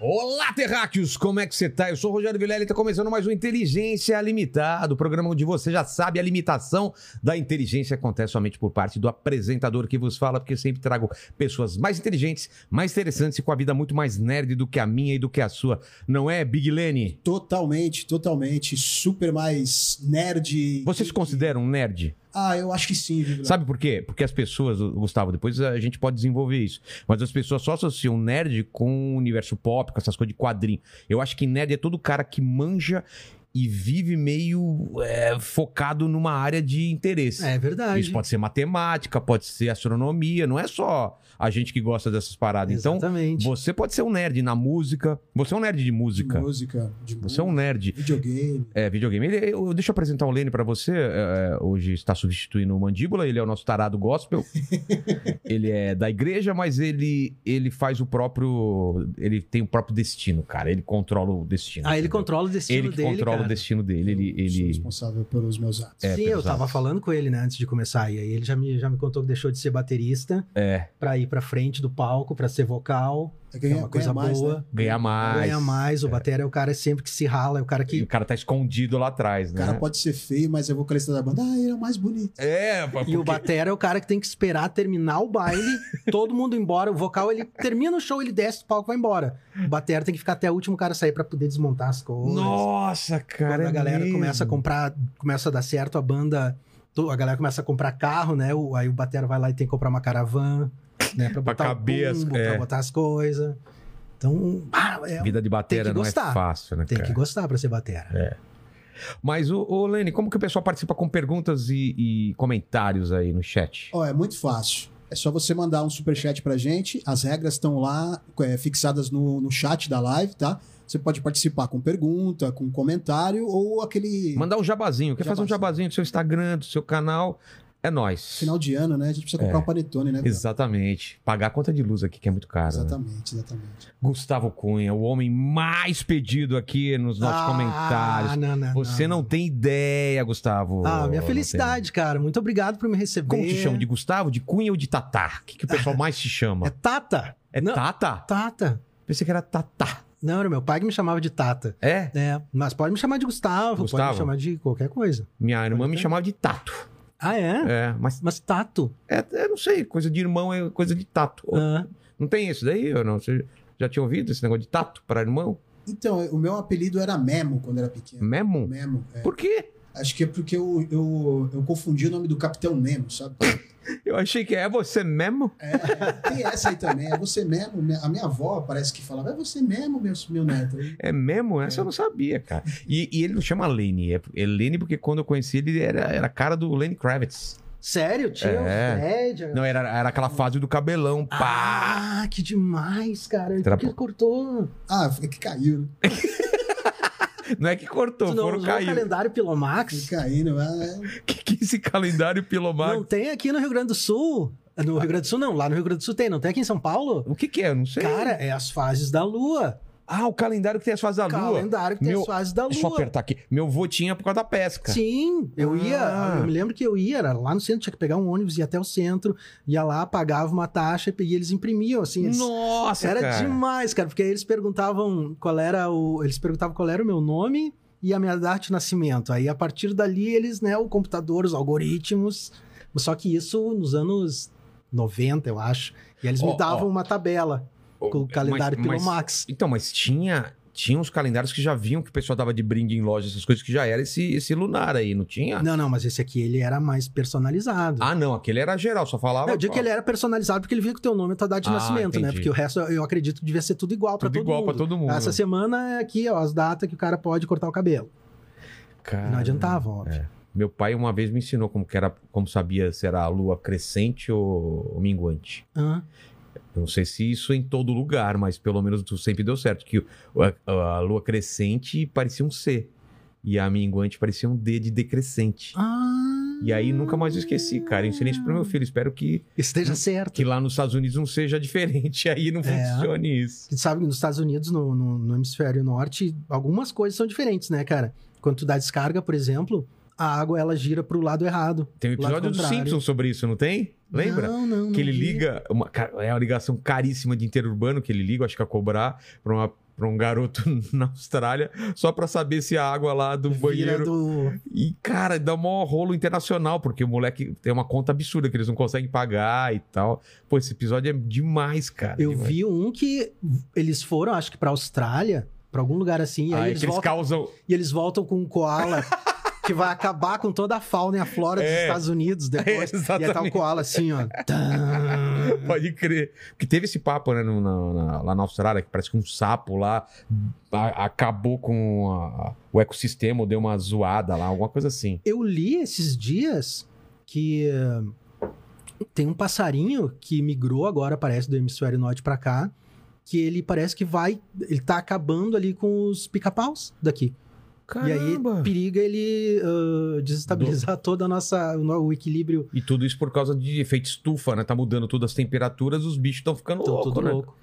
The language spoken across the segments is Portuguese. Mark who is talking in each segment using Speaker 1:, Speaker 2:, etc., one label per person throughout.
Speaker 1: Olá, terráqueos! Como é que você tá? Eu sou o Rogério Vilela e tá começando mais um Inteligência Limitada, o programa onde você já sabe a limitação da inteligência acontece somente por parte do apresentador que vos fala, porque sempre trago pessoas mais inteligentes, mais interessantes e com a vida muito mais nerd do que a minha e do que a sua. Não é, Big Lenny?
Speaker 2: Totalmente, totalmente. Super mais nerd.
Speaker 1: Você se considera um nerd?
Speaker 2: Ah, eu acho que sim, Vibra.
Speaker 1: Sabe por quê? Porque as pessoas, Gustavo, depois a gente pode desenvolver isso, mas as pessoas só associam nerd com o universo pop, com essas coisas de quadrinho. Eu acho que nerd é todo cara que manja e vive meio é, focado numa área de interesse.
Speaker 3: É verdade.
Speaker 1: Isso pode ser matemática, pode ser astronomia, não é só a gente que gosta dessas paradas.
Speaker 3: Exatamente.
Speaker 1: Então, você pode ser um nerd na música, você é um nerd de música.
Speaker 2: De música, de
Speaker 1: Você é um
Speaker 2: música,
Speaker 1: nerd.
Speaker 2: videogame.
Speaker 1: É, videogame. Ele- eu- deixa eu apresentar o Lene pra você. É, hoje está substituindo o Mandíbula, ele é o nosso tarado gospel. ele é da igreja, mas ele, ele faz o próprio. Ele tem o próprio destino, cara. Ele controla o destino.
Speaker 3: Ah, ele
Speaker 1: entendeu?
Speaker 3: controla o destino
Speaker 1: Ele que
Speaker 3: dele,
Speaker 1: controla
Speaker 3: cara.
Speaker 1: o destino dele. Ele.
Speaker 2: Eu sou
Speaker 1: ele...
Speaker 2: responsável pelos meus atos.
Speaker 1: É,
Speaker 3: Sim, eu
Speaker 1: pelos
Speaker 3: tava
Speaker 1: atos.
Speaker 3: falando com ele, né, antes de começar. E aí ele já me, já me contou que deixou de ser baterista
Speaker 1: É,
Speaker 3: pra ir pra frente do palco, pra ser vocal.
Speaker 2: É
Speaker 3: que é
Speaker 2: ganhar,
Speaker 3: uma coisa
Speaker 2: ganhar mais,
Speaker 3: boa.
Speaker 2: né?
Speaker 1: ganha mais.
Speaker 3: Ganha mais. O batera é o cara sempre que se rala, é o cara
Speaker 1: E o
Speaker 3: que.
Speaker 1: cara tá escondido lá atrás,
Speaker 2: O
Speaker 1: né?
Speaker 2: cara pode ser feio, mas é vocalista da banda. Ah, ele é o mais bonito.
Speaker 1: É,
Speaker 3: E o
Speaker 1: porque...
Speaker 3: batera é o cara que tem que esperar terminar o baile, todo mundo embora. O vocal, ele termina o show, ele desce do palco e vai embora. O batera tem que ficar até o último cara sair pra poder desmontar as coisas.
Speaker 1: Nossa, cara.
Speaker 3: Quando a
Speaker 1: é
Speaker 3: galera
Speaker 1: mesmo.
Speaker 3: começa a comprar, começa a dar certo, a banda. to- A galera começa a comprar carro, né? O- aí o batera vai lá e tem que comprar uma caravana, né? Pra
Speaker 1: Pra
Speaker 3: botar o
Speaker 1: caber as-
Speaker 3: bumbo,
Speaker 1: é.
Speaker 3: pra botar as coisas. Então, ah, é-
Speaker 1: Vida de
Speaker 3: Tem
Speaker 1: batera
Speaker 3: que
Speaker 1: não é
Speaker 3: gostar.
Speaker 1: fácil, né,
Speaker 3: tem
Speaker 1: cara?
Speaker 3: que gostar pra ser batera.
Speaker 1: Mas, ô, ô Lene, como que o pessoal participa com perguntas e, e comentários aí no chat?
Speaker 2: Ó, é muito fácil. É só você mandar um superchat pra gente. As regras estão lá, é, fixadas no, no chat da live, tá? Você pode participar com pergunta, com comentário ou aquele
Speaker 1: Mandar um jabazinho. Quer fazer um jabazinho
Speaker 2: Jabazinho.
Speaker 1: do seu Instagram, do seu canal? É nóis.
Speaker 2: final de ano, né? A gente precisa
Speaker 1: É.
Speaker 2: comprar um panetone, né? Vibra?
Speaker 1: Exatamente. Pagar a conta de luz aqui, que é muito caro. né?
Speaker 2: Exatamente, exatamente.
Speaker 1: Gustavo Cunha, o homem mais pedido aqui nos nossos
Speaker 3: Ah,
Speaker 1: comentários.
Speaker 3: não, não,
Speaker 1: Você não. tem ideia, Gustavo.
Speaker 3: Ah,
Speaker 1: Não
Speaker 3: minha
Speaker 1: né?
Speaker 3: felicidade, cara. Muito obrigado por me
Speaker 1: tem.
Speaker 3: receber.
Speaker 1: Como te chama? um De Gustavo, de Cunha ou de Tatá? O que, que o pessoal mais te
Speaker 3: É
Speaker 1: chama?
Speaker 3: Tata.
Speaker 1: É,
Speaker 3: não,
Speaker 1: Tata?
Speaker 3: Tata.
Speaker 1: Pensei que era Tatá.
Speaker 3: Não, era meu pai que me chamava de Tata.
Speaker 1: É?
Speaker 3: É, mas pode me chamar de Gustavo, pode
Speaker 1: Gustavo?
Speaker 3: me chamar de qualquer coisa.
Speaker 1: Minha irmã
Speaker 3: Pode
Speaker 1: me
Speaker 3: ser.
Speaker 1: chamava de Tato.
Speaker 3: Ah, é?
Speaker 1: É, mas
Speaker 3: Mas Tato.
Speaker 1: É, é, não sei, coisa de irmão é coisa de tato.
Speaker 3: Ah.
Speaker 1: Não tem isso daí ou não? Você já tinha ouvido esse negócio de tato para irmão?
Speaker 2: Então, o meu apelido era Memo quando era pequeno.
Speaker 1: Memo?
Speaker 2: Memo, é.
Speaker 1: Por quê?
Speaker 2: Acho que é porque eu, eu, eu confundi o nome do Capitão Nemo, sabe?
Speaker 1: Eu achei que é você mesmo.
Speaker 2: É, é, tem essa aí também, é você mesmo. Minha- A minha avó parece que falava, é você mesmo, meu, meu neto.
Speaker 1: É mesmo? Essa eu não sabia, cara. E, e ele não chama Lene. É, é Lene porque quando eu conheci ele era, era a cara do Lenny Kravitz.
Speaker 3: Sério, tio?
Speaker 1: É.
Speaker 3: Fred?
Speaker 1: Não, era, era aquela fase do cabelão. Pá!
Speaker 3: Ah, que demais, cara.
Speaker 1: Era
Speaker 3: Por que ele cortou?
Speaker 2: Ah, é que caiu, né?
Speaker 1: Não é que cortou,
Speaker 3: Tu não
Speaker 1: foram
Speaker 3: usou o
Speaker 1: cair.
Speaker 3: calendário
Speaker 2: É Que
Speaker 3: Pilomax?
Speaker 2: caiu, ah,
Speaker 1: Que, que esse calendário
Speaker 3: Não
Speaker 1: pilomático?
Speaker 3: tem aqui no Rio Grande do Sul. No Rio Grande do Sul não, lá no Rio Grande do Sul tem. Não tem aqui em São Paulo?
Speaker 1: O que que é? Eu não sei.
Speaker 3: Cara, é as fases da lua.
Speaker 1: Ah, o calendário que tem as fases da lua.
Speaker 3: Calendário que tem
Speaker 1: Meu,
Speaker 3: as fases da
Speaker 1: Deixa eu
Speaker 3: lua.
Speaker 1: apertar aqui. Meu vô tinha por causa da pesca.
Speaker 3: Sim, eu
Speaker 1: Ah.
Speaker 3: ia, eu me lembro que eu ia, era lá no centro, tinha que pegar um ônibus, ia até o centro, ia lá, pagava uma taxa e eles imprimiam, assim, eles
Speaker 1: Nossa,
Speaker 3: Era
Speaker 1: cara.
Speaker 3: demais, cara, porque aí eles perguntavam qual era o. Eles perguntavam qual era o meu nome e a minha data de nascimento. Aí a partir dali eles, né, o computador, os algoritmos. Só que isso nos anos 90, eu acho. E eles
Speaker 1: Ó,
Speaker 3: me davam
Speaker 1: ó.
Speaker 3: uma tabela com o calendário
Speaker 1: mas, mas,
Speaker 3: Pilomax.
Speaker 1: Então, mas tinha, tinha uns calendários que já vinham que o pessoal dava de brinde em loja, essas coisas que já era esse, esse lunar aí, não tinha?
Speaker 3: Não, não, mas esse aqui ele era mais personalizado.
Speaker 1: Ah, não, aquele era geral, só falava.
Speaker 3: Não, eu digo que ele era personalizado porque ele vinha com o teu nome e tua data de
Speaker 1: Ah,
Speaker 3: nascimento, né?
Speaker 1: entendi.
Speaker 3: Porque o resto eu acredito que devia ser tudo igual pra
Speaker 1: tudo
Speaker 3: todo
Speaker 1: igual
Speaker 3: mundo.
Speaker 1: pra todo mundo.
Speaker 3: Essa semana é aqui, ó, as datas que o cara pode cortar o cabelo.
Speaker 1: Cara,
Speaker 3: Não
Speaker 1: é.
Speaker 3: adiantava, óbvio.
Speaker 1: Meu pai uma vez me ensinou como que era, como sabia se era a lua crescente ou, ou minguante.
Speaker 3: Hã?
Speaker 1: Eu não sei se isso em todo lugar, mas pelo menos tu sempre deu certo que o- a, a lua crescente parecia um C e a minguante parecia um D de decrescente.
Speaker 3: Ah,
Speaker 1: E aí nunca mais esqueci, cara. Eu Ensinei isso pro meu filho. Espero que,
Speaker 3: Esteja certo.
Speaker 1: que lá nos Estados Unidos não seja diferente. Aí não
Speaker 3: É.
Speaker 1: funcione isso.
Speaker 3: Que sabe que nos Estados Unidos, no, no- no hemisfério norte, algumas coisas são diferentes, né, cara? Quando tu dá descarga, por exemplo, a água ela gira pro lado errado.
Speaker 1: Tem um
Speaker 3: Lado
Speaker 1: episódio do
Speaker 3: contrário.
Speaker 1: Simpsons sobre isso, não tem? Lembra?
Speaker 3: Não, não, não
Speaker 1: que ele
Speaker 3: vi.
Speaker 1: liga, uma, cara, é uma ligação caríssima de interurbano que ele liga, acho que é a cobrar, pra, uma- pra um garoto na Austrália, só pra saber se a água lá do
Speaker 3: Vira
Speaker 1: banheiro. Ah,
Speaker 3: do...
Speaker 1: E, cara, dá mó rolo internacional, porque o moleque tem uma conta absurda que eles não conseguem pagar e tal. Pô, esse episódio é demais, cara.
Speaker 3: Eu
Speaker 1: demais.
Speaker 3: vi um que eles foram, acho que pra Austrália, pra algum lugar assim, e aí
Speaker 1: Aí
Speaker 3: eles
Speaker 1: que eles
Speaker 3: voltam,
Speaker 1: causam.
Speaker 3: e eles voltam com um koala que vai acabar com toda a fauna e a flora dos
Speaker 1: É.
Speaker 3: Estados Unidos depois. e aí tá o
Speaker 1: Exatamente.
Speaker 3: koala assim, ó. Tã.
Speaker 1: Pode crer. Porque teve esse papo, né, no- na- na- lá na Austrália, que parece que um sapo lá a- acabou com a- o ecossistema, ou deu uma zoada lá, alguma coisa assim.
Speaker 3: Eu li esses dias que eh, tem um passarinho que migrou agora, parece, do hemisfério norte pra cá, que ele parece que vai. Ele tá acabando ali com os pica-paus daqui. E aí periga ele eh, desestabilizar todo a nossa, o no- o equilíbrio.
Speaker 1: E tudo isso por causa de efeito estufa, né? Tá mudando todas as temperaturas, os bichos estão ficando
Speaker 3: Então,
Speaker 1: loucos,
Speaker 3: tudo
Speaker 1: né?
Speaker 3: louco.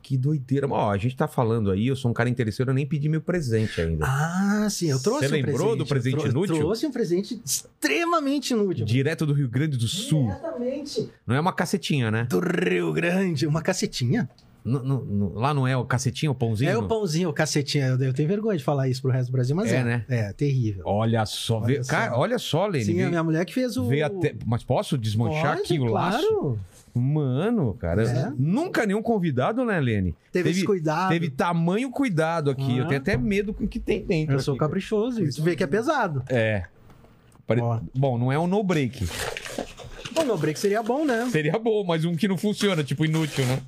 Speaker 1: Que doideira. Ó, a gente tá falando aí, eu sou um cara interesseiro, eu nem pedi meu presente ainda.
Speaker 3: Ah, sim, eu
Speaker 1: Você
Speaker 3: trouxe um presente.
Speaker 1: lembrou do
Speaker 3: eu
Speaker 1: presente
Speaker 3: trou-
Speaker 1: inútil?
Speaker 3: Eu trouxe um presente extremamente inútil.
Speaker 1: Direto do Rio Grande do Sul.
Speaker 3: Exatamente.
Speaker 1: Não é uma cacetinha, né?
Speaker 3: Do Rio Grande, uma cacetinha.
Speaker 1: N- n- n- lá não é o cacetinho, o pãozinho?
Speaker 3: É o pãozinho, o cacetinha. Eu eu tenho vergonha de falar isso pro resto do Brasil, mas
Speaker 1: É,
Speaker 3: é.
Speaker 1: né?
Speaker 3: É, terrível.
Speaker 1: Olha só.
Speaker 3: Olha
Speaker 1: vê-
Speaker 3: só.
Speaker 1: Cara, olha só, Lene.
Speaker 3: Sim,
Speaker 1: vê-
Speaker 3: a minha mulher que fez o.
Speaker 1: vê até- Mas posso desmanchar
Speaker 3: Pode,
Speaker 1: aqui o laço?
Speaker 3: claro.
Speaker 1: Mano, cara.
Speaker 3: É.
Speaker 1: Nunca nenhum convidado, né, Lene?
Speaker 3: Teve,
Speaker 1: Teve-
Speaker 3: esse cuidado.
Speaker 1: Teve tamanho cuidado aqui.
Speaker 3: Ah.
Speaker 1: Eu tenho até medo com o que tem dentro.
Speaker 3: Eu sou
Speaker 1: aqui, cara.
Speaker 3: caprichoso. Isso vê que é pesado.
Speaker 1: É. Pare-
Speaker 3: Ó.
Speaker 1: Bom, não é um no-break.
Speaker 3: Bom, meu break seria bom, né?
Speaker 1: Seria bom, mas um que não funciona, tipo inútil, né?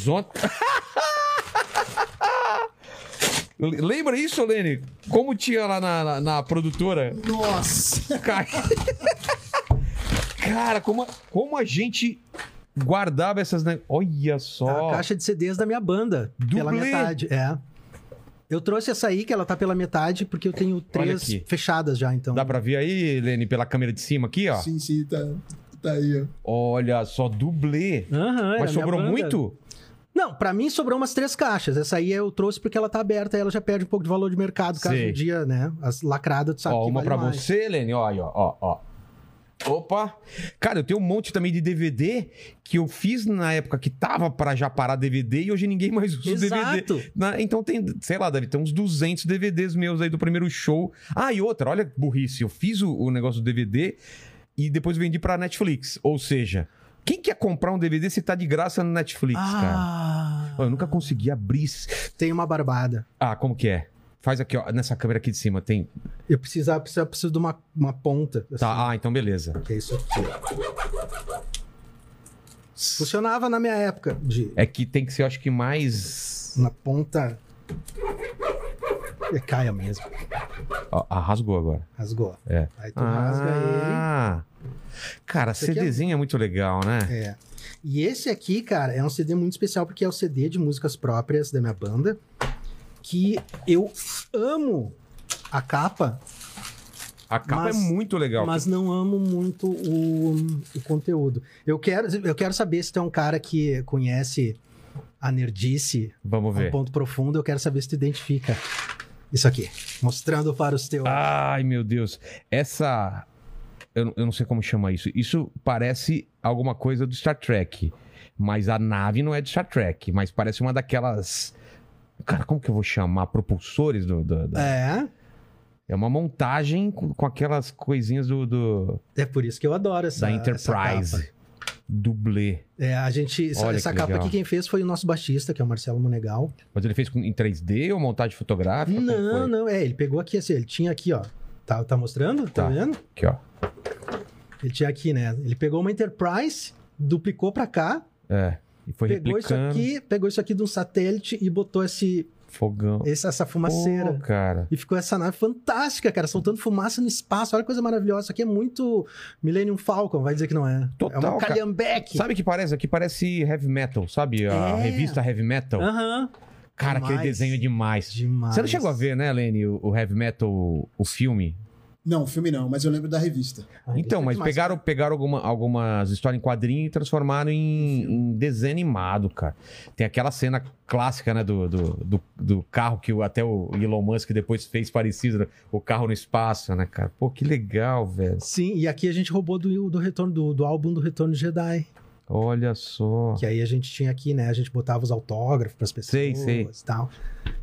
Speaker 1: Zon... Lembra isso, Lene? Como tinha lá na, na, na produtora?
Speaker 2: Nossa!
Speaker 1: Cara, Cara, como, a- como a gente guardava essas. ne- Olha só.
Speaker 3: A caixa de CDs da minha banda. Pela
Speaker 1: Dublê.
Speaker 3: metade. É. Eu trouxe essa aí, que ela tá pela metade, porque eu tenho três
Speaker 1: aqui.
Speaker 3: fechadas já, então.
Speaker 1: Dá pra ver aí, Lene, pela câmera de cima aqui, ó?
Speaker 2: Sim, sim, tá, tá aí, ó.
Speaker 1: Olha só, dublê.
Speaker 3: Aham,
Speaker 1: Mas
Speaker 3: era a minha
Speaker 1: sobrou
Speaker 3: banda.
Speaker 1: muito?
Speaker 3: Não, pra mim sobrou umas três caixas. Essa aí eu trouxe porque ela tá aberta e ela já perde um pouco de valor de mercado, caso
Speaker 1: Sei.
Speaker 3: um dia, né? As lacradas, tu sabe
Speaker 1: Ó,
Speaker 3: que
Speaker 1: uma
Speaker 3: vale
Speaker 1: pra
Speaker 3: mais.
Speaker 1: você, Lene. Ó, aí, ó, ó, ó. Opa! Cara, eu tenho um monte também de DVD que eu fiz na época que tava pra já parar DVD e hoje ninguém mais usa o DVD.
Speaker 3: Exato.
Speaker 1: Na- então tem, sei lá, deve ter uns 200 DVDs meus aí do primeiro show. Ah, e outra, olha que burrice. Eu fiz o, o negócio do DVD e depois vendi pra Netflix. Ou seja, quem quer comprar um DVD se tá de graça no Netflix, cara?
Speaker 3: Ah,
Speaker 1: Ó, Eu nunca consegui abrir. esse-
Speaker 3: tem uma barbada.
Speaker 1: Ah, como que é? Faz aqui, ó, nessa câmera aqui de cima. Tem.
Speaker 3: Eu preciso, eu preciso, eu preciso de uma, uma ponta. assim,
Speaker 1: Tá, ah, então beleza.
Speaker 3: que é isso aqui. Funcionava na minha época de
Speaker 1: É que tem que ser, eu acho que mais.
Speaker 3: na ponta. É caia mesmo.
Speaker 1: Ó, ah, rasgou agora.
Speaker 3: Rasgou.
Speaker 1: É.
Speaker 3: Aí tu Então rasga
Speaker 1: ah, cara,
Speaker 3: Isso aqui
Speaker 1: CDzinho é... muito legal, né?
Speaker 3: ele. É. E esse aqui, cara, é um CD muito especial porque é o CD de músicas próprias da minha banda. Que eu amo a capa,
Speaker 1: A capa
Speaker 3: Mas-
Speaker 1: é muito legal.
Speaker 3: mas não amo muito o, o conteúdo. Eu quero, eu quero saber se tu é um cara que conhece a nerdice
Speaker 1: Vamos
Speaker 3: a um
Speaker 1: ver.
Speaker 3: ponto profundo. Eu quero saber se tu identifica isso aqui. Mostrando para os teus.
Speaker 1: Ai, meu Deus. Essa. Eu, não- eu não sei como chama isso. Isso parece alguma coisa do Star Trek. Mas a nave não é do Star Trek. Mas parece uma daquelas. Cara, como que eu vou chamar? Propulsores do. do- da- é.
Speaker 3: É.
Speaker 1: uma montagem com, com aquelas coisinhas do. do-
Speaker 3: É por isso que eu adoro essa
Speaker 1: da
Speaker 3: essa capa.
Speaker 1: Enterprise. Dublê.
Speaker 3: É, a gente essa,
Speaker 1: Olha
Speaker 3: essa
Speaker 1: que
Speaker 3: capa
Speaker 1: legal.
Speaker 3: aqui quem fez foi o nosso baixista, que é o Marcelo Monegal.
Speaker 1: Mas ele fez com- em 3D ou montagem fotográfica? Como
Speaker 3: não,
Speaker 1: foi?
Speaker 3: não, é, ele pegou aqui assim, ele tinha aqui, ó. Tá, tá mostrando? Tá.
Speaker 1: Tá.
Speaker 3: vendo?
Speaker 1: Aqui, ó.
Speaker 3: Ele tinha aqui, né? Ele pegou uma Enterprise, duplicou pra cá,
Speaker 1: É. E foi
Speaker 3: pegou
Speaker 1: replicando.
Speaker 3: isso aqui, pegou isso aqui de um satélite e botou esse,
Speaker 1: Fogão.
Speaker 3: esse- essa
Speaker 1: Pô,
Speaker 3: fumaceira.
Speaker 1: cara.
Speaker 3: E ficou essa nave fantástica, cara, soltando fumaça no espaço. Olha que coisa maravilhosa. Isso aqui é muito Millennium Falcon, vai dizer que não é. é
Speaker 1: Total,
Speaker 3: uma
Speaker 1: cara.
Speaker 3: calhambeque.
Speaker 1: Sabe o que parece? Aqui parece heavy metal, sabe? A
Speaker 3: É.
Speaker 1: revista heavy metal.
Speaker 3: Aham.
Speaker 1: Cara, aquele
Speaker 3: Demais.
Speaker 1: desenho é demais.
Speaker 3: Demais.
Speaker 1: Você não chegou a ver, né, Lene, o, o Heavy Metal, o filme?
Speaker 2: Não, filme não, mas eu lembro da revista.
Speaker 1: Então, mas
Speaker 3: Ah, é Demais.
Speaker 1: pegaram, pegaram alguma- algumas histórias em quadrinho e transformaram em, em desenho animado, cara. Tem aquela cena clássica, né, do, do, do, do carro que o- até o Elon Musk depois fez parecido, né? o carro no espaço, né, cara? Pô, que legal, velho.
Speaker 3: Sim, e aqui a gente roubou do, do retorno do, do álbum do Retorno de Jedi.
Speaker 1: Olha só.
Speaker 3: Que aí a gente tinha aqui, né? A gente botava os autógrafos pras
Speaker 1: Sei,
Speaker 3: pessoas
Speaker 1: sei.
Speaker 3: e tal.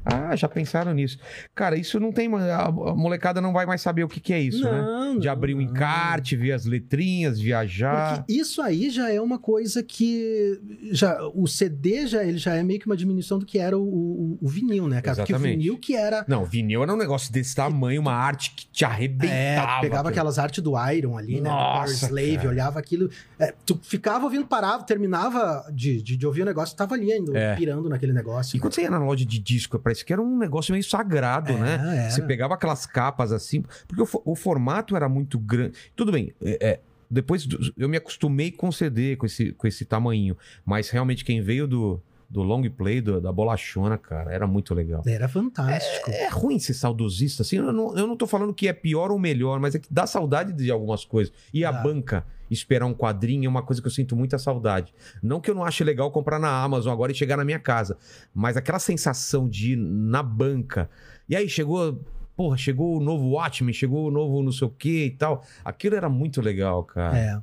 Speaker 1: Ah, já pensaram nisso. Cara, isso não tem. A a molecada não vai mais saber o que, que é isso, né?
Speaker 3: não,
Speaker 1: De abrir um
Speaker 3: não.
Speaker 1: encarte, ver as letrinhas, viajar.
Speaker 3: Porque isso aí já é uma coisa que já o CD já ele já é meio que uma diminuição do que era o, o- o vinil, né, cara? Porque o
Speaker 1: Exatamente.
Speaker 3: vinil que era
Speaker 1: Não, vinil era um negócio desse tamanho, uma arte que te arrebentava.
Speaker 3: É, tu pegava
Speaker 1: cara.
Speaker 3: aquelas artes do Iron ali, né?
Speaker 1: Nossa,
Speaker 3: Power Slave,
Speaker 1: cara.
Speaker 3: olhava aquilo. é, tu ficava ouvindo, parava, terminava de, de, de ouvir o negócio, tava ali ainda,
Speaker 1: É.
Speaker 3: pirando naquele negócio.
Speaker 1: E quando você ia na loja de disco, parece que era um negócio meio sagrado,
Speaker 3: É,
Speaker 1: né?
Speaker 3: era.
Speaker 1: Você pegava aquelas capas assim, porque o, fo- o formato era muito grande. Tudo bem, é, é, depois do- eu me acostumei com CD, com esse, com esse tamanho. Mas realmente quem veio do, do long play, do- da bolachona, cara, era muito legal.
Speaker 3: Era fantástico.
Speaker 1: É ruim ser saudosista, assim. Eu não, eu não tô falando que é pior ou melhor, mas é que dá saudade de algumas coisas. E a
Speaker 3: Dá.
Speaker 1: banca, esperar um quadrinho, é uma coisa que eu sinto muita saudade. Não que eu não ache legal comprar na Amazon agora e chegar na minha casa, mas aquela sensação de ir na banca. E aí chegou. Porra, chegou o novo Watchmen, chegou o novo não sei o que e tal. Aquilo era muito legal, cara.
Speaker 3: É.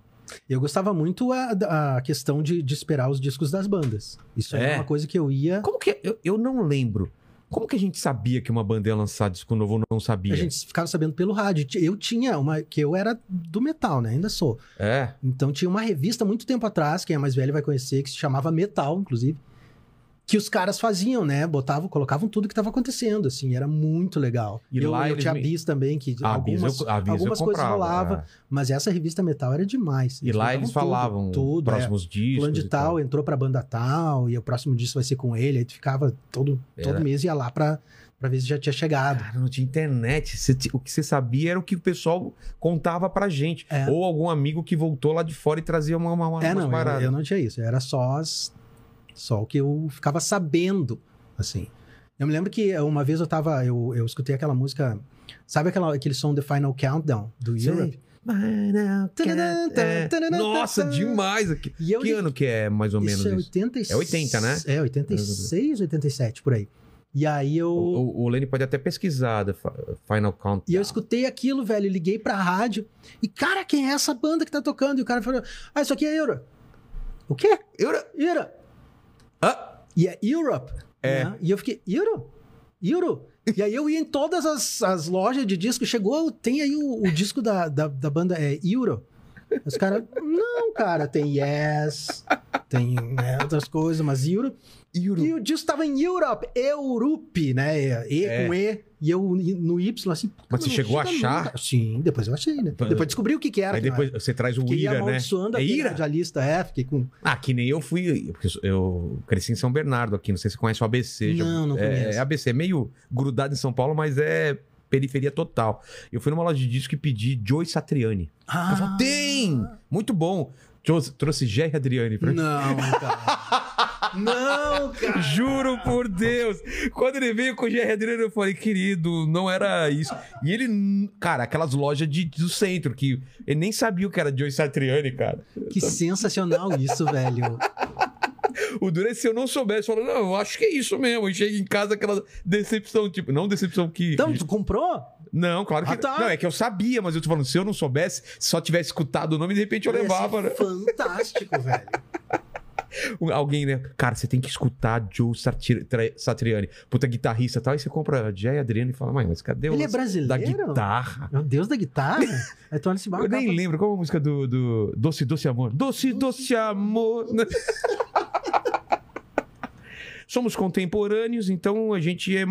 Speaker 3: Eu gostava muito a, da- a questão de, de esperar os discos das bandas. Isso
Speaker 1: É.
Speaker 3: era uma coisa que eu ia.
Speaker 1: Como que. Eu, eu não lembro. Como que a gente sabia que uma banda ia lançar disco novo ou não sabia?
Speaker 3: A gente ficava sabendo pelo rádio. Eu tinha uma. que eu era do metal, né? Ainda sou.
Speaker 1: É.
Speaker 3: Então tinha uma revista muito tempo atrás, quem é mais velho vai conhecer, que se chamava Metal, inclusive. Que os caras faziam, né? Botavam, colocavam tudo que estava acontecendo, assim, era muito legal.
Speaker 1: E
Speaker 3: E eu,
Speaker 1: lá
Speaker 3: eu
Speaker 1: eles
Speaker 3: tinha a
Speaker 1: me-
Speaker 3: Bis também, que
Speaker 1: A Bis
Speaker 3: algumas,
Speaker 1: eu, a Bis eu
Speaker 3: algumas coisas
Speaker 1: comprava,
Speaker 3: rolavam,
Speaker 1: é.
Speaker 3: mas essa revista metal era demais.
Speaker 1: E lá
Speaker 3: botavam
Speaker 1: eles
Speaker 3: tudo,
Speaker 1: falavam
Speaker 3: tudo, é.
Speaker 1: próximos discos.
Speaker 3: Plano de
Speaker 1: e
Speaker 3: tal, entrou pra banda tal, e o próximo disso vai ser com ele, aí tu ficava todo,
Speaker 1: Era.
Speaker 3: todo mês ia lá pra, pra ver se já tinha chegado.
Speaker 1: Cara, não tinha internet. Você ti- o que você sabia era o que o pessoal contava pra gente.
Speaker 3: É.
Speaker 1: Ou algum amigo que voltou lá de fora e trazia uma, uma, uma
Speaker 3: é, não, eu,
Speaker 1: parada.
Speaker 3: eu não tinha isso. Era só, as- só o que eu ficava sabendo, assim. Eu me lembro que uma vez eu tava, eu, eu escutei aquela música, sabe aquela, aquele som The Final Countdown do
Speaker 1: Sei.
Speaker 3: Europe?
Speaker 1: Mas não
Speaker 3: Tadadã,
Speaker 1: quer- é.
Speaker 3: tadadã,
Speaker 1: Nossa,
Speaker 3: tadadã.
Speaker 1: demais. aqui.
Speaker 3: E eu
Speaker 1: Que ano que é mais ou menos
Speaker 3: isso é
Speaker 1: isso? É
Speaker 3: 86.
Speaker 1: 80, né?
Speaker 3: É 86, 87 por aí. E aí eu
Speaker 1: O, o, o Lenny pode até pesquisar da fa- Final Count.
Speaker 3: E eu escutei aquilo, velho, liguei pra rádio. E, cara, quem é essa banda que tá tocando? E o cara falou, ah, isso aqui é Europe. O quê? Europe. Europe.
Speaker 1: Ah!
Speaker 3: E é Europe.
Speaker 1: É.
Speaker 3: né? E eu fiquei, Euro? Euro? E aí eu ia em todas as, as lojas de disco, chegou, tem aí o, o disco da, da, da banda, é Euro. Os caras, não, cara, tem Yes, tem né, outras coisas, mas Euro.
Speaker 1: Euro.
Speaker 3: E o disco tava em Europe, Europe, né? E
Speaker 1: É.
Speaker 3: com E. E eu no Y, assim. puta,
Speaker 1: Mas você
Speaker 3: não
Speaker 1: chegou a
Speaker 3: chega
Speaker 1: achar?
Speaker 3: nunca. Sim, depois eu achei, né?
Speaker 1: Mas-
Speaker 3: Depois descobri o que que era.
Speaker 1: Aí
Speaker 3: que não
Speaker 1: depois
Speaker 3: era.
Speaker 1: você traz o
Speaker 3: Fiquei
Speaker 1: Ira, né?
Speaker 3: amaldiçoando
Speaker 1: É
Speaker 3: aquele
Speaker 1: Ira?
Speaker 3: radialista, é, fiquei com...
Speaker 1: Ah, que nem eu fui. porque eu- Eu cresci em São Bernardo aqui. Não sei se você conhece o ABC. já-
Speaker 3: Não, não
Speaker 1: é, é
Speaker 3: conheço.
Speaker 1: ABC, é meio grudado em São Paulo, mas é periferia total. Eu fui numa loja de disco e pedi Joey Satriani.
Speaker 3: Ah,
Speaker 1: Ela falou, tem! Muito bom. Trouxe, trouxe Jerry Adriani pra mim.
Speaker 3: Não, cara. não, cara.
Speaker 1: Juro por Deus. Quando ele veio com o Jerry Adriano, eu falei, querido, não era isso. E ele, n- cara, aquelas lojas de, do centro, que ele nem sabia o que era Joey Satriani, cara.
Speaker 3: Que sensacional isso, velho.
Speaker 1: O Durante, se eu não soubesse, falou, não, eu acho que é isso mesmo. E chega em casa aquela decepção, tipo, não decepção que.
Speaker 3: Então, tu comprou?
Speaker 1: Não, claro que
Speaker 3: Ah, tá.
Speaker 1: não. É que eu sabia, mas eu tô falando, se eu não soubesse, se só tivesse escutado o nome, de repente eu
Speaker 3: Ia ser
Speaker 1: levava, né?
Speaker 3: é Fantástico, velho.
Speaker 1: Alguém, né? Cara, você tem que escutar Joe Sartir- Tra- Satriani, puta guitarrista e tal. Aí você compra Jay Adriano e fala, mas, mas cadê o
Speaker 3: Ele é
Speaker 1: lance
Speaker 3: brasileiro?
Speaker 1: da guitarra?
Speaker 3: Meu Deus da guitarra? É Aí tu olha esse barco.
Speaker 1: Eu nem lembro qual é a música do, do Doce Doce Amor. Doce Doce Amor. né? Somos contemporâneos, então a gente é-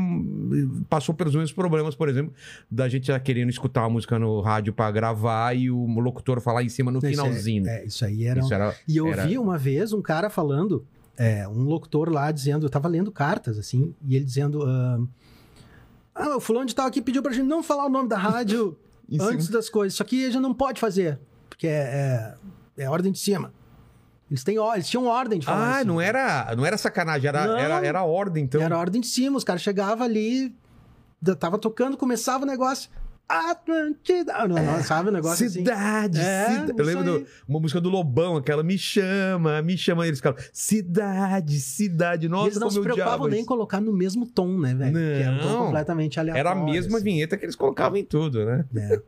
Speaker 1: passou pelos mesmos problemas, por exemplo, da gente já querendo escutar uma música no rádio pra gravar e o locutor falar em cima no finalzinho.
Speaker 3: É, isso aí era. um-
Speaker 1: Isso era
Speaker 3: E eu
Speaker 1: era-
Speaker 3: vi uma vez um cara falando, é, um locutor lá dizendo, eu tava lendo cartas, assim, e ele dizendo. ahn, ah, o fulano de tal aqui pediu pra gente não falar o nome da rádio
Speaker 1: em cima.
Speaker 3: antes das coisas. Isso aqui a gente não pode fazer, porque é, é- é ordem de cima. Eles, têm, ó- eles tinham ordem de falar assim.
Speaker 1: Ah,
Speaker 3: isso.
Speaker 1: não era, não era sacanagem, era,
Speaker 3: Não. um
Speaker 1: era, era ordem, então.
Speaker 3: Era a ordem de cima, os caras chegavam ali, da- tava tocando, começava o negócio. Atlântida. Ah, Não, não, sabe o negócio assim?
Speaker 1: Cidade,
Speaker 3: É,
Speaker 1: cida- Eu
Speaker 3: isso
Speaker 1: lembro
Speaker 3: aí.
Speaker 1: de uma música do Lobão, aquela Me Chama, Me Chama. Eles ficavam, cidade, cidade.
Speaker 3: E
Speaker 1: Nossa,
Speaker 3: eles não
Speaker 1: como
Speaker 3: se
Speaker 1: eu
Speaker 3: preocupavam
Speaker 1: odiava
Speaker 3: nem em
Speaker 1: isso.
Speaker 3: colocar no mesmo tom, né, velho? Que era um tom
Speaker 1: Não.
Speaker 3: completamente aleatório.
Speaker 1: Era a mesma
Speaker 3: assim.
Speaker 1: vinheta que eles colocavam em tudo, né?
Speaker 3: É.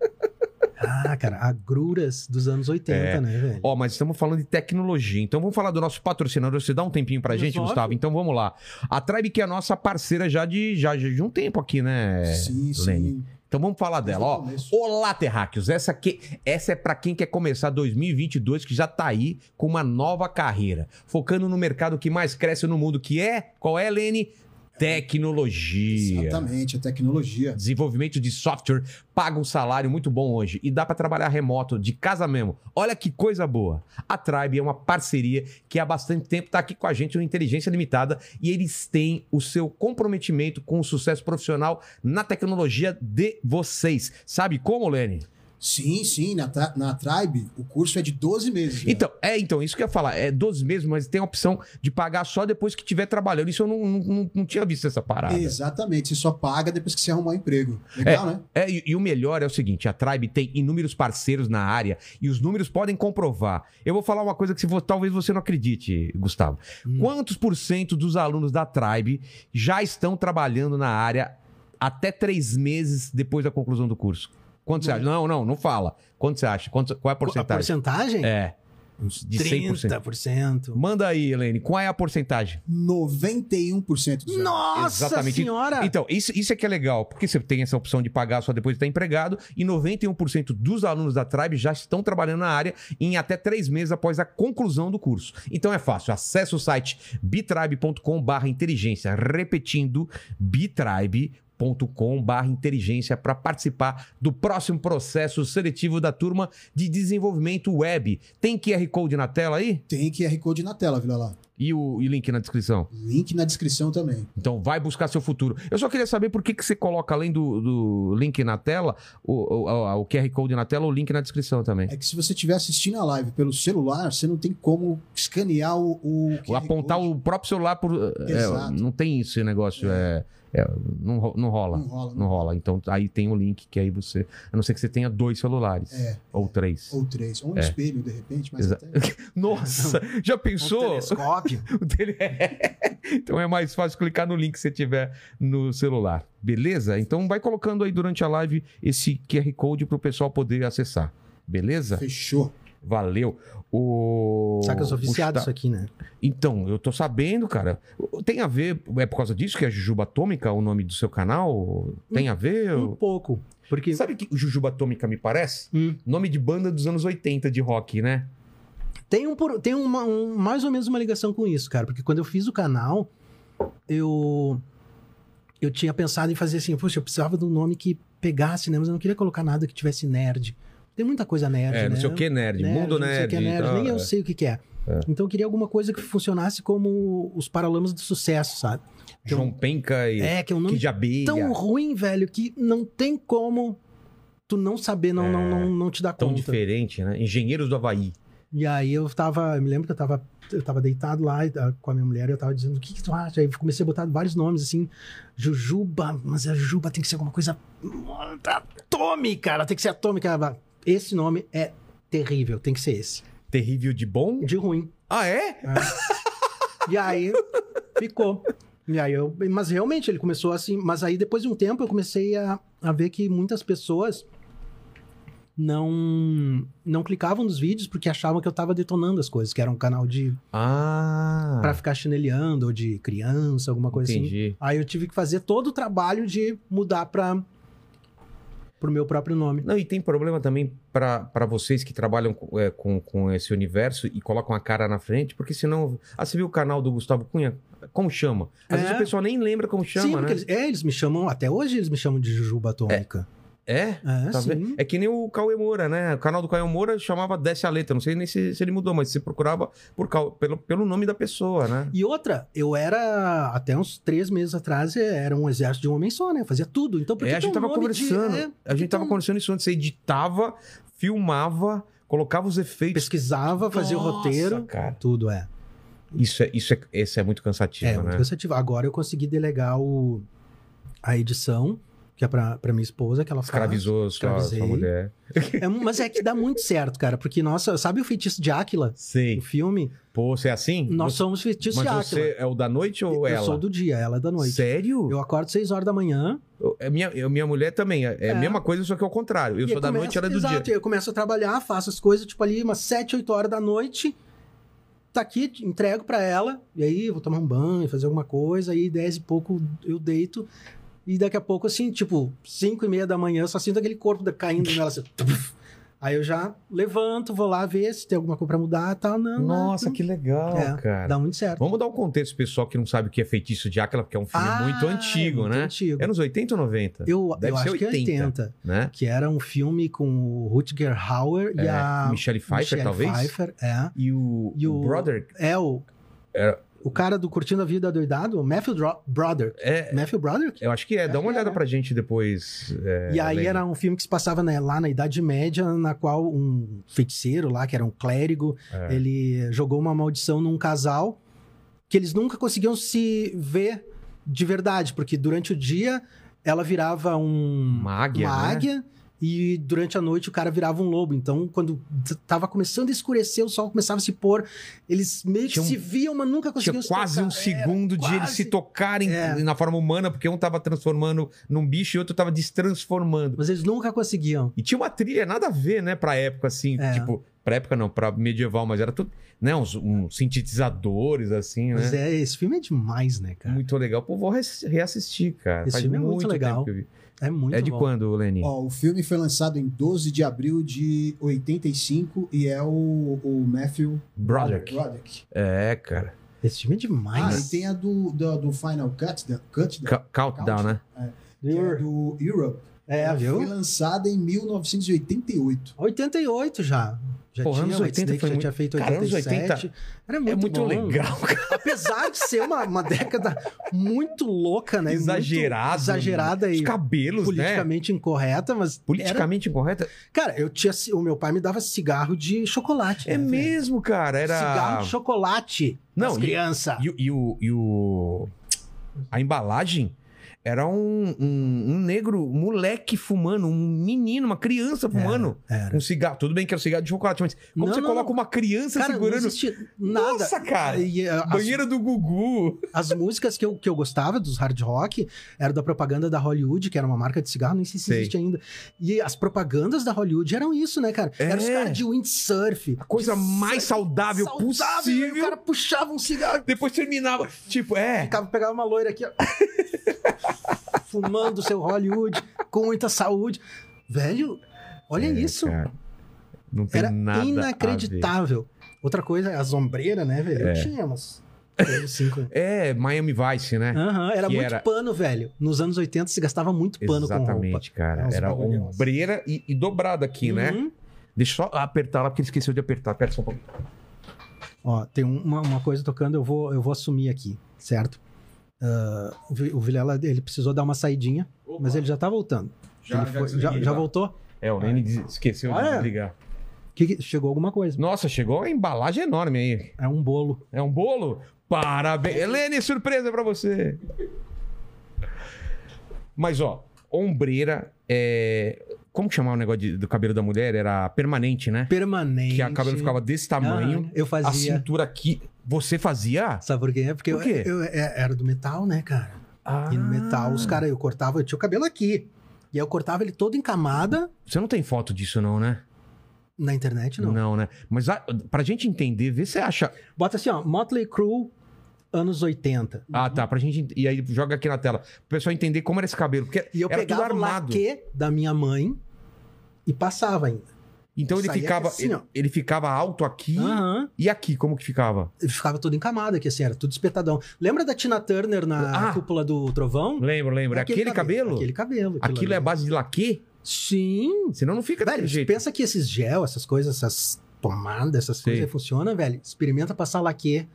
Speaker 3: Ah, cara, agruras dos anos 80,
Speaker 1: É.
Speaker 3: né, velho?
Speaker 1: Ó, mas estamos falando de tecnologia. Então vamos falar do nosso patrocinador. Você dá um tempinho pra
Speaker 3: Mas
Speaker 1: gente,
Speaker 3: óbvio.
Speaker 1: Gustavo? Então vamos lá. A Tribe que é a nossa parceira já de, já de um tempo aqui, né?
Speaker 2: sim, sim.
Speaker 1: Lenny. Então vamos falar dela, ó.
Speaker 2: Começo.
Speaker 1: Olá, terráqueos. Essa aqui, essa é pra quem quer começar 2022 que já tá aí com uma nova carreira, focando no mercado que mais cresce no mundo, que é, qual é, Lene? Tecnologia.
Speaker 2: Exatamente, a tecnologia.
Speaker 1: Desenvolvimento de software paga um salário muito bom hoje e dá pra trabalhar remoto, de casa mesmo. Olha que coisa boa. A Tribe é uma parceria que há bastante tempo está aqui com a gente no Inteligência Limitada e eles têm o seu comprometimento com o sucesso profissional na tecnologia de vocês. Sabe como, Lene?
Speaker 2: Sim, sim, na, tra- na Tribe o curso é de 12 meses. já.
Speaker 1: Então, é, então, isso que eu ia falar. É 12 meses, mas tem a opção de pagar só depois que estiver trabalhando. Isso eu não, não, não- não tinha visto essa parada.
Speaker 2: Exatamente, você só paga depois que você arrumar um emprego. Legal, né?
Speaker 1: É, e, e o melhor é o seguinte: a Tribe tem inúmeros parceiros na área e os números podem comprovar. Eu vou falar uma coisa que se vo- talvez você não acredite, Gustavo.
Speaker 3: Hum.
Speaker 1: Quantos por cento dos alunos da Tribe já estão trabalhando na área até três meses depois da conclusão do curso? Quanto você acha? Não, não, não fala. Quanto você acha? Quanto- qual é a
Speaker 3: A
Speaker 1: porcentagem?
Speaker 3: porcentagem?
Speaker 1: É. De 100%.
Speaker 3: 30%.
Speaker 1: Manda aí, Helene, qual é a porcentagem?
Speaker 2: 91% dos
Speaker 3: Nossa
Speaker 1: Exatamente.
Speaker 3: senhora!
Speaker 1: Então, isso, isso é que é legal, porque você tem essa opção de pagar só depois de estar empregado, e 91% dos alunos da Tribe já estão trabalhando na área em até três meses após a conclusão do curso. Então é fácil, acesse o site bitribe.com inteligência, repetindo, bitribe.com inteligência para participar do próximo processo seletivo da turma de desenvolvimento web. Tem QR Code na tela aí?
Speaker 2: Tem QR Code na tela, Vila lá.
Speaker 1: E o e link na descrição.
Speaker 2: Link na descrição também.
Speaker 1: Então vai buscar seu futuro. Eu só queria saber por que, que você coloca, além do, do link na tela, o, o- o QR Code na tela, o link na descrição também.
Speaker 2: É que se você estiver assistindo a live pelo celular, você não tem como escanear o. o
Speaker 1: Ou
Speaker 2: QR
Speaker 1: apontar
Speaker 2: Code.
Speaker 1: o próprio celular por. é,
Speaker 2: Exato.
Speaker 1: não tem esse negócio. É. é, não, ro- não rola.
Speaker 2: Não rola,
Speaker 1: Não rola. Então aí tem o link que aí você. A não ser que você tenha dois celulares.
Speaker 2: É.
Speaker 1: Ou três.
Speaker 2: Ou três. Ou um
Speaker 1: É.
Speaker 2: espelho, de repente, mas
Speaker 1: Exato.
Speaker 2: até.
Speaker 1: Nossa! Já
Speaker 3: Um
Speaker 1: pensou?
Speaker 3: telescópio.
Speaker 1: O tele- então é mais fácil clicar no link que você tiver no celular. Beleza? Então vai colocando aí durante a live esse QR Code para o pessoal poder acessar. Beleza?
Speaker 2: Fechou.
Speaker 1: Valeu. O...
Speaker 3: Saca, eu sou viciado
Speaker 1: Gustavo-
Speaker 3: isso aqui, né?
Speaker 1: Então, eu tô sabendo, cara. Tem a ver, é por causa disso que é Jujuba Atômica o nome do seu canal? Tem a ver?
Speaker 3: Um pouco. Porque.
Speaker 1: Sabe o que Jujuba Atômica me parece?
Speaker 3: Hum.
Speaker 1: Nome de banda dos anos 80 de rock, né?
Speaker 3: Tem, um, por- tem uma, um- mais ou menos uma ligação com isso, cara. Porque quando eu fiz o canal, eu. Eu tinha pensado em fazer assim, poxa, eu precisava de um nome que pegasse, né? Mas eu não queria colocar nada que tivesse nerd. Tem muita coisa nerd,
Speaker 1: É,
Speaker 3: né?
Speaker 1: não sei o que, nerd. Mundo
Speaker 3: não sei o
Speaker 1: nerd.
Speaker 3: que é nerd,
Speaker 1: tá?
Speaker 3: nem eu sei o que, que é.
Speaker 1: É.
Speaker 3: Então eu queria alguma coisa que funcionasse como os paralamas do sucesso, sabe?
Speaker 1: João Penca e
Speaker 3: É, que é um nome
Speaker 1: Kid Abelha.
Speaker 3: tão ruim, velho, que não tem como tu não saber, não,
Speaker 1: É.
Speaker 3: não, não, não te dar
Speaker 1: tão
Speaker 3: conta.
Speaker 1: diferente, né? Engenheiros do Havaí.
Speaker 3: E aí eu tava, eu me lembro que eu tava, eu tava deitado lá e tava com a minha mulher e eu tava dizendo, o que que tu acha? Aí eu comecei a botar vários nomes, assim, Jujuba, mas a Jujuba tem que ser alguma coisa atômica, ela tem que ser atômica. Ela, Esse nome é terrível, tem que ser esse.
Speaker 1: Terrível de bom?
Speaker 3: De ruim.
Speaker 1: Ah, é?
Speaker 3: E aí ficou. E aí eu, mas realmente ele começou assim, mas aí depois de um tempo eu comecei a, a ver que muitas pessoas não não clicavam nos vídeos porque achavam que eu tava detonando as coisas, que era um canal de
Speaker 1: Ah.
Speaker 3: para ficar chineleando ou de criança, alguma coisa assim.
Speaker 1: entendi.
Speaker 3: Aí eu tive que fazer todo o trabalho de mudar para pro meu próprio nome.
Speaker 1: Não, e tem problema também pra pra vocês que trabalham com, é, com, com esse universo e colocam a cara na frente, porque senão. Ah, você viu o canal do Gustavo Cunha? Como chama? Às
Speaker 3: É.
Speaker 1: vezes o pessoal nem lembra como chama,
Speaker 3: sim, porque
Speaker 1: né?
Speaker 3: eles, é, eles me chamam, até hoje eles me chamam de Jujuba Atômica.
Speaker 1: É?
Speaker 3: É,
Speaker 1: Tá
Speaker 3: sim.
Speaker 1: vendo? É que nem o Cauê Moura, né? O canal do Cauê Moura chamava Desce a Letra. Não sei nem se, se ele mudou, mas você procurava por, cau- pelo, pelo nome da pessoa, né?
Speaker 3: E outra, eu era, até uns três meses atrás, era um exército de um homem só, né? Eu Fazia tudo. Então, por que
Speaker 1: É, a gente
Speaker 3: ter um
Speaker 1: tava
Speaker 3: nome de-
Speaker 1: conversando.
Speaker 3: é,
Speaker 1: A gente tava
Speaker 3: Então-
Speaker 1: conversando isso antes. Você editava, filmava, colocava os efeitos.
Speaker 3: pesquisava, fazia o
Speaker 1: Nossa,
Speaker 3: roteiro.
Speaker 1: cara.
Speaker 3: Tudo, é.
Speaker 1: Isso é, isso é, esse é muito cansativo,
Speaker 3: é,
Speaker 1: né?
Speaker 3: muito cansativo. Agora eu consegui delegar o, a edição que é pra, pra minha esposa, que ela faz.
Speaker 1: Escravizou sua,
Speaker 3: escravizei.
Speaker 1: sua mulher.
Speaker 3: É, mas é que dá muito certo, cara, porque, nossa, sabe o feitiço de Áquila?
Speaker 1: Sim.
Speaker 3: O filme?
Speaker 1: Pô, você é assim?
Speaker 3: Nós
Speaker 1: Você-
Speaker 3: somos o feitiço de
Speaker 1: Mas
Speaker 3: Áquila.
Speaker 1: você é o da noite ou
Speaker 3: eu
Speaker 1: ela?
Speaker 3: sou do dia, ela é da noite.
Speaker 1: Sério?
Speaker 3: Eu acordo 6 horas da manhã.
Speaker 1: Eu- é minha, eu- minha mulher também. É, é
Speaker 3: É.
Speaker 1: a mesma coisa, só que é o contrário. Eu
Speaker 3: e
Speaker 1: sou
Speaker 3: aí
Speaker 1: da
Speaker 3: começo-
Speaker 1: noite, ela é do
Speaker 3: Exato,
Speaker 1: dia.
Speaker 3: e aí eu começo a trabalhar, faço as coisas, tipo ali umas 7, 8 horas da noite. Tá aqui, entrego pra ela. E aí eu vou tomar um banho, fazer alguma coisa. Aí 10 e pouco eu deito. E daqui a pouco, assim, tipo, 5 e meia da manhã, eu só sinto aquele corpo da- caindo nela, assim. tuf. Aí eu já levanto, vou lá ver se tem alguma coisa pra mudar e tal. Não,
Speaker 1: Nossa,
Speaker 3: não,
Speaker 1: que legal,
Speaker 3: É,
Speaker 1: cara.
Speaker 3: Dá muito certo.
Speaker 1: Vamos dar um contexto pro pessoal que não sabe o que é Feitiço de Áquila, porque é um filme
Speaker 3: Ah,
Speaker 1: muito
Speaker 3: é
Speaker 1: antigo,
Speaker 3: muito
Speaker 1: né?
Speaker 3: Antigo.
Speaker 1: É nos 80 ou 90?
Speaker 3: Eu,
Speaker 1: Deve
Speaker 3: eu
Speaker 1: ser
Speaker 3: acho que é
Speaker 1: 80.
Speaker 3: 80.
Speaker 1: Né?
Speaker 3: que era um filme com o Rutger Hauer e
Speaker 1: É,
Speaker 3: a
Speaker 1: Michelle Pfeiffer,
Speaker 3: Ah, Michelle
Speaker 1: talvez?
Speaker 3: Pfeiffer, é.
Speaker 1: E o,
Speaker 3: E
Speaker 1: o
Speaker 3: o-
Speaker 1: Brother...
Speaker 3: É o,
Speaker 1: É.
Speaker 3: o cara do Curtindo a Vida Doidado, o Matthew Dro- Broderick.
Speaker 1: É,
Speaker 3: Matthew Broderick?
Speaker 1: eu acho que é. Dá uma
Speaker 2: que é,
Speaker 1: olhada
Speaker 2: né?
Speaker 1: pra gente depois. é,
Speaker 3: e aí
Speaker 1: Lene.
Speaker 3: era um filme que se passava né, lá na Idade Média, na qual um feiticeiro lá, que era um clérigo,
Speaker 1: É.
Speaker 3: ele jogou uma maldição num casal que eles nunca conseguiam se ver de verdade, porque durante o dia ela virava um...
Speaker 1: Uma águia,
Speaker 3: uma
Speaker 1: né?
Speaker 3: águia e durante a noite o cara virava um lobo. Então, quando t- tava começando a escurecer, o sol começava a se pôr, eles meio que
Speaker 1: Tinha um-
Speaker 3: se viam, mas nunca
Speaker 1: Tinha
Speaker 3: conseguiam se
Speaker 1: quase
Speaker 3: tocar.
Speaker 1: um
Speaker 3: É,
Speaker 1: segundo de eles
Speaker 3: quase.
Speaker 1: se tocarem
Speaker 3: É.
Speaker 1: na forma humana, porque um tava transformando num bicho e outro tava destransformando.
Speaker 3: Mas eles nunca conseguiam.
Speaker 1: E tinha uma trilha, nada a ver, né, pra época, assim,
Speaker 3: É.
Speaker 1: tipo, pra época não, pra medieval, mas era tudo, né, uns, uns sintetizadores, assim,
Speaker 3: Mas
Speaker 1: né?
Speaker 3: é, esse filme é demais, né, cara?
Speaker 1: Muito legal. Pô, vou res- reassistir, cara.
Speaker 3: Esse filme é muito
Speaker 1: tempo
Speaker 3: legal.
Speaker 1: que eu vi.
Speaker 3: É muito
Speaker 1: é de
Speaker 3: bom.
Speaker 1: quando, Lenin?
Speaker 2: Ó, o filme foi lançado em 12 de abril de 85 e é o, o Matthew
Speaker 1: Broderick.
Speaker 2: Broderick.
Speaker 1: É, cara.
Speaker 3: Esse filme é
Speaker 2: Ah,
Speaker 3: demais.
Speaker 2: e tem a do, do, do Final Cut, da, Cut da,
Speaker 1: Ca- Countdown, né?
Speaker 2: que é do Europe.
Speaker 3: É,
Speaker 2: Foi
Speaker 3: viu?
Speaker 2: lançada em 1988.
Speaker 3: 88 já. Já
Speaker 1: Porra,
Speaker 3: tinha
Speaker 1: anos
Speaker 3: o
Speaker 1: 80 foi
Speaker 3: Snake já
Speaker 1: muito-
Speaker 3: tinha feito
Speaker 1: Cara, anos
Speaker 3: 87.
Speaker 1: 80
Speaker 3: Era muito,
Speaker 1: É muito
Speaker 3: bom.
Speaker 1: legal, cara.
Speaker 3: Apesar de ser uma, uma década muito louca, né? Muito
Speaker 1: Exagerado.
Speaker 3: Exagerada
Speaker 1: Os
Speaker 3: e
Speaker 1: cabelos, né?
Speaker 3: politicamente incorreta, mas era
Speaker 1: Politicamente incorreta?
Speaker 3: Cara, eu tinha, ci- o meu pai me dava cigarro de chocolate.
Speaker 1: É
Speaker 3: né, velho?
Speaker 1: mesmo, cara. Era.
Speaker 3: Cigarro de chocolate.
Speaker 1: Não,
Speaker 3: Não,
Speaker 1: e-
Speaker 3: criança.
Speaker 1: E, o- e o, e o- A embalagem era um, um, um negro, um moleque fumando, um menino, uma criança fumando
Speaker 3: Era.
Speaker 1: um cigarro. Tudo bem que era um cigarro de chocolate, mas como
Speaker 3: É. Não,
Speaker 1: você
Speaker 3: não,
Speaker 1: coloca
Speaker 3: não.
Speaker 1: uma criança
Speaker 3: Cara,
Speaker 1: segurando.
Speaker 3: não existia nada.
Speaker 1: Nossa, cara!
Speaker 3: E, eh, as,
Speaker 1: Banheiro do Gugu.
Speaker 3: as músicas que eu, que eu gostava dos hard rock eram da propaganda da Hollywood, que era uma marca de cigarro, nem sei se
Speaker 1: Sei.
Speaker 3: existe ainda. E as propagandas da Hollywood eram isso, né, cara?
Speaker 1: É.
Speaker 3: Eram os caras de windsurf.
Speaker 1: A coisa
Speaker 3: de
Speaker 1: mais saudável,
Speaker 3: é saudável, e O
Speaker 1: possível.
Speaker 3: cara puxava um cigarro
Speaker 1: Depois terminava. Tipo, é.
Speaker 3: Ficava, pegava uma loira aqui, ó. fumando seu Hollywood, com muita saúde. Velho, olha
Speaker 1: É,
Speaker 3: isso.
Speaker 1: cara, não tem
Speaker 3: Era
Speaker 1: nada a ver.
Speaker 3: inacreditável. Outra coisa, as ombreiras, né, velho?
Speaker 1: É.
Speaker 3: Eu tinha umas. três, cinco.
Speaker 1: É, Miami Vice, né?
Speaker 3: Aham, era
Speaker 1: Que
Speaker 3: muito
Speaker 1: era-
Speaker 3: pano, velho. Nos anos 80 se gastava muito pano com roupa.
Speaker 1: Exatamente, cara.
Speaker 3: Nossa,
Speaker 1: Era
Speaker 3: bagulho.
Speaker 1: ombreira e, e dobrada aqui, né?
Speaker 3: Uhum.
Speaker 1: Deixa eu só apertar lá, porque ele esqueceu de apertar. Aperta só um pouquinho.
Speaker 3: Ó, tem um, uma, uma coisa tocando, eu vou, eu vou assumir aqui, certo? Ah, o Vi- o Vilela, ele precisou dar uma saidinha, mas ele já tá voltando. Ele foi- já, tá. já voltou?
Speaker 1: É, o Lene des- esqueceu
Speaker 3: Ah,
Speaker 1: de
Speaker 3: é?
Speaker 1: desligar.
Speaker 3: Que que- chegou alguma coisa.
Speaker 1: Nossa, chegou uma embalagem enorme aí.
Speaker 3: É um bolo.
Speaker 1: É um bolo? Parabéns. Lene, surpresa pra você. Mas, ó, ombreira é... Como que chamava o negócio de- do cabelo da mulher? Era permanente, né?
Speaker 3: permanente.
Speaker 1: Que a cabelo ficava desse tamanho,
Speaker 3: Aham, eu
Speaker 1: a
Speaker 3: Ah, fazia.
Speaker 1: cintura aqui. Você fazia?
Speaker 3: Sabe por quê? Porque
Speaker 1: Por quê?
Speaker 3: Eu, eu- é- era do metal, né, cara?
Speaker 1: Ah,
Speaker 3: E no metal, os caras, eu cortava, eu tinha o cabelo aqui. E aí eu cortava ele todo em camada.
Speaker 1: Você não tem foto disso, não, né?
Speaker 3: Na internet, não.
Speaker 1: né? Mas a, pra gente entender, vê se você acha.
Speaker 3: Bota assim, ó, Motley Crue, anos 80.
Speaker 1: Ah, tá. Pra gente. E aí joga aqui na tela. Pro pessoal entender como era esse cabelo. Porque
Speaker 3: E eu
Speaker 1: era tudo
Speaker 3: pegava o
Speaker 1: armado.
Speaker 3: laque da minha mãe e passava ainda.
Speaker 1: Então ele
Speaker 3: Saía
Speaker 1: ficava.
Speaker 3: assim,
Speaker 1: ele,
Speaker 3: ó. Ah.
Speaker 1: ele ficava alto aqui.
Speaker 3: Aham.
Speaker 1: E aqui, como que ficava?
Speaker 3: Ele ficava todo em camada, que assim, era tudo espetadão. Lembra da Tina Turner na
Speaker 1: Ah.
Speaker 3: cúpula do Trovão?
Speaker 1: Lembro, lembro. É Aquele, cabelo?
Speaker 3: Aquele cabelo.
Speaker 1: Aquilo é a
Speaker 3: ali.
Speaker 1: base de laque?
Speaker 3: Sim,
Speaker 1: Senão não fica
Speaker 3: Velho,
Speaker 1: daquele jeito.
Speaker 3: pensa que esses gel, essas coisas, essas tomadas, essas
Speaker 1: Sim.
Speaker 3: coisas aí funcionam, velho. Experimenta passar laque.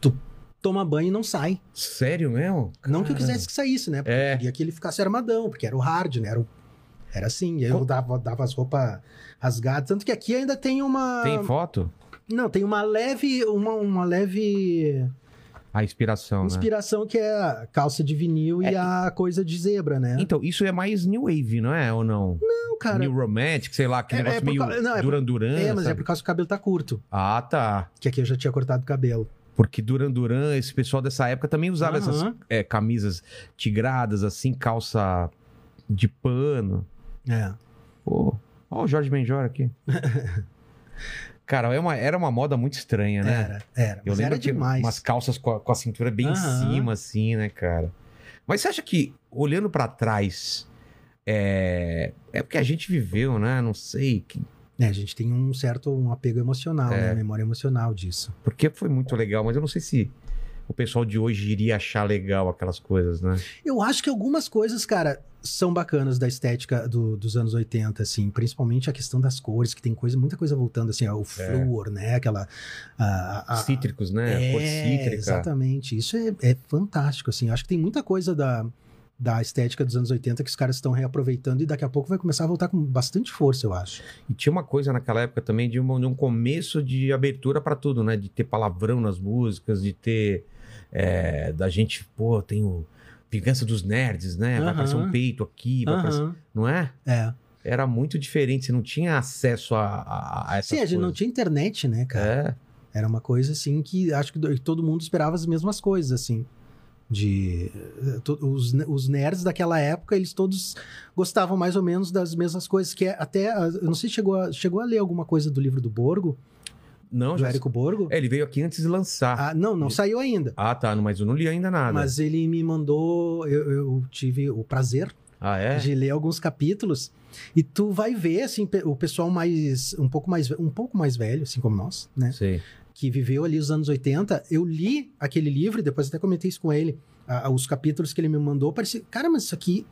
Speaker 3: Tu toma banho e não sai.
Speaker 1: Sério mesmo?
Speaker 3: Não que eu
Speaker 1: Cara.
Speaker 3: quisesse que saísse, né? Porque
Speaker 1: É.
Speaker 3: eu queria que ele ficasse armadão, porque era o hard, né? Era, o- era assim. E aí eu dava, dava as roupas rasgadas. Tanto que aqui ainda tem uma.
Speaker 1: Tem foto?
Speaker 3: Não, tem uma leve. Uma, uma leve.
Speaker 1: A inspiração, né?
Speaker 3: Inspiração que é a calça de vinil e
Speaker 1: É.
Speaker 3: a coisa de zebra, né?
Speaker 1: Então, isso é mais New Wave, não é? Ou não?
Speaker 3: Não, Então, cara.
Speaker 1: New Romantic, sei lá, aquele
Speaker 3: É, é
Speaker 1: negócio
Speaker 3: por
Speaker 1: meio
Speaker 3: causa- não, é por-
Speaker 1: Duran Duran.
Speaker 3: É, mas é
Speaker 1: sabe?
Speaker 3: por causa que o cabelo tá curto.
Speaker 1: Ah, tá.
Speaker 3: Que aqui eu já tinha cortado o cabelo.
Speaker 1: Porque Duran Duran, esse pessoal dessa época também usava essas
Speaker 3: Aham.
Speaker 1: é, camisas tigradas, assim, calça de pano.
Speaker 3: É.
Speaker 1: Pô, ó o Jorge Benjor aqui. Cara, é uma- era uma moda muito estranha, né?
Speaker 3: Era,
Speaker 1: Eu
Speaker 3: era. É, Mas
Speaker 1: lembro
Speaker 3: era
Speaker 1: que
Speaker 3: demais.
Speaker 1: umas calças com a, com a cintura bem em
Speaker 3: Aham.
Speaker 1: cima, assim, né, cara? Mas você acha que, olhando pra trás, é... é porque a gente viveu, né? Não sei. que-
Speaker 3: É, a gente tem um certo um apego emocional,
Speaker 1: É.
Speaker 3: né? Memória emocional disso.
Speaker 1: Porque foi muito legal, mas eu não sei se o pessoal de hoje iria achar legal aquelas coisas, né?
Speaker 3: Eu acho que algumas coisas, cara, são bacanas da estética do- dos anos 80, assim, principalmente a questão das cores, que tem coisa, muita coisa voltando, assim, ó, o flúor, né? Aquela. a- a- a-
Speaker 1: É. Cítricos, né? Cor
Speaker 3: é,
Speaker 1: cítrica.
Speaker 3: Exatamente. Isso é, é fantástico, assim. Acho que tem muita coisa da, da estética dos anos 80 que os caras estão reaproveitando e daqui a pouco vai começar a voltar com bastante força, eu acho.
Speaker 1: E tinha uma coisa naquela época também de, uma- de um começo de abertura pra tudo, né? De ter palavrão nas músicas, de ter. é, da gente, pô, tem o. Vingança dos nerds, né? Vai
Speaker 3: Aham.
Speaker 1: aparecer um peito aqui, vai aparecer.
Speaker 3: Aham.
Speaker 1: Não é?
Speaker 3: É.
Speaker 1: Era muito diferente, você não tinha acesso a, a, a essas
Speaker 3: Sim, a gente não
Speaker 1: coisas.
Speaker 3: tinha internet, né, cara?
Speaker 1: É.
Speaker 3: Era uma coisa assim que acho que do- todo mundo esperava as mesmas coisas, assim. De. eh, to- Os, ne- os nerds daquela época, eles todos gostavam mais ou menos das mesmas coisas, que é até. ah, Eu não sei se chegou a, chegou a ler alguma coisa do livro do Borgo,
Speaker 1: Não,
Speaker 3: do
Speaker 1: já...
Speaker 3: Érico Borgo.
Speaker 1: É, ele veio aqui antes de lançar.
Speaker 3: Ah, não, não saiu ainda.
Speaker 1: Ah, tá, mas eu não li ainda nada.
Speaker 3: Mas ele me mandou, eu, eu tive o prazer
Speaker 1: Ah, é?
Speaker 3: de ler alguns capítulos e tu vai ver assim pe- o pessoal mais um pouco mais ve- um pouco mais velho, assim como nós, né,
Speaker 1: Sei.
Speaker 3: que viveu ali os anos 80. Eu li aquele livro e depois até comentei isso com ele. a- os capítulos que ele me mandou parecia, cara, mas isso aqui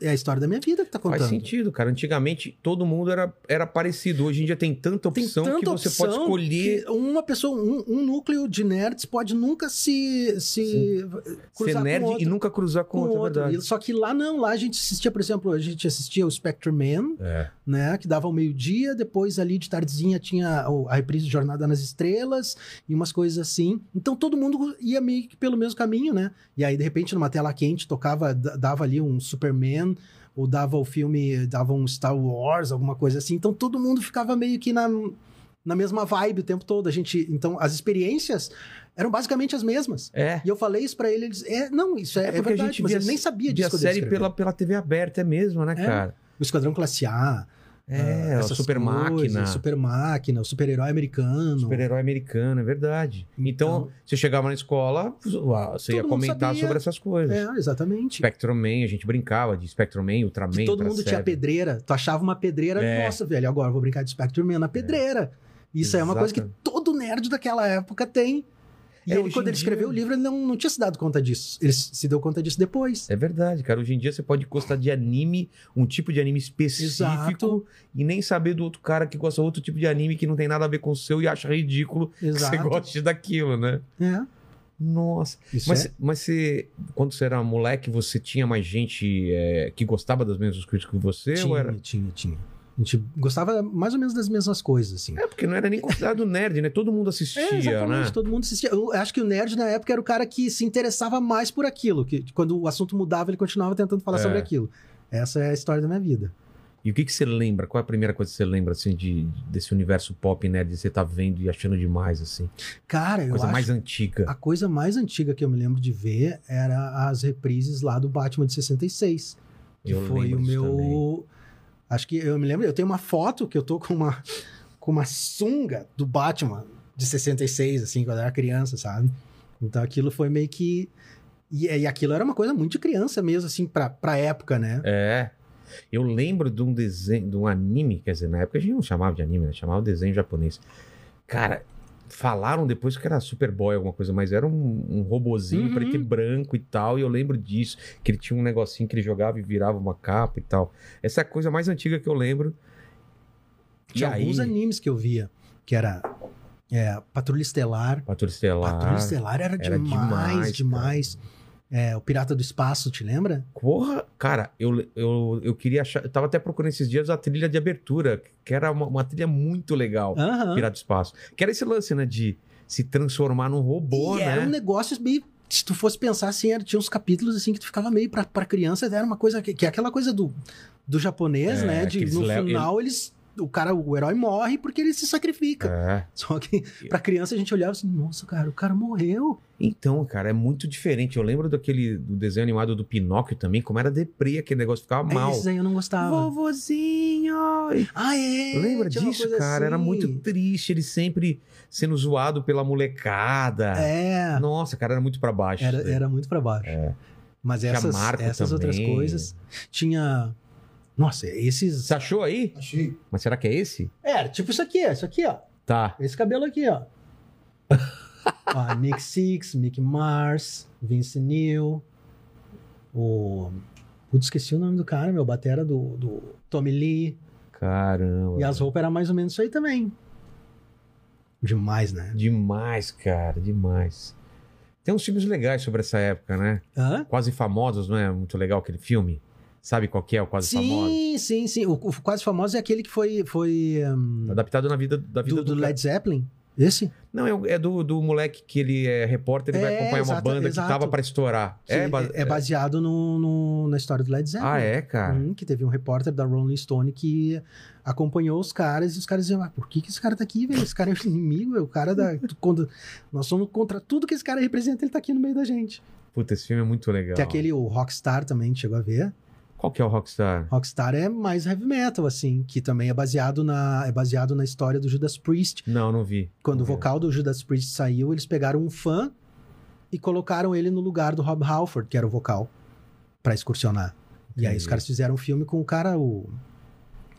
Speaker 3: é a história da minha vida que tá contando.
Speaker 1: Faz sentido, cara. Antigamente todo mundo era, era parecido. Hoje em dia tem tanta
Speaker 3: Tem
Speaker 1: opção
Speaker 3: tanta
Speaker 1: que você pode
Speaker 3: opção
Speaker 1: escolher
Speaker 3: que uma pessoa, um, um núcleo de nerds pode nunca se, se
Speaker 1: ser
Speaker 3: cruzar com
Speaker 1: nerd
Speaker 3: outro.
Speaker 1: e nunca cruzar com,
Speaker 3: com
Speaker 1: outra,
Speaker 3: outro.
Speaker 1: é verdade.
Speaker 3: E- Só que lá não, lá a gente assistia, por exemplo, a gente assistia o Spectre Man,
Speaker 1: É.
Speaker 3: né? Que dava ao meio-dia, depois ali de tardezinha tinha o- a reprise de Jornada nas Estrelas e umas coisas assim. Então todo mundo ia meio que pelo mesmo caminho, né? E aí, de repente, numa tela quente, tocava, d- dava ali um Superman, ou dava o filme, dava um Star Wars, alguma coisa assim. Então todo mundo ficava meio que na. Na mesma vibe o tempo todo, a gente. Então, as experiências eram basicamente as mesmas.
Speaker 1: É.
Speaker 3: E eu falei isso pra ele, ele disse, é, não, isso é,
Speaker 1: É
Speaker 3: é,
Speaker 1: porque a
Speaker 3: verdade,
Speaker 1: gente
Speaker 3: mas
Speaker 1: via
Speaker 3: eu nem sabia
Speaker 1: E
Speaker 3: disso
Speaker 1: a
Speaker 3: que eu
Speaker 1: série
Speaker 3: descrevi.
Speaker 1: pela, pela TV aberta é mesmo, né,
Speaker 3: É.
Speaker 1: cara?
Speaker 3: O Esquadrão Classe A,
Speaker 1: É, a
Speaker 3: Ah, essas
Speaker 1: super
Speaker 3: coisas,
Speaker 1: máquina.
Speaker 3: Super Máquina, o super-herói americano.
Speaker 1: Super-herói americano, é verdade. Então, você chegava na escola, você ia
Speaker 3: Todo mundo
Speaker 1: comentar
Speaker 3: sabia.
Speaker 1: sobre essas coisas.
Speaker 3: É, exatamente.
Speaker 1: Spectrum Man, a gente brincava de Spectrum Man, Ultraman,
Speaker 3: Que todo
Speaker 1: Ultra
Speaker 3: mundo tinha
Speaker 1: Seven.
Speaker 3: pedreira, tu achava uma pedreira,
Speaker 1: É.
Speaker 3: nossa, velho, agora eu vou brincar de Spectre Man na pedreira. Isso é uma coisa que
Speaker 1: Exatamente.
Speaker 3: todo nerd daquela época tem. E
Speaker 1: É,
Speaker 3: ele,
Speaker 1: hoje
Speaker 3: quando
Speaker 1: em
Speaker 3: ele
Speaker 1: dia-
Speaker 3: escreveu o livro, ele não, não tinha se dado conta disso. Ele se deu conta disso depois.
Speaker 1: É verdade, cara. Hoje em dia você pode gostar de anime, um tipo de anime específico,
Speaker 3: Exato.
Speaker 1: e nem saber do outro cara que gosta de outro tipo de anime que não tem nada a ver com o seu e acha ridículo
Speaker 3: Exato.
Speaker 1: que você goste daquilo, né?
Speaker 3: É.
Speaker 1: Nossa.
Speaker 3: Isso
Speaker 1: Mas,
Speaker 3: é.
Speaker 1: mas você, quando você era moleque, você tinha mais gente é, que gostava das mesmas coisas que você? ou
Speaker 3: Tinha,
Speaker 1: era...
Speaker 3: tinha, tinha. A gente gostava mais ou menos das mesmas coisas, assim.
Speaker 1: É, porque não era nem considerado nerd, né? Todo mundo assistia,
Speaker 3: É, exatamente,
Speaker 1: né?
Speaker 3: todo mundo assistia. Eu acho que o nerd na época era o cara que se interessava mais por aquilo, que quando o assunto mudava, ele continuava tentando falar
Speaker 1: É.
Speaker 3: sobre aquilo. Essa é a história da minha vida.
Speaker 1: E o que, que você lembra? Qual é a primeira coisa que você lembra, assim, de, desse universo pop nerd que você tá vendo e achando demais, assim?
Speaker 3: Cara, eu
Speaker 1: Coisa
Speaker 3: acho
Speaker 1: mais antiga.
Speaker 3: a coisa mais antiga que eu me lembro de ver era as reprises lá do Batman de 66. Que
Speaker 1: Eu
Speaker 3: foi
Speaker 1: lembro
Speaker 3: o
Speaker 1: disso
Speaker 3: meu.
Speaker 1: também.
Speaker 3: Acho que eu me lembro, eu tenho uma foto que eu tô com uma, com uma sunga do Batman de 66, assim, quando eu era criança, sabe? Então aquilo foi meio que. E, e aquilo era uma coisa muito de criança mesmo, assim, pra, pra época, né?
Speaker 1: É. Eu lembro de um desenho, de um anime, quer dizer, na época a gente não chamava de anime, né? Chamava desenho japonês. Cara, falaram depois que era Superboy, alguma coisa, mas era um, um robozinho
Speaker 3: Uhum.
Speaker 1: preto e branco e tal, e eu lembro disso, que ele tinha um negocinho que ele jogava e virava uma capa e tal. Essa é a coisa mais antiga que eu lembro. E
Speaker 3: Tinha alguns
Speaker 1: aí,
Speaker 3: animes que eu via, que era é, Patrulha Estelar.
Speaker 1: Patrulha Estelar.
Speaker 3: Patrulha Estelar era,
Speaker 1: Era demais,
Speaker 3: demais, demais. É, o Pirata do Espaço, te lembra?
Speaker 1: Porra, cara, eu, eu, eu queria achar. Eu tava até procurando esses dias a trilha de abertura, que era uma, uma trilha muito legal.
Speaker 3: Aham.
Speaker 1: Pirata do Espaço. Que era esse lance, né? De se transformar num robô,
Speaker 3: e
Speaker 1: né?
Speaker 3: era um negócio meio. Se tu fosse pensar assim, era, tinha uns capítulos assim que tu ficava meio pra, pra criança, era uma coisa que, que é aquela coisa do, do japonês,
Speaker 1: É,
Speaker 3: né? De
Speaker 1: que eles
Speaker 3: no
Speaker 1: levam-
Speaker 3: final eles. O cara, o herói morre porque ele se sacrifica.
Speaker 1: É.
Speaker 3: Só que pra criança a gente olhava assim, nossa, cara, o cara morreu.
Speaker 1: Então, cara, é muito diferente. Eu lembro daquele do desenho animado do Pinóquio também, como era deprê, aquele negócio ficava mal.
Speaker 3: Aí É, esses aí eu não gostava.
Speaker 1: Vovozinho!
Speaker 3: Ah, é!
Speaker 1: Lembra
Speaker 3: tinha uma
Speaker 1: disso,
Speaker 3: coisa
Speaker 1: cara? Era
Speaker 3: assim.
Speaker 1: muito triste, ele sempre sendo zoado pela molecada.
Speaker 3: É,
Speaker 1: Nossa, cara, era muito pra baixo.
Speaker 3: era,
Speaker 1: isso daí. É.
Speaker 3: era muito pra baixo. Mas
Speaker 1: Tinha
Speaker 3: essas,
Speaker 1: Marco
Speaker 3: essas outras
Speaker 1: também.
Speaker 3: coisas. Tinha. Nossa, esses.
Speaker 1: Você achou aí?
Speaker 2: Achei.
Speaker 1: Mas será que é esse?
Speaker 3: É, tipo isso aqui, isso aqui, ó.
Speaker 1: Tá.
Speaker 3: Esse cabelo aqui, ó. ó Nick Six, Mick Mars, Vince Neil, o. Putz, esqueci o nome do cara, meu. Batera do, do Tommy Lee.
Speaker 1: Caramba.
Speaker 3: E as roupas eram mais ou menos isso aí também. Demais, né?
Speaker 1: Demais, cara, demais. Tem uns filmes legais sobre essa época, né?
Speaker 3: Hã?
Speaker 1: Quase Famosos, não é muito legal aquele filme? Sabe qual que é o Quase Famosos?
Speaker 3: Sim, sim, sim. O, o quase famoso é aquele que foi, foi hum,
Speaker 1: Adaptado na vida, da vida
Speaker 3: do,
Speaker 1: do,
Speaker 3: do
Speaker 1: cara.
Speaker 3: Led Zeppelin. Esse?
Speaker 1: Não, é, o- é do, do moleque que ele é repórter, ele vai
Speaker 3: É,
Speaker 1: acompanhar uma
Speaker 3: exato,
Speaker 1: banda
Speaker 3: exato.
Speaker 1: que tava pra estourar.
Speaker 3: Que É,
Speaker 1: ba-
Speaker 3: é baseado no, no- na história do Led Zeppelin.
Speaker 1: Ah, é, cara?
Speaker 3: Hum, que teve um repórter da Rolling Stone que acompanhou os caras e os caras diziam: ah, por que, que esse cara tá aqui, velho? Esse cara é o inimigo, é o cara da. tu- Quando, nós somos contra tudo que esse cara representa, ele tá aqui no meio da gente.
Speaker 1: Puta, esse filme é muito legal.
Speaker 3: Tem aquele, o Rockstar também, chegou a ver.
Speaker 1: Qual que é o Rockstar?
Speaker 3: Rockstar é mais heavy metal, assim, que também é baseado na, é baseado na história do Judas Priest.
Speaker 1: Não, não vi.
Speaker 3: Quando
Speaker 1: Não
Speaker 3: o
Speaker 1: vi.
Speaker 3: vocal do Judas Priest saiu, eles pegaram um fã e colocaram ele no lugar do Rob Halford, que era o vocal, pra excursionar. E aí os
Speaker 1: Entendi.
Speaker 3: caras fizeram um filme com o cara, o.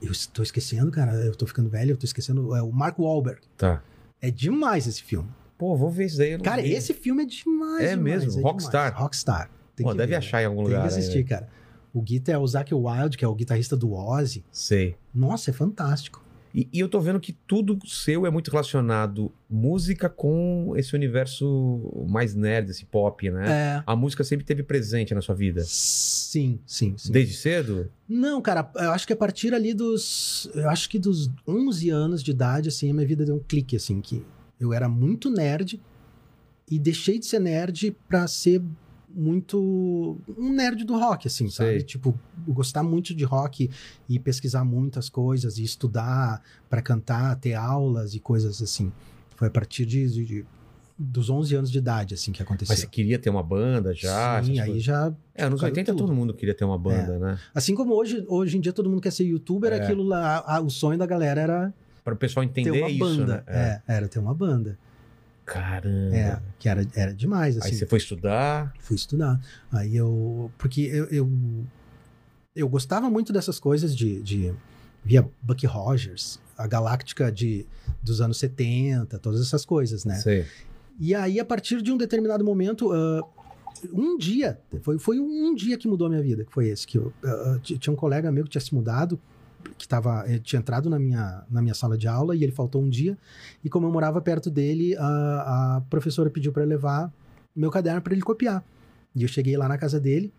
Speaker 3: Eu estou esquecendo, cara, eu tô ficando velho, eu tô esquecendo. É o Mark Wahlberg.
Speaker 1: Tá.
Speaker 3: É demais esse filme.
Speaker 1: Pô, vou ver isso daí. eu não
Speaker 3: Cara,
Speaker 1: vi.
Speaker 3: esse filme é demais.
Speaker 1: É
Speaker 3: demais,
Speaker 1: mesmo,
Speaker 3: demais.
Speaker 1: Rockstar.
Speaker 3: Rockstar. Tem
Speaker 1: Pô,
Speaker 3: que
Speaker 1: deve
Speaker 3: ver. né?
Speaker 1: achar em algum
Speaker 3: Tem
Speaker 1: lugar. né?
Speaker 3: que
Speaker 1: aí,
Speaker 3: assistir,
Speaker 1: velho.
Speaker 3: cara. O Guita é o Zac Wilde, que é o guitarrista do Ozzy.
Speaker 1: Sei.
Speaker 3: Nossa, é fantástico.
Speaker 1: E, e eu tô vendo que tudo seu é muito relacionado música com esse universo mais nerd, esse pop, né?
Speaker 3: É.
Speaker 1: A música sempre teve presente na sua vida.
Speaker 3: Sim, sim, sim.
Speaker 1: Desde cedo?
Speaker 3: Não, cara, eu acho que a partir ali dos. Eu acho que dos 11 anos de idade, assim, a minha vida deu um clique, assim, que eu era muito nerd e deixei de ser nerd pra ser muito. um nerd do rock, assim,
Speaker 1: Sei.
Speaker 3: sabe? Tipo, gostar muito de rock e pesquisar muitas coisas e estudar pra cantar, ter aulas e coisas assim. Foi a partir de, de- de- dos 11 anos de idade, assim, que aconteceu.
Speaker 1: Mas você queria ter uma banda já?
Speaker 3: Sim,
Speaker 1: essas
Speaker 3: aí
Speaker 1: coisas?
Speaker 3: já
Speaker 1: É, anos
Speaker 3: caiu
Speaker 1: 80
Speaker 3: tudo.
Speaker 1: todo mundo queria ter uma banda, né?
Speaker 3: Assim como hoje, hoje em dia todo mundo quer ser youtuber,
Speaker 1: É.
Speaker 3: aquilo lá, a- o sonho da galera era
Speaker 1: Para o pessoal
Speaker 3: ter
Speaker 1: entender
Speaker 3: uma
Speaker 1: isso,
Speaker 3: banda.
Speaker 1: né?
Speaker 3: É, era ter uma banda.
Speaker 1: Caramba.
Speaker 3: É, que era, era demais,
Speaker 1: Aí
Speaker 3: assim.
Speaker 1: você foi estudar.
Speaker 3: Fui estudar. Aí eu. Porque eu. Eu, eu gostava muito dessas coisas de. de via Buck Rogers, a galáctica de, dos anos 70, todas essas coisas, né?
Speaker 1: Sei.
Speaker 3: E aí, a partir de um determinado momento, ah, um dia, foi, foi um dia que mudou a minha vida, que foi esse. que eu, ah, t- Tinha um colega meu que tinha se mudado, que tava, eh, tinha entrado na minha, na minha sala de aula e ele faltou um dia. E como eu morava perto dele, ah, a, a professora pediu para levar meu caderno para ele copiar. E eu cheguei lá na casa dele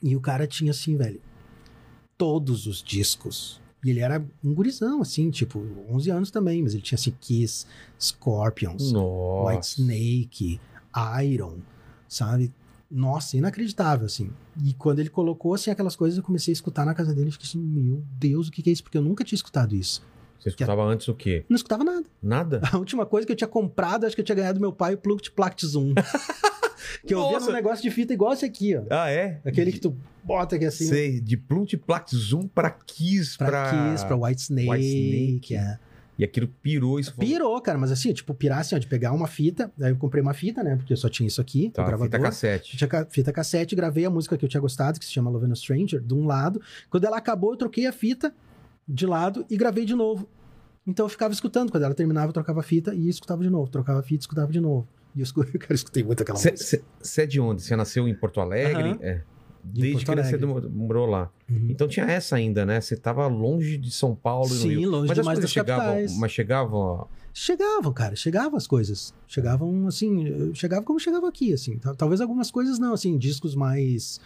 Speaker 3: e o cara tinha assim, velho, todos os discos. E ele era um gurizão, assim, tipo, 11 anos também, mas ele tinha assim, Kiss, Scorpions,
Speaker 1: Nossa.
Speaker 3: White Snake, Iron, sabe? Nossa, inacreditável, assim. E quando ele colocou, assim, aquelas coisas, eu comecei a escutar na casa dele, eu fiquei assim, meu Deus, o que que é isso? Porque eu nunca tinha escutado isso.
Speaker 1: Você escutava antes o quê?
Speaker 3: Não escutava nada.
Speaker 1: Nada?
Speaker 3: A última coisa que eu tinha comprado, acho que eu tinha ganhado do meu pai, o Plucked Plact Zoom. que eu via
Speaker 1: Nossa.
Speaker 3: num negócio de fita igual esse aqui, ó.
Speaker 1: Ah, é?
Speaker 3: Aquele que tu bota aqui assim,
Speaker 1: Sei, de Plunt Plax Zoom pra Kiss,
Speaker 3: pra,
Speaker 1: pra...
Speaker 3: Kiss, pra White Snake.
Speaker 1: Whitesnake.
Speaker 3: é.
Speaker 1: E aquilo pirou isso. foi-
Speaker 3: Pirou, cara, mas assim, tipo, pirar assim, ó, de pegar uma fita, aí eu comprei uma fita, né? Porque eu só tinha isso aqui,
Speaker 1: Tá,
Speaker 3: o gravador.
Speaker 1: fita
Speaker 3: Eu
Speaker 1: cassete.
Speaker 3: tinha ca- fita cassete, gravei a música que eu tinha gostado, que se chama Love and a Stranger, de um lado. Quando ela acabou, eu troquei a fita de lado e gravei de novo. Então eu ficava escutando. Quando ela terminava, eu trocava a fita e escutava de novo. Trocava a fita e escutava de novo. E eu, escu... cara, eu escutei muito aquela música.
Speaker 1: Você é de onde? Você nasceu em Porto Alegre?
Speaker 3: Aham.
Speaker 1: É. Desde
Speaker 3: Porto
Speaker 1: que você
Speaker 3: Alegre.
Speaker 1: demor- morou lá.
Speaker 3: Uhum.
Speaker 1: Então tinha essa ainda, né? Você tava longe de São Paulo e no
Speaker 3: Sim,
Speaker 1: Rio.
Speaker 3: longe
Speaker 1: Mas as
Speaker 3: demais
Speaker 1: coisas
Speaker 3: das
Speaker 1: chegavam,
Speaker 3: capitais.
Speaker 1: mas chegavam, ó,
Speaker 3: Chegavam, cara, chegavam as coisas. Chegavam, assim, eu chegava como chegava aqui, assim. Tal- Talvez algumas coisas não, assim, discos mais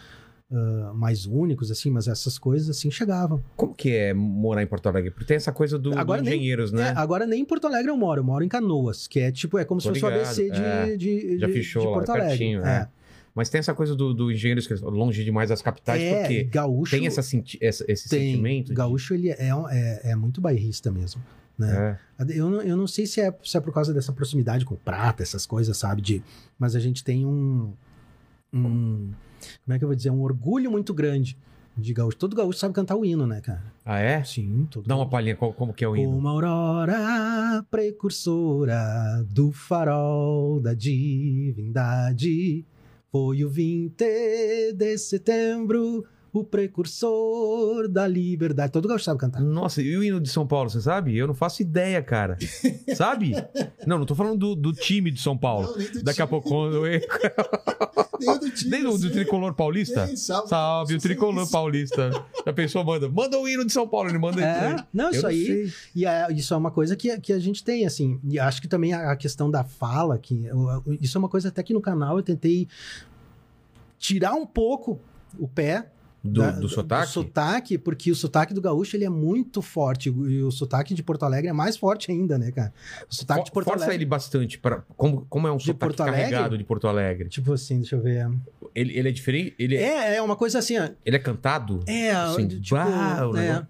Speaker 3: ah, mais únicos, assim, mas essas coisas assim chegavam.
Speaker 1: Como que é morar em Porto Alegre? Porque tem essa coisa do,
Speaker 3: Agora
Speaker 1: do
Speaker 3: nem-
Speaker 1: engenheiros,
Speaker 3: É,
Speaker 1: né?
Speaker 3: agora nem em Porto Alegre eu moro, eu moro em Canoas, que é tipo, é como se
Speaker 1: Tô
Speaker 3: fosse o
Speaker 1: ligado,
Speaker 3: ABC de,
Speaker 1: é.
Speaker 3: de,
Speaker 1: Já
Speaker 3: de-
Speaker 1: fechou
Speaker 3: de
Speaker 1: lá,
Speaker 3: Porto Alegre.
Speaker 1: pertinho, é. Mas tem essa coisa do, do engenheiros que é longe demais das capitais,
Speaker 3: É,
Speaker 1: porque
Speaker 3: gaúcho.
Speaker 1: tipo, tem essa senti- essa- esse
Speaker 3: tem.
Speaker 1: sentimento. de-
Speaker 3: Gaúcho, ele é, um- é, é muito bairrista mesmo. né?
Speaker 1: É.
Speaker 3: Eu não, eu não sei se é, se é por causa dessa proximidade com prata, essas coisas, sabe? De, mas a gente tem um, um- Como é que eu vou dizer? Um orgulho muito grande de gaúcho. Todo gaúcho sabe cantar o hino, né, cara?
Speaker 1: Ah, é?
Speaker 3: Sim, todo
Speaker 1: Dá uma palhinha, qual- como, que é o hino?
Speaker 3: Uma aurora precursora do farol da divindade. Foi o 20 de setembro, o precursor da liberdade. Todo gaúcho sabe cantar.
Speaker 1: Nossa, e o hino de São Paulo, você sabe? Eu não faço ideia, cara. Sabe? Não, não tô falando do, do time de São Paulo.
Speaker 2: Não, nem do
Speaker 1: Daqui a pouco. quando eu-
Speaker 2: time, Nem assim. do time.
Speaker 1: Nem do, do tricolor paulista?
Speaker 2: Nem, salve,
Speaker 1: Salve, o
Speaker 2: Isso,
Speaker 1: tricolor
Speaker 2: isso.
Speaker 1: paulista. Já pensou, manda. Manda o hino de São Paulo, ele manda
Speaker 3: É, não,
Speaker 1: Eu
Speaker 3: isso
Speaker 1: não
Speaker 3: aí.
Speaker 1: sei.
Speaker 3: E é- isso é uma coisa que, que a gente tem, assim. E acho que também a, a questão da fala, que eu- eu- isso é uma coisa até que no canal eu tentei tirar um pouco o pé
Speaker 1: Do,
Speaker 3: da-
Speaker 1: do sotaque?
Speaker 3: Né? sotaque, porque o sotaque do gaúcho ele é muito forte e o sotaque de Porto Alegre é mais forte ainda, né, cara? O sotaque de
Speaker 1: For-
Speaker 3: Porto
Speaker 1: Força
Speaker 3: Alegre.
Speaker 1: ele bastante. Pra, como, como é um sotaque
Speaker 3: Porto Alegre?
Speaker 1: carregado de Porto Alegre?
Speaker 3: Tipo assim, deixa eu ver.
Speaker 1: Ele, ele é diferente? Ele é,
Speaker 3: É, é uma coisa assim, ó.
Speaker 1: ele é cantado?
Speaker 3: É,
Speaker 1: Assim,
Speaker 3: tipo,
Speaker 1: bah, o
Speaker 3: é,
Speaker 1: negócio.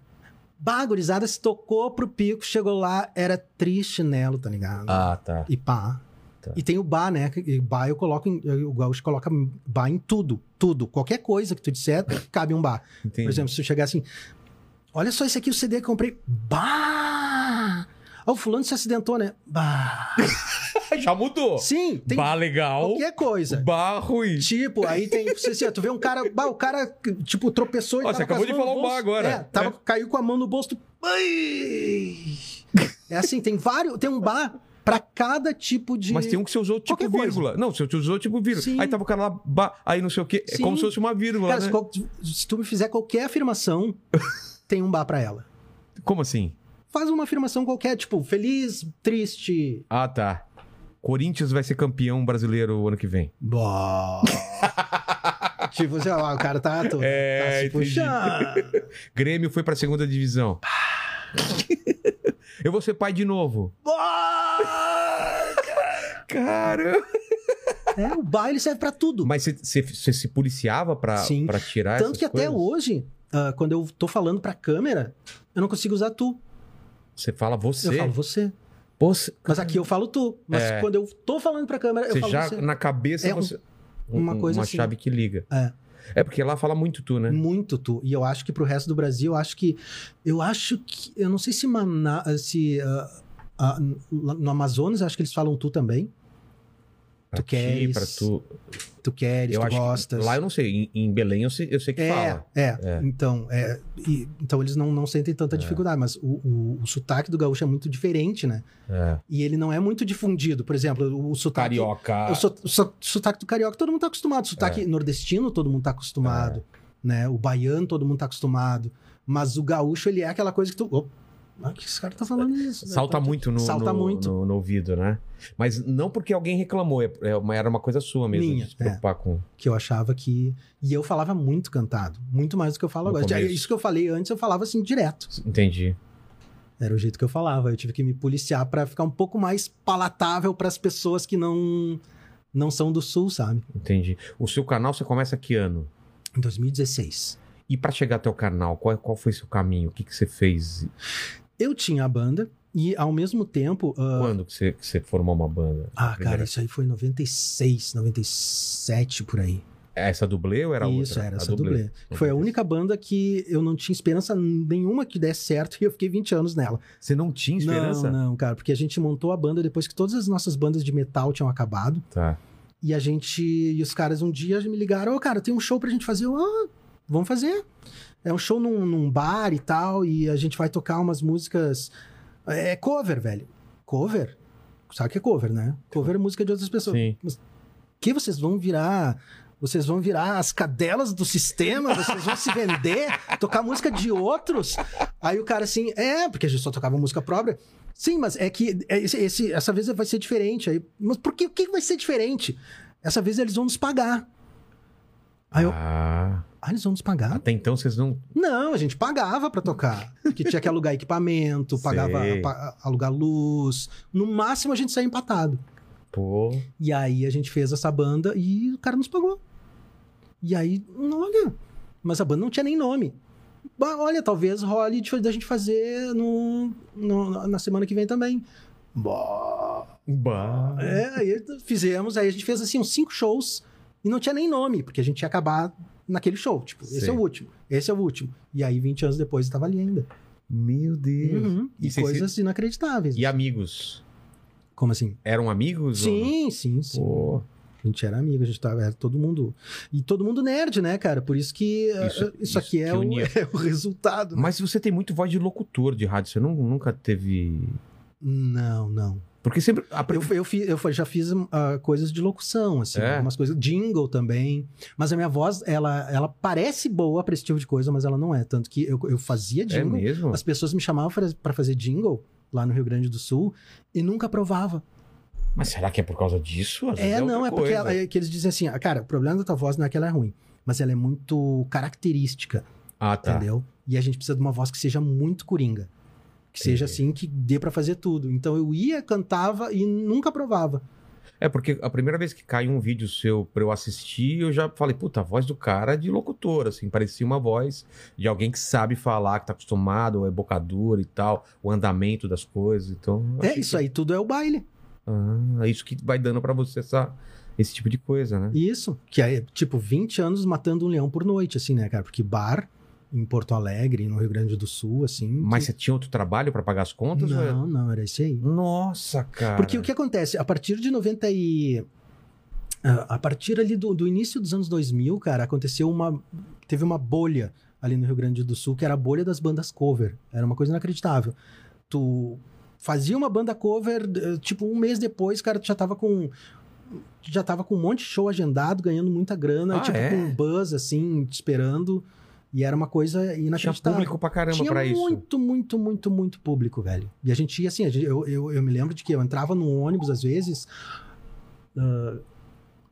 Speaker 3: Bah, a gurizada se tocou pro pico, chegou lá, era trichinelo, tá ligado?
Speaker 1: Ah, tá.
Speaker 3: E pá.
Speaker 1: Tá.
Speaker 3: E tem o bar, né? Que- E bar eu coloco em, eu- o gaúcho coloca bar em tudo, tudo. Qualquer coisa que tu disser, cabe um bar.
Speaker 1: Entendi.
Speaker 3: Por exemplo, se tu chegar assim, olha só esse aqui, o CD que eu comprei. Bah! Ah, o fulano se acidentou, né? Bah!
Speaker 1: já mudou.
Speaker 3: Sim, tem
Speaker 1: Bah, legal.
Speaker 3: qualquer coisa.
Speaker 1: Bah, ruim.
Speaker 3: Tipo, aí tem, você, assim, ó, tu vê um cara, bah, o cara, tipo, tropeçou e
Speaker 1: Ó,
Speaker 3: tava
Speaker 1: você
Speaker 3: com as
Speaker 1: acabou de
Speaker 3: mãos no
Speaker 1: falar um bah
Speaker 3: bolso.
Speaker 1: agora.
Speaker 3: É, tava, caiu com a mão no bolso, tu... Ai! É assim, tem vários, tem um bar pra cada tipo de...
Speaker 1: Mas tem um que você usou tipo
Speaker 3: Qualquer coisa.
Speaker 1: vírgula. Não, você usou tipo vírgula.
Speaker 3: Sim.
Speaker 1: Aí tava o cara lá, bah, aí não sei o quê. É
Speaker 3: Sim.
Speaker 1: como se fosse uma vírgula.
Speaker 3: Cara,
Speaker 1: né?
Speaker 3: se, qual- se tu me fizer qualquer afirmação, tem um bar pra ela.
Speaker 1: Como assim?
Speaker 3: Faz uma afirmação qualquer, tipo, feliz, triste.
Speaker 1: Ah, tá. Corinthians vai ser campeão brasileiro o ano que
Speaker 3: Tá
Speaker 1: vem.
Speaker 3: Bó. tipo, sei lá, o cara tá, todo,
Speaker 1: É,
Speaker 3: tá se
Speaker 1: entendi.
Speaker 3: puxando.
Speaker 1: Grêmio foi pra segunda divisão.
Speaker 3: Ah.
Speaker 1: Eu vou ser pai de novo.
Speaker 3: Bó.
Speaker 1: Cara.
Speaker 3: É, o bar ele serve pra tudo.
Speaker 1: Mas você- você você se policiava pra,
Speaker 3: Sim.
Speaker 1: pra tirar
Speaker 3: Tanto que
Speaker 1: essas
Speaker 3: até
Speaker 1: coisas?
Speaker 3: hoje, ah, quando eu tô falando pra câmera, eu não consigo usar tu.
Speaker 1: Você fala você.
Speaker 3: Eu falo você.
Speaker 1: Você,
Speaker 3: Mas aqui eu falo tu. Mas
Speaker 1: É.
Speaker 3: quando eu tô falando pra câmera, eu
Speaker 1: você
Speaker 3: falo
Speaker 1: já
Speaker 3: você.
Speaker 1: na cabeça
Speaker 3: É um-
Speaker 1: você.
Speaker 3: uma
Speaker 1: um-
Speaker 3: coisa
Speaker 1: uma
Speaker 3: assim. Hum,
Speaker 1: chave que liga. É. porque lá fala muito tu, né?
Speaker 3: Muito tu. E eu acho que pro resto do Brasil, eu acho que. Eu acho que. Eu não sei se Maná. Se, ah, ah, no no Amazonas, eu acho que eles falam tu também.
Speaker 1: Pra
Speaker 3: Tu queres,
Speaker 1: pra tu.
Speaker 3: Tu queres,
Speaker 1: Eu
Speaker 3: tu
Speaker 1: acho que-
Speaker 3: gostas.
Speaker 1: lá eu não sei. Em, em Belém eu sei, eu sei que
Speaker 3: é,
Speaker 1: fala.
Speaker 3: é,
Speaker 1: É.
Speaker 3: Então, é, e- então eles não, não sentem tanta
Speaker 1: É.
Speaker 3: dificuldade, mas o, o, o sotaque do gaúcho é muito diferente, né?
Speaker 1: É.
Speaker 3: E ele não é muito difundido. Por exemplo, o, o sotaque.
Speaker 1: Carioca. É.
Speaker 3: O, so- o so- sotaque do carioca, todo mundo tá acostumado. O sotaque nordestino, todo mundo tá acostumado. Né? O baiano, todo mundo tá acostumado. Mas o gaúcho, ele é aquela coisa que tu. Opa, ah, que esse cara tá falando isso? né?
Speaker 1: Salta
Speaker 3: Tá-
Speaker 1: muito, no,
Speaker 3: Salta
Speaker 1: no-
Speaker 3: muito.
Speaker 1: no- no ouvido, né? Mas não porque alguém reclamou, é- é uma- era uma coisa sua mesmo,
Speaker 3: Minha, é.
Speaker 1: de se preocupar com...
Speaker 3: Que eu achava que. E eu falava muito cantado. Muito mais do que eu falo
Speaker 1: No
Speaker 3: agora. Já-
Speaker 1: começo.
Speaker 3: Isso que eu falei antes, eu falava assim direto.
Speaker 1: Entendi.
Speaker 3: Era o jeito que eu falava. Eu tive que me policiar pra ficar um pouco mais palatável pras pessoas que não. Não são do sul, sabe?
Speaker 1: Entendi. O seu canal você começa que ano?
Speaker 3: Em 2016.
Speaker 1: E pra chegar até o canal, qual, qual foi seu caminho? O que, que você fez?
Speaker 3: Eu tinha a banda e, ao mesmo tempo. ah,
Speaker 1: Quando que você, que você formou uma banda?
Speaker 3: ah,
Speaker 1: Primeira-
Speaker 3: cara, isso aí foi em 96, 97 por aí.
Speaker 1: É Essa dublê ou era
Speaker 3: isso,
Speaker 1: outra?
Speaker 3: era
Speaker 1: A
Speaker 3: essa dublê. Foi a única banda que eu não tinha esperança nenhuma que desse certo e eu fiquei 20 anos nela.
Speaker 1: Você não tinha esperança?
Speaker 3: Não, não, cara, porque a gente montou a banda depois que todas as nossas bandas de metal tinham acabado.
Speaker 1: Tá.
Speaker 3: E a gente. E os caras um dia me ligaram: Ô, cara, tem um show pra gente fazer. Eu, ah, vamos fazer. É um show num, num bar e tal, e a gente vai tocar umas músicas. É cover, velho. Cover? Sabe o que é cover, né? Cover é música de outras pessoas.
Speaker 1: Sim.
Speaker 3: Que vocês vão virar. Vocês vão virar as cadelas do sistema, vocês vão se vender, tocar música de outros. Aí o cara assim, é, porque a gente só tocava música própria. Sim, mas é que é esse- esse- essa vez vai ser diferente. Aí, mas por que, o que vai ser diferente? Essa vez eles vão nos pagar. Aí eu,
Speaker 1: Ah,
Speaker 3: ah, eles vão nos pagar?
Speaker 1: até então vocês não.
Speaker 3: Não, a gente pagava pra tocar. Porque tinha que alugar equipamento, pagava
Speaker 1: Sei.
Speaker 3: pa- alugar luz. No máximo a gente saía empatado.
Speaker 1: Pô.
Speaker 3: E aí a gente fez essa banda e o cara nos pagou. E aí, olha, mas a banda não tinha nem nome. Bah, olha, talvez role de- da gente fazer no, no- na semana que vem também. Bah.
Speaker 1: Bah.
Speaker 3: É, aí fizemos, aí a gente fez assim uns cinco shows e não tinha nem nome, porque a gente ia acabar naquele show. Tipo, esse
Speaker 1: Sim.
Speaker 3: é o último, esse é o último. E aí, 20 anos depois, estava ali ainda.
Speaker 1: Meu Deus.
Speaker 3: Uhum.
Speaker 1: E
Speaker 3: E,
Speaker 1: vocês-
Speaker 3: coisas inacreditáveis.
Speaker 1: E amigos?
Speaker 3: Como assim?
Speaker 1: Eram amigos? ou não?
Speaker 3: Sim, sim, sim.
Speaker 1: Pô,
Speaker 3: A gente era amigo, a gente tava, era todo mundo. E todo mundo nerd, né, cara? Por isso que eh,
Speaker 1: Isso-
Speaker 3: isso,
Speaker 1: isso
Speaker 3: aqui é,
Speaker 1: que
Speaker 3: o,
Speaker 1: unia.
Speaker 3: é o resultado. né?
Speaker 1: Mas você tem muito voz de locutor de rádio, você não, nunca teve.
Speaker 3: Não, não.
Speaker 1: Porque sempre. a pre-
Speaker 3: Eu, eu, fi- eu fa- já fiz ah, coisas de locução, assim,
Speaker 1: É?
Speaker 3: algumas coisas. Jingle também. Mas a minha voz, ela, ela parece boa pra esse tipo de coisa, mas ela não é. Tanto que eu, eu fazia
Speaker 1: É
Speaker 3: jingle.
Speaker 1: mesmo?
Speaker 3: as pessoas me chamavam pra- pra fazer jingle lá no Rio Grande do Sul e nunca provava.
Speaker 1: Mas será que é por causa disso? Às vezes
Speaker 3: É, não,
Speaker 1: outra
Speaker 3: é porque
Speaker 1: coisa.
Speaker 3: ela- é que eles dizem assim, ah, cara, o problema da tua voz não é que ela é ruim, mas ela é muito característica.
Speaker 1: Ah, tá.
Speaker 3: entendeu? E a gente precisa de uma voz que seja muito coringa. Que
Speaker 1: Entendi.
Speaker 3: seja assim, que dê pra fazer tudo. Então eu ia, cantava e nunca provava.
Speaker 1: É porque a primeira vez que caiu um vídeo seu pra eu assistir, eu já falei, puta, a voz do cara é de locutor, assim, parecia uma voz de alguém que sabe falar, que tá acostumado, é bocadura e tal, o andamento das coisas, então... eu
Speaker 3: É,
Speaker 1: achei
Speaker 3: isso
Speaker 1: que-
Speaker 3: aí tudo é o baile.
Speaker 1: Ah, é isso que vai dando pra você essa, esse tipo de coisa, né?
Speaker 3: Isso. Que é tipo 20 anos matando um leão por noite, assim, né, cara? Porque bar em Porto Alegre, no Rio Grande do Sul, assim.
Speaker 1: Mas
Speaker 3: que...
Speaker 1: você tá tinha outro trabalho pra pagar as contas? ou é-
Speaker 3: Não, não, era isso aí.
Speaker 1: Nossa, cara!
Speaker 3: Porque o que acontece? A partir de 90 e... ah, A partir ali do, do início dos anos 2000, cara, aconteceu uma... Teve uma bolha ali no Rio Grande do Sul, que era a bolha das bandas cover. Era uma coisa inacreditável. Tu fazia uma banda cover, eh, tipo, um mês depois, cara, tu já tava com... Já tava com um monte de show agendado, ganhando muita grana,
Speaker 1: Ah,
Speaker 3: tipo,
Speaker 1: é?
Speaker 3: com um buzz, assim, te esperando. E era uma coisa
Speaker 1: Tinha
Speaker 3: inacreditável
Speaker 1: público pra caramba
Speaker 3: tinha
Speaker 1: pra isso.
Speaker 3: muito, muito, muito, muito público, velho. E a gente ia assim, a gente- eu, eu, eu me lembro de que eu entrava num ônibus às vezes. ah,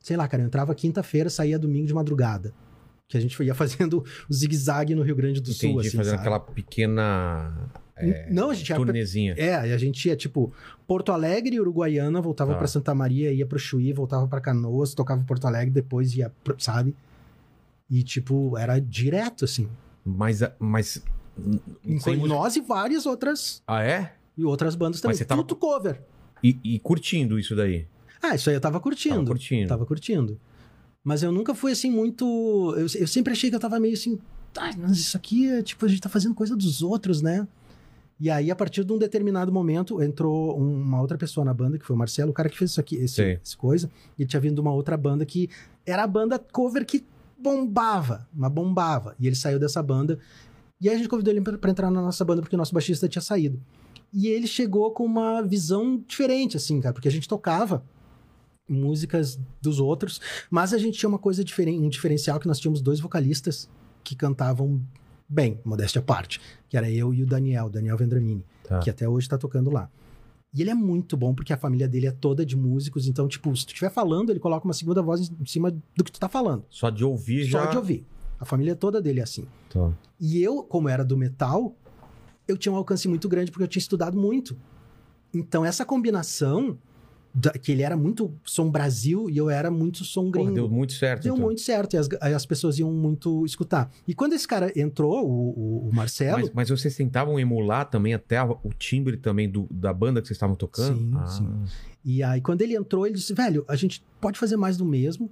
Speaker 3: sei lá, cara, eu entrava quinta-feira, saía domingo de madrugada. Que a gente ia fazendo o zigue-zague no Rio Grande do
Speaker 1: Entendi,
Speaker 3: Sul, assim.
Speaker 1: fazendo
Speaker 3: sabe?
Speaker 1: aquela pequena é,
Speaker 3: Não, a gente ia pra-
Speaker 1: turnezinha.
Speaker 3: É, e a gente ia, tipo, Porto Alegre, Uruguaiana, voltava
Speaker 1: Tá.
Speaker 3: pra Santa Maria, ia pro Chuí, voltava pra Canoas, tocava em Porto Alegre, depois ia, pro- sabe? E, tipo, era direto, assim.
Speaker 1: Mas... a- mas... sem
Speaker 3: Enquanto
Speaker 1: música-
Speaker 3: nós e várias outras,
Speaker 1: Ah, é?
Speaker 3: e outras bandas também.
Speaker 1: Mas você tava-
Speaker 3: Tudo cover.
Speaker 1: E, e curtindo isso daí.
Speaker 3: Ah, isso aí eu tava curtindo. Tá.
Speaker 1: Tava
Speaker 3: Tava curtindo.
Speaker 1: curtindo.
Speaker 3: Mas eu nunca fui assim muito. Eu, eu sempre achei que eu tava meio assim. "Ah, mas isso aqui é tipo, a gente tá fazendo coisa dos outros, né? E aí, a partir de um determinado momento, entrou um- uma outra pessoa na banda, que foi o Marcelo, o cara que fez isso aqui, esse,
Speaker 1: Sim.
Speaker 3: esse coisa. E ele tinha vindo de uma outra banda que era a banda cover que bombava, mas bombava. E ele saiu dessa banda. E aí a gente convidou ele pra pra entrar na nossa banda, porque o nosso baixista tinha saído. E ele chegou com uma visão diferente, assim, cara, porque a gente tocava músicas dos outros, mas a gente tinha uma coisa diferente, um diferencial que nós tínhamos dois vocalistas que cantavam bem, modéstia à parte, que era eu e o Daniel, Daniel Vendramini,
Speaker 1: Tá.
Speaker 3: que até hoje tá tocando lá. E ele é muito bom porque a família dele é toda de músicos, então tipo, se tu estiver falando, ele coloca uma segunda voz em cima do que tu tá falando,
Speaker 1: Só de ouvir já.
Speaker 3: só de ouvir. A família toda dele é assim.
Speaker 1: Tá.
Speaker 3: E eu, como era do metal, eu tinha um alcance muito grande porque eu tinha estudado muito. Então, essa combinação, da- que ele era muito som Brasil e eu era muito som
Speaker 1: Porra,
Speaker 3: gringo,
Speaker 1: deu
Speaker 3: deu,
Speaker 1: muito certo. então.
Speaker 3: muito certo. E as, aí as pessoas iam muito escutar. E quando esse cara entrou, o, o- o Marcelo.
Speaker 1: Mas, mas vocês tentavam emular também até a- o timbre também do- da banda que vocês estavam tocando? Ah,
Speaker 3: Sim, sim. E aí, quando ele entrou, ele disse: velho, a gente pode fazer mais do mesmo,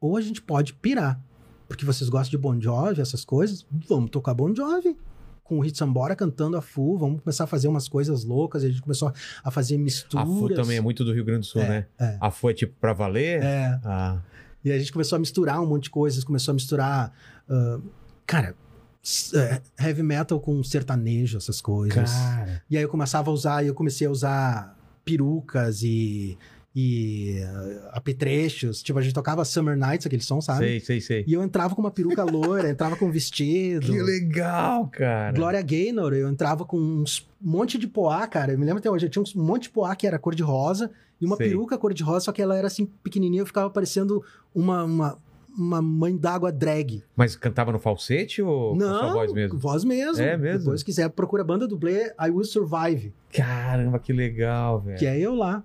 Speaker 3: ou a gente pode pirar. Porque vocês gostam de Bon Jovi, essas coisas, vamos tocar Bon Jovi. Com o Hitsambora cantando a Fu, vamos começar a fazer umas coisas loucas. E a gente começou a fazer
Speaker 1: A
Speaker 3: misturas.
Speaker 1: FU também é muito do Rio Grande do Sul, né?
Speaker 3: é.
Speaker 1: A FU é tipo pra valer?
Speaker 3: É,
Speaker 1: Ah,
Speaker 3: e a gente começou a misturar um monte de coisas, começou a misturar. ah, cara, s- é, heavy metal com sertanejo, essas coisas.
Speaker 1: cara.
Speaker 3: E aí eu começava a usar, e eu comecei a usar perucas e, e ah, apetrechos. Tipo, a gente tocava Summer Nights, aquele som, sabe?
Speaker 1: Sei, sei, sei.
Speaker 3: E eu entrava com uma peruca loira, entrava com um vestido.
Speaker 1: Que legal, cara.
Speaker 3: Gloria Gaynor, eu entrava com uns monte de poá, cara. Eu me lembro até hoje, eu tinha um monte de poá que era cor de rosa e uma
Speaker 1: Sei.
Speaker 3: peruca cor de rosa, só que ela era assim pequenininha, eu ficava parecendo uma, uma, uma mãe d'água drag.
Speaker 1: Mas cantava no falsete ou com
Speaker 3: Não,
Speaker 1: sua voz mesmo?
Speaker 3: Voz mesmo.
Speaker 1: É mesmo?
Speaker 3: Depois, se quiser, procura a banda dublê I Will Survive,
Speaker 1: Caramba, que legal, velho.
Speaker 3: que é eu lá.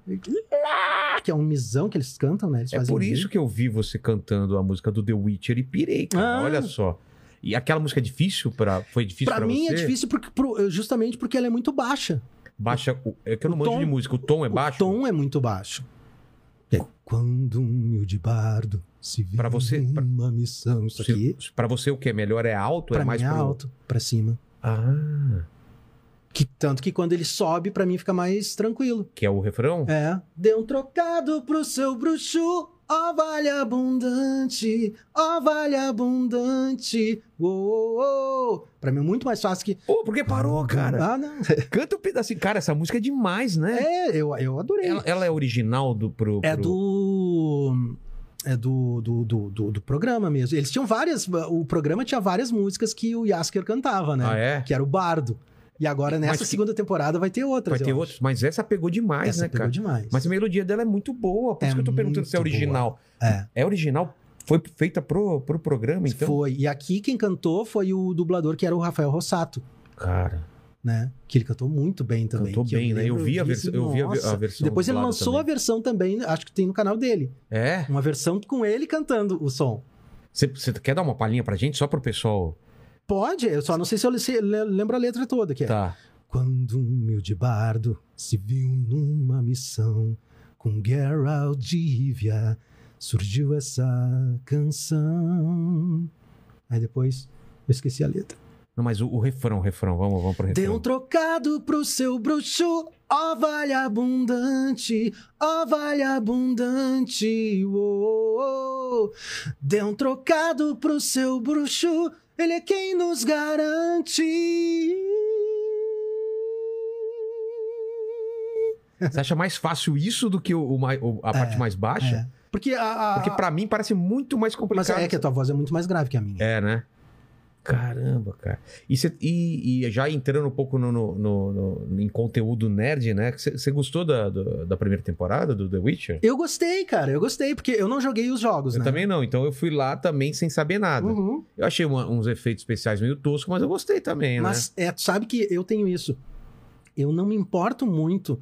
Speaker 3: Que é um misão que eles cantam, né? Eles
Speaker 1: É
Speaker 3: fazem
Speaker 1: por
Speaker 3: um
Speaker 1: isso que eu vi você cantando a música do The Witcher e pirei, cara.
Speaker 3: Ah.
Speaker 1: Olha só. E aquela música é difícil para foi difícil
Speaker 3: Pra
Speaker 1: pra
Speaker 3: mim
Speaker 1: você?
Speaker 3: é difícil porque, pro- justamente porque ela é muito baixa.
Speaker 1: Baixa o- é que eu não
Speaker 3: O
Speaker 1: manjo
Speaker 3: tom-
Speaker 1: de música, o tom é baixo.
Speaker 3: O tom é muito baixo. É quando um humilde bardo se vê
Speaker 1: Pra você- pra-
Speaker 3: uma missão. Isso aqui,
Speaker 1: Para você o que é melhor é alto,
Speaker 3: pra
Speaker 1: é mais
Speaker 3: mim, é
Speaker 1: pro-
Speaker 3: alto, pra cima.
Speaker 1: Ah,
Speaker 3: Que, tanto que quando ele sobe, pra mim fica mais tranquilo.
Speaker 1: que é o refrão?
Speaker 3: É. Dê um trocado pro seu bruxo, ó vale abundante, ó vale abundante. Oh, oh, oh. Pra mim é muito mais fácil que...
Speaker 1: Pô, porque parou, cara.
Speaker 3: Ah, não.
Speaker 1: Canta um pedacinho. Cara, essa música é demais, né?
Speaker 3: É, eu, eu adorei.
Speaker 1: Ela, ela é original do pro,
Speaker 3: É
Speaker 1: pro-
Speaker 3: do. É do, do, do, do- do programa mesmo. Eles tinham várias. O programa tinha várias músicas que o Yasker cantava, né?
Speaker 1: Ah, é?
Speaker 3: Que era o Bardo. E agora,
Speaker 1: Mas
Speaker 3: nessa
Speaker 1: que-
Speaker 3: segunda temporada, vai ter outras.
Speaker 1: Vai ter
Speaker 3: eu
Speaker 1: outros, mas essa pegou demais,
Speaker 3: acho. Essa
Speaker 1: né,
Speaker 3: pegou
Speaker 1: cara?
Speaker 3: demais.
Speaker 1: Mas a melodia dela é muito boa, por
Speaker 3: É
Speaker 1: isso que eu tô perguntando se é
Speaker 3: muito
Speaker 1: original.
Speaker 3: É.
Speaker 1: É original? Foi feita pro, pro programa, então?
Speaker 3: Foi. E aqui quem cantou foi o dublador que era o Rafael Rossato,
Speaker 1: Cara,
Speaker 3: né? Que ele cantou muito bem também.
Speaker 1: Cantou
Speaker 3: que
Speaker 1: bem, né? Eu
Speaker 3: lembro
Speaker 1: vi a
Speaker 3: disso,
Speaker 1: vers- eu vi a ve- a
Speaker 3: nossa.
Speaker 1: versão
Speaker 3: Depois ele
Speaker 1: dublada
Speaker 3: lançou
Speaker 1: também.
Speaker 3: a versão também, acho que tem no canal dele.
Speaker 1: é?
Speaker 3: Uma versão com ele cantando o som.
Speaker 1: Você quer dar uma palhinha pra gente, só pro pessoal?
Speaker 3: Pode, eu só não sei se eu le- se- le- lembro a letra toda que é.
Speaker 1: Tá.
Speaker 3: Quando um humilde bardo se viu numa missão com Geralt de Ivia, surgiu essa canção. Aí depois eu esqueci a letra.
Speaker 1: Não, mas o, o refrão, o refrão, vamos, vamos pro refrão.
Speaker 3: Dê um trocado pro seu bruxo, ó vale abundante, ó vale abundante, oh, oh, oh. Dê um trocado pro seu bruxo, ele é quem nos garante.
Speaker 1: Você acha mais fácil isso do que o, o mai- o- a parte mais baixa?
Speaker 3: É. Porque a, a-
Speaker 1: Porque pra mim parece muito mais complicado.
Speaker 3: Mas é que a tua voz é muito mais grave que a minha.
Speaker 1: É, né? Caramba, cara. E, cê- e- e já entrando um pouco no, no- no- no- em conteúdo nerd, né? Você gostou da, do- da primeira temporada do The Witcher?
Speaker 3: Eu gostei, cara, eu gostei, porque eu não joguei os jogos,
Speaker 1: Eu
Speaker 3: né?
Speaker 1: também não, então eu fui lá também sem saber nada.
Speaker 3: Uhum.
Speaker 1: Eu achei uma- uns efeitos especiais meio toscos, mas eu gostei também, né?
Speaker 3: Mas é, tu sabe que eu tenho isso. Eu não me importo muito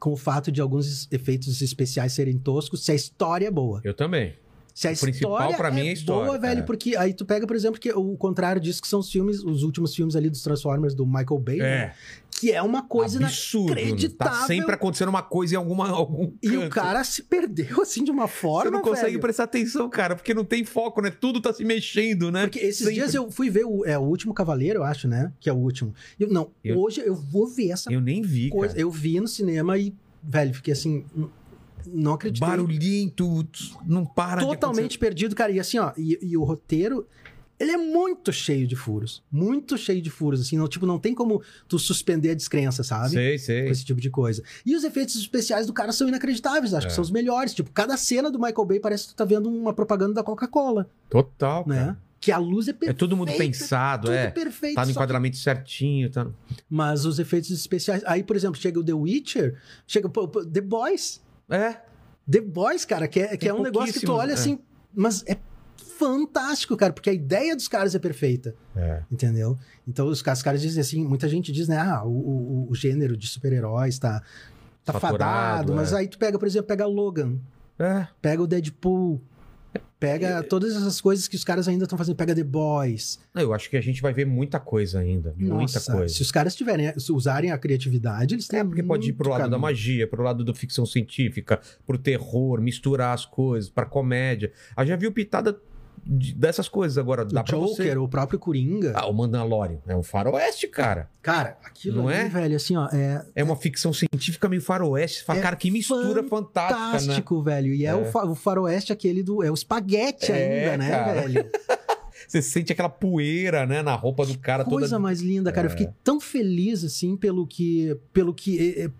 Speaker 3: com o fato de alguns es- efeitos especiais serem toscos se a história é boa.
Speaker 1: Eu também.
Speaker 3: Se a
Speaker 1: O principal
Speaker 3: história
Speaker 1: pra mim é a história,
Speaker 3: boa, velho,
Speaker 1: é.
Speaker 3: porque aí tu pega, por exemplo, que o contrário disso que são os filmes, os últimos filmes ali dos Transformers do Michael Bay, né?
Speaker 1: É.
Speaker 3: que é uma coisa na...
Speaker 1: absurdo. né? Tá
Speaker 3: inacreditável.
Speaker 1: sempre acontecendo uma coisa em alguma algum
Speaker 3: E o
Speaker 1: canto.
Speaker 3: cara se perdeu assim de uma forma,
Speaker 1: Você não consegue
Speaker 3: velho.
Speaker 1: prestar atenção, cara, porque não tem foco, né? Tudo tá se mexendo, né?
Speaker 3: Porque esses
Speaker 1: Sempre.
Speaker 3: dias eu fui ver o, é, o último Cavaleiro, eu acho, né? Que é o último. Eu- não,
Speaker 1: Eu-
Speaker 3: hoje eu vou ver essa
Speaker 1: Eu nem vi,
Speaker 3: coisa.
Speaker 1: cara.
Speaker 3: Eu vi no cinema e, velho, fiquei assim. n- Não acreditei.
Speaker 1: Barulhento, tss, não para de
Speaker 3: Totalmente perdido, cara. E assim, ó, e, e o roteiro. Ele é muito cheio de furos. Muito cheio de furos, assim. Não, tipo, não tem como tu suspender a descrença, sabe?
Speaker 1: acontecer. Sei,
Speaker 3: Com
Speaker 1: sei.
Speaker 3: esse tipo de coisa. E os efeitos especiais do cara são inacreditáveis, acho
Speaker 1: É.
Speaker 3: que são os melhores. Tipo, cada cena do Michael Bay parece que tu tá vendo uma propaganda da Coca-Cola,
Speaker 1: Total, cara.
Speaker 3: né? Que a luz é
Speaker 1: É
Speaker 3: perfeita.
Speaker 1: todo mundo pensado,
Speaker 3: tudo
Speaker 1: é.
Speaker 3: perfeito.
Speaker 1: Tá no
Speaker 3: só que
Speaker 1: enquadramento certinho, tá...
Speaker 3: Mas os efeitos especiais. Aí, por exemplo, chega o The Witcher, chega pô, pô, The Boys.
Speaker 1: É,
Speaker 3: The Boys, cara, que é, que
Speaker 1: Tem
Speaker 3: é um negócio que tu
Speaker 1: pouquíssimos,
Speaker 3: olha
Speaker 1: é.
Speaker 3: assim. Mas é fantástico, cara, porque a ideia dos caras é perfeita,
Speaker 1: é.
Speaker 3: entendeu? Então, os, ca- os caras dizem assim: muita gente diz, né? Ah, o, o- o gênero de super-heróis tá, tá
Speaker 1: Saturado,
Speaker 3: fadado.
Speaker 1: é.
Speaker 3: Mas aí tu pega, por exemplo, pega Logan,
Speaker 1: É.
Speaker 3: pega o Deadpool. Pega todas essas coisas que os caras ainda estão fazendo. Pega The Boys.
Speaker 1: Não, Eu acho que a gente vai ver muita coisa ainda. muita
Speaker 3: Nossa,
Speaker 1: coisa.
Speaker 3: Se os caras tiverem, se usarem a criatividade, eles têm.
Speaker 1: É, porque pode ir pro
Speaker 3: muito um.
Speaker 1: lado da
Speaker 3: caminho.
Speaker 1: magia, pro lado da ficção científica, pro terror, misturar as coisas, pra comédia. Ah, já viu pitada de- dessas coisas agora. Dá
Speaker 3: o
Speaker 1: pra
Speaker 3: Joker,
Speaker 1: você.
Speaker 3: o próprio Coringa.
Speaker 1: Ah, o Mandalorian. É um faroeste, cara.
Speaker 3: Cara, aquilo
Speaker 1: Não
Speaker 3: ali,
Speaker 1: é?
Speaker 3: velho, assim, ó, é
Speaker 1: É uma ficção científica meio faroeste. Fala,
Speaker 3: É
Speaker 1: cara, que mistura fantástica, né?
Speaker 3: fantástico, velho. E é,
Speaker 1: É.
Speaker 3: O, fa- o faroeste aquele do... É o espaguete
Speaker 1: É,
Speaker 3: ainda, né,
Speaker 1: cara.
Speaker 3: velho?
Speaker 1: Você sente aquela poeira, né, na roupa do cara
Speaker 3: Coisa
Speaker 1: toda. É.
Speaker 3: mais linda, cara. Eu fiquei tão feliz, assim, pelo que... Pelo que é, é,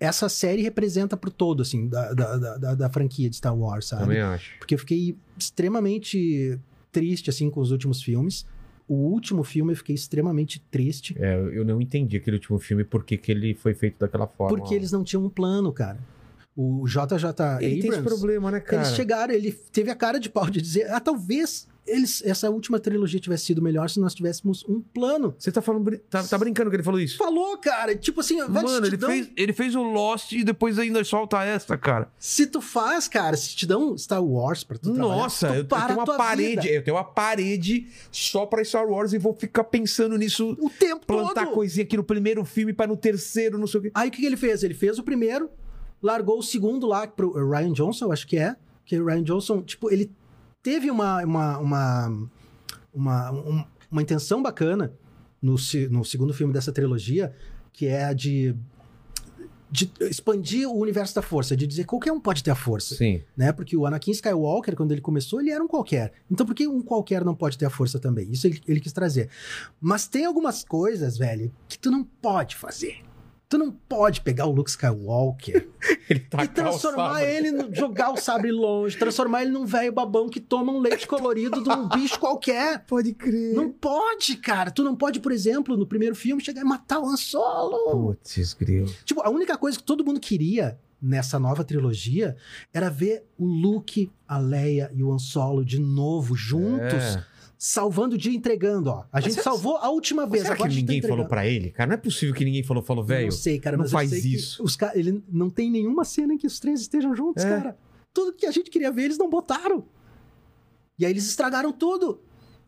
Speaker 3: essa série representa pro todo, assim, da, da, da- da- da franquia de Star Wars, sabe?
Speaker 1: Também acho.
Speaker 3: Porque eu fiquei extremamente triste, assim, com os últimos filmes. O último filme eu fiquei extremamente triste.
Speaker 1: É, eu não entendi aquele último filme, por que que ele foi feito daquela forma.
Speaker 3: Porque eles não tinham um plano, cara. o JJ
Speaker 1: Ele tem esse
Speaker 3: Abrams,
Speaker 1: problema, né, cara?
Speaker 3: eles chegaram, ele teve a cara de pau de dizer, ah, talvez eles, essa última trilogia tivesse sido melhor se nós tivéssemos um plano.
Speaker 1: Você tá falando. brin- Tá, tá brincando que ele falou isso?
Speaker 3: Falou, cara, tipo assim, vai
Speaker 1: Mano,
Speaker 3: te
Speaker 1: ele
Speaker 3: dão-
Speaker 1: fez, ele fez o Lost e depois ainda solta esta, cara.
Speaker 3: Se tu faz, cara, se te dão Star Wars pra tu trabalhar,
Speaker 1: Nossa,
Speaker 3: tu
Speaker 1: eu, eu
Speaker 3: para
Speaker 1: tenho
Speaker 3: a
Speaker 1: uma
Speaker 3: tua
Speaker 1: parede.
Speaker 3: vida.
Speaker 1: Eu tenho uma parede só pra Star Wars e vou ficar pensando nisso,
Speaker 3: O tempo
Speaker 1: plantar
Speaker 3: todo.
Speaker 1: coisinha aqui no primeiro filme pra no terceiro, não sei o quê.
Speaker 3: Aí o que, que ele fez? Ele fez o primeiro, largou o segundo lá pro Ryan Johnson, eu acho que é. Que o Ryan Johnson, tipo, ele teve uma uma, uma, uma, um- uma intenção bacana no, se- no segundo filme dessa trilogia, que é a de, de expandir o universo da força, de dizer qualquer um pode ter a força
Speaker 1: Sim.
Speaker 3: né? Porque o Anakin Skywalker, quando ele começou, ele era um qualquer. Então por que um qualquer não pode ter a força também? Isso ele, ele quis trazer. Mas tem algumas coisas, velho, que tu não pode fazer. Tu não pode pegar o Luke Skywalker
Speaker 1: Ele tá
Speaker 3: e transformar
Speaker 1: calçado.
Speaker 3: ele, no- jogar o sabre longe, transformar ele num velho babão que toma um leite colorido de um bicho qualquer.
Speaker 1: Pode crer.
Speaker 3: Não pode, cara. Tu não pode, por exemplo, no primeiro filme, chegar e matar o Han Solo.
Speaker 1: Putz, grilo.
Speaker 3: Tipo, a única coisa que todo mundo queria nessa nova trilogia era ver o Luke, a Leia e o Han Solo de novo juntos,
Speaker 1: É.
Speaker 3: salvando o dia e entregando, ó. A gente
Speaker 1: será-
Speaker 3: salvou a última
Speaker 1: Mas
Speaker 3: vez,
Speaker 1: será que
Speaker 3: agora a gente tá
Speaker 1: ninguém falou
Speaker 3: entregando.
Speaker 1: pra ele? Cara, não é possível que ninguém falou, falou,
Speaker 3: Eu
Speaker 1: velho.
Speaker 3: Não sei, cara,
Speaker 1: não
Speaker 3: mas
Speaker 1: faz
Speaker 3: eu sei que
Speaker 1: isso.
Speaker 3: os ca- ele não tem nenhuma cena em que os três estejam juntos,
Speaker 1: É.
Speaker 3: cara. Tudo que a gente queria ver, eles não botaram. E aí eles estragaram tudo.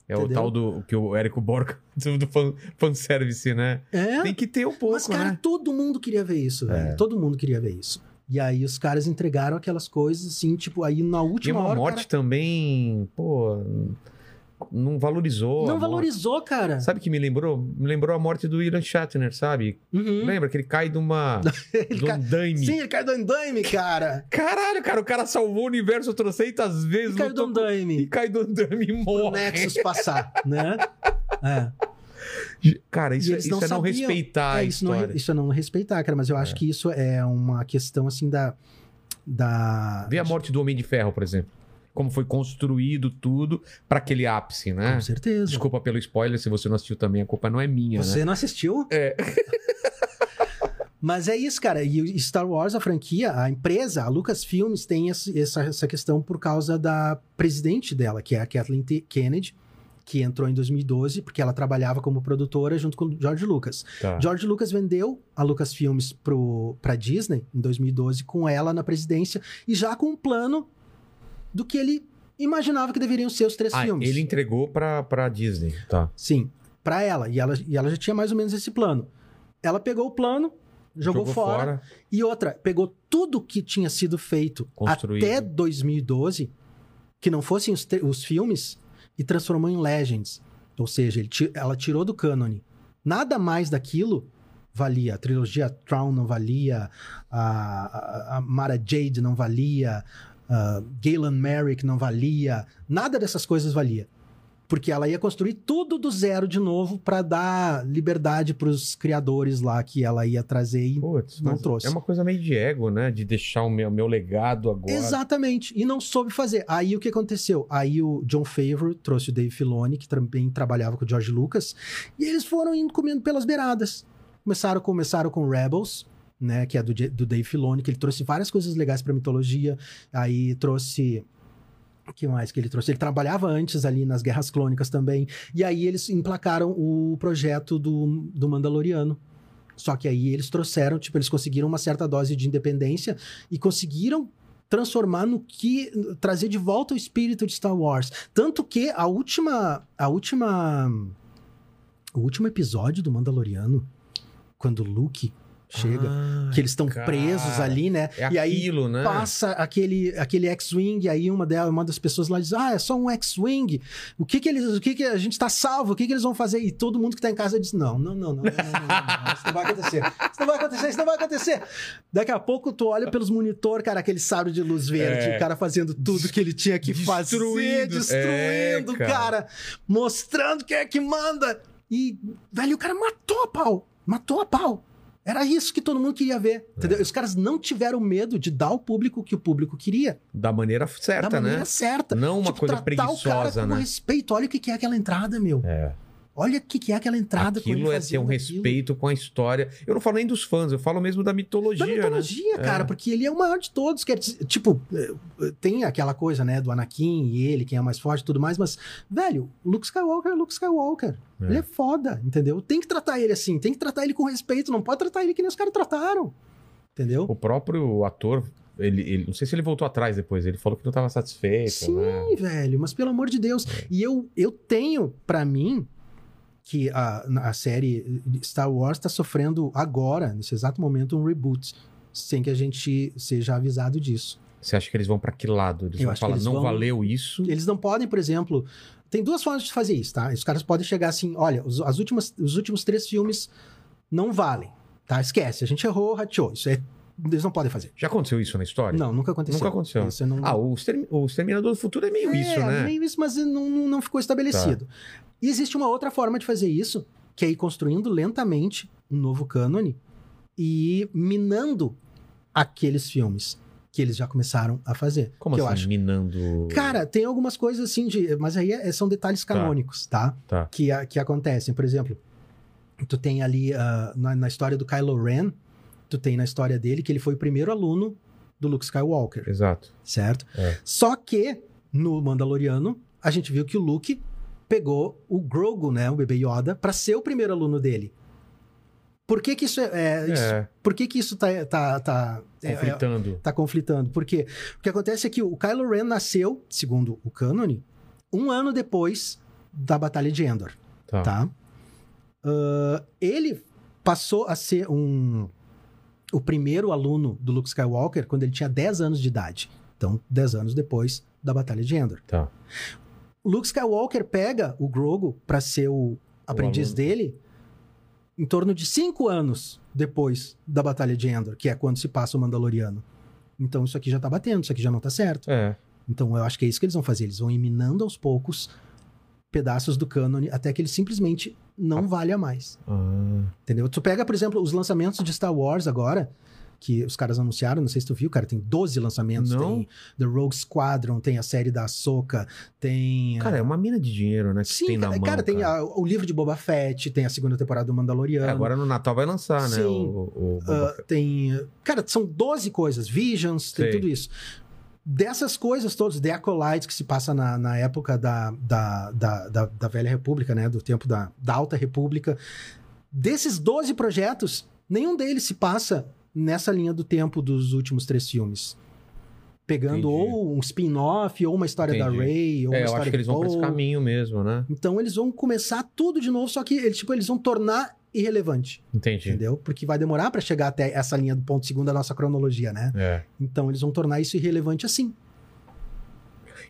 Speaker 1: É o
Speaker 3: Entendeu?
Speaker 1: tal do que o Érico Borca do, do fan, fanservice, né?
Speaker 3: É.
Speaker 1: Tem que ter um pouco,
Speaker 3: Mas, cara,
Speaker 1: né?
Speaker 3: todo mundo queria ver isso,
Speaker 1: É.
Speaker 3: velho. Todo mundo queria ver isso. E aí os caras entregaram aquelas coisas, assim, tipo, aí na
Speaker 1: E é
Speaker 3: última
Speaker 1: uma
Speaker 3: hora. o
Speaker 1: morte
Speaker 3: cara-
Speaker 1: também, pô, não valorizou. a
Speaker 3: Não
Speaker 1: morte.
Speaker 3: valorizou, cara.
Speaker 1: Sabe que me lembrou? Me lembrou a morte do Ilan Shatner, sabe?
Speaker 3: Uhum.
Speaker 1: Lembra que ele cai de uma. de
Speaker 3: Ele
Speaker 1: um
Speaker 3: cai-
Speaker 1: daime.
Speaker 3: Sim, ele caiu do andaime, cara.
Speaker 1: Caralho, cara, o cara salvou o universo trocentas vezes.
Speaker 3: Ele caiu do
Speaker 1: lutou- E
Speaker 3: andaime.
Speaker 1: cai do andaime e
Speaker 3: O
Speaker 1: morre.
Speaker 3: Nexus passar, né? É.
Speaker 1: Cara, isso,
Speaker 3: E eles
Speaker 1: isso
Speaker 3: não
Speaker 1: é não
Speaker 3: sabiam.
Speaker 1: respeitar
Speaker 3: É,
Speaker 1: a
Speaker 3: isso, não,
Speaker 1: história.
Speaker 3: é- isso é não respeitar, cara. Mas eu acho que isso é uma questão, assim, da... da...
Speaker 1: Vê a morte do Homem de Ferro, por exemplo. Como foi construído tudo pra aquele ápice, né?
Speaker 3: Com certeza.
Speaker 1: Desculpa pelo spoiler, se você não assistiu também, a culpa não é minha,
Speaker 3: Você
Speaker 1: né?
Speaker 3: não assistiu?
Speaker 1: É.
Speaker 3: Mas é isso, cara. E o Star Wars, a franquia, a empresa, a Lucasfilms, tem esse- essa, essa questão por causa da presidente dela, que é a Kathleen T- Kennedy, que entrou em 2012, porque ela trabalhava como produtora junto com o George Lucas.
Speaker 1: Tá.
Speaker 3: George Lucas vendeu a Lucasfilms pro, pra Disney em 2012, com ela na presidência, e já com um plano do que ele imaginava que deveriam ser os três
Speaker 1: Ah,
Speaker 3: filmes.
Speaker 1: ele entregou pra, pra Disney. Tá.
Speaker 3: Sim, pra ela. E, ela. e ela já tinha mais ou menos esse plano. Ela pegou o plano, jogou, fora, E outra, pegou tudo que tinha sido feito
Speaker 1: Construído.
Speaker 3: até 2012, que não fossem os, te- os filmes, e transformou em Legends. Ou seja, ele ti- ela tirou do cânone. Nada mais daquilo valia. A trilogia Tron não valia, a, a- a Mara Jade não valia, a Galen Merrick não valia, nada dessas coisas valia. Porque ela ia construir tudo do zero de novo pra dar liberdade pros criadores lá que ela ia trazer e
Speaker 1: Putz,
Speaker 3: Não
Speaker 1: mas
Speaker 3: trouxe.
Speaker 1: É uma coisa meio de ego, né? De deixar o meu, meu legado agora.
Speaker 3: Exatamente. E não soube fazer. Aí o que aconteceu? Aí o John Favreau trouxe o Dave Filoni, que também trabalhava com o George Lucas, e eles foram indo comendo pelas beiradas. Começaram, começaram com Rebels, né, que é do, Je- do Dave Filoni, que ele trouxe várias coisas legais pra mitologia. Aí trouxe o que mais que ele trouxe? Ele trabalhava antes ali nas Guerras Clônicas também. E aí eles emplacaram o projeto do, do Mandaloriano. Só que aí eles trouxeram, tipo, eles conseguiram uma certa dose de independência e conseguiram transformar no que trazer de volta o espírito de Star Wars, tanto que a última a última o último episódio do Mandaloriano quando o Luke chega,
Speaker 1: Ah,
Speaker 3: que eles estão
Speaker 1: cara.
Speaker 3: presos ali, né?
Speaker 1: É
Speaker 3: e aí
Speaker 1: aquilo, né?
Speaker 3: passa aquele, aquele X-Wing, aí uma, delas, uma das pessoas lá diz: Ah, é só um X-Wing. O que que eles. O que que a gente tá salvo? O que que eles vão fazer? E todo mundo que tá em casa diz: Não, não, não, não, não, não, não, não, não, isso não vai acontecer. Isso não vai acontecer, isso não vai acontecer. Daqui a pouco tu olha pelos monitor, cara, aquele sábio de luz verde,
Speaker 1: É.
Speaker 3: o cara fazendo tudo que ele tinha que fazer,
Speaker 1: Destruindo.
Speaker 3: destruindo,
Speaker 1: É,
Speaker 3: cara.
Speaker 1: cara.
Speaker 3: mostrando quem é que manda. E, velho, o cara matou a pau. Matou a pau. Era isso que todo mundo queria ver. Entendeu?
Speaker 1: É.
Speaker 3: Os caras não tiveram medo de dar ao público o que o público queria.
Speaker 1: Da maneira certa,
Speaker 3: da maneira
Speaker 1: né?
Speaker 3: certa.
Speaker 1: Não uma
Speaker 3: Tipo,
Speaker 1: coisa
Speaker 3: tratar o cara
Speaker 1: preguiçosa,
Speaker 3: com
Speaker 1: né?
Speaker 3: respeito. Olha o que que é aquela entrada, meu.
Speaker 1: É.
Speaker 3: Olha o que, que é aquela entrada. como
Speaker 1: Aquilo
Speaker 3: ele
Speaker 1: é
Speaker 3: fazia
Speaker 1: ter um
Speaker 3: daquilo.
Speaker 1: respeito com a história. Eu não falo nem dos fãs, eu falo mesmo da mitologia,
Speaker 3: Da mitologia,
Speaker 1: né?
Speaker 3: cara,
Speaker 1: É.
Speaker 3: porque ele é o maior de todos. Quer dizer, tipo, eh, tem aquela coisa, né, do Anakin e ele, quem é mais forte e tudo mais, mas, velho, Luke Skywalker é Luke Skywalker.
Speaker 1: É.
Speaker 3: Ele é foda, entendeu? Tem que tratar ele assim, tem que tratar ele com respeito, não pode tratar ele que nem os caras trataram. Entendeu?
Speaker 1: O próprio ator, ele, ele- não sei se ele voltou atrás depois, ele falou que não estava satisfeito,
Speaker 3: Sim,
Speaker 1: né? É.
Speaker 3: velho, mas pelo amor de Deus. E eu, eu tenho pra mim que a, a série Star Wars tá sofrendo agora, nesse exato momento, um reboot, sem que a gente seja avisado disso.
Speaker 1: Você acha que eles vão pra que lado? Eles
Speaker 3: Eu
Speaker 1: vão
Speaker 3: acho que
Speaker 1: falar,
Speaker 3: eles
Speaker 1: não
Speaker 3: vão-
Speaker 1: valeu isso?
Speaker 3: Eles não podem, por exemplo. Tem duas formas de fazer isso, tá? Os caras podem chegar assim: olha, os, as últimas, os últimos três filmes não valem, tá? Esquece, a gente errou, rateou. Isso é. Eles não podem fazer.
Speaker 1: Já aconteceu isso na história?
Speaker 3: Não, nunca aconteceu.
Speaker 1: Nunca aconteceu.
Speaker 3: Isso eu não...
Speaker 1: Ah, o, Extermi- o Exterminador do Futuro é meio
Speaker 3: É,
Speaker 1: isso, né? Tá.
Speaker 3: meio isso, mas não, não- não ficou estabelecido. E existe uma outra forma de fazer isso, que é ir construindo lentamente um novo cânone e ir minando aqueles filmes que eles já começaram a fazer.
Speaker 1: Como
Speaker 3: que
Speaker 1: assim,
Speaker 3: eu acho.
Speaker 1: minando...
Speaker 3: Cara, tem algumas coisas assim de. Mas aí é- são detalhes canônicos, tá?
Speaker 1: Tá.
Speaker 3: Que, a- que acontecem. Por exemplo, tu tem ali ah, na, na história do Kylo Ren, tu tem na história dele que ele foi o primeiro aluno do Luke Skywalker
Speaker 1: Exato.
Speaker 3: certo?
Speaker 1: É.
Speaker 3: Só que no Mandaloriano, a gente viu que o Luke pegou o Grogu, né, o bebê Yoda, pra ser o primeiro aluno dele. Por que que isso é, é, isso-
Speaker 1: É,
Speaker 3: por que que isso tá tá tá é, é,
Speaker 1: conflitando.
Speaker 3: tá conflitando? Por quê? O que acontece é que o Kylo Ren nasceu, segundo o cânone, um ano depois da Batalha de Endor
Speaker 1: Tá.
Speaker 3: tá? Ah, ele passou a ser um o primeiro aluno do Luke Skywalker quando ele tinha 10 anos de idade. Então, 10 anos depois da Batalha de Endor.
Speaker 1: Tá.
Speaker 3: Luke Skywalker pega o Grogu para ser o aprendiz
Speaker 1: aluno.
Speaker 3: dele em torno de 5 anos depois da Batalha de Endor, que é quando se passa o Mandaloriano. Então, isso aqui já tá batendo, isso aqui já não tá certo.
Speaker 1: É.
Speaker 3: Então eu acho que é isso que eles vão fazer. Eles vão eliminando aos poucos pedaços do cânone até que ele simplesmente não valha mais.
Speaker 1: Ah,
Speaker 3: Entendeu? Tu pega, por exemplo, os lançamentos de Star Wars agora, que os caras anunciaram, não sei se tu viu, cara, tem 12 lançamentos.
Speaker 1: Não.
Speaker 3: Tem The Rogue Squadron, tem a série da Ahsoka, tem...
Speaker 1: Cara, é uma mina de dinheiro, né? Que
Speaker 3: Sim,
Speaker 1: tem na
Speaker 3: cara,
Speaker 1: mão,
Speaker 3: cara, tem a- o livro de Boba Fett, tem a segunda temporada do Mandaloriano.
Speaker 1: É, agora no Natal vai lançar, né?
Speaker 3: Sim.
Speaker 1: O, o- o-
Speaker 3: Ah, tem. Cara, são 12 coisas, Visions, tem
Speaker 1: Sei.
Speaker 3: tudo isso. Dessas coisas todas, The Acolyte, que se passa na, na época da, da, da, da, da Velha República, né? Do tempo da, da Alta República. Desses 12 projetos, nenhum deles se passa nessa linha do tempo dos últimos três filmes. Pegando
Speaker 1: Entendi.
Speaker 3: ou um spin-off, ou uma história
Speaker 1: Entendi.
Speaker 3: da Ray, ou uma
Speaker 1: É, eu
Speaker 3: história
Speaker 1: acho que
Speaker 3: do
Speaker 1: eles vão pra esse
Speaker 3: Poe.
Speaker 1: caminho mesmo, né?
Speaker 3: Então eles vão começar tudo de novo, só que eles, tipo, eles vão tornar irrelevante.
Speaker 1: Entendi.
Speaker 3: Entendeu? Porque vai demorar pra chegar até essa linha do ponto segundo da nossa cronologia, né?
Speaker 1: É.
Speaker 3: Então eles vão tornar isso irrelevante assim.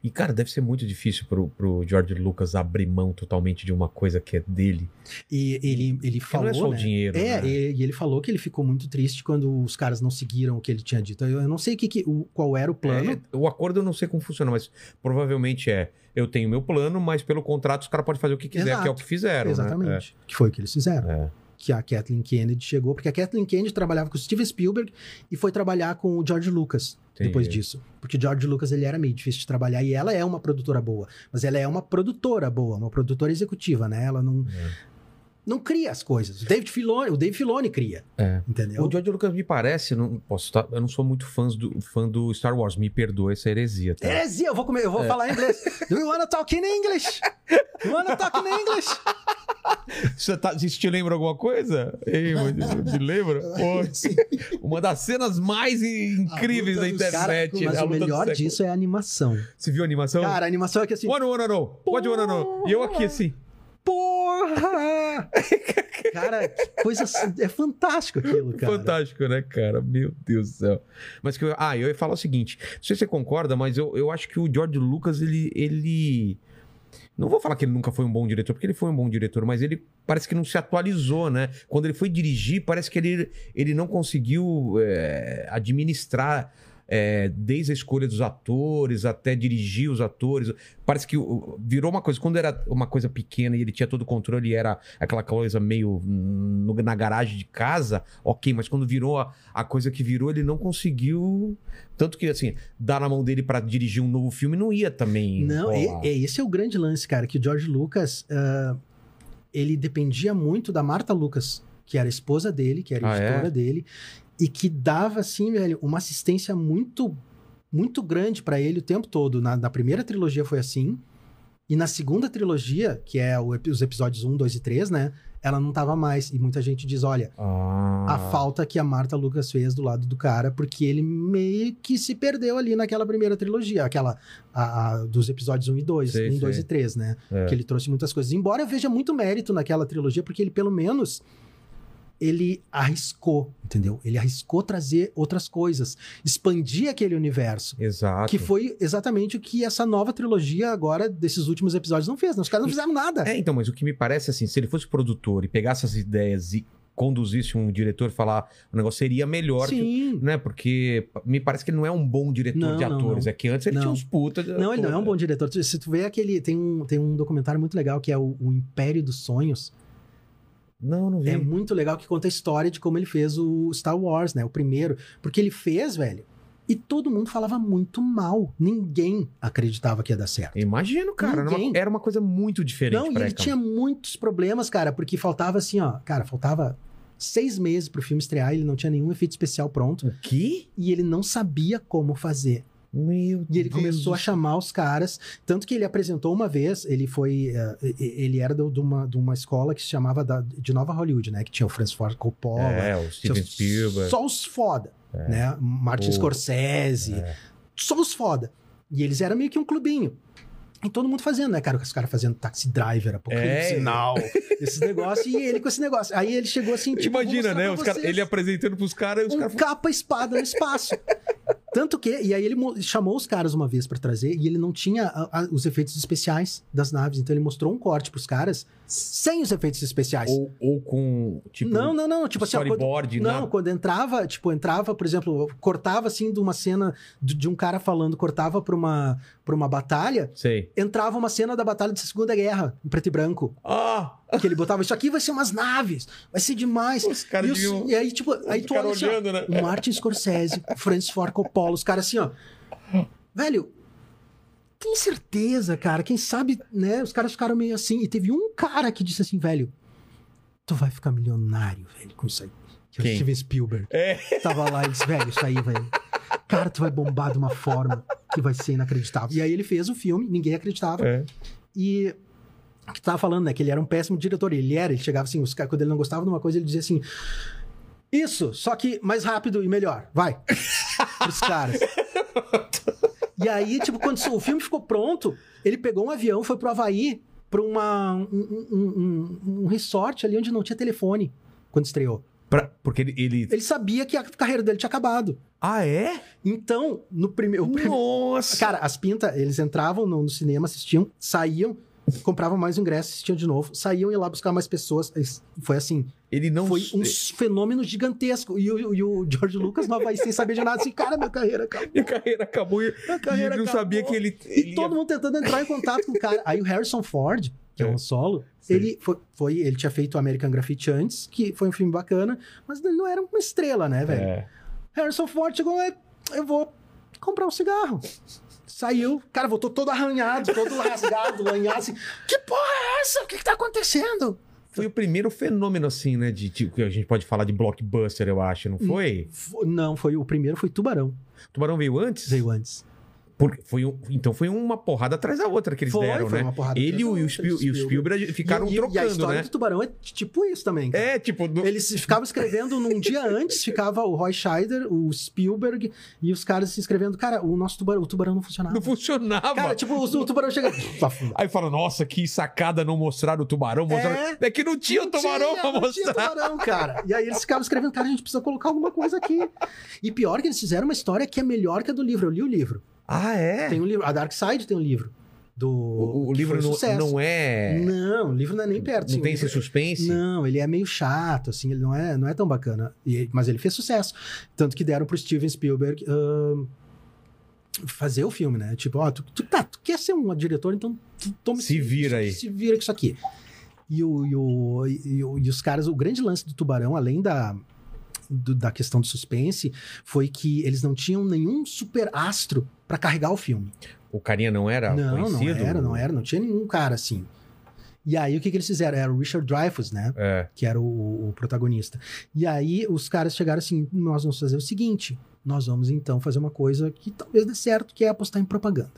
Speaker 1: E, cara, deve ser muito difícil pro, pro George Lucas abrir mão totalmente de uma coisa que é dele.
Speaker 3: E ele, ele falou.
Speaker 1: não é só o
Speaker 3: né?
Speaker 1: dinheiro,
Speaker 3: É,
Speaker 1: né?
Speaker 3: e, e ele falou que ele ficou muito triste quando os caras não seguiram o que ele tinha dito. Eu, eu não sei o que, que- o, qual era o plano.
Speaker 1: É, o acordo eu não sei como funciona, mas provavelmente é. Eu tenho meu plano, mas pelo contrato os caras podem fazer o que quiser,
Speaker 3: Exato.
Speaker 1: que é o que fizeram. né?
Speaker 3: Exatamente. Que foi o que eles fizeram.
Speaker 1: É, é.
Speaker 3: Que a Kathleen Kennedy chegou, porque a Kathleen Kennedy trabalhava com o Steven Spielberg e foi trabalhar com o George Lucas
Speaker 1: Entendi.
Speaker 3: depois disso. Porque o George Lucas ele era meio difícil de trabalhar e ela é uma produtora boa. Mas ela é uma produtora boa, uma produtora executiva, né? Ela não.
Speaker 1: É.
Speaker 3: não cria as coisas. O David Filoni, o Dave Filoni cria,
Speaker 1: É.
Speaker 3: entendeu?
Speaker 1: O George Lucas me parece, não posso tá- eu não sou muito fã do, fã do Star Wars, me perdoa essa heresia, tá?
Speaker 3: Heresia, eu vou comer, eu vou falar em inglês. Do you wanna talk in English? You wanna talk in English?
Speaker 1: Você, tá, você te lembra alguma coisa? Ei, meu Deus, te lembra? Pô,
Speaker 2: Assim,
Speaker 1: uma das cenas mais incríveis
Speaker 2: A
Speaker 1: da
Speaker 2: luta dos
Speaker 1: internet.
Speaker 2: séculos,
Speaker 1: né?
Speaker 3: Mas
Speaker 1: A
Speaker 3: o
Speaker 1: luta do
Speaker 3: melhor
Speaker 1: século. Então-
Speaker 3: disso é a animação.
Speaker 1: Você viu a animação?
Speaker 3: Cara, a animação é que assim,
Speaker 1: One, one, one, one. Pode, one, one, one. E eu aqui, assim.
Speaker 3: porra! cara, que coisa assim, é fantástico aquilo, cara.
Speaker 1: Fantástico, né, cara? Meu Deus do céu. Mas que eu, ah, eu ia falar o seguinte: não sei se você concorda, mas eu, eu acho que o George Lucas, ele, ele. Não vou falar que ele nunca foi um bom diretor, porque ele foi um bom diretor, mas ele parece que não se atualizou, né? Quando ele foi dirigir, parece que ele, ele não conseguiu é, administrar. é, desde a escolha dos atores até dirigir os atores. Parece que o- virou uma coisa. Quando era uma coisa pequena e ele tinha todo o controle e era aquela coisa meio hum, no- na garagem de casa, ok, mas quando virou a, a coisa que virou, ele não conseguiu. Tanto que, assim, dar na mão dele pra dirigir um novo filme não ia também.
Speaker 3: Não,
Speaker 1: rolar.
Speaker 3: e- e esse é o grande lance, cara, que o George Lucas. ah, ele dependia muito da Marta Lucas, que era esposa dele, que era
Speaker 1: Ah, é?
Speaker 3: editora dele, e que dava, assim, velho, uma assistência muito, muito grande pra ele o tempo todo. Na, na primeira trilogia foi assim, e na segunda trilogia, que é o epi- os episódios 1, 2 e 3, né? Ela não tava mais. E muita gente diz: olha,
Speaker 1: Ah,
Speaker 3: a falta que a Marta Lucas fez do lado do cara, porque ele meio que se perdeu ali naquela primeira trilogia, aquela a- a- dos episódios 1 e 2,
Speaker 1: Sei,
Speaker 3: 1, 2
Speaker 1: sei.
Speaker 3: e 3, né?
Speaker 1: É.
Speaker 3: Que ele trouxe muitas coisas. Embora eu veja muito mérito naquela trilogia, porque ele pelo menos ele arriscou, entendeu? Ele arriscou trazer outras coisas, expandir aquele universo.
Speaker 1: Exato.
Speaker 3: Que foi exatamente o que essa nova trilogia agora, desses últimos episódios, não fez. né? Os caras não fizeram nada.
Speaker 1: É, então, mas o que me parece assim, se ele fosse produtor e pegasse as ideias e conduzisse um diretor falar, o negócio seria melhor. que-
Speaker 3: Sim.
Speaker 1: né? Porque me parece que ele não é um bom diretor
Speaker 3: Não,
Speaker 1: de
Speaker 3: não,
Speaker 1: atores. É que antes ele
Speaker 3: Não.
Speaker 1: tinha uns putas.
Speaker 3: Não, ele não é um bom diretor. Tu- Se tu vê aquele. Tem um, tem um documentário muito legal que é o, o Império dos Sonhos.
Speaker 1: Não, não vi.
Speaker 3: É muito legal que conta a história de como ele fez o Star Wars, né? O primeiro. Porque ele fez, velho. E todo mundo falava muito mal. Ninguém acreditava que ia dar certo.
Speaker 1: Imagino, cara. Era uma,
Speaker 3: Ninguém.
Speaker 1: era uma coisa muito diferente.
Speaker 3: Não, e
Speaker 1: pra
Speaker 3: ele
Speaker 1: época.
Speaker 3: tinha muitos problemas, cara, porque faltava assim, ó. Cara, faltava seis meses pro filme estrear, ele não tinha nenhum efeito especial pronto.
Speaker 1: O quê?
Speaker 3: E ele não sabia como fazer.
Speaker 1: Meu
Speaker 3: E ele
Speaker 1: Deus
Speaker 3: começou
Speaker 1: do
Speaker 3: a chamar os caras. Tanto que ele apresentou uma vez, ele foi. eh, e- e- ele era do- de uma, de uma escola que se chamava da- de Nova Hollywood, né? Que tinha o Francis Ford Coppola.
Speaker 1: É, o
Speaker 3: tinha
Speaker 1: Steven
Speaker 3: os-
Speaker 1: Spielberg.
Speaker 3: Só os foda, né? Martin
Speaker 1: O-
Speaker 3: Scorsese.
Speaker 1: É.
Speaker 3: Só os foda. E eles eram meio que um clubinho. E todo mundo fazendo, né, cara? Os caras fazendo taxi driver, apocalipse
Speaker 1: É.
Speaker 3: sinal, esses negócios, e ele com esse negócio. Aí ele chegou assim, tipo, vou
Speaker 1: Imagina,
Speaker 3: mostrar
Speaker 1: né?
Speaker 3: pra
Speaker 1: Os cara-
Speaker 3: vocês
Speaker 1: ele apresentando pros caras e os
Speaker 3: um
Speaker 1: caras
Speaker 3: capa-espada no espaço. Tanto que, e aí ele mo- chamou os caras uma vez pra trazer e ele não tinha a- a- os efeitos especiais das naves, então ele mostrou um corte pros caras sem os efeitos especiais.
Speaker 1: ou, ou com, tipo,
Speaker 3: não, não, não, tipo assim, ó, quando,
Speaker 1: storyboard.
Speaker 3: não, quando entrava, tipo, entrava, por exemplo, cortava assim de uma cena de, de um cara falando, cortava pra uma para uma batalha,
Speaker 1: na... Sei.
Speaker 3: entrava uma cena da batalha da Segunda Guerra, em preto e branco,
Speaker 1: Ah,
Speaker 3: que ele botava isso aqui vai ser umas naves, vai ser demais.
Speaker 1: os caras
Speaker 3: E, os-
Speaker 1: deviam...
Speaker 3: e aí, tipo, aí
Speaker 1: os
Speaker 3: tu
Speaker 1: caras
Speaker 3: olha assim, ó,
Speaker 1: olhando, né?
Speaker 3: o Martin Scorsese, o Francis Ford Coppola, os caras assim, ó. Velho, tem certeza, cara. Quem sabe, né? Os caras ficaram meio assim. E teve um cara que disse assim, velho, tu vai ficar milionário, velho, com isso aí. Que é
Speaker 1: Quem?
Speaker 3: o Steven Spielberg.
Speaker 1: É.
Speaker 3: Tava lá e disse, velho, isso aí, velho. Cara, tu vai bombar de uma forma que vai ser inacreditável. E aí ele fez o filme, ninguém acreditava.
Speaker 1: É.
Speaker 3: E o que tu tava falando, né? Que ele era um péssimo diretor. Ele era, ele chegava assim, os caras, quando ele não gostava de uma coisa, ele dizia assim: Isso, só que mais rápido e melhor. Vai. Pros caras. e aí, tipo, quando o filme ficou pronto, ele pegou um avião, foi pro Havaí, pra uma, um, um, um, um resort ali onde não tinha telefone quando estreou.
Speaker 1: Pra- porque ele, ele-
Speaker 3: Ele sabia que a carreira dele tinha acabado.
Speaker 1: Ah, é?
Speaker 3: Então, no primeiro.
Speaker 1: Nossa!
Speaker 3: Cara, as pintas, eles entravam no, no cinema, assistiam, saíam, compravam mais ingressos, assistiam de novo, saíam e lá buscar mais pessoas. Es- Foi assim,
Speaker 1: Ele não...
Speaker 3: foi um fenômeno gigantesco. E, o- e o George Lucas não vai sem saber de nada, assim, cara, minha carreira acabou,
Speaker 1: Minha carreira acabou e, e
Speaker 3: minha
Speaker 1: ele
Speaker 3: carreira
Speaker 1: não
Speaker 3: acabou.
Speaker 1: sabia que ele...
Speaker 3: E
Speaker 1: ele
Speaker 3: todo
Speaker 1: ia-
Speaker 3: mundo tentando entrar em contato com o cara. Aí o Harrison Ford, que é
Speaker 1: É.
Speaker 3: um solo,
Speaker 1: Sim.
Speaker 3: ele foi, foi- ele tinha feito American Graffiti antes, que foi um filme bacana, mas ele não era uma estrela, né, velho?
Speaker 1: É.
Speaker 3: Harrison Ford chegou, "É, eu vou comprar um cigarro. Saiu, cara, voltou todo arranhado, todo rasgado, lanhado, assim. Que porra é essa? O que, que tá acontecendo?
Speaker 1: Foi o primeiro fenômeno, assim, né? De, de- que a gente pode falar de blockbuster, eu acho,
Speaker 3: Hum.
Speaker 1: não foi?
Speaker 3: Fo- não, foi o primeiro, foi Tubarão,
Speaker 1: Tubarão veio antes?
Speaker 3: veio antes.
Speaker 1: Porque foi um- então foi uma porrada atrás da outra que eles
Speaker 3: foi,
Speaker 1: deram,
Speaker 3: foi
Speaker 1: né?
Speaker 3: uma porrada.
Speaker 1: Ele e o,
Speaker 3: E
Speaker 1: Spiel- e o Spielberg ficaram
Speaker 3: e- E a
Speaker 1: trocando,
Speaker 3: história
Speaker 1: né?
Speaker 3: do Tubarão é t- tipo isso também. cara.
Speaker 1: É, tipo, no-
Speaker 3: Eles ficavam escrevendo num dia antes, ficava o Roy Scheider, o Spielberg e os caras se escrevendo. Cara, o nosso tubarão, o tubarão não funcionava.
Speaker 1: não funcionava.
Speaker 3: Cara, tipo, o, o tubarão chega.
Speaker 1: Aí fala, nossa, que sacada não mostrar o tubarão. Mostrar... É... que não tinha o tubarão
Speaker 3: Tinha,
Speaker 1: pra
Speaker 3: não tinha
Speaker 1: mostrar.
Speaker 3: tubarão, cara. E aí eles ficavam escrevendo, cara, a gente precisa colocar alguma coisa aqui. E pior que eles fizeram uma história que é melhor que a do livro. Eu li o livro.
Speaker 1: Ah, é?
Speaker 3: Tem um livro. A Dark Side tem um livro. Do,
Speaker 1: O, o
Speaker 3: que
Speaker 1: livro
Speaker 3: foi um
Speaker 1: não,
Speaker 3: sucesso.
Speaker 1: não é.
Speaker 3: Não, o livro não é nem perto.
Speaker 1: não
Speaker 3: assim,
Speaker 1: tem
Speaker 3: o
Speaker 1: esse
Speaker 3: livro-
Speaker 1: suspense?
Speaker 3: Não, ele é meio chato, assim, ele não é, não é tão bacana. E- mas ele fez sucesso. Tanto que deram pro Steven Spielberg ahn, fazer o filme, né? Tipo, ó, tu, tu- tá, tu quer ser um diretor, então tu, toma
Speaker 1: Se
Speaker 3: esse-
Speaker 1: vira aí.
Speaker 3: Se vira com isso aqui. E, o, e, o- e o- e os caras, o grande lance do Tubarão, além da, do- da questão do suspense, foi que eles não tinham nenhum super astro pra carregar o filme.
Speaker 1: O carinha não era
Speaker 3: não,
Speaker 1: conhecido?
Speaker 3: não era, não era, não tinha nenhum cara assim. E aí o que, que eles fizeram? Era o Richard Dreyfuss, né?
Speaker 1: É.
Speaker 3: Que era o, o protagonista. E aí os caras chegaram assim: nós vamos fazer o seguinte. Nós vamos então fazer uma coisa que talvez dê certo, que é apostar em propaganda.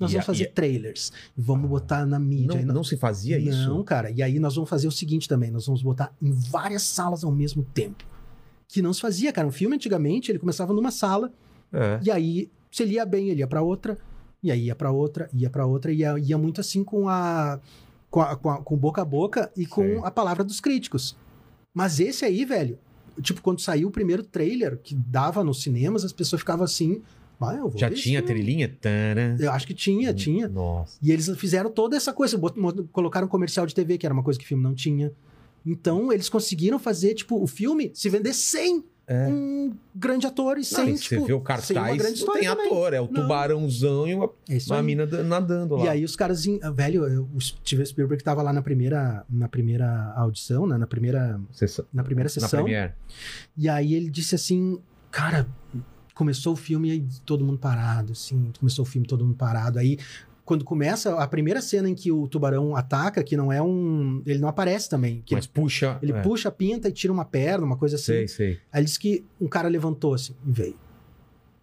Speaker 3: Nós
Speaker 1: E
Speaker 3: vamos
Speaker 1: a-
Speaker 3: fazer
Speaker 1: e-
Speaker 3: trailers. Vamos botar na mídia.
Speaker 1: Não,
Speaker 3: e nós-
Speaker 1: não se fazia
Speaker 3: não,
Speaker 1: isso?
Speaker 3: cara. E aí nós vamos fazer o seguinte também: nós vamos botar em várias salas ao mesmo tempo. Que não se fazia, cara. Um filme antigamente ele começava numa sala
Speaker 1: É.
Speaker 3: e aí se ele ia bem, ele ia pra outra, e aí ia pra outra, ia pra outra, e ia, ia muito assim com a. Com, a, com, a- com boca a boca e com
Speaker 1: Sei.
Speaker 3: a palavra dos críticos. Mas esse aí, velho, tipo, quando saiu o primeiro trailer que dava nos cinemas, as pessoas ficavam assim. Ah, eu vou
Speaker 1: Já
Speaker 3: ver esse
Speaker 1: tinha Uhum.
Speaker 3: filme."
Speaker 1: trilhinha? Tana.
Speaker 3: Eu acho que tinha, tinha.
Speaker 1: Nossa.
Speaker 3: E eles fizeram toda essa coisa, bot- mo- colocaram um comercial de TV, que era uma coisa que o filme não tinha. Então, eles conseguiram fazer, tipo, o filme se vender sem
Speaker 1: É.
Speaker 3: um grande ator e sem,
Speaker 1: Não, e
Speaker 3: tipo,
Speaker 1: você vê o
Speaker 3: sem uma grande
Speaker 1: cartaz, não
Speaker 3: história
Speaker 1: tem
Speaker 3: também.
Speaker 1: ator. É o
Speaker 3: Não.
Speaker 1: tubarãozão e uma,
Speaker 3: É isso
Speaker 1: uma
Speaker 3: aí.
Speaker 1: mina da- nadando lá.
Speaker 3: E aí os caras, em- ah, velho, eu- o Steven Spielberg tava lá na primeira, na primeira audição, né? Na primeira,
Speaker 1: Sessão-
Speaker 3: na primeira
Speaker 1: na
Speaker 3: sessão.
Speaker 1: Premiere.
Speaker 3: E aí ele disse assim, cara, começou o filme e aí todo mundo parado, assim, começou o filme todo mundo parado. Aí quando começa a primeira cena em que o tubarão ataca, que não é um, ele não aparece também, que
Speaker 1: Mas puxa.
Speaker 3: ele, ele
Speaker 1: é,
Speaker 3: puxa, pinta e tira uma perna, uma coisa assim.
Speaker 1: Sei, sei.
Speaker 3: Aí ele disse que um cara levantou assim e veio.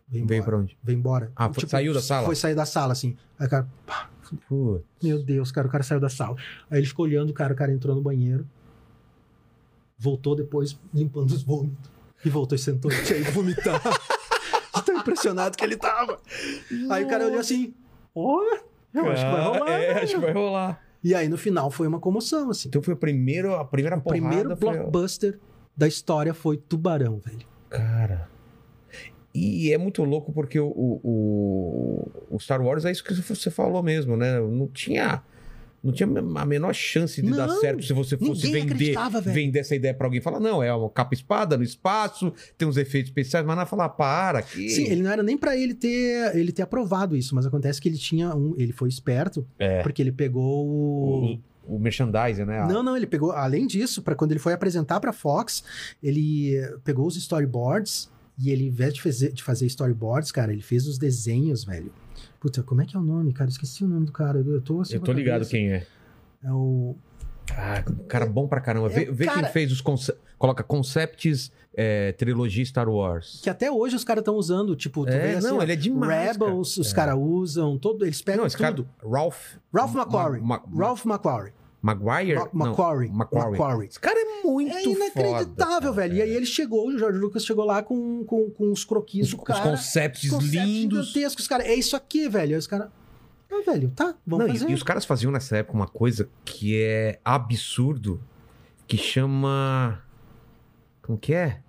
Speaker 3: Veio embora.
Speaker 1: Veio pra onde?
Speaker 3: Veio embora. Tipo,
Speaker 1: Ah, foi- saiu da sala?
Speaker 3: Foi sair da sala, assim. Aí o cara, pá,
Speaker 1: Pô.
Speaker 3: meu Deus, cara, o cara saiu da sala. Aí ele ficou olhando, o cara, o cara entrou no banheiro, voltou depois limpando os vômitos. E voltou e sentou e tinha ido vomitar. De tão impressionado que ele tava. Aí o cara olhou assim, ó, eu acho que vai rolar.
Speaker 1: É,
Speaker 3: né?"
Speaker 1: acho que vai rolar.
Speaker 3: E aí no final foi uma comoção, assim.
Speaker 1: Então foi o primeiro, a primeira
Speaker 3: O
Speaker 1: porrada.
Speaker 3: primeiro
Speaker 1: foi-
Speaker 3: blockbuster da história foi Tubarão, velho.
Speaker 1: Cara. E é muito louco porque o, o- o- o Star Wars é isso que você falou mesmo, né? Não tinha. Não tinha a menor chance de dar
Speaker 3: Não,
Speaker 1: certo se você fosse
Speaker 3: ninguém
Speaker 1: vender,
Speaker 3: acreditava, velho.
Speaker 1: vender essa ideia pra alguém. Falar, não, é uma capa-espada no espaço, tem uns efeitos especiais, mas não é falar, para que.
Speaker 3: Sim, ele não era nem pra ele ter ele ter aprovado isso, mas acontece que ele tinha um, ele foi esperto,
Speaker 1: É.
Speaker 3: porque ele pegou o,
Speaker 1: O, o merchandising, né?
Speaker 3: Não, não, ele pegou, além disso, para quando ele foi apresentar pra Fox, ele eh, pegou os storyboards e ele, ao invés de fazer, de fazer storyboards, cara, ele fez os desenhos, velho. Puta, como é que é o nome, cara? Esqueci o nome do cara. Eu tô assim.
Speaker 1: Eu
Speaker 3: com a
Speaker 1: tô ligado
Speaker 3: cabeça.
Speaker 1: quem é.
Speaker 3: É o.
Speaker 1: Ah, cara bom pra caramba.
Speaker 3: É,
Speaker 1: Vê, vê
Speaker 3: cara-
Speaker 1: quem fez os conce... Coloca Concepts é, Trilogia Star Wars.
Speaker 3: Que até hoje os caras estão usando, tipo, tu
Speaker 1: É,
Speaker 3: vê, assim,
Speaker 1: não,
Speaker 3: ó,
Speaker 1: ele é demais. cara.
Speaker 3: Rebels, os caras usam, todo, eles pegam
Speaker 1: Não, esse cara.
Speaker 3: tudo.
Speaker 1: Ralph.
Speaker 3: Ralph McQuarrie.
Speaker 1: Ma- Ma-
Speaker 3: Ralph McQuarrie.
Speaker 1: Maguire?
Speaker 3: Ma-
Speaker 1: Não,
Speaker 3: Macquarie.
Speaker 1: Macquarie.
Speaker 3: Macquarie.
Speaker 1: Esse cara é muito
Speaker 3: É
Speaker 1: foda, cara.
Speaker 3: inacreditável, velho. E aí ele chegou, o George Lucas chegou lá com, com, com os croquis
Speaker 1: Os,
Speaker 3: do
Speaker 1: os
Speaker 3: cara.
Speaker 1: concepts
Speaker 3: conceitos
Speaker 1: lindos.
Speaker 3: gigantescos, cara. É isso aqui, velho. Aí os caras. Ah, velho, tá, vamos
Speaker 1: Não, e-
Speaker 3: fazer.
Speaker 1: e, os caras faziam nessa época uma coisa que é absurdo, que chama. Como que é?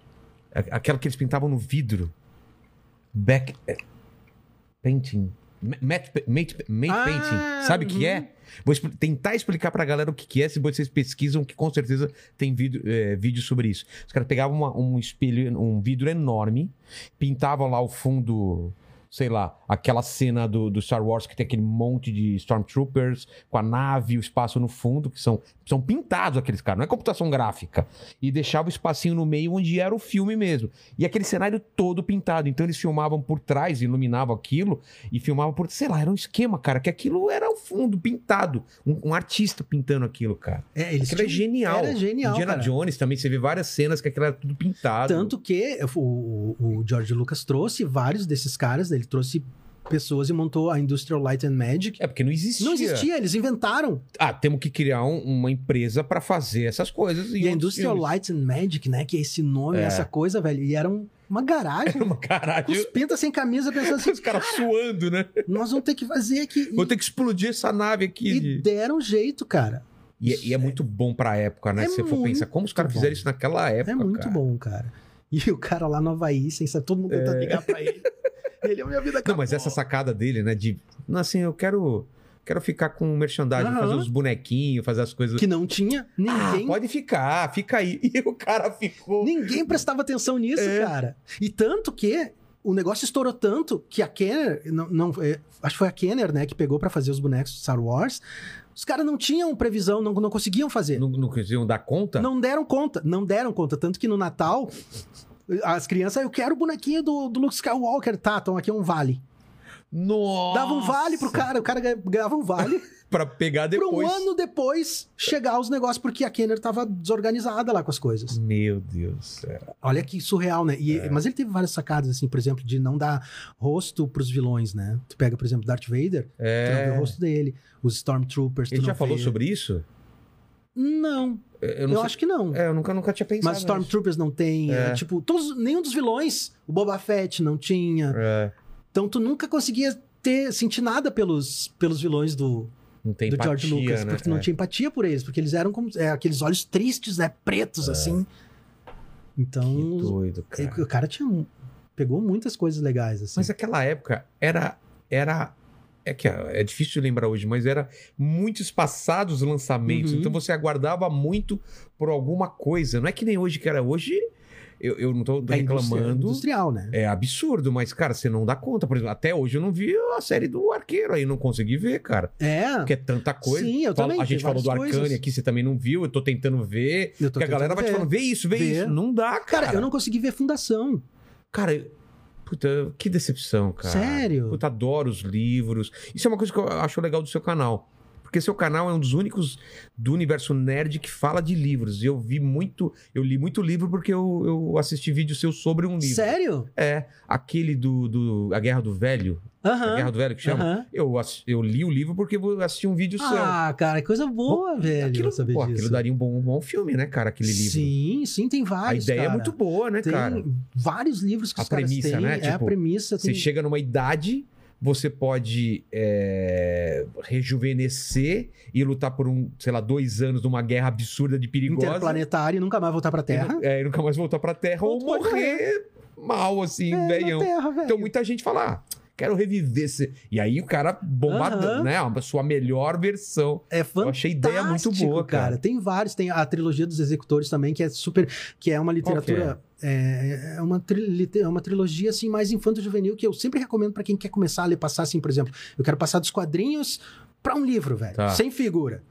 Speaker 1: A- Aquela que eles pintavam no vidro. Back. é, Painting. Ma- Matte, pa- mate, mate
Speaker 3: Ah,
Speaker 1: painting. Sabe o que é? Vou expli- tentar explicar pra galera o que, que é, se vocês pesquisam, que com certeza tem vídeo, é, vídeo sobre isso. Os caras pegavam uma- um espelho, um vidro enorme, pintavam lá o fundo, sei lá, aquela cena do, do Star Wars que tem aquele monte de Stormtroopers com a nave, o espaço no fundo, que são, são pintados aqueles caras, não é computação gráfica. E deixava o espacinho no meio onde era o filme mesmo. E aquele cenário todo pintado. Então eles filmavam por trás, iluminavam aquilo e filmavam por, sei lá, era um esquema, cara, que aquilo era o fundo pintado. Um, um artista pintando aquilo, cara.
Speaker 3: É, eles
Speaker 1: Aquilo é
Speaker 3: tinham-
Speaker 1: genial.
Speaker 3: Era genial.
Speaker 1: Indiana
Speaker 3: cara.
Speaker 1: Jones também, você vê várias cenas que aquilo era tudo pintado.
Speaker 3: Tanto que o, o- o George Lucas trouxe vários desses caras, né? ele trouxe pessoas e montou a Industrial Light and Magic.
Speaker 1: É porque não existia.
Speaker 3: Não existia, eles inventaram.
Speaker 1: Ah, temos que criar um- uma empresa pra fazer essas coisas.
Speaker 3: E, a Industrial Light and Magic, né? Que é esse nome,
Speaker 1: É.
Speaker 3: essa coisa, velho. E era um- uma garagem.
Speaker 1: Uma
Speaker 3: Com os
Speaker 1: caralho.
Speaker 3: pintas sem camisa, pensando assim,
Speaker 1: Os caras suando, né?
Speaker 3: nós vamos ter que fazer aqui.
Speaker 1: Vou ter que explodir essa nave aqui.
Speaker 3: E
Speaker 1: de-
Speaker 3: deram jeito, cara.
Speaker 1: E, e é muito bom pra época, né?
Speaker 3: É
Speaker 1: Se você for
Speaker 3: muito
Speaker 1: pensar, como os caras
Speaker 3: bom.
Speaker 1: fizeram isso naquela época,
Speaker 3: É muito
Speaker 1: cara?
Speaker 3: bom, cara. E o cara lá no Havaí, sem saber, todo mundo tentando ligar pra ele. Ele é minha vida
Speaker 1: Não,
Speaker 3: acabou.
Speaker 1: mas essa sacada dele, né? De, não, assim, eu quero, quero ficar com merchandising,
Speaker 3: Aham.
Speaker 1: fazer os bonequinhos, fazer as coisas.
Speaker 3: Que não tinha,
Speaker 1: Ah,
Speaker 3: ninguém.
Speaker 1: pode ficar, fica aí. E o cara ficou...
Speaker 3: Ninguém prestava atenção nisso,
Speaker 1: É.
Speaker 3: cara. E tanto que o negócio estourou tanto que a Kenner, não, não, é, acho que foi a Kenner, né, que pegou pra fazer os bonecos de Star Wars. Os caras não tinham previsão, não, não conseguiam fazer.
Speaker 1: Não, não conseguiam dar conta?
Speaker 3: Não deram conta, não deram conta. Tanto que no Natal, as crianças, eu quero o bonequinho do, do Luke Skywalker. Tá, então aqui é um vale.
Speaker 1: Nossa!
Speaker 3: Dava um vale pro cara, o cara ganha- ganhava um vale.
Speaker 1: pra pegar
Speaker 3: Pra
Speaker 1: depois.
Speaker 3: um ano depois chegar os negócios, porque a Kenner tava desorganizada lá com as coisas.
Speaker 1: Meu Deus do céu.
Speaker 3: Olha que surreal, né? E-
Speaker 1: É.
Speaker 3: Mas ele teve várias sacadas, assim, por exemplo, de não dar rosto pros vilões, né? Tu pega, por exemplo, Darth Vader, tu não vê o
Speaker 1: É.
Speaker 3: rosto dele. Os Stormtroopers, tu
Speaker 1: Ele
Speaker 3: não
Speaker 1: já falou
Speaker 3: vê-
Speaker 1: sobre isso?
Speaker 3: Não,
Speaker 1: Eu,
Speaker 3: eu,
Speaker 1: não sei-
Speaker 3: acho que não.
Speaker 1: É, eu nunca, nunca tinha pensado.
Speaker 3: Mas Stormtroopers não tem,
Speaker 1: É.
Speaker 3: é, tipo, todos, nenhum dos vilões, o Boba Fett não tinha.
Speaker 1: nisso. É,
Speaker 3: Então tu nunca conseguia ter, sentir nada pelos, pelos vilões do,
Speaker 1: não tem
Speaker 3: do
Speaker 1: empatia,
Speaker 3: George Lucas,
Speaker 1: né?
Speaker 3: porque tu não
Speaker 1: É.
Speaker 3: tinha empatia por eles, porque eles eram como é, aqueles olhos tristes, né? Pretos, assim. Então,
Speaker 1: É. Que doido,
Speaker 3: E
Speaker 1: cara.
Speaker 3: O cara tinha um- pegou muitas coisas legais, assim.
Speaker 1: Mas tá aquela época era. era é que é é difícil de lembrar hoje, mas era muito espaçado os lançamentos.
Speaker 3: Uhum.
Speaker 1: Então você aguardava muito por alguma coisa. Não é que nem hoje que era. Hoje eu, eu não tô
Speaker 3: É indústria-
Speaker 1: reclamando.
Speaker 3: Industrial, né?
Speaker 1: É absurdo, mas, cara, você não dá conta. Por exemplo, até hoje eu não vi a série do Arqueiro aí, não consegui ver, cara.
Speaker 3: É.
Speaker 1: Porque é tanta coisa.
Speaker 3: Sim, eu
Speaker 1: Fala-
Speaker 3: também.
Speaker 1: a
Speaker 3: tem
Speaker 1: gente falou do
Speaker 3: várias
Speaker 1: Arcane
Speaker 3: coisas.
Speaker 1: aqui, você também não viu, eu tô tentando ver.
Speaker 3: Eu tô
Speaker 1: Porque a galera vai
Speaker 3: tentando
Speaker 1: te falando,
Speaker 3: ver.
Speaker 1: vê isso, vê,
Speaker 3: Vê.
Speaker 1: isso. Não dá, cara.
Speaker 3: Cara, eu não consegui ver Fundação.
Speaker 1: Cara, eu- puta, que decepção, cara.
Speaker 3: Sério?
Speaker 1: Puta, adoro os livros. Isso é uma coisa que eu acho legal do seu canal. Porque seu canal é um dos únicos do universo nerd que fala de livros. E Eu vi muito, eu li muito livro porque eu, eu assisti vídeo seu sobre um livro.
Speaker 3: Sério?
Speaker 1: É, aquele do, do A Guerra do Velho,
Speaker 3: Aham.
Speaker 1: A Guerra do Velho que chama.
Speaker 3: aham.
Speaker 1: Eu, ass- eu li o livro porque eu assisti um vídeo seu.
Speaker 3: Ah, cara, que coisa boa, velho.
Speaker 1: Aquilo,
Speaker 3: saber
Speaker 1: pô,
Speaker 3: disso.
Speaker 1: aquilo daria um bom, um bom filme, né, cara, aquele livro.
Speaker 3: Sim, sim, tem
Speaker 1: A
Speaker 3: vários.
Speaker 1: ideia
Speaker 3: cara.
Speaker 1: é muito boa, né,
Speaker 3: Tem
Speaker 1: cara?
Speaker 3: vários livros que
Speaker 1: A
Speaker 3: os caras
Speaker 1: premissa,
Speaker 3: têm.
Speaker 1: né?
Speaker 3: É a
Speaker 1: Tipo,
Speaker 3: premissa.
Speaker 1: Você
Speaker 3: Tem...
Speaker 1: chega numa idade, você pode é, rejuvenescer e lutar por um, sei lá, dois anos numa guerra absurda de perigosa.
Speaker 3: Interplanetário e nunca mais voltar pra
Speaker 1: E,
Speaker 3: Terra.
Speaker 1: nu- é, e nunca mais voltar pra Terra ou,
Speaker 3: Ou tu pode
Speaker 1: morrer mal, assim,
Speaker 3: É, na
Speaker 1: velhão.
Speaker 3: Terra, velho.
Speaker 1: Então muita gente fala, ah, quero reviver. esse- E aí o cara bombadão,
Speaker 3: Aham.
Speaker 1: né? A sua melhor versão.
Speaker 3: É
Speaker 1: Eu achei ideia muito
Speaker 3: Fantástico,
Speaker 1: boa, cara.
Speaker 3: Tem vários, tem a trilogia dos executores também, que é super. que é uma literatura. É, é uma, tri- lite- é uma trilogia assim mais infanto-juvenil que eu sempre recomendo pra quem quer começar a ler, passar assim, por exemplo. Eu quero passar dos quadrinhos pra um livro, velho.
Speaker 1: Tá.
Speaker 3: Sem figura.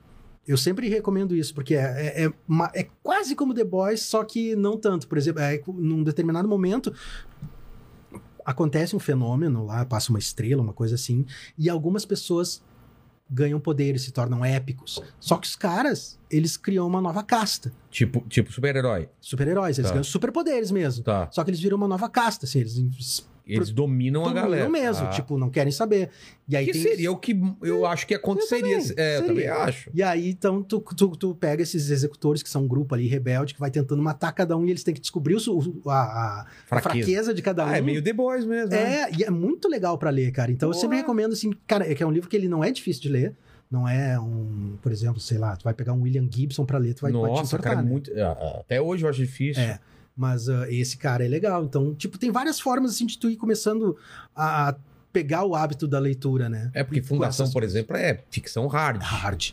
Speaker 3: Eu sempre recomendo isso, porque é, é- é uma- é quase como The Boys, só que não tanto. Por exemplo, é, num determinado momento. Acontece um fenômeno lá, passa uma estrela, uma coisa assim, e algumas pessoas ganham poderes, se tornam épicos. Só que os caras, eles criam uma nova casta.
Speaker 1: Tipo, tipo super-herói.
Speaker 3: Super-heróis, eles
Speaker 1: Tá.
Speaker 3: ganham superpoderes mesmo.
Speaker 1: Tá.
Speaker 3: Só que eles viram uma nova casta, assim, eles dominam
Speaker 1: Eles dominam a galera.
Speaker 3: mesmo,
Speaker 1: Ah.
Speaker 3: tipo, não querem saber. E aí
Speaker 1: que
Speaker 3: tem
Speaker 1: seria o que eu acho que aconteceria.
Speaker 3: também,
Speaker 1: é, eu também
Speaker 3: seria.
Speaker 1: acho.
Speaker 3: E aí, então, tu, tu, tu pega esses executores, que são um grupo ali rebelde, que vai tentando matar cada um e eles têm que descobrir o su- o- a, a fraqueza. de cada um.
Speaker 1: Ah, é meio The Boys mesmo. né?
Speaker 3: É, e é muito legal pra ler, cara. Então eu
Speaker 1: Porra.
Speaker 3: sempre recomendo, assim, cara, é que é um livro que ele não é difícil de ler. Não é um, por exemplo, sei lá, tu vai pegar um William Gibson pra ler, tu vai, vai te
Speaker 1: Nossa,
Speaker 3: entortar,
Speaker 1: cara, é
Speaker 3: né?
Speaker 1: muito. ah, ah, Até hoje eu acho difícil.
Speaker 3: É. Mas ah, esse cara é legal. Então, tipo, tem várias formas, assim, de tu ir começando a, a pegar o hábito da leitura, né?
Speaker 1: É porque
Speaker 3: Com
Speaker 1: Fundação,
Speaker 3: essas
Speaker 1: por
Speaker 3: coisas.
Speaker 1: exemplo, é ficção hard.
Speaker 3: Hard.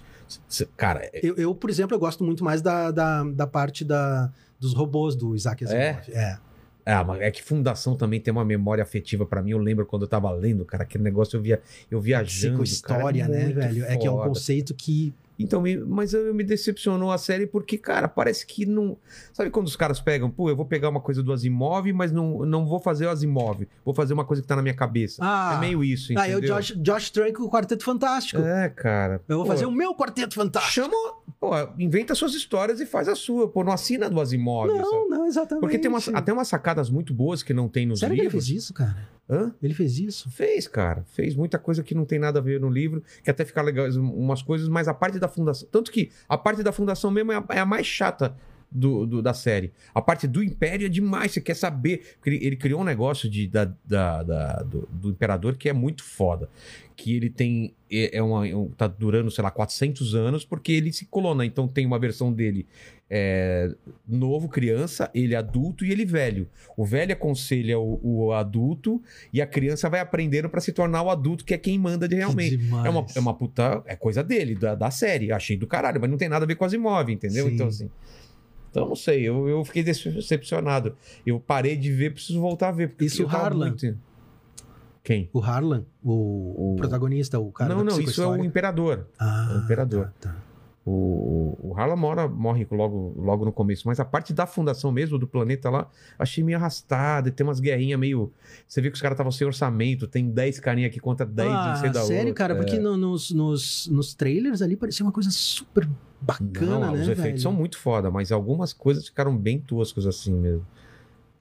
Speaker 1: C- Cara, é-
Speaker 3: Eu, eu, por exemplo, eu gosto muito mais da, da, da parte da, dos robôs do Isaac Asimov.
Speaker 1: É?
Speaker 3: é.
Speaker 1: ah, mas é que Fundação também tem uma memória afetiva pra mim. Eu lembro quando eu tava lendo, cara, aquele negócio eu via eu viajando. cara, é
Speaker 3: Psicohistória, né,
Speaker 1: muito
Speaker 3: velho? É que é um
Speaker 1: foda.
Speaker 3: conceito que.
Speaker 1: Então, me- mas eu eu me decepcionou a série porque, cara, parece que não. Sabe quando os caras pegam, pô, eu vou pegar uma coisa do Asimov, mas não, não vou fazer o Asimov. Vou fazer uma coisa que tá na minha cabeça.
Speaker 3: Ah,
Speaker 1: é meio isso,
Speaker 3: ah, é
Speaker 1: entendeu?
Speaker 3: o Josh, Josh Trank com o Quarteto Fantástico.
Speaker 1: É, cara.
Speaker 3: Eu vou
Speaker 1: Pô,
Speaker 3: fazer o meu Quarteto Fantástico.
Speaker 1: Chama, pô, inventa suas histórias e faz a sua, pô, não assina do Asimov. sabe?
Speaker 3: Não, não, exatamente.
Speaker 1: Porque tem umas, até umas sacadas muito boas que não tem nos
Speaker 3: Sério que ele
Speaker 1: livros.
Speaker 3: fez isso, cara?
Speaker 1: Hã?
Speaker 3: Ele fez isso?
Speaker 1: Fez, cara. Fez muita coisa que não tem nada a ver no livro, que até fica legal umas coisas, mas a parte da fundação. Tanto que a parte da fundação mesmo é a, é a mais chata do, do- da série. A parte do Império é demais, você quer saber. Porque Ele, ele criou um negócio de, da, da- da- do, do Imperador que é muito foda. Que ele tem. É é uma, é um- tá durando, sei lá, 400 anos, porque ele se colona. Então tem uma versão dele é, novo, criança, ele adulto e ele velho. O velho aconselha o- o adulto e a criança vai aprendendo pra se tornar o adulto que é quem manda de realmente.
Speaker 3: Que demais.
Speaker 1: É uma, é uma puta. É coisa dele, da, da série. Eu Achei do caralho, mas não tem nada a ver com as imóveis, entendeu?
Speaker 3: Sim.
Speaker 1: Então, assim. Então, não sei. Eu, eu fiquei decepcionado. Eu parei de ver, preciso voltar a ver. Porque
Speaker 3: Isso
Speaker 1: eu tava
Speaker 3: Harlan.
Speaker 1: muito- Quem?
Speaker 3: O Harlan, o,
Speaker 1: O-
Speaker 3: protagonista, o cara
Speaker 1: não,
Speaker 3: da
Speaker 1: não, isso é o
Speaker 3: psicohistória.
Speaker 1: imperador.
Speaker 3: Ah,
Speaker 1: o imperador.
Speaker 3: Tá, tá.
Speaker 1: O, o Harlan mora, morre logo, logo no começo, mas a parte da fundação mesmo, do planeta lá, achei meio arrastada. e Tem umas guerrinhas meio. Você vê que os caras estavam sem orçamento, tem 10 carinha aqui contra 10, não sei
Speaker 3: Ah,
Speaker 1: da
Speaker 3: sério,
Speaker 1: outra.
Speaker 3: cara,
Speaker 1: É.
Speaker 3: porque no- nos, nos, nos trailers ali parecia uma coisa super bacana,
Speaker 1: Não, ah,
Speaker 3: né,
Speaker 1: Os efeitos
Speaker 3: velho?
Speaker 1: são muito foda, mas algumas coisas ficaram bem toscas assim mesmo.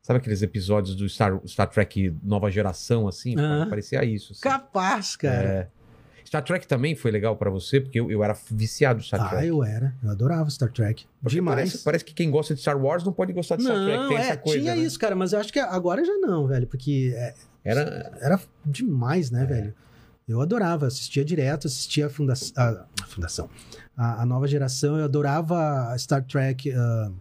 Speaker 1: Sabe aqueles episódios do Star, Star Trek Nova Geração, assim?
Speaker 3: Aham.
Speaker 1: Parecia isso. assim.
Speaker 3: Capaz, cara.
Speaker 1: É. Star Trek também foi legal pra você, porque eu, eu era viciado em Star
Speaker 3: ah,
Speaker 1: Trek.
Speaker 3: eu era. Eu adorava Star Trek.
Speaker 1: Porque Parece,
Speaker 3: Demais.
Speaker 1: parece que quem gosta de Star Wars não pode gostar de Star
Speaker 3: Não,
Speaker 1: Trek. Tem
Speaker 3: é,
Speaker 1: essa coisa.
Speaker 3: tinha
Speaker 1: né?
Speaker 3: isso, cara, mas eu acho que agora já não, velho, porque é,
Speaker 1: Era,
Speaker 3: era demais,
Speaker 1: É.
Speaker 3: né, velho? Eu adorava, assistia direto, assistia a, funda a, a Fundação, a, a nova geração, eu adorava Star Trek ah,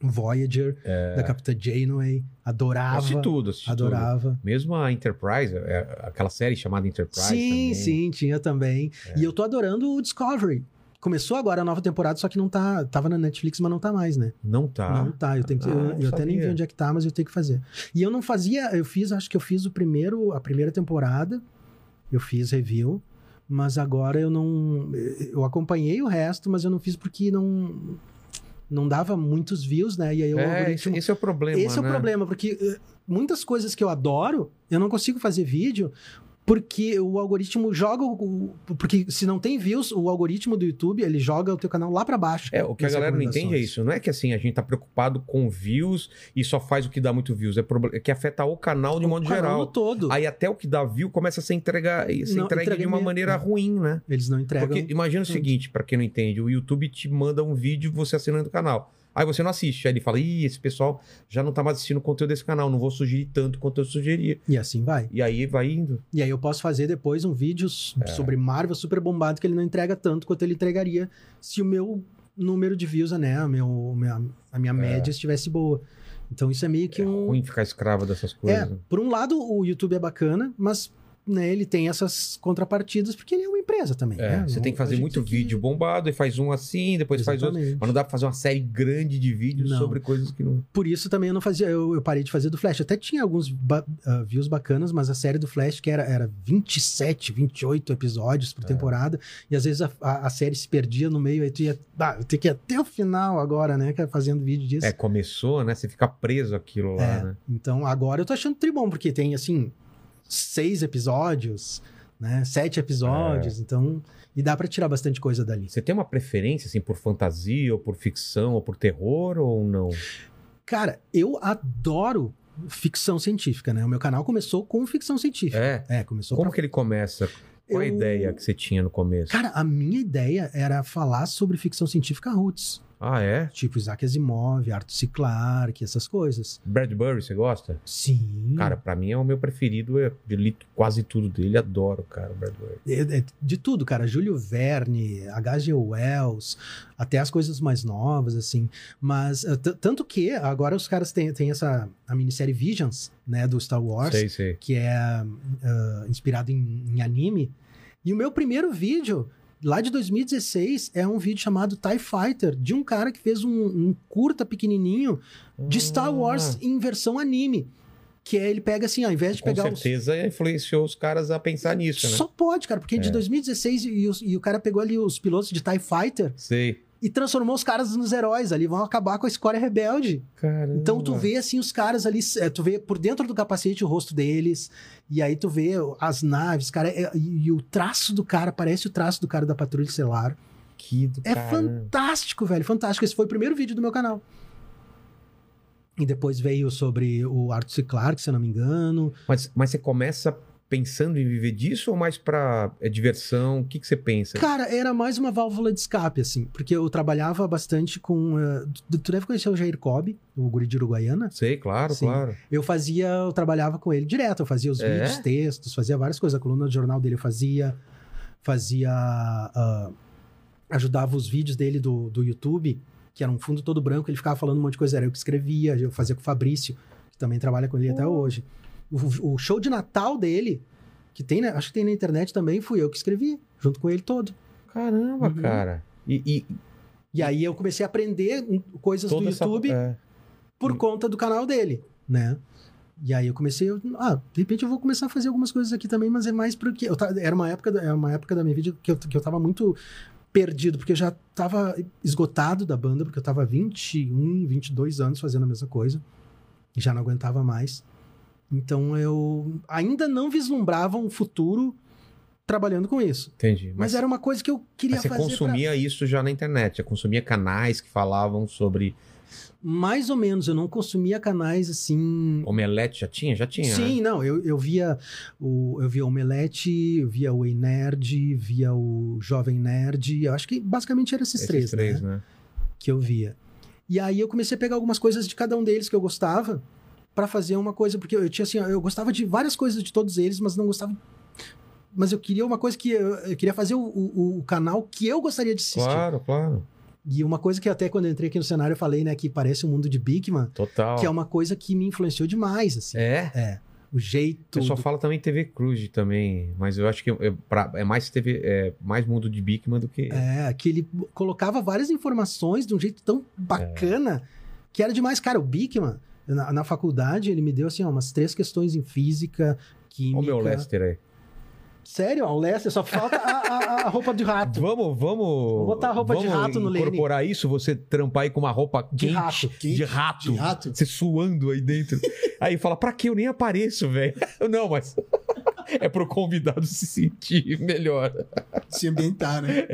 Speaker 3: Voyager, da Capitã Janeway,
Speaker 1: eu
Speaker 3: adorava,
Speaker 1: É. assisti tudo, assisti tudo.
Speaker 3: adorava.
Speaker 1: Mesmo a Enterprise, é, aquela série chamada Enterprise.
Speaker 3: Sim,
Speaker 1: também. É.
Speaker 3: sim, tinha também. E eu tô adorando o Discovery. Começou agora a nova temporada, só que não tá. Tava na Netflix, mas não tá mais, né?
Speaker 1: Não tá.
Speaker 3: Não tá. Eu, tenho que-
Speaker 1: Ah,
Speaker 3: eu-
Speaker 1: não
Speaker 3: eu, até nem vi
Speaker 1: sabia.
Speaker 3: onde é que tá, mas eu tenho que fazer. E eu não fazia, eu fiz, acho que eu fiz o primeiro, a primeira temporada, eu fiz review, mas agora eu não. Eu acompanhei o resto, mas eu não fiz porque não. Não dava muitos views, né? E aí eu
Speaker 1: É, esse, esse é o problema.
Speaker 3: esse é o
Speaker 1: né?
Speaker 3: problema, porque eh, muitas coisas que eu adoro, eu não consigo fazer vídeo porque o algoritmo joga o, o- porque se não tem views, o algoritmo do YouTube, ele joga o teu canal lá pra baixo.
Speaker 1: É, o que a
Speaker 3: nas
Speaker 1: galera não entende é
Speaker 3: recomendações.
Speaker 1: isso. Não é que assim, a gente tá preocupado com views e só faz o que dá muito views. É, proble- é que afeta o canal de
Speaker 3: O
Speaker 1: modo
Speaker 3: canal
Speaker 1: geral.
Speaker 3: todo.
Speaker 1: Aí até o que dá view começa a ser entrega, ser
Speaker 3: Não,
Speaker 1: entregue
Speaker 3: entrega
Speaker 1: de uma
Speaker 3: mesmo. É.
Speaker 1: maneira ruim, né?
Speaker 3: Eles não entregam.
Speaker 1: Porque imagina o
Speaker 3: Sim.
Speaker 1: seguinte, pra quem não entende, o YouTube te manda um vídeo você assinando o canal. Aí você não assiste. Aí ele fala, ih, esse pessoal já não tá mais assistindo o conteúdo desse canal, não vou sugerir tanto quanto eu sugeria.
Speaker 3: E assim vai.
Speaker 1: E aí vai indo.
Speaker 3: E aí eu posso fazer depois um vídeo s-
Speaker 1: É.
Speaker 3: sobre Marvel super bombado que ele não entrega tanto quanto ele entregaria se o meu número de views, né, o meu, minha- a minha média estivesse boa. Então isso é meio que
Speaker 1: É
Speaker 3: um
Speaker 1: ruim ficar escravo dessas
Speaker 3: É,
Speaker 1: coisas.
Speaker 3: por um lado, o YouTube é bacana, mas né, ele tem essas contrapartidas porque ele é uma empresa também.
Speaker 1: É,
Speaker 3: né?
Speaker 1: você
Speaker 3: Não-
Speaker 1: tem que
Speaker 3: a
Speaker 1: fazer
Speaker 3: gente
Speaker 1: muito
Speaker 3: tem que-
Speaker 1: vídeo bombado, e faz um assim, depois faz outro.
Speaker 3: Exatamente.
Speaker 1: Mas não dá pra fazer uma série grande de vídeos
Speaker 3: Não.
Speaker 1: sobre coisas que não.
Speaker 3: Por isso também eu não fazia, eu, eu parei de fazer do Flash. Até tinha alguns ba- ah, views bacanas, mas a série do Flash, que era, era 27, 28 episódios
Speaker 1: É.
Speaker 3: por temporada, e às vezes a, a- a série se perdia no meio, aí tu ia, ah, eu tenho que ir até o final agora, né, cara, fazendo vídeo disso.
Speaker 1: É, começou, né? Você fica preso aquilo lá,
Speaker 3: É.
Speaker 1: né?
Speaker 3: Então agora eu tô achando tribom, porque tem assim, seis episódios, né? Sete
Speaker 1: É.
Speaker 3: episódios, então. E dá pra tirar bastante coisa dali.
Speaker 1: Você tem uma preferência, assim, por fantasia, ou por ficção, ou por terror, ou não?
Speaker 3: Cara, eu adoro ficção científica, né? O meu canal começou com ficção científica.
Speaker 1: É.
Speaker 3: É, começou
Speaker 1: Como
Speaker 3: pra-
Speaker 1: que ele começa? Qual a
Speaker 3: Eu-
Speaker 1: ideia que você tinha no começo?
Speaker 3: Cara, a minha ideia era falar sobre ficção científica roots,
Speaker 1: Ah, é?
Speaker 3: tipo Isaac Asimov, Arthur C. Clarke, essas coisas.
Speaker 1: Bradbury, você gosta?
Speaker 3: Sim.
Speaker 1: Cara, pra mim é o meu preferido. Eu li quase tudo dele. Adoro, cara, o Bradbury.
Speaker 3: É- é de tudo, cara. Júlio Verne, H.G. Wells, até as coisas mais novas, assim. Mas eh, t- tanto que agora os caras têm, têm essa a minissérie Visions, né, do Star Wars,
Speaker 1: Sei, sei.
Speaker 3: que é ah, inspirado em, em anime. E o meu primeiro vídeo, lá de 2016, é um vídeo chamado TIE Fighter, de um cara que fez um, um curta pequenininho de Star Wars
Speaker 1: Ah,
Speaker 3: em versão anime. Que é, ele pega assim, ó, ao invés de
Speaker 1: Com
Speaker 3: pegar os
Speaker 1: certeza influenciou os caras a pensar nisso, né?
Speaker 3: só pode, cara, porque de
Speaker 1: É.
Speaker 3: 2016 e, os- e o cara pegou ali os pilotos de TIE Fighter
Speaker 1: Sei.
Speaker 3: e transformou os caras nos heróis ali, vão acabar com a escória rebelde.
Speaker 1: Caramba.
Speaker 3: Então tu vê assim os caras ali, eh, tu vê por dentro do capacete o rosto deles, e aí tu vê as naves, cara, é- e, e o traço do cara, parece o traço do cara da Patrulha Estelar.
Speaker 1: Que do
Speaker 3: É
Speaker 1: caramba.
Speaker 3: fantástico, velho, fantástico. Esse foi o primeiro vídeo do meu canal. E depois veio sobre o Arthur C. Clarke, se eu não me engano.
Speaker 1: Mas, mas você começa pensando em viver disso ou mais pra é, diversão? O que, que você pensa?
Speaker 3: Cara, era mais uma válvula de escape, assim, porque eu trabalhava bastante com. eh, tu, tu deve conhecer o Jair Cobb, o guri de Uruguaiana.
Speaker 1: Sei, claro,
Speaker 3: Sim.
Speaker 1: claro.
Speaker 3: Eu fazia, eu trabalhava com ele direto, eu fazia os
Speaker 1: É?
Speaker 3: vídeos, textos, fazia várias coisas. A coluna do jornal dele eu fazia, fazia. ah, ajudava os vídeos dele do, do YouTube, que era um fundo todo branco, ele ficava falando um monte de coisa, era eu que escrevia, eu fazia com o Fabrício, que também trabalha com ele até hoje. O, o show de Natal dele, que tem, na- acho que tem na internet também, fui eu que escrevi, junto com ele todo.
Speaker 1: Caramba,
Speaker 3: Uhum.
Speaker 1: cara. E, e
Speaker 3: E aí eu comecei a aprender hum, coisas
Speaker 1: toda
Speaker 3: do
Speaker 1: essa-
Speaker 3: YouTube
Speaker 1: é.
Speaker 3: por conta do canal dele, né? E aí eu comecei, eu- ah, de repente eu vou começar a é fazer algumas coisas aqui também, mas é mais porque eu ta- era uma época, da- era uma época da minha vida que eu, que eu tava muito perdido, porque eu já tava esgotado da banda, porque eu tava 21, 22 anos fazendo a mesma coisa. E já não aguentava mais. Então eu ainda não vislumbrava um futuro trabalhando com isso.
Speaker 1: Entendi.
Speaker 3: Mas,
Speaker 1: Mas,
Speaker 3: era uma coisa que eu queria
Speaker 1: mas você
Speaker 3: fazer. pra-
Speaker 1: Assim, consumia isso já na internet, você consumia canais que falavam sobre
Speaker 3: Mais ou menos, eu não consumia canais assim.
Speaker 1: omelete, já tinha? Já tinha, né?
Speaker 3: Sim, não, eu, eu via o eu via o Omelete, eu via o Ei Nerd, via o Jovem Nerd, eu acho que basicamente eram esses,
Speaker 1: Esses
Speaker 3: três, né?
Speaker 1: três, né?
Speaker 3: que eu via. E aí eu comecei a pegar algumas coisas de cada um deles que eu gostava pra fazer uma coisa, porque eu tinha assim, eu gostava de várias coisas de todos eles, mas não gostava. Mas eu queria uma coisa que eu, eu queria fazer o, o- o canal que eu gostaria de assistir.
Speaker 1: Claro, claro.
Speaker 3: E uma coisa que até quando eu entrei aqui no cenário eu falei, né, que parece o mundo de Bigman,
Speaker 1: Total.
Speaker 3: que é uma coisa que me influenciou demais, assim.
Speaker 1: É?
Speaker 3: O
Speaker 1: O
Speaker 3: jeito.
Speaker 1: pessoal
Speaker 3: do-
Speaker 1: fala também TV Cruz também, mas eu acho que é, pra- é mais TV, é mais mundo de Bigman do que.
Speaker 3: É, que ele colocava várias informações de um jeito tão bacana que era demais. Cara, o Bickman, na, na faculdade, ele me deu assim, ó, umas três questões em física, química.
Speaker 1: Olha o meu Lester aí.
Speaker 3: Sério, ó, o Lester, só falta a, a- a roupa de rato.
Speaker 1: Vamos, vamos. Vou
Speaker 3: botar a roupa de rato no Lene.
Speaker 1: incorporar isso, você trampar aí com uma roupa
Speaker 3: De
Speaker 1: quente,
Speaker 3: rato.
Speaker 2: Quente,
Speaker 1: de rato.
Speaker 2: De rato?
Speaker 1: Você suando aí dentro. Aí fala, pra que eu nem apareço, velho? Eu, Não, mas é pro convidado se sentir melhor.
Speaker 2: Se ambientar, né?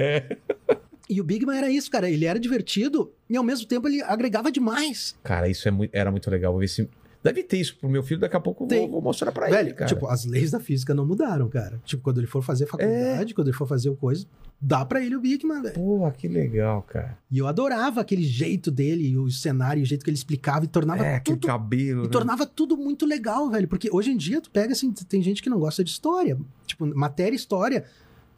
Speaker 3: E o Bigman era isso, cara. Ele era divertido e ao mesmo tempo ele agregava demais.
Speaker 1: Cara, isso é mui- era muito legal. Vou ver se. Deve ter isso pro meu filho, daqui a pouco eu vou,
Speaker 3: Tem.
Speaker 1: vou mostrar pra
Speaker 3: Velho,
Speaker 1: ele, cara.
Speaker 3: tipo, as leis da física não mudaram, cara. Tipo, quando ele for fazer faculdade,
Speaker 1: É.
Speaker 3: quando ele for fazer o coisa, dá pra ele o Bigman, velho.
Speaker 1: Porra, que legal, cara.
Speaker 3: E eu adorava aquele jeito dele, e o cenário, o jeito que ele explicava e tornava
Speaker 1: é, aquele
Speaker 3: tudo
Speaker 1: cabelo.
Speaker 3: E
Speaker 1: né?
Speaker 3: tornava tudo muito legal, velho. Porque hoje em dia tu pega assim, tem gente que não gosta de história. Tipo, matéria, história.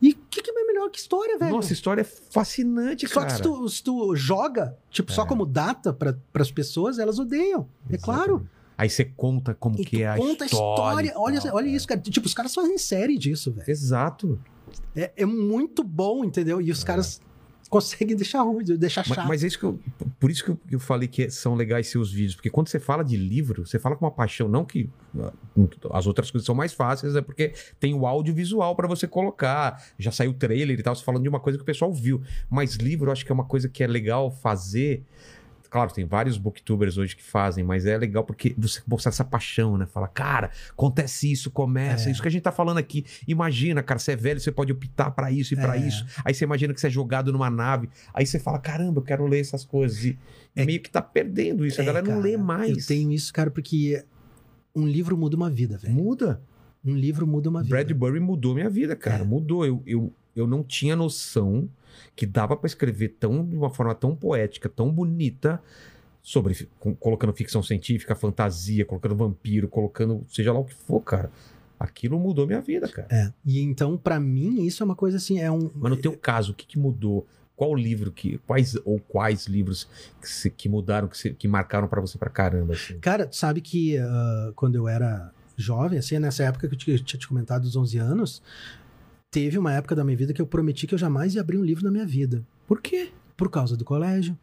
Speaker 3: E o que, que é melhor que história, velho?
Speaker 1: Nossa, a história é fascinante,
Speaker 3: só
Speaker 1: cara.
Speaker 3: que se tu, se tu joga, tipo, só
Speaker 1: É.
Speaker 3: como data para as pessoas, elas odeiam. É claro.
Speaker 1: Aí você conta como
Speaker 3: E
Speaker 1: que
Speaker 3: tu
Speaker 1: é a
Speaker 3: conta a
Speaker 1: história.
Speaker 3: história.
Speaker 1: e
Speaker 3: olha
Speaker 1: tal,
Speaker 3: olha
Speaker 1: cara.
Speaker 3: isso, cara. Tipo, os caras fazem série disso, velho.
Speaker 1: Exato.
Speaker 3: É, é muito bom, entendeu? E os caras conseguem deixar ruim, deixar
Speaker 1: Ma- É. Mas,
Speaker 3: chato.
Speaker 1: é isso que eu. Por isso que eu, que eu falei que é, são legais seus vídeos. Porque quando você fala de livro, você fala com uma paixão. Não que ah, as outras coisas são mais fáceis, é porque tem o audiovisual pra você colocar. Já saiu o trailer e tal, você falando de uma coisa que o pessoal viu. Mas livro, eu acho que é uma coisa que é legal fazer. Claro, tem vários booktubers hoje que fazem, mas é legal porque você mostrar essa paixão, né? Fala, cara, acontece isso, começa,
Speaker 3: É.
Speaker 1: isso que a gente tá falando aqui. Imagina, cara, você é velho, você pode optar pra isso e pra
Speaker 3: É.
Speaker 1: isso. Aí você imagina que você é jogado numa nave. Aí você fala, caramba, eu quero ler essas coisas. E
Speaker 3: É-
Speaker 1: meio que tá perdendo isso. a
Speaker 3: É,
Speaker 1: galera não lê
Speaker 3: cara,
Speaker 1: mais.
Speaker 3: Eu tenho isso, cara, porque um livro muda uma vida, velho.
Speaker 1: Muda.
Speaker 3: Um livro muda uma vida.
Speaker 1: Bradbury mudou minha vida, cara.
Speaker 3: É.
Speaker 1: Mudou. Eu, eu, eu não tinha noção que dava pra escrever tão, de uma forma tão poética, tão bonita, sobre fi- com- colocando ficção científica, fantasia, colocando vampiro, colocando seja lá o que for, cara. Aquilo mudou minha vida, cara.
Speaker 3: É. E então, pra mim, isso é uma coisa assim, é um.
Speaker 1: Mas no teu caso, o que, que mudou? Qual livro que. Quais ou quais livros que, se- que mudaram, que, se- que marcaram pra você pra caramba? Assim?
Speaker 3: Cara, tu sabe que ah, quando eu era jovem, assim, nessa época que eu te- eu tinha te comentado dos 11 anos, teve uma época da minha vida que eu prometi que eu jamais ia abrir um livro na minha vida.
Speaker 1: Por quê?
Speaker 3: Por causa do colégio.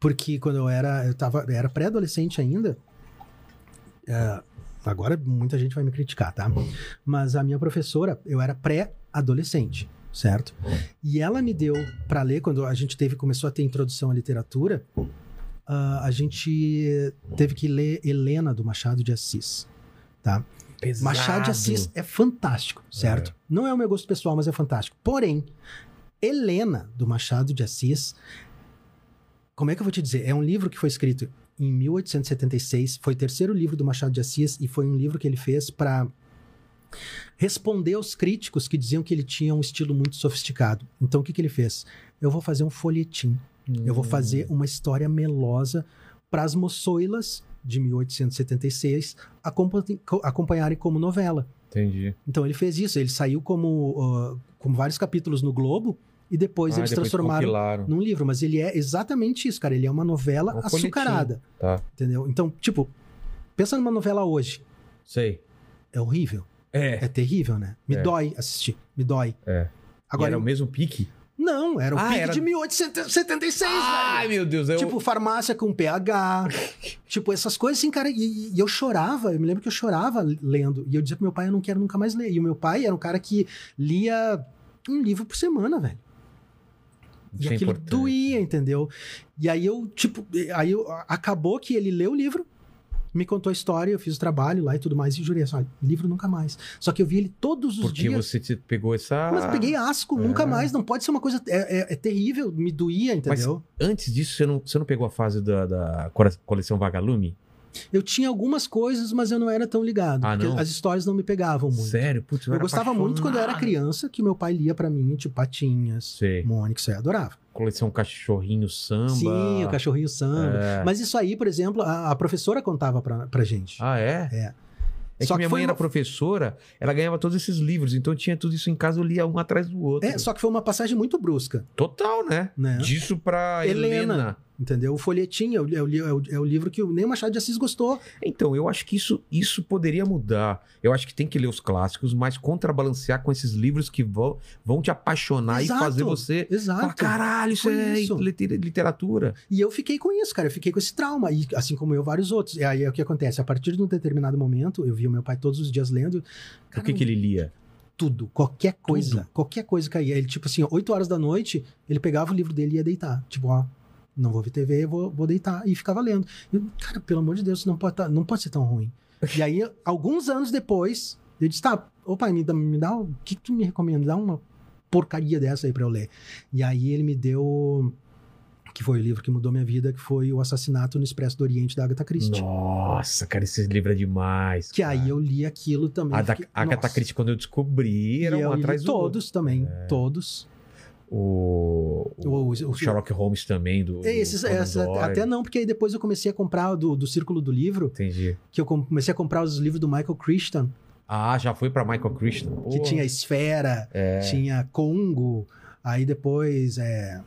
Speaker 3: Porque quando eu era. Eu tava. eu era pré-adolescente ainda. é, agora muita gente vai me criticar, tá? Mas a minha professora, eu era pré-adolescente, certo? E ela me deu pra ler, quando a gente teve, começou a ter introdução à literatura, ah, a gente teve que ler Helena do Machado de Assis. Machado de Assis é fantástico, certo? Não é o meu gosto pessoal, mas é fantástico. Porém, Helena, do Machado de Assis, como é que eu vou te dizer? É um livro que foi escrito em 1876, foi o terceiro livro do Machado de Assis e foi um livro que ele fez para responder aos críticos que diziam que ele tinha um estilo muito sofisticado. Então, o que, que ele fez? Eu vou fazer um folhetim. Eu vou fazer
Speaker 1: Hum.
Speaker 3: uma história melosa para as moçoilas de 1876 acompan- co- acompanharem como novela.
Speaker 1: Entendi.
Speaker 3: Então ele fez isso, ele saiu como ah, com vários capítulos no Globo e depois
Speaker 1: Ah,
Speaker 3: eles transformaram
Speaker 1: compilaram.
Speaker 3: num livro, mas ele é exatamente isso, cara, ele é uma novela
Speaker 1: Um folhetim.
Speaker 3: açucarada,
Speaker 1: Tá.
Speaker 3: entendeu? Então, tipo, pensa numa novela hoje,
Speaker 1: Sei.
Speaker 3: é horrível,
Speaker 1: É.
Speaker 3: é terrível, né? Me
Speaker 1: É.
Speaker 3: dói assistir, me dói.
Speaker 1: É.
Speaker 3: Agora
Speaker 1: era o mesmo pique?
Speaker 3: não, era o
Speaker 1: Ah,
Speaker 3: pique
Speaker 1: era- Ah,
Speaker 3: de 1876, velho.
Speaker 1: meu Deus. Eu...
Speaker 3: Tipo, farmácia com PH. tipo, essas coisas assim, cara. E, e eu chorava, eu me lembro que eu chorava lendo. E eu dizia pro meu pai, eu não quero nunca mais ler. E o meu pai era um cara que lia um livro por semana, velho.
Speaker 1: Isso
Speaker 3: E
Speaker 1: é
Speaker 3: aquilo
Speaker 1: importante.
Speaker 3: doía, entendeu? E aí eu, tipo, aí eu- acabou que ele leu o livro, me contou a história, eu fiz o trabalho lá e tudo mais, e jurei assim, olha, livro nunca mais. Só que eu vi ele todos os
Speaker 1: Porque
Speaker 3: dias.
Speaker 1: você te pegou essa.
Speaker 3: Mas peguei asco,
Speaker 1: é.
Speaker 3: nunca mais, não pode ser uma coisa. É, é- é terrível, me doía, entendeu?
Speaker 1: Antes disso, você não, você não pegou a fase da, da cora- coleção Vagalume?
Speaker 3: Eu tinha algumas coisas, mas eu não era tão ligado.
Speaker 1: Ah,
Speaker 3: porque
Speaker 1: não?
Speaker 3: as histórias não me pegavam muito.
Speaker 1: Sério? Putz,
Speaker 3: Eu,
Speaker 1: era
Speaker 3: gostava muito quando eu era
Speaker 1: apaixonado.
Speaker 3: criança, que meu pai lia pra mim, tipo, Patinhas,
Speaker 1: Sei.
Speaker 3: Mônica, isso aí eu adorava.
Speaker 1: Coleção Cachorrinho Samba.
Speaker 3: Sim, o Cachorrinho Samba.
Speaker 1: É.
Speaker 3: Mas isso aí, por exemplo, a, a professora contava pra, pra gente.
Speaker 1: Ah, é?
Speaker 3: É.
Speaker 1: É
Speaker 3: Só
Speaker 1: que
Speaker 3: que
Speaker 1: minha
Speaker 3: foi
Speaker 1: mãe era
Speaker 3: uma-
Speaker 1: professora, ela ganhava todos esses livros, então eu tinha tudo isso em casa, eu lia um atrás do outro.
Speaker 3: É, só que foi uma passagem muito brusca,
Speaker 1: Total, né?
Speaker 3: né?
Speaker 1: Disso pra Helena.
Speaker 3: Helena. Entendeu? O folhetinho é o, é o li- é o- é o livro que o- nem o Machado de Assis gostou.
Speaker 1: Então, eu acho que isso, isso poderia mudar. Eu acho que tem que ler os clássicos, mas contrabalancear com esses livros que vão, vão te apaixonar e
Speaker 3: Exato.
Speaker 1: fazer você. falar,
Speaker 3: Exato.
Speaker 1: Caralho, isso
Speaker 3: Foi
Speaker 1: é
Speaker 3: isso.
Speaker 1: liter- literatura.
Speaker 3: E eu fiquei com isso, cara. Eu fiquei com esse trauma. E assim como eu, vários outros. E aí é o que acontece. A partir de um determinado momento, eu via meu pai todos os dias lendo.
Speaker 1: o que,
Speaker 3: Cara,
Speaker 1: que ele lia?
Speaker 3: Tudo, qualquer coisa. Qualquer coisa caía. Ele, tipo assim, 8 horas da noite, ele pegava o livro dele e ia deitar. Tipo, ó, não vou ver TV, vou, vou deitar. E ficava lendo. Eu, cara, pelo amor de Deus, isso não pode, tá- não pode ser tão ruim. E aí, alguns anos depois, eu disse, tá, ô pai, me dá, me dá o que, que tu me recomenda? Dá uma porcaria dessa aí pra eu ler. E aí ele me deu, que foi o livro que mudou minha vida, que foi O Assassinato no Expresso do Oriente, da Agatha Christie.
Speaker 1: Nossa, cara, esse livro é demais.
Speaker 3: Que
Speaker 1: cara.
Speaker 3: aí eu li aquilo também.
Speaker 1: A da
Speaker 3: fiquei,
Speaker 1: a Agatha
Speaker 3: nossa.
Speaker 1: Christie, quando eu descobri, era
Speaker 3: E
Speaker 1: um
Speaker 3: eu li
Speaker 1: atrás do outro. É.
Speaker 3: Todos também, todos.
Speaker 1: O, o,
Speaker 3: O- o-
Speaker 1: o Sherlock Holmes também, do.
Speaker 3: É, Esses,
Speaker 1: do Conan
Speaker 3: essa-
Speaker 1: Doyle.
Speaker 3: até não, porque aí depois eu comecei a comprar do, do Círculo do Livro,
Speaker 1: Entendi.
Speaker 3: que eu com- comecei a comprar os livros do Michael Christian,
Speaker 1: Ah, já foi pra Michael Christian.
Speaker 3: que
Speaker 1: Pô.
Speaker 3: tinha Esfera,
Speaker 1: É.
Speaker 3: tinha Congo, aí depois é...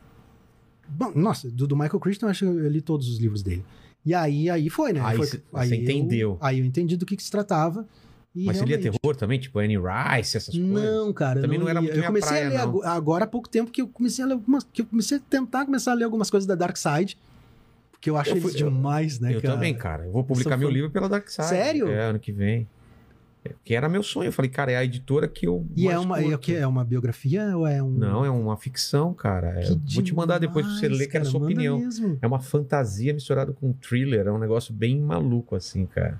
Speaker 3: Bom, nossa, do, do Michael Christian eu acho que eu li todos os livros dele. E aí, aí foi, né?
Speaker 1: Aí
Speaker 3: Foi-
Speaker 1: cê-
Speaker 3: aí
Speaker 1: cê
Speaker 3: eu-
Speaker 1: entendeu.
Speaker 3: Aí eu entendi do que, que se tratava. E
Speaker 1: Mas ele
Speaker 3: realmente...
Speaker 1: lia terror também, tipo Annie Rice, essas coisas.
Speaker 3: Não, cara,
Speaker 1: Também
Speaker 3: não,
Speaker 1: não era muito
Speaker 3: lia. Eu
Speaker 1: minha
Speaker 3: comecei
Speaker 1: praia,
Speaker 3: a ler
Speaker 1: não.
Speaker 3: ago- agora há pouco tempo que eu comecei a ler algumas, que eu comecei a tentar começar a ler algumas coisas da Dark Side, porque eu acho
Speaker 1: Eu
Speaker 3: eles
Speaker 1: fui- eu-
Speaker 3: demais, né,
Speaker 1: eu
Speaker 3: cara?
Speaker 1: também, cara. Eu vou publicar
Speaker 3: Sou
Speaker 1: meu
Speaker 3: fã.
Speaker 1: livro pela Dark Side.
Speaker 3: Sério?
Speaker 1: É, ano que vem. É, Que era meu sonho. Eu falei, cara, é a editora que eu.
Speaker 3: E
Speaker 1: mais
Speaker 3: é uma,
Speaker 1: curto.
Speaker 3: é, o quê? é uma biografia ou é um
Speaker 1: Não, é uma ficção, cara. É,
Speaker 3: Que
Speaker 1: vou te mandar depois pra você
Speaker 3: demais,
Speaker 1: ler, que era a
Speaker 3: cara,
Speaker 1: sua
Speaker 3: manda
Speaker 1: opinião.
Speaker 3: mesmo.
Speaker 1: É uma fantasia misturada com um thriller. É um negócio bem maluco, assim, cara.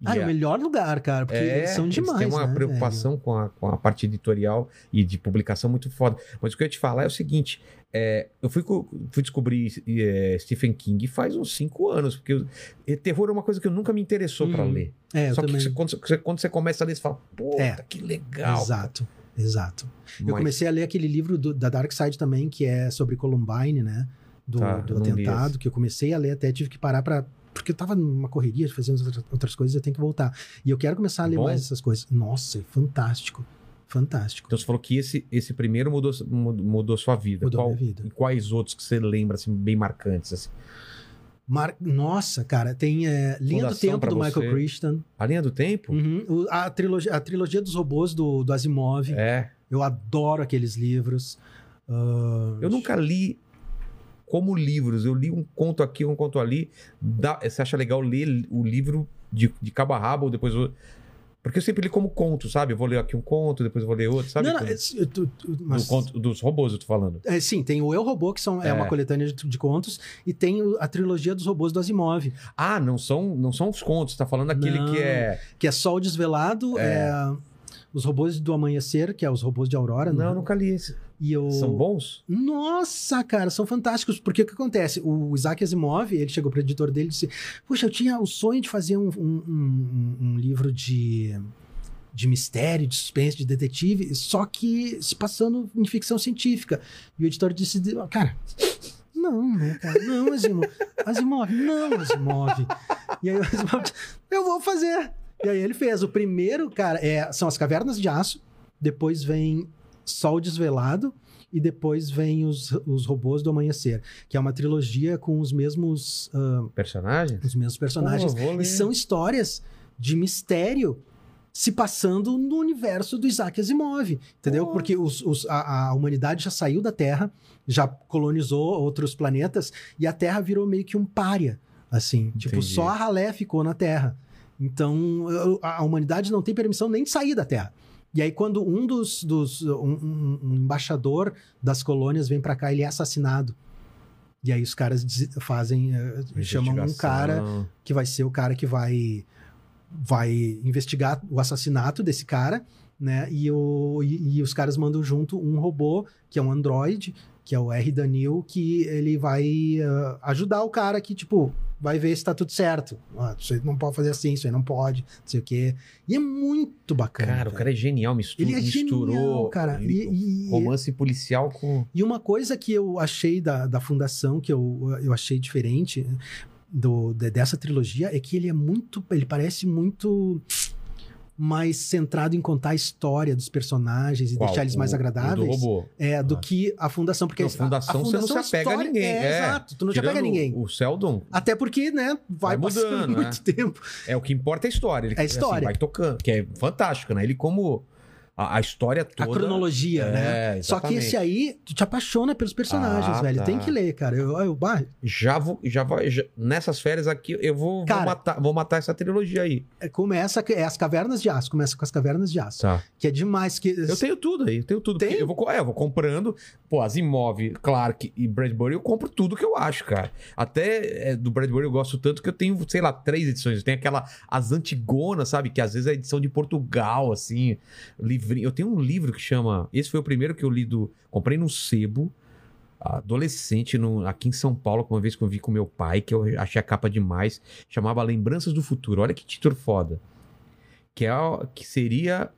Speaker 1: E
Speaker 3: Ah, é
Speaker 1: a-
Speaker 3: o melhor lugar, cara, porque
Speaker 1: É,
Speaker 3: eles são demais,
Speaker 1: Tem uma
Speaker 3: né,
Speaker 1: preocupação com a, com a parte editorial e de publicação muito foda. Mas o que eu ia te falar é o seguinte: é, eu fui, co- fui descobrir é, Stephen King faz uns cinco anos, porque eu- e terror é uma coisa que eu nunca me interessou pra ler.
Speaker 3: Uhum. velho? É, eu
Speaker 1: Só que
Speaker 3: também.
Speaker 1: você- quando, você, quando você começa a ler, você fala, puta,
Speaker 3: É.
Speaker 1: que legal.
Speaker 3: Exato, exato. Eu
Speaker 1: Mas-
Speaker 3: comecei a ler aquele livro do- da Dark Side também, que é sobre Columbine, né? Do,
Speaker 1: Tá,
Speaker 3: do
Speaker 1: eu não li
Speaker 3: atentado,
Speaker 1: esse.
Speaker 3: que eu comecei a ler até, tive que parar pra. Porque eu tava numa correria, fazendo outras- outras coisas, eu tenho que voltar. E eu quero começar a ler
Speaker 1: Bom.
Speaker 3: mais essas coisas. Nossa, é fantástico. Fantástico.
Speaker 1: Então você falou que esse, esse primeiro mudou, mudou, mudou sua vida.
Speaker 3: Mudou
Speaker 1: Qual-
Speaker 3: minha vida.
Speaker 1: e Quais outros que você lembra, assim, bem marcantes? assim?
Speaker 3: Mar- Nossa, cara, tem é, Linha do
Speaker 1: Fundação
Speaker 3: Tempo
Speaker 1: pra
Speaker 3: do
Speaker 1: você.
Speaker 3: Michael Christian.
Speaker 1: A linha do tempo?
Speaker 3: Uhum. O- a, trilogia, a trilogia dos robôs do, do Asimov.
Speaker 1: É.
Speaker 3: Eu adoro aqueles livros. Ah,
Speaker 1: Eu nunca li como livros. Eu li um conto aqui, um conto ali. Dá- você acha legal ler o livro de, de cabo a rabo, depois... o- Porque eu sempre li como conto, sabe? Eu vou ler aqui um conto, depois eu vou ler outro, sabe?
Speaker 3: não, não,
Speaker 1: Como-
Speaker 3: é, eu tô- eu- mas-
Speaker 1: Do conto, dos robôs, eu tô falando.
Speaker 3: É, sim, tem o Eu Robô, que são, é.
Speaker 1: É.
Speaker 3: uma coletânea de, de contos, e tem o- a trilogia dos robôs do Asimov,
Speaker 1: Ah, não são, não são os contos. Você tá falando aquele
Speaker 3: Não.
Speaker 1: que é...
Speaker 3: que é Sol Desvelado, é. Os Robôs do Amanhecer, que é os robôs de Aurora,
Speaker 1: Não,
Speaker 3: né?
Speaker 1: eu nunca li esse.
Speaker 3: E o...
Speaker 1: São bons?
Speaker 3: Nossa, cara, são fantásticos, porque o que acontece? O Isaac Asimov, ele chegou pro editor dele e disse, puxa, eu tinha o sonho de fazer um, um- um- um- um livro de... De mistério, de suspense, de detetive, só que se passando em ficção científica. E o editor disse: Cara, não, né, cara? Não, Asimov. Asimov, não, Asimov. E aí o Asimov disse, eu vou fazer. E aí ele fez. O primeiro, cara, é, são as Cavernas de Aço, depois vem Sol Desvelado, e depois vem os, os Robôs do Amanhecer, que é uma trilogia com os mesmos, ah,
Speaker 1: Personagens?
Speaker 3: os mesmos personagens.
Speaker 1: Pô, eu vou ler.
Speaker 3: Então, e são histórias de mistério se passando no universo do Isaac Asimov, entendeu?
Speaker 1: Pô.
Speaker 3: Porque os- os- a, a humanidade já saiu da Terra, já colonizou outros planetas e a Terra virou meio que um pária, assim, tipo
Speaker 1: Entendi.
Speaker 3: só a ralé ficou na Terra. Então eu- a a humanidade não tem permissão nem de sair da Terra. E aí, quando um dos. dos um, um- um embaixador das colônias vem pra cá, ele é assassinado. E aí os caras des- fazem. eh, chamam um
Speaker 1: Investigação.
Speaker 3: cara que vai ser o cara que vai. Vai investigar o assassinato desse cara, né? E, o, e, e os caras mandam junto um robô, que é um android, que é o R. Danil, que ele vai eh, ajudar o cara que, tipo, vai ver se tá tudo certo. Ah, isso aí não pode fazer assim, isso aí não pode, não sei o quê. E é muito bacana.
Speaker 1: Cara, o
Speaker 3: velho.
Speaker 1: cara é genial, mistu-
Speaker 3: Ele é
Speaker 1: misturou
Speaker 3: genial, cara. E, e-
Speaker 1: romance policial com.
Speaker 3: e uma coisa que eu achei da, da fundação, que eu, eu achei diferente do, de- dessa trilogia, é que ele é muito. Ele parece muito mais centrado em contar a história dos personagens e
Speaker 1: Qual?
Speaker 3: deixar eles
Speaker 1: O-
Speaker 3: mais
Speaker 1: o
Speaker 3: agradáveis.
Speaker 1: Do robô.
Speaker 3: É, do
Speaker 1: Ah.
Speaker 3: que a fundação, porque
Speaker 1: Não,
Speaker 3: a- a
Speaker 1: Fundação você não se
Speaker 3: é
Speaker 1: apega a
Speaker 3: história-
Speaker 1: ninguém, é.
Speaker 3: exato, tu não te apega a
Speaker 1: Tirando
Speaker 3: ninguém.
Speaker 1: O Seldon
Speaker 3: Até porque, né, vai,
Speaker 1: Vai
Speaker 3: passando
Speaker 1: mudando,
Speaker 3: muito tempo.
Speaker 1: é o que importa é a história. Ele,
Speaker 3: É a história.
Speaker 1: vai tocando, que é fantástico, né? Ele como a, a história toda.
Speaker 3: A cronologia, né?
Speaker 1: É,
Speaker 3: Só que esse
Speaker 1: exatamente.
Speaker 3: aí, tu te apaixona pelos personagens,
Speaker 1: Ah,
Speaker 3: velho.
Speaker 1: tá.
Speaker 3: Tem que ler, cara. Eu, eu, bah,
Speaker 1: já vou, já vai, já- nessas férias aqui eu vou, vou
Speaker 3: Cara.
Speaker 1: matar, vou matar essa trilogia aí.
Speaker 3: É, Começa é as cavernas de aço, começa com as cavernas de aço,
Speaker 1: Tá.
Speaker 3: que é demais que
Speaker 1: Eu tenho tudo aí, eu tenho tudo.
Speaker 3: Tem?
Speaker 1: Porque Eu vou, co- é, eu vou comprando, pô, as imóveis, Clark e Bradbury, eu compro tudo que eu acho, cara. Até é, do Bradbury eu gosto tanto que eu tenho, sei lá, três edições. Eu tenho aquela, as antigonas, sabe? Que às vezes é edição de Portugal, assim, livrinho. Eu tenho um livro que chama, esse foi o primeiro que eu li do, comprei num sebo, adolescente, no- aqui em São Paulo, uma vez que eu vi com meu pai, que eu achei a capa demais, chamava Lembranças do Futuro. Olha que título foda. Que, é, o- que seria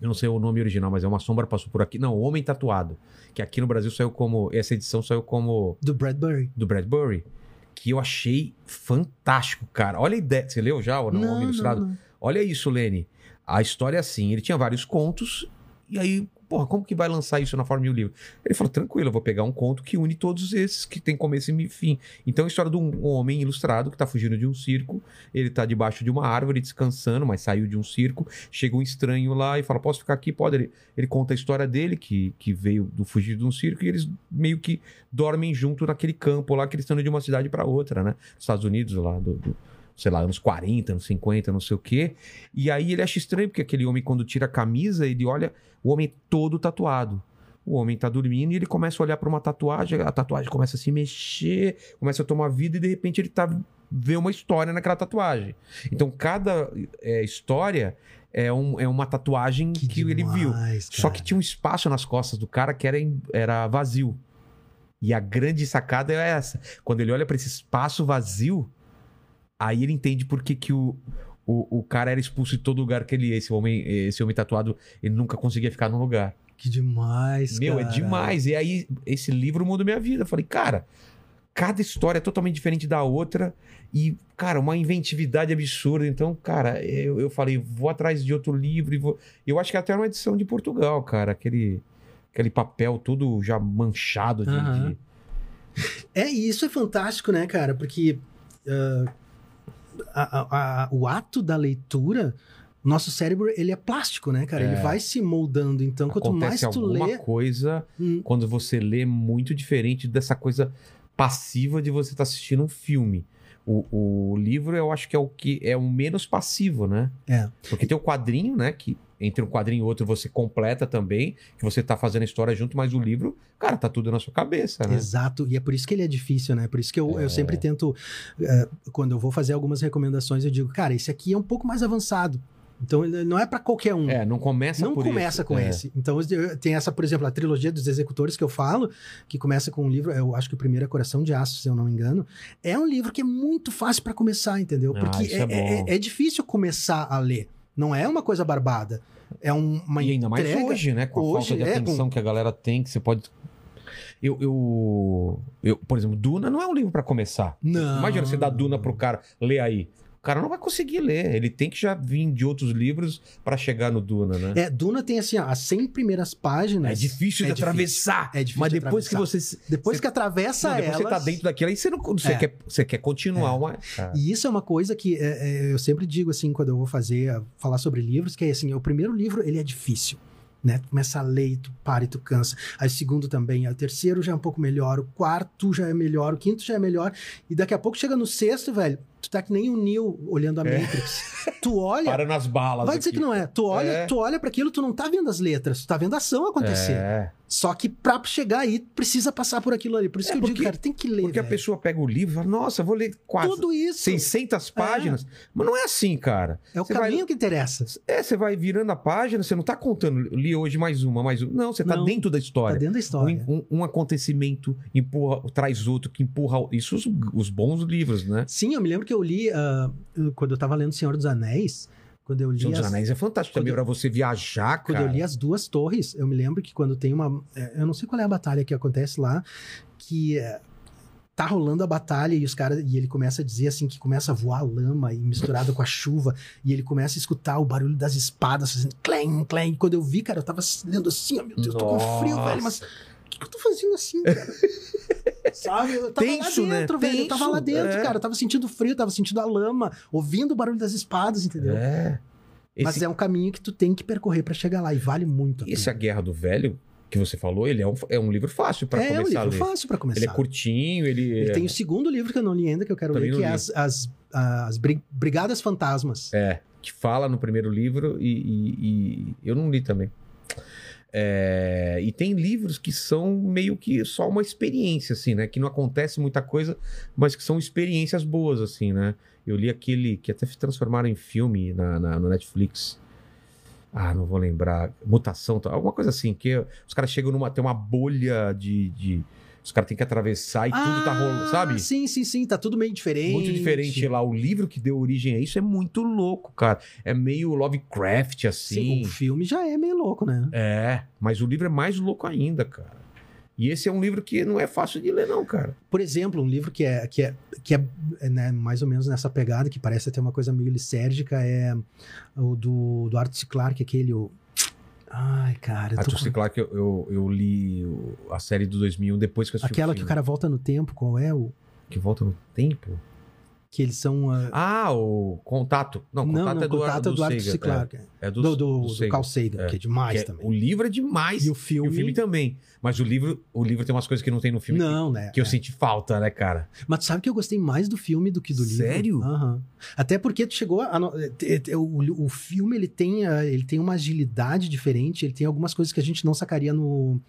Speaker 1: eu não sei o nome original, mas é Uma Sombra Passou Por Aqui. Não, O Homem Tatuado. Que aqui no Brasil saiu como. Essa edição saiu como.
Speaker 3: do Bradbury.
Speaker 1: Do Bradbury. Que eu achei fantástico, cara. Olha a ideia. Você leu já ou não? o Homem Ilustrado?
Speaker 3: não.
Speaker 1: Olha isso, Lene. A história é assim. Ele tinha vários contos. E aí, porra, como que vai lançar isso na forma de um livro? Ele falou, tranquilo, eu vou pegar um conto que une todos esses, que tem começo e fim. Então, a história de um homem ilustrado que tá fugindo de um circo. Ele tá debaixo de uma árvore descansando, mas saiu de um circo. Chega um estranho lá e fala, posso ficar aqui? Pode. Ele, ele conta a história dele, que, que veio do fugir de um circo. E eles meio que dormem junto naquele campo lá, que eles estão indo de uma cidade para outra, né? Estados Unidos lá, do... do- Sei lá, anos 40, anos 50, não sei o quê. E aí ele acha estranho, porque aquele homem, quando tira a camisa, ele olha, o homem é todo tatuado. O homem tá dormindo e ele começa a olhar pra uma tatuagem, a tatuagem começa a se mexer, começa a tomar vida e de repente ele tá vê uma história naquela tatuagem. Então cada eh, história é, um, é uma tatuagem que, ele
Speaker 3: demais,
Speaker 1: viu.
Speaker 3: cara.
Speaker 1: Só que tinha um espaço nas costas do cara que era, em- era vazio. E a grande sacada é essa. Quando ele olha pra esse espaço vazio, aí ele entende por que, que o, o, o cara era expulso de todo lugar que ele ia. Esse homem, esse homem tatuado, ele nunca conseguia ficar num lugar.
Speaker 3: que demais,
Speaker 1: Meu,
Speaker 3: cara.
Speaker 1: é demais. E aí, esse livro mudou minha vida. Eu falei, cara, cada história é totalmente diferente da outra. E, cara, uma inventividade absurda. Então, cara, eu, eu falei, vou atrás de outro livro. E vou... Eu acho que é até era uma edição de Portugal, cara. Aquele, aquele papel todo já manchado de.
Speaker 3: Aham.
Speaker 1: de-
Speaker 3: É, e isso é fantástico, né, cara? Porque ah, a- a- a- o ato da leitura, nosso cérebro, ele é plástico, né, cara? Ele
Speaker 1: É.
Speaker 3: vai se moldando. Então, quanto mais
Speaker 1: Acontece
Speaker 3: tu
Speaker 1: alguma
Speaker 3: lê,
Speaker 1: coisa
Speaker 3: hum,
Speaker 1: quando você lê é muito diferente dessa coisa passiva de você estar assistindo um filme. O, o livro, eu acho que é o que é o menos passivo, né?
Speaker 3: É.
Speaker 1: Porque tem o quadrinho, né? Que entre um quadrinho e outro você completa também, que você tá fazendo a história junto, mas o livro, cara, tá tudo na sua cabeça, né? É.
Speaker 3: Exato, e é por isso que ele é difícil, né? Por isso que eu, eu sempre tento, eh, quando eu vou fazer algumas recomendações, eu digo, cara, esse aqui é um pouco mais avançado. Então, ele não é pra qualquer um.
Speaker 1: É, não começa
Speaker 3: não
Speaker 1: por
Speaker 3: começa
Speaker 1: isso.
Speaker 3: com
Speaker 1: É.
Speaker 3: esse. Então, eu- tem essa, por exemplo, a trilogia dos executores que eu falo, que começa com um livro, eu acho que o primeiro é Coração de Aço, se eu não me engano. É um livro que é muito fácil pra começar, entendeu?
Speaker 1: Ah,
Speaker 3: Porque
Speaker 1: isso
Speaker 3: é,
Speaker 1: é bom.
Speaker 3: é- é difícil começar a ler. Não é uma coisa barbada. É um- uma
Speaker 1: E ainda mais
Speaker 3: entrega.
Speaker 1: hoje, né? Com a
Speaker 3: Hoje,
Speaker 1: falta de
Speaker 3: é, com-
Speaker 1: atenção que a galera tem, que você pode. Eu, eu, eu, por exemplo, Duna não é um livro pra começar.
Speaker 3: Não.
Speaker 1: Imagina você dar Duna pro cara ler aí. O cara não vai conseguir ler. Ele tem que já vir de outros livros pra chegar no Duna, né?
Speaker 3: É, Duna tem assim, ó, as 100 primeiras páginas.
Speaker 1: É difícil
Speaker 3: É
Speaker 1: de
Speaker 3: difícil.
Speaker 1: atravessar.
Speaker 3: É difícil
Speaker 1: mas
Speaker 3: de
Speaker 1: depois que você. se-
Speaker 3: Depois
Speaker 1: Você-
Speaker 3: que atravessa
Speaker 1: não, depois
Speaker 3: elas...
Speaker 1: você tá dentro daquilo, aí você não. Você,
Speaker 3: É.
Speaker 1: quer, você quer continuar
Speaker 3: É.
Speaker 1: uma. Ah,
Speaker 3: E isso é uma coisa que é, é, eu sempre digo, assim, quando eu vou fazer, falar sobre livros, que é assim, o primeiro livro, ele é difícil. Né? Tu começa a ler e tu para e tu cansa. Aí o segundo também. Aí o terceiro já é um pouco melhor. O quarto já é melhor. O quinto já é melhor. E daqui a pouco chega no sexto, velho. Tu tá que nem o Neil olhando a
Speaker 1: É.
Speaker 3: Matrix. Tu olha.
Speaker 1: Para nas balas.
Speaker 3: Vai dizer que não é. Tu olha,
Speaker 1: É.
Speaker 3: tu olha para aquilo, tu não tá vendo as letras, tu tá vendo a ação acontecer.
Speaker 1: É.
Speaker 3: Só que pra chegar aí, precisa passar por aquilo ali. Por isso
Speaker 1: É,
Speaker 3: que eu
Speaker 1: porque-
Speaker 3: digo, cara, tem que ler.
Speaker 1: Porque a
Speaker 3: velho.
Speaker 1: pessoa pega o livro e fala, nossa, vou ler quase
Speaker 3: Tudo isso
Speaker 1: 600 páginas. Mas não é assim, cara.
Speaker 3: é o
Speaker 1: você vai-
Speaker 3: caminho que interessa.
Speaker 1: É, você vai virando a página, você não tá contando, li hoje mais uma, mais uma. Não, você tá
Speaker 3: Não.
Speaker 1: dentro da
Speaker 3: Tá
Speaker 1: história.
Speaker 3: dentro da história.
Speaker 1: Um, um- um acontecimento empurra, traz outro que empurra. o- Isso os, os bons livros, né?
Speaker 3: Sim, eu me lembro que eu li, ah, quando eu tava lendo Senhor dos Anéis, quando eu li,
Speaker 1: Senhor dos
Speaker 3: as,
Speaker 1: Anéis é fantástico
Speaker 3: quando
Speaker 1: também
Speaker 3: eu-
Speaker 1: pra você viajar,
Speaker 3: quando
Speaker 1: cara.
Speaker 3: eu li as duas torres, eu me lembro que quando tem uma, eh, eu não sei qual é a batalha que acontece lá, que eh, tá rolando a batalha e os caras e ele começa a dizer assim que começa a voar lama e misturado com a chuva e ele começa a escutar o barulho das espadas fazendo clem, clem. E Quando eu vi, cara, eu tava lendo assim, ó, meu Deus, eu tô com frio, velho, mas o que, que eu tô fazendo assim, cara? Sabe? Eu tava
Speaker 1: Tenso,
Speaker 3: lá
Speaker 1: né?
Speaker 3: dentro, velho. Eu tava
Speaker 1: Tenso,
Speaker 3: lá dentro,
Speaker 1: é.
Speaker 3: cara. Eu tava sentindo frio, tava sentindo a lama, ouvindo o barulho das espadas, entendeu?
Speaker 1: É. Esse, é
Speaker 3: Mas é um caminho que tu tem que percorrer pra chegar lá e vale muito. a pena.
Speaker 1: esse A Guerra do Velho, que você falou, ele é um, é um livro fácil pra
Speaker 3: é um
Speaker 1: começar a
Speaker 3: livro
Speaker 1: ler.
Speaker 3: fácil pra começar.
Speaker 1: Ele é curtinho, ele.
Speaker 3: Ele tem o segundo livro que eu não li ainda, que eu quero
Speaker 1: Também
Speaker 3: ler, que
Speaker 1: não
Speaker 3: é
Speaker 1: li.
Speaker 3: as, as, as Bri- Brigadas Fantasmas.
Speaker 1: É, que fala no primeiro livro e, e- e eu não li também. É, e tem livros que são meio que só uma experiência, assim, né? Que não acontece muita coisa, mas que são experiências boas, assim, né? Eu li aquele que até se transformaram em filme na, na- no Netflix. Ah, não vou lembrar. Mutação, tal, alguma coisa assim, que os caras chegam numa. Tem uma bolha de. de- os caras têm que atravessar e tudo tá
Speaker 3: Ah,
Speaker 1: rolando, sabe?
Speaker 3: Sim, sim, sim. Tá tudo meio diferente.
Speaker 1: Muito diferente lá. O livro que deu origem a isso é muito louco, cara. É meio Lovecraft, assim.
Speaker 3: Sim, o filme já é meio louco, né?
Speaker 1: É, mas o livro é mais louco ainda, cara. E esse é um livro que não é fácil de ler, não, cara.
Speaker 3: Por exemplo, um livro que é, que é, que é, é, né, mais ou menos nessa pegada, que parece até uma coisa meio lisérgica, é o do, do Arthur C. Clarke, aquele... o- Ai, cara... eu tô
Speaker 1: Arthur
Speaker 3: com-
Speaker 1: C. Clarke, Ah, eu, eu, eu li o- a série do 2001 depois que eu assisti
Speaker 3: Aquela que o
Speaker 1: filme.
Speaker 3: cara volta no tempo, qual é? o
Speaker 1: Que volta no tempo?
Speaker 3: Que eles são... ah,
Speaker 1: Ah, o Contato. Não, Contato é do,
Speaker 3: Contato é
Speaker 1: do,
Speaker 3: do Arthur C.
Speaker 1: Sagan,
Speaker 3: Clarke.
Speaker 1: É, é do,
Speaker 3: Do, do, do,
Speaker 1: Sagan.
Speaker 3: Carl Sagan,
Speaker 1: É.
Speaker 3: que é demais
Speaker 1: Que é-
Speaker 3: também.
Speaker 1: O livro é demais.
Speaker 3: E
Speaker 1: E
Speaker 3: o filme...
Speaker 1: o filme também. Mas o livro, o livro tem umas coisas que não tem no filme.
Speaker 3: Não, né?
Speaker 1: Que, que eu
Speaker 3: é.
Speaker 1: senti falta, né, cara?
Speaker 3: Mas tu sabe que eu gostei mais do filme do que do livro.
Speaker 1: Sério?
Speaker 3: Aham. Até porque tu chegou a. no- te- te- O, o filme ele tem, ah, ele tem uma agilidade diferente, ele tem algumas coisas que a gente não sacaria no,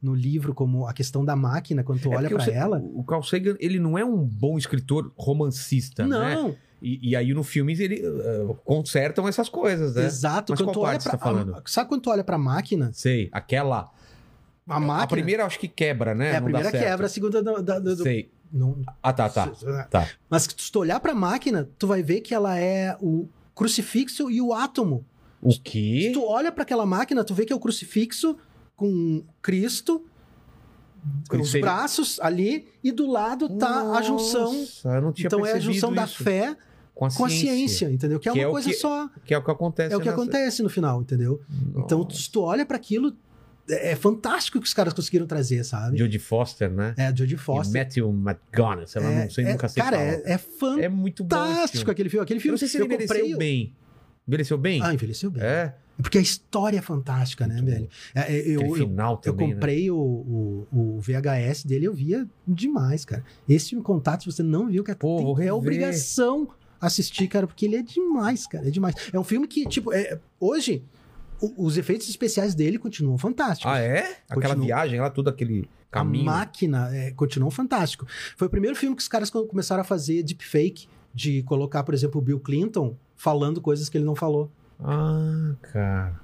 Speaker 3: no livro, como a questão da máquina, quando tu
Speaker 1: É
Speaker 3: olha
Speaker 1: porque
Speaker 3: pra
Speaker 1: você-
Speaker 3: ela.
Speaker 1: O Carl Sagan, ele não é um bom escritor romancista, né?
Speaker 3: não,
Speaker 1: E, e aí no filme ele eh, consertam essas coisas, né?
Speaker 3: exato.
Speaker 1: Mas
Speaker 3: quando
Speaker 1: qual
Speaker 3: tu olha
Speaker 1: parte
Speaker 3: pra,
Speaker 1: você tá falando?
Speaker 3: a- sabe quando tu olha pra máquina?
Speaker 1: Sei, aquela.
Speaker 3: A máquina.
Speaker 1: A primeira eu acho que quebra, né?
Speaker 3: é a
Speaker 1: Não dá
Speaker 3: primeira
Speaker 1: certo.
Speaker 3: quebra, a segunda da, da- da- do-
Speaker 1: Sei.
Speaker 3: não-
Speaker 1: Ah, tá, tá. tá.
Speaker 3: né? Mas que se tu olhar pra máquina, tu vai ver que ela é o crucifixo e o átomo.
Speaker 1: O
Speaker 3: Se
Speaker 1: quê?
Speaker 3: tu olha pra aquela máquina, tu vê que é o crucifixo com Cristo, os
Speaker 1: Cristo-
Speaker 3: braços ali, e do lado tá a junção.
Speaker 1: Nossa, eu não tinha
Speaker 3: Então é a
Speaker 1: percebido
Speaker 3: junção da
Speaker 1: isso.
Speaker 3: fé
Speaker 1: com a,
Speaker 3: com a
Speaker 1: ciência,
Speaker 3: ciência, entendeu? Que é
Speaker 1: Que
Speaker 3: uma
Speaker 1: é o
Speaker 3: coisa
Speaker 1: que-
Speaker 3: só.
Speaker 1: Que é o que acontece.
Speaker 3: É o que
Speaker 1: nessa-
Speaker 3: acontece no final, entendeu? Então,
Speaker 1: Nossa.
Speaker 3: se tu olha pra aquilo, é é fantástico o que os caras conseguiram trazer, sabe?
Speaker 1: Jodie Foster, né?
Speaker 3: É, Jodie
Speaker 1: E
Speaker 3: Foster.
Speaker 1: Matthew McGonagall, sei lá,
Speaker 3: É-
Speaker 1: não sei,
Speaker 3: é-
Speaker 1: nunca sei
Speaker 3: Cara,
Speaker 1: falar.
Speaker 3: é, é
Speaker 1: É, muito bom. esse
Speaker 3: fantástico
Speaker 1: filme.
Speaker 3: aquele filme. Aquele
Speaker 1: Eu
Speaker 3: filme
Speaker 1: não sei se ele
Speaker 3: eu comprei
Speaker 1: envelheceu
Speaker 3: o-
Speaker 1: bem. Envelheceu bem?
Speaker 3: Ah, envelheceu bem.
Speaker 1: É.
Speaker 3: Porque a história é fantástica, né,
Speaker 1: Muito bom.
Speaker 3: velho? É, é,
Speaker 1: Aquele
Speaker 3: eu, eu,
Speaker 1: final
Speaker 3: eu
Speaker 1: também, né?
Speaker 3: comprei o, o, o VHS dele, eu via demais, cara. Esse filme Contato, se você não viu, cara,
Speaker 1: Pô, vou
Speaker 3: tem, é
Speaker 1: rever.
Speaker 3: obrigação assistir, cara, porque ele é demais, cara, é demais. É um filme que, tipo, é- hoje, o- os efeitos especiais dele continuam fantásticos.
Speaker 1: Ah, é? Aquela
Speaker 3: Continua.
Speaker 1: viagem lá, todo aquele
Speaker 3: A
Speaker 1: caminho. né?
Speaker 3: máquina é, continuou fantástico. Foi o primeiro filme que os caras co- começaram a fazer deepfake, de colocar, por exemplo, o Bill Clinton falando coisas que ele não falou.
Speaker 1: Ah, cara.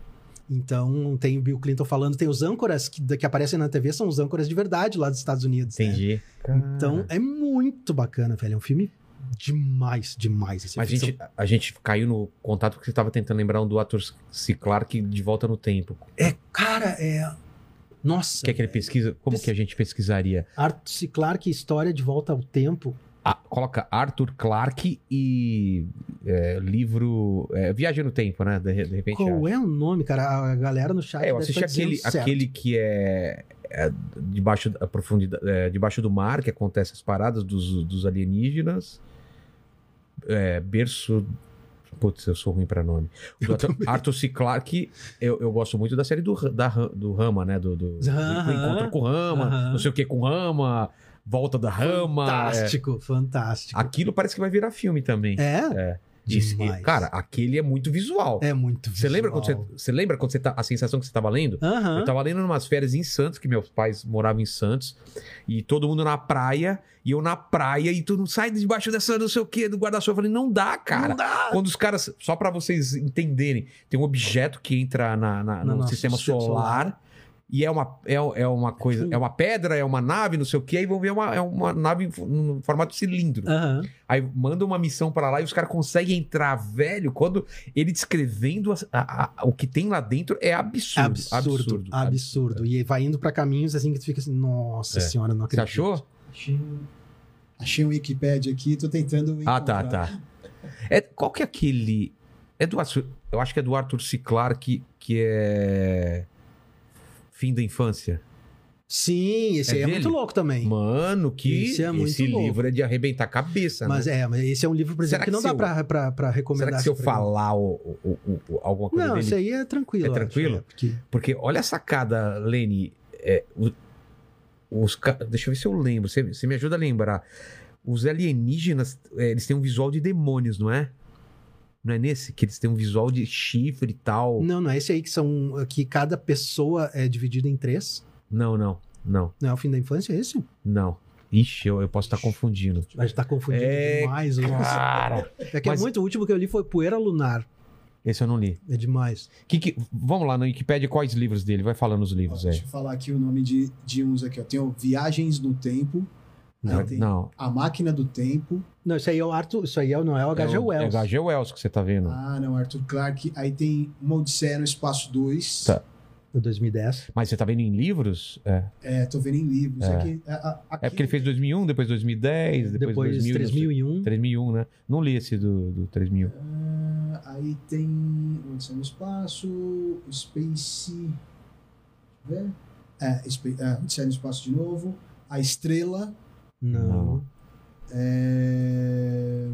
Speaker 3: Então, tem o Bill Clinton falando, tem os âncoras que, que aparecem na TV, são os âncoras de verdade lá dos Estados Unidos. né?
Speaker 1: Entendi.
Speaker 3: Então,
Speaker 1: Cara.
Speaker 3: é muito bacana, velho. É um filme demais, demais. Esse
Speaker 1: Mas a
Speaker 3: filme.
Speaker 1: gente, a gente caiu no contato porque você tava tentando lembrar um do ator C. Clarke de volta no tempo.
Speaker 3: É, cara, é. Nossa.
Speaker 1: Que é aquele pesquisa. Como
Speaker 3: Pes-
Speaker 1: que a gente pesquisaria?
Speaker 3: Arthur C. Clarke, História de Volta ao Tempo.
Speaker 1: Ah, coloca Arthur Clarke e é, livro. é, Viagem no Tempo, né? De, de repente.
Speaker 3: Qual é o nome, cara? A galera no chat
Speaker 1: É, eu
Speaker 3: deve
Speaker 1: assisti
Speaker 3: tá dizendo
Speaker 1: aquele,
Speaker 3: certo.
Speaker 1: aquele que é, é debaixo da profundidade, é, debaixo do mar, que acontece as paradas dos, dos alienígenas. É, berço. Putz, eu sou ruim pra nome. O
Speaker 3: Eu
Speaker 1: ator- Arthur C. Clarke, eu, eu gosto muito da série do, Ra- da, Ra- do Rama, né? Do, do, do
Speaker 3: Aham.
Speaker 1: encontro com o Rama,
Speaker 3: Aham.
Speaker 1: não sei o que com o Rama. Volta da Rama.
Speaker 3: Fantástico,
Speaker 1: é.
Speaker 3: fantástico.
Speaker 1: Aquilo parece que vai virar filme também.
Speaker 3: É?
Speaker 1: Isso,
Speaker 3: demais.
Speaker 1: cara, aquele é muito visual.
Speaker 3: É muito
Speaker 1: Você lembra
Speaker 3: visual.
Speaker 1: quando você, Então, você lembra quando você tá, a sensação que você tava lendo?
Speaker 3: Aham.
Speaker 1: Eu tava lendo umas férias em Santos, que meus pais moravam em Santos, e todo mundo na praia, e eu na praia, e tu não sai debaixo dessa não sei o quê, do guarda-chuva. Eu falei, não dá, cara.
Speaker 3: Não dá.
Speaker 1: Quando os caras, só pra vocês entenderem, tem um objeto que entra na, na-
Speaker 3: No
Speaker 1: no,
Speaker 3: nosso
Speaker 1: sistema
Speaker 3: sistema
Speaker 1: solar,
Speaker 3: solar.
Speaker 1: e é uma, é, é uma coisa, é uma pedra, é uma nave, não sei o que, aí vão ver uma, é uma nave em fo- no formato cilindro.
Speaker 3: Aham.
Speaker 1: Aí manda uma missão pra lá e os caras conseguem entrar, velho. Quando ele descrevendo as- a- a- o que tem lá dentro é absurdo.
Speaker 3: Absurdo, absurdo, E vai indo pra caminhos assim que tu fica assim, nossa
Speaker 1: É.
Speaker 3: senhora, não
Speaker 1: Você
Speaker 3: acredito.
Speaker 1: achou?
Speaker 4: Achei
Speaker 2: Achei um Wikipedia aqui, tô tentando.
Speaker 1: Ah, tá,
Speaker 2: encontrar.
Speaker 1: tá. É, qual que é aquele. É do Arthur, eu acho que é do Arthur Ciclar que, que é. Fim da infância.
Speaker 3: Sim, esse
Speaker 1: É
Speaker 3: aí é
Speaker 1: dele?
Speaker 3: muito louco também.
Speaker 1: Mano, que
Speaker 3: Esse é muito
Speaker 1: esse
Speaker 3: louco.
Speaker 1: livro é de arrebentar a cabeça,
Speaker 3: mas
Speaker 1: né?
Speaker 3: é, mas esse é um livro, por exemplo,
Speaker 1: Será
Speaker 3: que,
Speaker 1: que
Speaker 3: não
Speaker 1: se
Speaker 3: dá
Speaker 1: eu-
Speaker 3: pra, pra, pra recomendar.
Speaker 1: Será que se eu
Speaker 3: assim pra alguém.
Speaker 1: falar o- o- o- o- alguma coisa
Speaker 3: Não,
Speaker 1: dele?
Speaker 3: isso aí é tranquilo.
Speaker 1: É
Speaker 3: eu acho,
Speaker 1: tranquilo?
Speaker 3: é, porque-
Speaker 1: Porque olha a sacada, Lene. É, o- os, ca- deixa eu ver se eu lembro. Você, você me ajuda a lembrar. Os alienígenas, é, eles têm um visual de demônios, não é? Não é nesse? Que eles têm um visual de chifre e tal.
Speaker 3: Não, não é esse aí que são. que cada pessoa é dividida em três.
Speaker 1: Não, não, não,
Speaker 3: Não é o fim da infância, é esse?
Speaker 1: não. Ixi, eu, eu posso estar confundindo.
Speaker 3: A gente tá confundindo
Speaker 1: É,
Speaker 3: demais. os-
Speaker 1: Cara,
Speaker 3: É que
Speaker 1: mas-
Speaker 3: é muito o último que eu li foi Poeira Lunar.
Speaker 1: esse eu não li.
Speaker 3: É demais.
Speaker 1: Que que- vamos lá na Wikipedia, quais livros dele? Vai falando os
Speaker 2: Ó,
Speaker 1: livros aí.
Speaker 2: deixa eu falar aqui o nome de, de uns aqui. Ó. Tem o Viagens no Tempo,
Speaker 1: Não,
Speaker 2: tem-
Speaker 1: não.
Speaker 2: A Máquina do Tempo.
Speaker 3: Não, isso aí é o Arthur. Isso aí é, o- não é o HG
Speaker 1: é o-
Speaker 3: Wells.
Speaker 1: É o HG Wells que você tá vendo.
Speaker 2: Ah, não, Arthur Clarke. Aí tem Uma Odisseia no Espaço 2.
Speaker 1: Tá.
Speaker 3: do 2010.
Speaker 1: Mas você tá vendo em livros? É.
Speaker 2: É, tô vendo em livros.
Speaker 1: É.
Speaker 2: Aqui, a- a-
Speaker 1: É porque ele fez 2001, depois 2010, depois,
Speaker 3: Depois
Speaker 1: 2000,
Speaker 3: 3001.
Speaker 1: 3001, né? Não li esse do, do 3000.
Speaker 2: Ah, aí tem Uma Odisseia no Espaço, Space... Deixa eu ver. É, Spa- é, Odisseia no Espaço de novo. A Estrela.
Speaker 3: Não.
Speaker 2: É...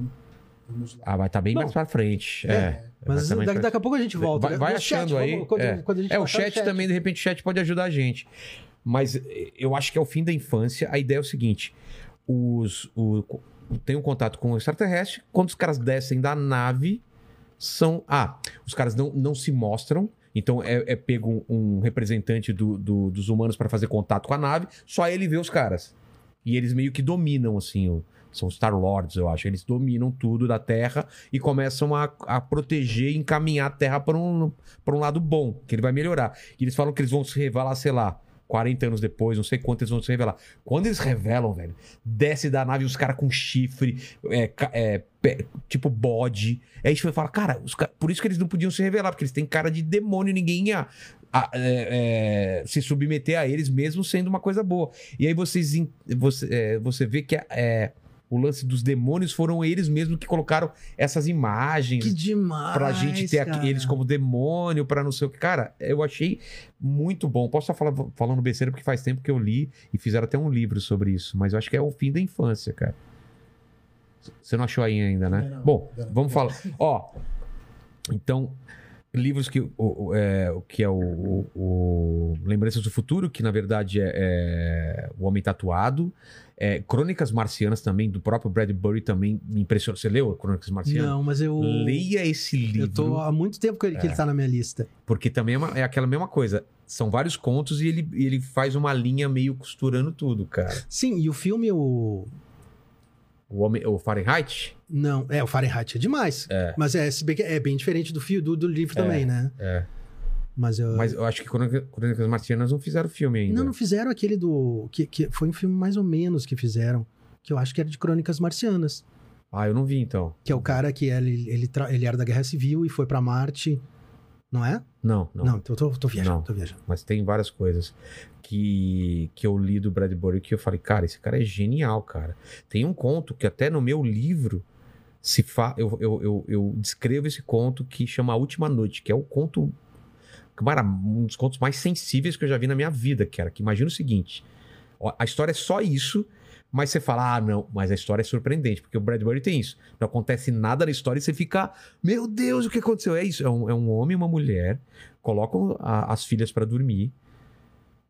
Speaker 2: Vamos lá.
Speaker 1: Ah, vai tá bem
Speaker 3: Não.
Speaker 1: mais pra frente. É. vai tá mais
Speaker 3: Mas daqui,
Speaker 1: pra-
Speaker 3: daqui a pouco a gente volta.
Speaker 1: Vai- vai
Speaker 3: No chat,
Speaker 1: achando
Speaker 3: por
Speaker 1: aí,
Speaker 3: favor, quando-
Speaker 1: é.
Speaker 3: quando a gente
Speaker 1: É, o
Speaker 3: voltar no
Speaker 1: chat também, de repente, o chat pode ajudar a gente. Mas eh, eu acho que é o fim da infância. A ideia é o seguinte: os. O, co- tem um contato com o extraterrestre. Quando os caras descem da nave, são. Ah, os caras não, não se mostram. Então é, é pego um, um representante do- do- dos humanos para fazer contato com a nave. Só ele vê os caras. E eles meio que dominam, assim. o- são os Star Lords, eu acho. Eles dominam tudo da Terra e começam a, a proteger e encaminhar a Terra para um, pra um lado bom, que ele vai melhorar. E eles falam que eles vão se revelar, sei lá, 40 anos depois, não sei quanto eles vão se revelar. Quando eles revelam, velho, desce da nave os caras com chifre, é, ca- é, pe- tipo bode. É Aí a gente fala, cara, os ca- por isso que eles não podiam se revelar, porque eles têm cara de demônio, ninguém ia. a- é, é, se submeter a eles mesmo sendo uma coisa boa. E aí vocês, en- você, é, você vê que é, o lance dos demônios foram eles mesmos que colocaram essas imagens
Speaker 3: Que demais.
Speaker 1: pra gente ter aqui-
Speaker 3: cara.
Speaker 1: eles como demônio, pra não sei o que. Cara, eu achei muito bom. Posso estar fala- falando besteira porque faz tempo que eu li e fizeram até um livro sobre isso, mas eu acho que é o fim da infância, cara. C- Você não achou aí ainda, né?
Speaker 2: Não, não.
Speaker 1: bom,
Speaker 2: Não, não.
Speaker 1: vamos falar. Ó, então, livros que o, o- é, o que é o, o- o Lembranças do Futuro, que na verdade é, é O Homem Tatuado. É, Crônicas Marcianas também, do próprio Bradbury também me impressionou. Você leu Crônicas Marcianas?
Speaker 3: Não, mas eu.
Speaker 1: Leia esse assim, livro,
Speaker 3: Hum.
Speaker 1: É.
Speaker 3: Eu tô há muito tempo que ele, que ele tá na minha lista.
Speaker 1: porque também é, uma- é aquela mesma coisa. São vários contos e ele, e ele faz uma linha meio costurando tudo, cara.
Speaker 3: Sim, e o filme, o.
Speaker 1: O, homem, o Fahrenheit?
Speaker 3: Não, é, o Fahrenheit é demais.
Speaker 1: É.
Speaker 3: Mas é, se bem que é bem diferente do fio do, do livro
Speaker 1: É,
Speaker 3: também, né?
Speaker 1: é.
Speaker 3: Mas eu.
Speaker 1: Mas eu acho que Crônica- Crônicas Marcianas não fizeram filme ainda.
Speaker 3: Não, não fizeram aquele do. Que, que foi um filme mais ou menos que fizeram. Que eu acho que era de Crônicas Marcianas.
Speaker 1: Ah, eu não vi então.
Speaker 3: Que é o cara que ele, ele, tra- ele era da Guerra Civil e foi pra Marte. Não é?
Speaker 1: Não, não.
Speaker 3: Não, então eu tô, tô viajando,
Speaker 1: Não.
Speaker 3: tô viajando.
Speaker 1: Mas tem várias coisas que, que eu li do Bradbury que eu falei, cara, esse cara é genial, cara. Tem um conto que até no meu livro se fa... eu, eu, eu, eu descrevo esse conto que chama A Última Noite, que é o conto, cara, um dos contos mais sensíveis que eu já vi na minha vida, cara. Que imagina o seguinte: ó, a história é só isso. Mas você fala, ah, não, mas a história é surpreendente, porque o Bradbury tem isso. Não acontece nada na história e você fica, meu Deus, o que aconteceu? É isso, é um, é um homem e uma mulher colocam a- as filhas pra dormir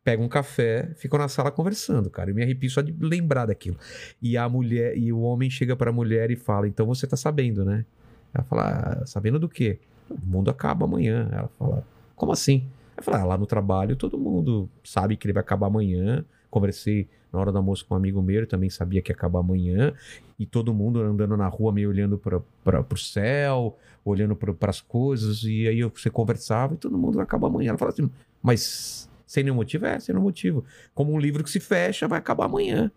Speaker 1: pego um café, fico na sala conversando, cara. Eu me arrepio só de lembrar daquilo. E a mulher, e o homem chega pra mulher e fala: Então você tá sabendo, né? Ela fala: "Ah, Sabendo do quê? O mundo acaba amanhã. Ela fala: Como assim? Ela fala: "Ah, Lá no trabalho todo mundo sabe que ele vai acabar amanhã. Conversei na hora do almoço com um amigo meu, ele também sabia que ia acabar amanhã. E todo mundo andando na rua, meio olhando pra, pra, pro céu, olhando para as coisas. E aí você conversava e todo mundo vai acabar amanhã. Ela fala assim: Mas sem nenhum motivo? É, sem nenhum motivo. Como um livro que se fecha, vai acabar amanhã.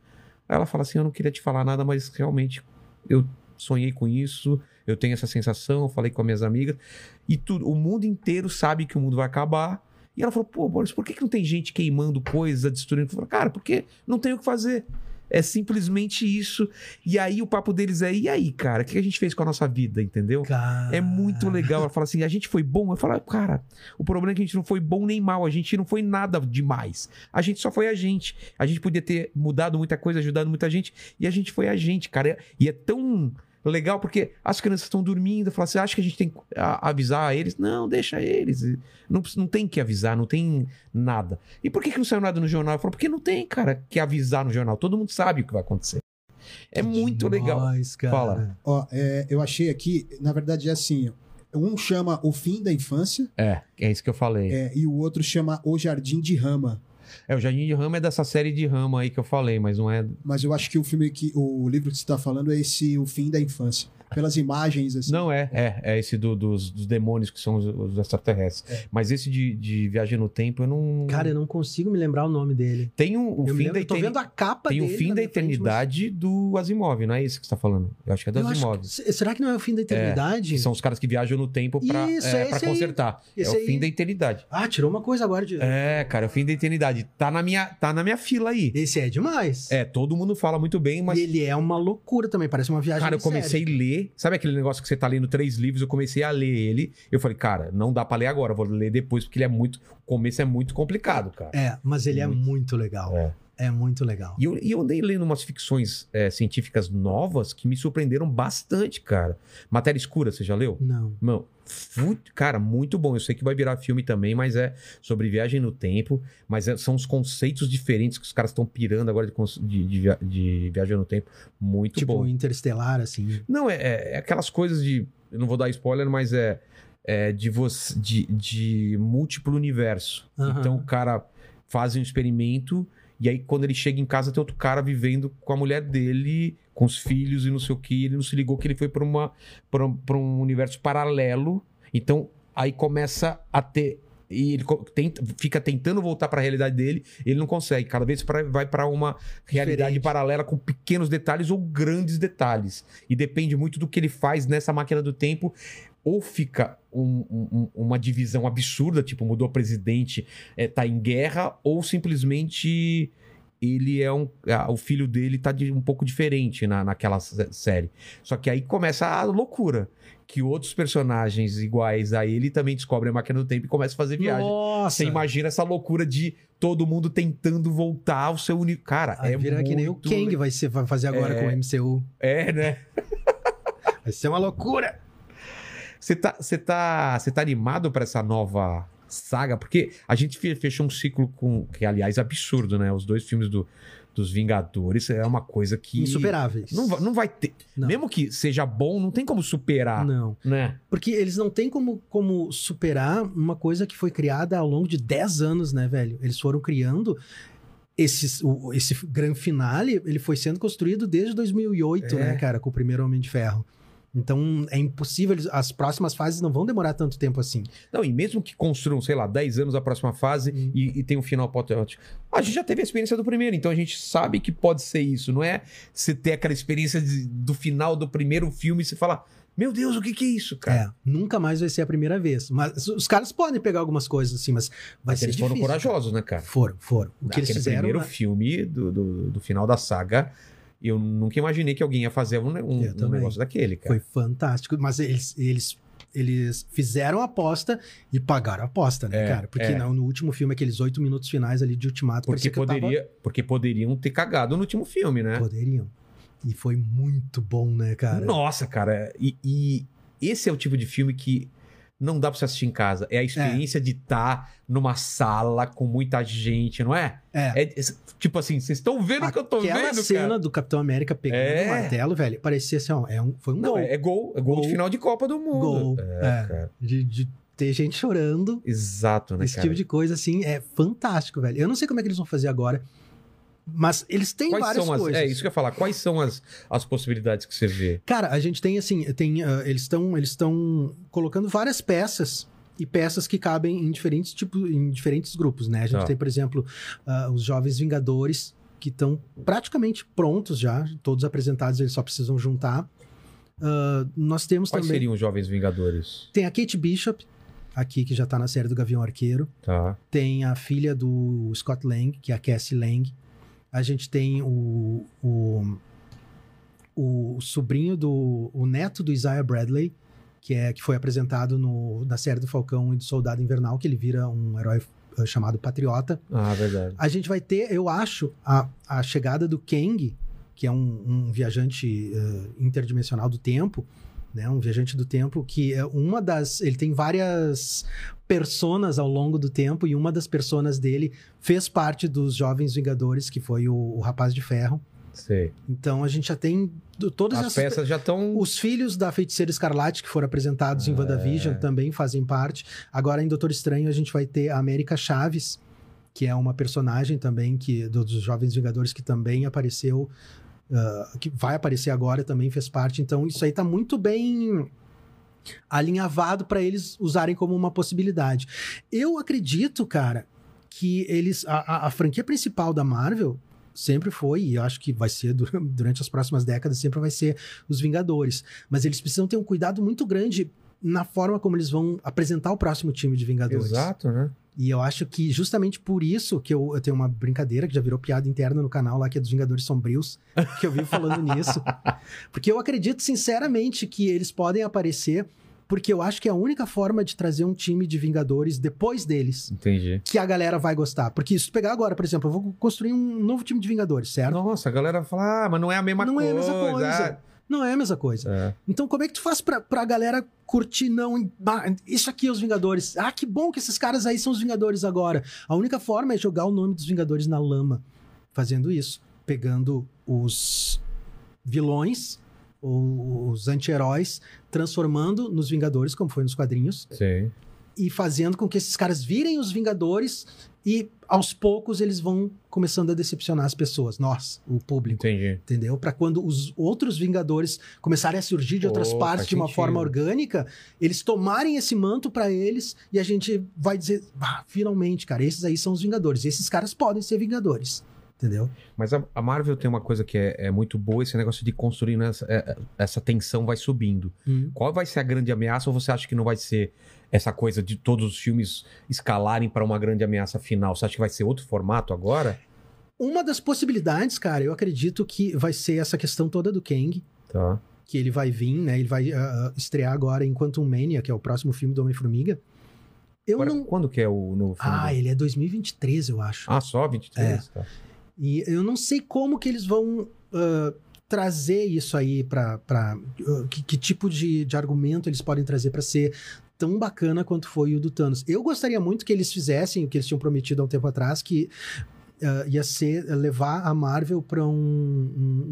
Speaker 1: Aí ela fala assim: Eu não queria te falar nada, mas realmente eu sonhei com isso, eu tenho essa sensação, falei com as minhas amigas. E tudo, o mundo inteiro sabe que o mundo vai acabar. E ela falou: Pô, Boris, por que, que não tem gente queimando coisa, destruindo? Eu falei, Cara, porque não tem o que fazer. É simplesmente isso. E aí o papo deles é: E aí, cara, o que a gente fez com a nossa vida, entendeu? É
Speaker 3: Ah.
Speaker 1: muito legal. Ela fala assim: a gente foi bom. Eu falo, cara, o problema é que a gente não foi bom nem mal. A gente não foi nada demais. A gente só foi a gente. A gente podia ter mudado muita coisa, ajudado muita gente. E a gente foi a gente, cara. E é tão legal porque as crianças estão dormindo. Fala assim: acha que a gente tem que a- avisar eles? Não, deixa eles. Não, precisa- não tem que avisar, não tem nada. E por que, que não saiu nada no jornal? Eu falo: porque não tem, cara, que avisar no jornal. Todo mundo sabe o que vai acontecer. É muito legal.
Speaker 3: Demais, cara.
Speaker 1: Fala.
Speaker 2: Ó, é, eu achei aqui, na verdade é assim, ó. um chama O Fim da Infância
Speaker 1: É, é isso que eu falei.
Speaker 2: é, e o outro chama O Jardim de Rama.
Speaker 1: É, o Jardim de Rama é dessa série de Rama aí que eu falei, mas não é.
Speaker 2: Mas eu acho que o filme que o livro que você está falando é esse O Fim da Infância. Pelas imagens, assim.
Speaker 1: Não é, é, é esse do- dos, dos demônios que são os, os extraterrestres. Mas esse de, de Viagem no Tempo, eu não.
Speaker 3: É. Cara, eu não consigo me lembrar o nome dele.
Speaker 1: tem um, o
Speaker 3: eu me
Speaker 1: fim da
Speaker 3: lembro, tô
Speaker 1: eternidade.
Speaker 3: vendo a capa
Speaker 1: Tem o
Speaker 3: dele.
Speaker 1: fim
Speaker 3: na
Speaker 1: da
Speaker 3: minha frente, mas-
Speaker 1: eternidade do Asimov, não é esse que você tá falando? Eu acho que é do
Speaker 3: Eu acho
Speaker 1: Asimov.
Speaker 3: que- se- Será que não é o fim da eternidade?
Speaker 1: Que são os caras que viajam no tempo pra,
Speaker 3: Isso,
Speaker 1: é,
Speaker 3: é
Speaker 1: pra
Speaker 3: esse aí.
Speaker 1: consertar. É
Speaker 3: Esse
Speaker 1: o fim
Speaker 3: aí-
Speaker 1: da eternidade.
Speaker 3: Ah, tirou uma coisa agora de.
Speaker 1: É, cara, é o fim da eternidade. Tá na minha, tá na minha fila aí.
Speaker 3: Esse é demais.
Speaker 1: É, todo mundo fala muito bem, mas
Speaker 3: E ele é uma loucura também, parece uma viagem.
Speaker 1: Cara, eu
Speaker 3: de
Speaker 1: comecei
Speaker 3: série.
Speaker 1: a ler. Sabe aquele negócio que você tá lendo três livros? Eu comecei a ler ele. Eu falei, cara, não dá pra ler agora, eu vou ler depois, porque ele é muito. O começo é muito complicado, cara.
Speaker 3: É, mas ele é
Speaker 1: Muito.
Speaker 3: muito legal.
Speaker 1: É.
Speaker 3: É muito legal.
Speaker 1: E eu, e eu andei lendo umas ficções é, científicas novas que me surpreenderam bastante, cara. Matéria Escura, você já leu?
Speaker 3: Não.
Speaker 1: Mano, fu- cara, muito bom. Eu sei que vai virar filme também, mas é sobre viagem no tempo. Mas é- são os conceitos diferentes que os caras estão pirando agora de, cons- de- de via- de viagem no tempo. Muito
Speaker 3: tipo,
Speaker 1: bom.
Speaker 3: interestelar, assim.
Speaker 1: Não, é, é- é aquelas coisas de. Eu não vou dar spoiler, mas é. é de, você, de, de múltiplo universo.
Speaker 3: Aham.
Speaker 1: Então o cara faz um experimento e aí quando ele chega em casa tem outro cara vivendo com a mulher dele, com os filhos e não sei o que. Ele não se ligou que ele foi para uma pra um, pra um universo paralelo. Então aí começa a ter e ele co- tenta- fica tentando voltar pra realidade dele, ele não consegue. Cada vez pra- vai pra uma realidade
Speaker 3: Diferente.
Speaker 1: paralela com pequenos detalhes ou grandes detalhes. E depende muito do que ele faz nessa máquina do tempo. Ou fica um- um- um- uma divisão absurda, tipo, mudou presidente, é, tá em guerra, ou simplesmente ele é um. ah, o filho dele tá de- um pouco diferente na, naquela sé- série. Só que aí começa a loucura. Que outros personagens iguais a ele também descobrem a máquina do tempo e começam a fazer é viagem.
Speaker 3: Nossa!
Speaker 1: Você imagina essa loucura de todo mundo tentando voltar ao seu único. Cara,
Speaker 3: Vai
Speaker 1: é
Speaker 3: virar
Speaker 1: muito...
Speaker 3: que nem o Kang vai, ser, vai fazer agora
Speaker 1: É.
Speaker 3: com o MCU.
Speaker 1: É, né?
Speaker 3: Vai ser uma loucura.
Speaker 1: Você tá, você tá, você tá animado pra essa nova saga? Porque a gente fe- fechou um ciclo com que aliás é absurdo, né? Os dois filmes do, dos Vingadores é uma coisa que
Speaker 3: Insuperáveis.
Speaker 1: não, va- não vai ter.
Speaker 3: Não.
Speaker 1: Mesmo que seja bom, não tem como superar,
Speaker 3: Não.
Speaker 1: né?
Speaker 3: Porque eles não têm como, como superar uma coisa que foi criada ao longo de 10 anos, né, velho? Eles foram criando. Esses, o- esse grande finale, ele foi sendo construído desde 2008,
Speaker 1: É.
Speaker 3: né, cara? Com o primeiro Homem de Ferro. Então, é impossível. eles- As próximas fases não vão demorar tanto tempo assim.
Speaker 1: Não, e mesmo que construam, sei lá, 10 anos a próxima fase
Speaker 3: Hum.
Speaker 1: e, e tem um final apoteótico. A gente já teve a experiência do primeiro, então a gente sabe que pode ser isso. Não é você ter aquela experiência de- do final do primeiro filme e você falar, meu Deus, o que que é isso, cara?
Speaker 3: É, nunca mais vai ser a primeira vez. Mas os caras podem pegar algumas coisas assim, mas vai
Speaker 1: Mas
Speaker 3: ser
Speaker 1: eles foram
Speaker 3: difícil,
Speaker 1: corajosos, né, cara?
Speaker 3: cara. Foram, foram. O que eles
Speaker 1: Aquele
Speaker 3: fizeram.
Speaker 1: primeiro
Speaker 3: né?
Speaker 1: filme do, do, do final da saga, eu nunca imaginei que alguém ia fazer um, um-
Speaker 3: Eu
Speaker 1: um
Speaker 3: também.
Speaker 1: negócio daquele, cara.
Speaker 3: Foi fantástico, mas eles, eles, eles fizeram a aposta e pagaram a aposta, né,
Speaker 1: É,
Speaker 3: cara? Porque
Speaker 1: é.
Speaker 3: no, no último filme, aqueles oito minutos finais ali de Ultimato,
Speaker 1: Porque,
Speaker 3: parecia que eu tava-
Speaker 1: poderia, porque poderiam ter cagado no último filme, né?
Speaker 3: poderiam. E foi muito bom, né, cara?
Speaker 1: Nossa, cara. E, e esse é o tipo de filme que não dá pra você assistir em casa. É a experiência de estar numa sala com muita gente, não é?
Speaker 3: É.
Speaker 1: É, tipo assim, vocês estão vendo o que eu tô
Speaker 3: Aquela
Speaker 1: vendo,
Speaker 3: cena
Speaker 1: cara?
Speaker 3: do Capitão América pegando
Speaker 1: É.
Speaker 3: o martelo, velho, parecia assim, ó, é um, foi um
Speaker 1: Não,
Speaker 3: gol.
Speaker 1: é, é gol, é gol, de
Speaker 3: Gol.
Speaker 1: final de Copa do Mundo.
Speaker 3: Gol,
Speaker 1: É,
Speaker 3: é.
Speaker 1: cara.
Speaker 3: De, de ter gente chorando,
Speaker 1: Exato, né,
Speaker 3: esse
Speaker 1: cara?
Speaker 3: tipo de coisa, assim, é fantástico, velho. Eu não sei como é que eles vão fazer agora, mas eles têm
Speaker 1: Quais
Speaker 3: várias
Speaker 1: são as,
Speaker 3: coisas.
Speaker 1: é isso que eu ia falar. Quais são as, as possibilidades que você vê?
Speaker 3: Cara, a gente tem assim, tem, ah, eles estão eles estão colocando várias peças e peças que cabem em diferentes tipos, em diferentes grupos, né? A gente
Speaker 1: Tá.
Speaker 3: tem, por exemplo, ah, os jovens Vingadores que estão praticamente prontos já, todos apresentados, eles só precisam juntar. Ah, nós temos
Speaker 1: Quais
Speaker 3: também
Speaker 1: seriam os jovens Vingadores?
Speaker 3: tem a Kate Bishop aqui que já tá na série do Gavião Arqueiro,
Speaker 1: Tá.
Speaker 3: tem a filha do Scott Lang, que é a Cassie Lang. A gente tem o, o, o sobrinho do. o neto do Isaiah Bradley, que, é, que foi apresentado no, na série do Falcão e do Soldado Invernal, que ele vira um herói eh, chamado Patriota.
Speaker 1: Ah, verdade.
Speaker 3: A gente vai ter, eu acho, a, a chegada do Kang, que é um, um viajante eh, interdimensional do tempo, né? Um viajante do tempo que é uma das. Ele tem várias personas ao longo do tempo, e uma das personas dele fez parte dos Jovens Vingadores, que foi o, o Rapaz de Ferro.
Speaker 1: Sei.
Speaker 3: Então a gente já tem do- todas
Speaker 1: As
Speaker 3: essas. pe-
Speaker 1: peças já estão.
Speaker 3: Os filhos da Feiticeira Escarlate, que foram apresentados em
Speaker 1: É.
Speaker 3: WandaVision, também fazem parte. Agora, em Doutor Estranho, a gente vai ter a América Chaves, que é uma personagem também que do- dos Jovens Vingadores, que também apareceu, ah, que vai aparecer agora, também fez parte. Então, isso aí tá muito bem alinhavado para eles usarem como uma possibilidade. Eu acredito, cara, que eles. A, a- a franquia principal da Marvel sempre foi, e eu acho que vai ser du- durante as próximas décadas, sempre vai ser os Vingadores. Mas eles precisam ter um cuidado muito grande na forma como eles vão apresentar o próximo time de Vingadores.
Speaker 1: Exato, né?
Speaker 3: E eu acho que justamente por isso que eu, eu tenho uma brincadeira que já virou piada interna no canal lá, que é dos Vingadores Sombrios, que eu vivo falando nisso. Porque eu acredito sinceramente que eles podem aparecer, porque eu acho que é a única forma de trazer um time de Vingadores depois deles
Speaker 1: Entendi.
Speaker 3: que a galera vai gostar. Porque se tu pegar agora, por exemplo, eu vou construir um novo time de Vingadores, certo?
Speaker 1: Nossa, a galera fala, ah, mas não é a mesma
Speaker 3: Não é
Speaker 1: coisa.
Speaker 3: a mesma coisa. Não é a mesma coisa.
Speaker 1: Ah, é.
Speaker 3: Então, como é que tu faz pra, pra galera curtir, não? bah, Isso aqui é os Vingadores. Ah, que bom que esses caras aí são os Vingadores agora. A única forma é jogar o nome dos Vingadores na lama. Fazendo isso. Pegando os vilões, ou os anti-heróis, transformando nos Vingadores, como foi nos quadrinhos,
Speaker 1: Sim.
Speaker 3: e fazendo com que esses caras virem os Vingadores e aos poucos eles vão começando a decepcionar as pessoas, nós, o público
Speaker 1: Entendi.
Speaker 3: entendeu? Para quando os outros Vingadores começarem a surgir de outras
Speaker 1: Pô,
Speaker 3: partes
Speaker 1: faz
Speaker 3: de uma
Speaker 1: sentido.
Speaker 3: forma orgânica, eles tomarem esse manto para eles e a gente vai dizer, "Ah, finalmente, cara, esses aí são os Vingadores, esses caras podem ser Vingadores, entendeu?
Speaker 1: Mas a, a Marvel tem uma coisa que é, é muito boa, esse negócio de construir essa, é- essa tensão vai subindo. Qual vai ser a grande ameaça ou você acha que não vai ser essa coisa de todos os filmes escalarem para uma grande ameaça final? Você acha que vai ser outro formato agora?
Speaker 3: Uma das possibilidades, cara, eu acredito que vai ser essa questão toda do Kang,
Speaker 1: Tá.
Speaker 3: que ele vai vir, né? Ele vai ah, estrear agora em Quantum Mania, que é o próximo filme do Homem-Formiga. Eu
Speaker 1: Agora,
Speaker 3: não.
Speaker 1: Quando que é o novo filme?
Speaker 3: Ah, ele é 2023, eu É. acho.
Speaker 1: Ah, só 23? Tá.
Speaker 3: E eu não sei como que eles vão ah, trazer isso aí pra. pra ah, que, que tipo de, de argumento eles podem trazer pra ser tão bacana quanto foi o do Thanos. Eu gostaria muito que eles fizessem o que eles tinham prometido há um tempo atrás, que ah, ia ser levar a Marvel pra um,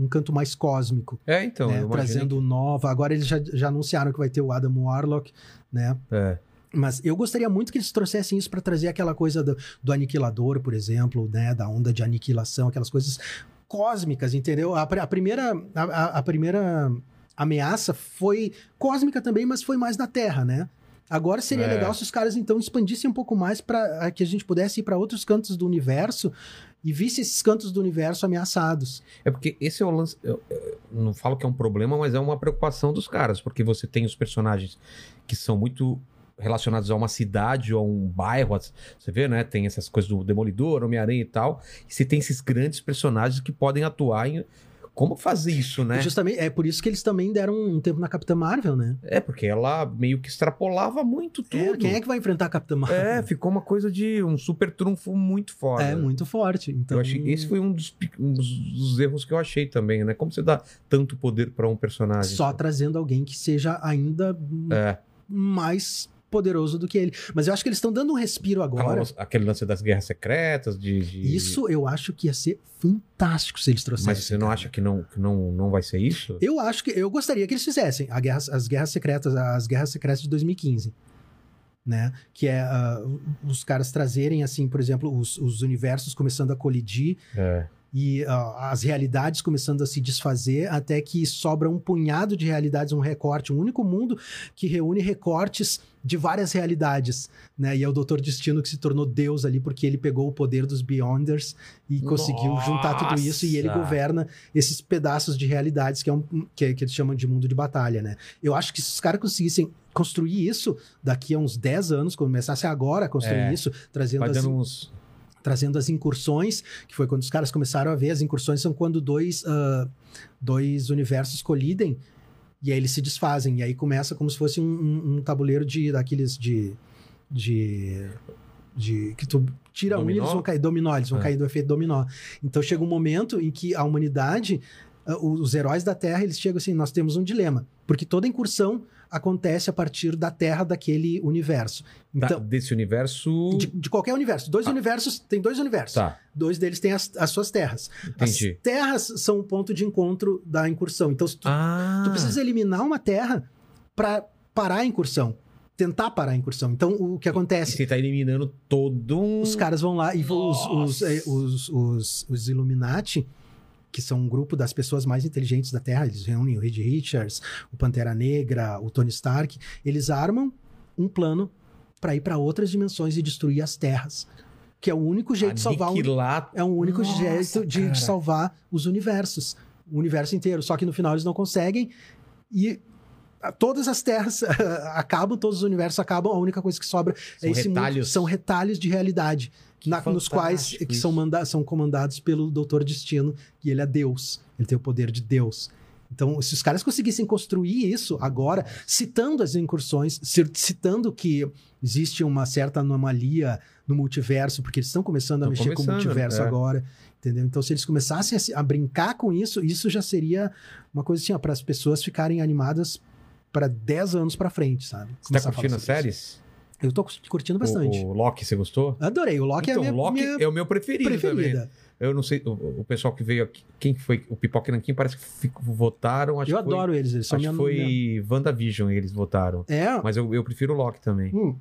Speaker 3: um- um canto mais cósmico,
Speaker 1: É, então.
Speaker 3: né?
Speaker 1: eu imaginei
Speaker 3: trazendo nova. Agora eles já, já anunciaram que vai ter o Adam Warlock, né?
Speaker 1: que- É.
Speaker 3: Mas eu gostaria muito que eles trouxessem isso para trazer aquela coisa do, do aniquilador, por exemplo, né? Da onda de aniquilação, aquelas coisas cósmicas, entendeu? A, pri- a primeira. A, a- a primeira ameaça foi cósmica também, mas foi mais na Terra, né? Agora seria
Speaker 1: É.
Speaker 3: legal se os caras então expandissem um pouco mais para que a gente pudesse ir para outros cantos do universo e visse esses cantos do universo ameaçados.
Speaker 1: É porque esse é o lance. Eu, eu não falo que é um problema, mas é uma preocupação dos caras, porque você tem os personagens que são muito relacionados a uma cidade ou a um bairro. as- Você vê, né? Tem essas coisas do Demolidor, Homem-Aranha e tal. E você tem esses grandes personagens que podem atuar em. Como fazer isso, né?
Speaker 3: E justamente é por isso que eles também deram um tempo na Capitã Marvel, né?
Speaker 1: É, porque ela meio que extrapolava muito
Speaker 3: É,
Speaker 1: tudo.
Speaker 3: quem é que vai enfrentar a Capitã Marvel?
Speaker 1: É, ficou uma coisa de um super trunfo muito foda.
Speaker 3: É muito forte. Então,
Speaker 1: Eu achei, esse foi um dos, pi- um dos- dos erros que eu achei também, né? Como você dá tanto poder pra um personagem?
Speaker 3: só trazendo alguém que seja ainda
Speaker 1: É.
Speaker 3: mais poderoso do que ele. Mas eu acho que eles estão dando um respiro agora.
Speaker 1: Aquela- Aquele lance das guerras secretas, de. de-
Speaker 3: Isso eu acho que ia ser fantástico se eles trouxessem.
Speaker 1: Mas você não
Speaker 3: cara.
Speaker 1: acha que não, que não, não vai ser isso?
Speaker 3: Eu acho que eu gostaria que eles fizessem a guerra- as guerras secretas, as guerras secretas de 2015. Né? Que é ah, os caras trazerem, assim, por exemplo, os, os universos começando a colidir
Speaker 1: É.
Speaker 3: e ah, as realidades começando a se desfazer até que sobra um punhado de realidades, um recorte, um único mundo que reúne recortes de várias realidades, né? E é o Doutor Destino que se tornou Deus ali porque ele pegou o poder dos Beyonders e conseguiu juntar tudo isso e ele
Speaker 1: Nossa!
Speaker 3: governa esses pedaços de realidades que é um que, que eles chamam de mundo de batalha, né? Eu acho que se os caras conseguissem construir isso daqui a uns 10 anos, começasse agora a construir
Speaker 1: É.
Speaker 3: isso, trazendo
Speaker 1: Vai
Speaker 3: as
Speaker 1: dando uns.
Speaker 3: trazendo as incursões, que foi quando os caras começaram a ver. As incursões são quando dois, ah, dois universos colidem e aí eles se desfazem. E aí começa como se fosse um, um- um tabuleiro de daqueles de. de de que tu tira um e
Speaker 1: Dominó?
Speaker 3: eles vão cair dominó, eles vão
Speaker 1: Ah.
Speaker 3: cair do efeito dominó. Então chega um momento em que a humanidade, ah, o- os heróis da Terra, eles chegam assim, nós temos um dilema, porque toda incursão acontece a partir da Terra daquele universo.
Speaker 1: tá,
Speaker 3: Então,
Speaker 1: desse universo.
Speaker 3: de, de qualquer universo, dois
Speaker 1: Ah.
Speaker 3: universos, tem dois universos.
Speaker 1: Tá,
Speaker 3: Dois deles têm as, as suas terras.
Speaker 1: entendi.
Speaker 3: As terras são o ponto de encontro da incursão. Então, se tu,
Speaker 1: Ah,
Speaker 3: tu precisa eliminar uma terra para parar a incursão. Tentar parar a incursão. Então, o que
Speaker 1: e
Speaker 3: acontece?
Speaker 1: você tá eliminando todo um.
Speaker 3: Os caras vão lá e vão- os, os,
Speaker 1: Nossa.
Speaker 3: eh, os, os, os Illuminati, que são um grupo das pessoas mais inteligentes da Terra, eles reúnem o Reed Richards, o Pantera Negra, o Tony Stark, eles armam um plano para ir para outras dimensões e destruir as terras. Que é o único jeito de salvar um
Speaker 1: Aniquilar
Speaker 3: é um único
Speaker 1: Nossa,
Speaker 3: jeito de, de
Speaker 1: cara.
Speaker 3: salvar os universos. O universo inteiro. Só que no final eles não conseguem. E a- todas as terras acabam, todos os universos acabam. A única coisa que sobra
Speaker 1: São
Speaker 3: é esse mundo-
Speaker 1: retalhos.
Speaker 3: São retalhos de realidade. na- nos
Speaker 1: fantástico
Speaker 3: quais é que
Speaker 1: isso.
Speaker 3: são, manda- são comandados pelo Doutor Destino. E ele é Deus. Ele tem o poder de Deus. Então, se os caras conseguissem construir isso agora, citando as incursões, ci- citando que existe uma certa anomalia no multiverso, porque eles estão começando a
Speaker 1: Tão
Speaker 3: mexer com o
Speaker 1: começando,
Speaker 3: multiverso
Speaker 1: é.
Speaker 3: agora, entendeu? Então, se eles começassem a se- a, brincar com isso, isso já seria uma coisa assim, para as pessoas ficarem animadas para 10 anos para frente, sabe?
Speaker 1: Você
Speaker 3: Começar
Speaker 1: tá
Speaker 3: a falar
Speaker 1: curtindo as
Speaker 3: sobre isso.
Speaker 1: séries?
Speaker 3: Eu tô cu- curtindo bastante.
Speaker 1: O, o Loki, você gostou?
Speaker 3: Adorei. O Loki
Speaker 1: então,
Speaker 3: é a minha,
Speaker 1: Loki
Speaker 3: minha
Speaker 1: é o meu preferido também.
Speaker 3: preferida.
Speaker 1: Eu não sei, o, o pessoal que veio aqui, quem foi? O Pipoca e Nanquim parece que fico- votaram. Acho
Speaker 3: Eu
Speaker 1: que foi,
Speaker 3: adoro eles, eles são
Speaker 1: Acho
Speaker 3: minha,
Speaker 1: que foi
Speaker 3: minha-
Speaker 1: WandaVision, eles votaram.
Speaker 3: É.
Speaker 1: Mas eu, eu prefiro o Loki também.
Speaker 3: Hum,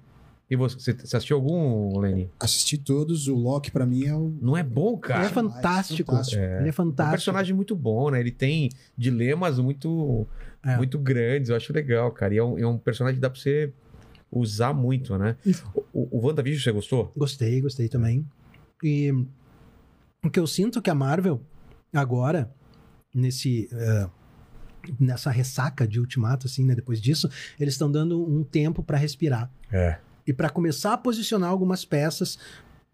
Speaker 1: E você, você assistiu algum, Lenny?
Speaker 2: Assisti todos, o Loki pra mim é o.
Speaker 1: Não é bom,
Speaker 3: ele
Speaker 1: cara.
Speaker 3: é fantástico.
Speaker 2: fantástico.
Speaker 3: Ele é
Speaker 1: É um
Speaker 3: fantástico.
Speaker 1: personagem muito bom, né? Ele tem dilemas muito,
Speaker 3: É.
Speaker 1: muito grandes, eu acho legal, cara. E é um, é um personagem que dá pra você usar muito, né?
Speaker 3: Isso.
Speaker 1: O, o WandaVision, você gostou?
Speaker 3: Gostei, gostei também. E o que eu sinto é que a Marvel, agora, nesse. eh, nessa ressaca de ultimato, assim, né? Depois disso, eles estão dando um tempo para respirar
Speaker 1: É.
Speaker 3: e para começar a posicionar algumas peças.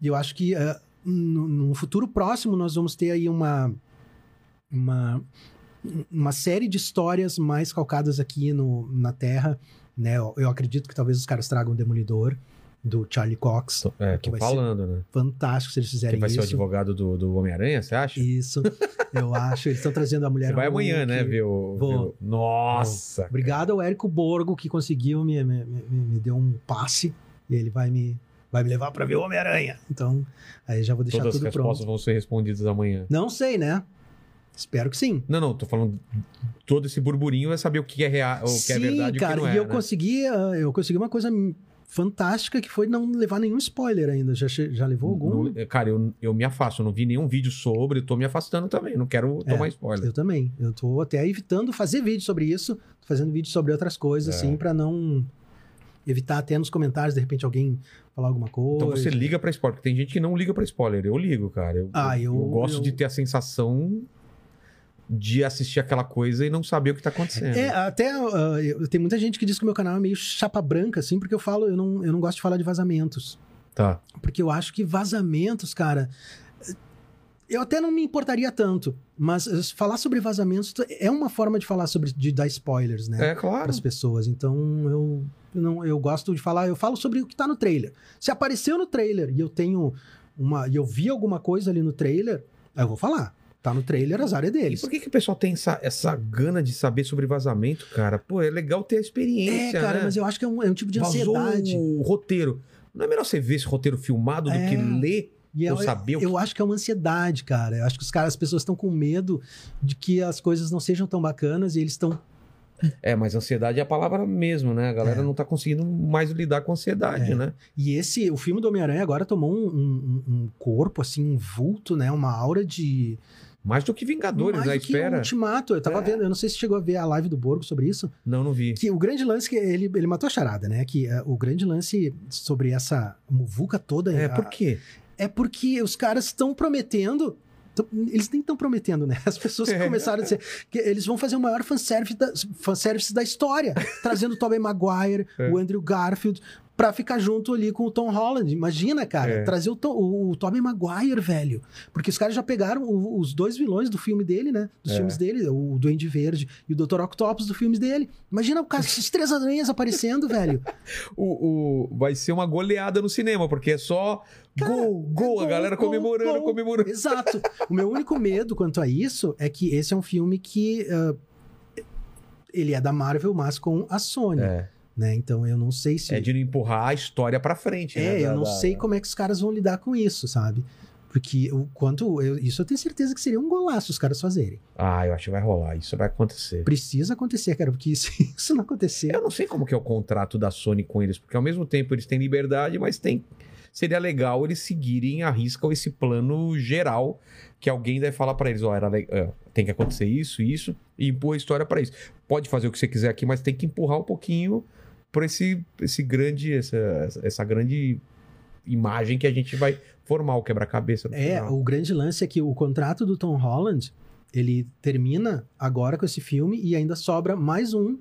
Speaker 3: E eu acho que eh, no, no futuro próximo nós vamos ter aí uma, uma, uma série de histórias mais calcadas aqui no, na Terra. Né? Eu, eu acredito que talvez os caras tragam o Demolidor do Charlie Cox.
Speaker 1: Tô, é, tô
Speaker 3: Que vai
Speaker 1: falando, né?
Speaker 3: Fantástico se eles
Speaker 1: Que
Speaker 3: fizerem
Speaker 1: vai ser o
Speaker 3: isso.
Speaker 1: advogado do, do Homem-Aranha, você acha?
Speaker 3: Isso, eu acho. Eles estão trazendo a mulher.
Speaker 1: Você vai amanhã,
Speaker 3: Hulk.
Speaker 1: né? Ver o,
Speaker 3: um Vou.
Speaker 1: ver o- Nossa!
Speaker 3: Obrigado ao Érico Borgo que conseguiu me, me, me, me deu um passe e ele vai me vai me levar para ver o Homem-Aranha. Então, aí já vou deixar
Speaker 1: Todas as
Speaker 3: tudo
Speaker 1: respostas
Speaker 3: pronto.
Speaker 1: vão ser respondidas amanhã.
Speaker 3: Não sei, né? Espero que sim.
Speaker 1: Não, não, tô falando todo esse burburinho é saber o que é real, o que
Speaker 3: sim,
Speaker 1: é verdade e o que
Speaker 3: cara,
Speaker 1: não é.
Speaker 3: e eu
Speaker 1: né?
Speaker 3: consegui, ah, eu consegui uma coisa fantástica que foi não levar nenhum spoiler ainda. Já che- já levou algum?
Speaker 1: Não- eh, cara, eu, eu me afasto, eu não vi nenhum vídeo sobre, eu tô me afastando também, não quero
Speaker 3: É,
Speaker 1: tomar spoiler.
Speaker 3: Eu também. Eu tô até evitando fazer vídeo sobre isso, tô fazendo vídeo sobre outras
Speaker 1: É.
Speaker 3: coisas, assim, pra não evitar até nos comentários, de repente, alguém falar alguma coisa.
Speaker 1: Então você liga pra spoiler, porque tem gente que não liga pra spoiler, eu ligo, cara. Eu,
Speaker 3: Ah, eu-
Speaker 1: gosto
Speaker 3: eu-
Speaker 1: de ter a sensação de assistir aquela coisa e não saber o que tá acontecendo.
Speaker 3: É, até ah, eu- tem muita gente que diz que o meu canal é meio chapa branca, assim, porque eu falo, eu não, eu não gosto de falar de vazamentos.
Speaker 1: Tá.
Speaker 3: Porque eu acho que vazamentos, cara. Eu até não me importaria tanto, mas eh, falar sobre vazamentos é uma forma de falar sobre. de dar spoilers, né?
Speaker 1: É,
Speaker 3: para
Speaker 1: claro.
Speaker 3: as pessoas. Então eu, eu não eu gosto de falar, eu falo sobre o que tá no trailer. Se apareceu no trailer e eu tenho uma e eu vi alguma coisa ali no trailer, aí eu vou falar. Tá no trailer, azar é
Speaker 1: E
Speaker 3: deles.
Speaker 1: por que, que o pessoal tem essa, essa gana de saber sobre vazamento, cara? Pô, é legal ter a
Speaker 3: É,
Speaker 1: experiência,
Speaker 3: cara,
Speaker 1: né?
Speaker 3: mas eu acho que é um, é um tipo de
Speaker 1: Vazou
Speaker 3: ansiedade.
Speaker 1: o roteiro. Não é melhor você ver esse roteiro filmado do
Speaker 3: É.
Speaker 1: que ler
Speaker 3: E
Speaker 1: ou
Speaker 3: eu,
Speaker 1: saber o que...
Speaker 3: eu acho que é uma ansiedade, cara. Eu acho que os caras, as pessoas estão com medo de que as coisas não sejam tão bacanas e eles estão.
Speaker 1: É, mas ansiedade é a palavra mesmo, né? A galera
Speaker 3: É.
Speaker 1: não tá conseguindo mais lidar com ansiedade,
Speaker 3: É.
Speaker 1: né?
Speaker 3: E esse, o filme do Homem-Aranha agora tomou um, um- um corpo, assim, um vulto, né? Uma aura de.
Speaker 1: Mais do que Vingadores,
Speaker 3: mais
Speaker 1: né?
Speaker 3: do que um
Speaker 1: Espera.
Speaker 3: ultimato. Eu tava
Speaker 1: É.
Speaker 3: vendo, eu não sei se chegou a ver a live do Borgo sobre isso.
Speaker 1: Não, não vi.
Speaker 3: Que o grande lance é que ele, ele matou a charada, né? Que eh, o grande lance sobre essa muvuca toda
Speaker 1: É,
Speaker 3: a-
Speaker 1: por quê?
Speaker 3: é porque os caras estão prometendo. tão- Eles nem estão prometendo, né? As pessoas
Speaker 1: É.
Speaker 3: começaram a dizer que eles vão fazer o maior fanservice da, fanservice da história, trazendo o Tobey Maguire,
Speaker 1: É.
Speaker 3: o Andrew Garfield, pra ficar junto ali com o Tom Holland. Imagina, cara,
Speaker 1: É.
Speaker 3: trazer o, Tom, o, o Tobey Maguire, velho. Porque os caras já pegaram o- os dois vilões do filme dele, né? Dos
Speaker 1: É.
Speaker 3: filmes dele, o Duende Verde e o Dr. Octopus dos filmes dele. Imagina o cara, esses três aranhas aparecendo, velho.
Speaker 1: O, o- Vai ser uma goleada no cinema, porque é só
Speaker 3: Cara,
Speaker 1: gol, gol, a
Speaker 3: gol,
Speaker 1: galera
Speaker 3: gol,
Speaker 1: comemorando,
Speaker 3: gol.
Speaker 1: comemorando.
Speaker 3: Exato. O meu único medo quanto a isso é que esse é um filme que ah, ele é da Marvel, mas com a Sony,
Speaker 1: É,
Speaker 3: né? Então eu não sei se
Speaker 1: é de não empurrar a história pra frente,
Speaker 3: É,
Speaker 1: né? Da-
Speaker 3: eu não
Speaker 1: da-
Speaker 3: sei como é que os caras vão lidar com isso, sabe? Porque o quanto eu- isso eu tenho certeza que seria um golaço os caras fazerem.
Speaker 1: Ah, eu acho que vai rolar, isso vai acontecer.
Speaker 3: Precisa acontecer, cara, porque se isso não acontecer,
Speaker 1: Eu não sei como que é o contrato da Sony com eles, porque ao mesmo tempo eles têm liberdade, mas tem seria legal eles seguirem a risca esse plano geral que alguém deve falar pra eles, ó, era le- é, tem que acontecer isso, isso e empurra a história pra isso. Pode fazer o que você quiser aqui, mas tem que empurrar um pouquinho pra esse esse grande essa, essa grande imagem que a gente vai formar o quebra-cabeça. no
Speaker 3: é,
Speaker 1: final.
Speaker 3: o grande lance é que o contrato do Tom Holland, ele termina agora com esse filme e ainda sobra mais um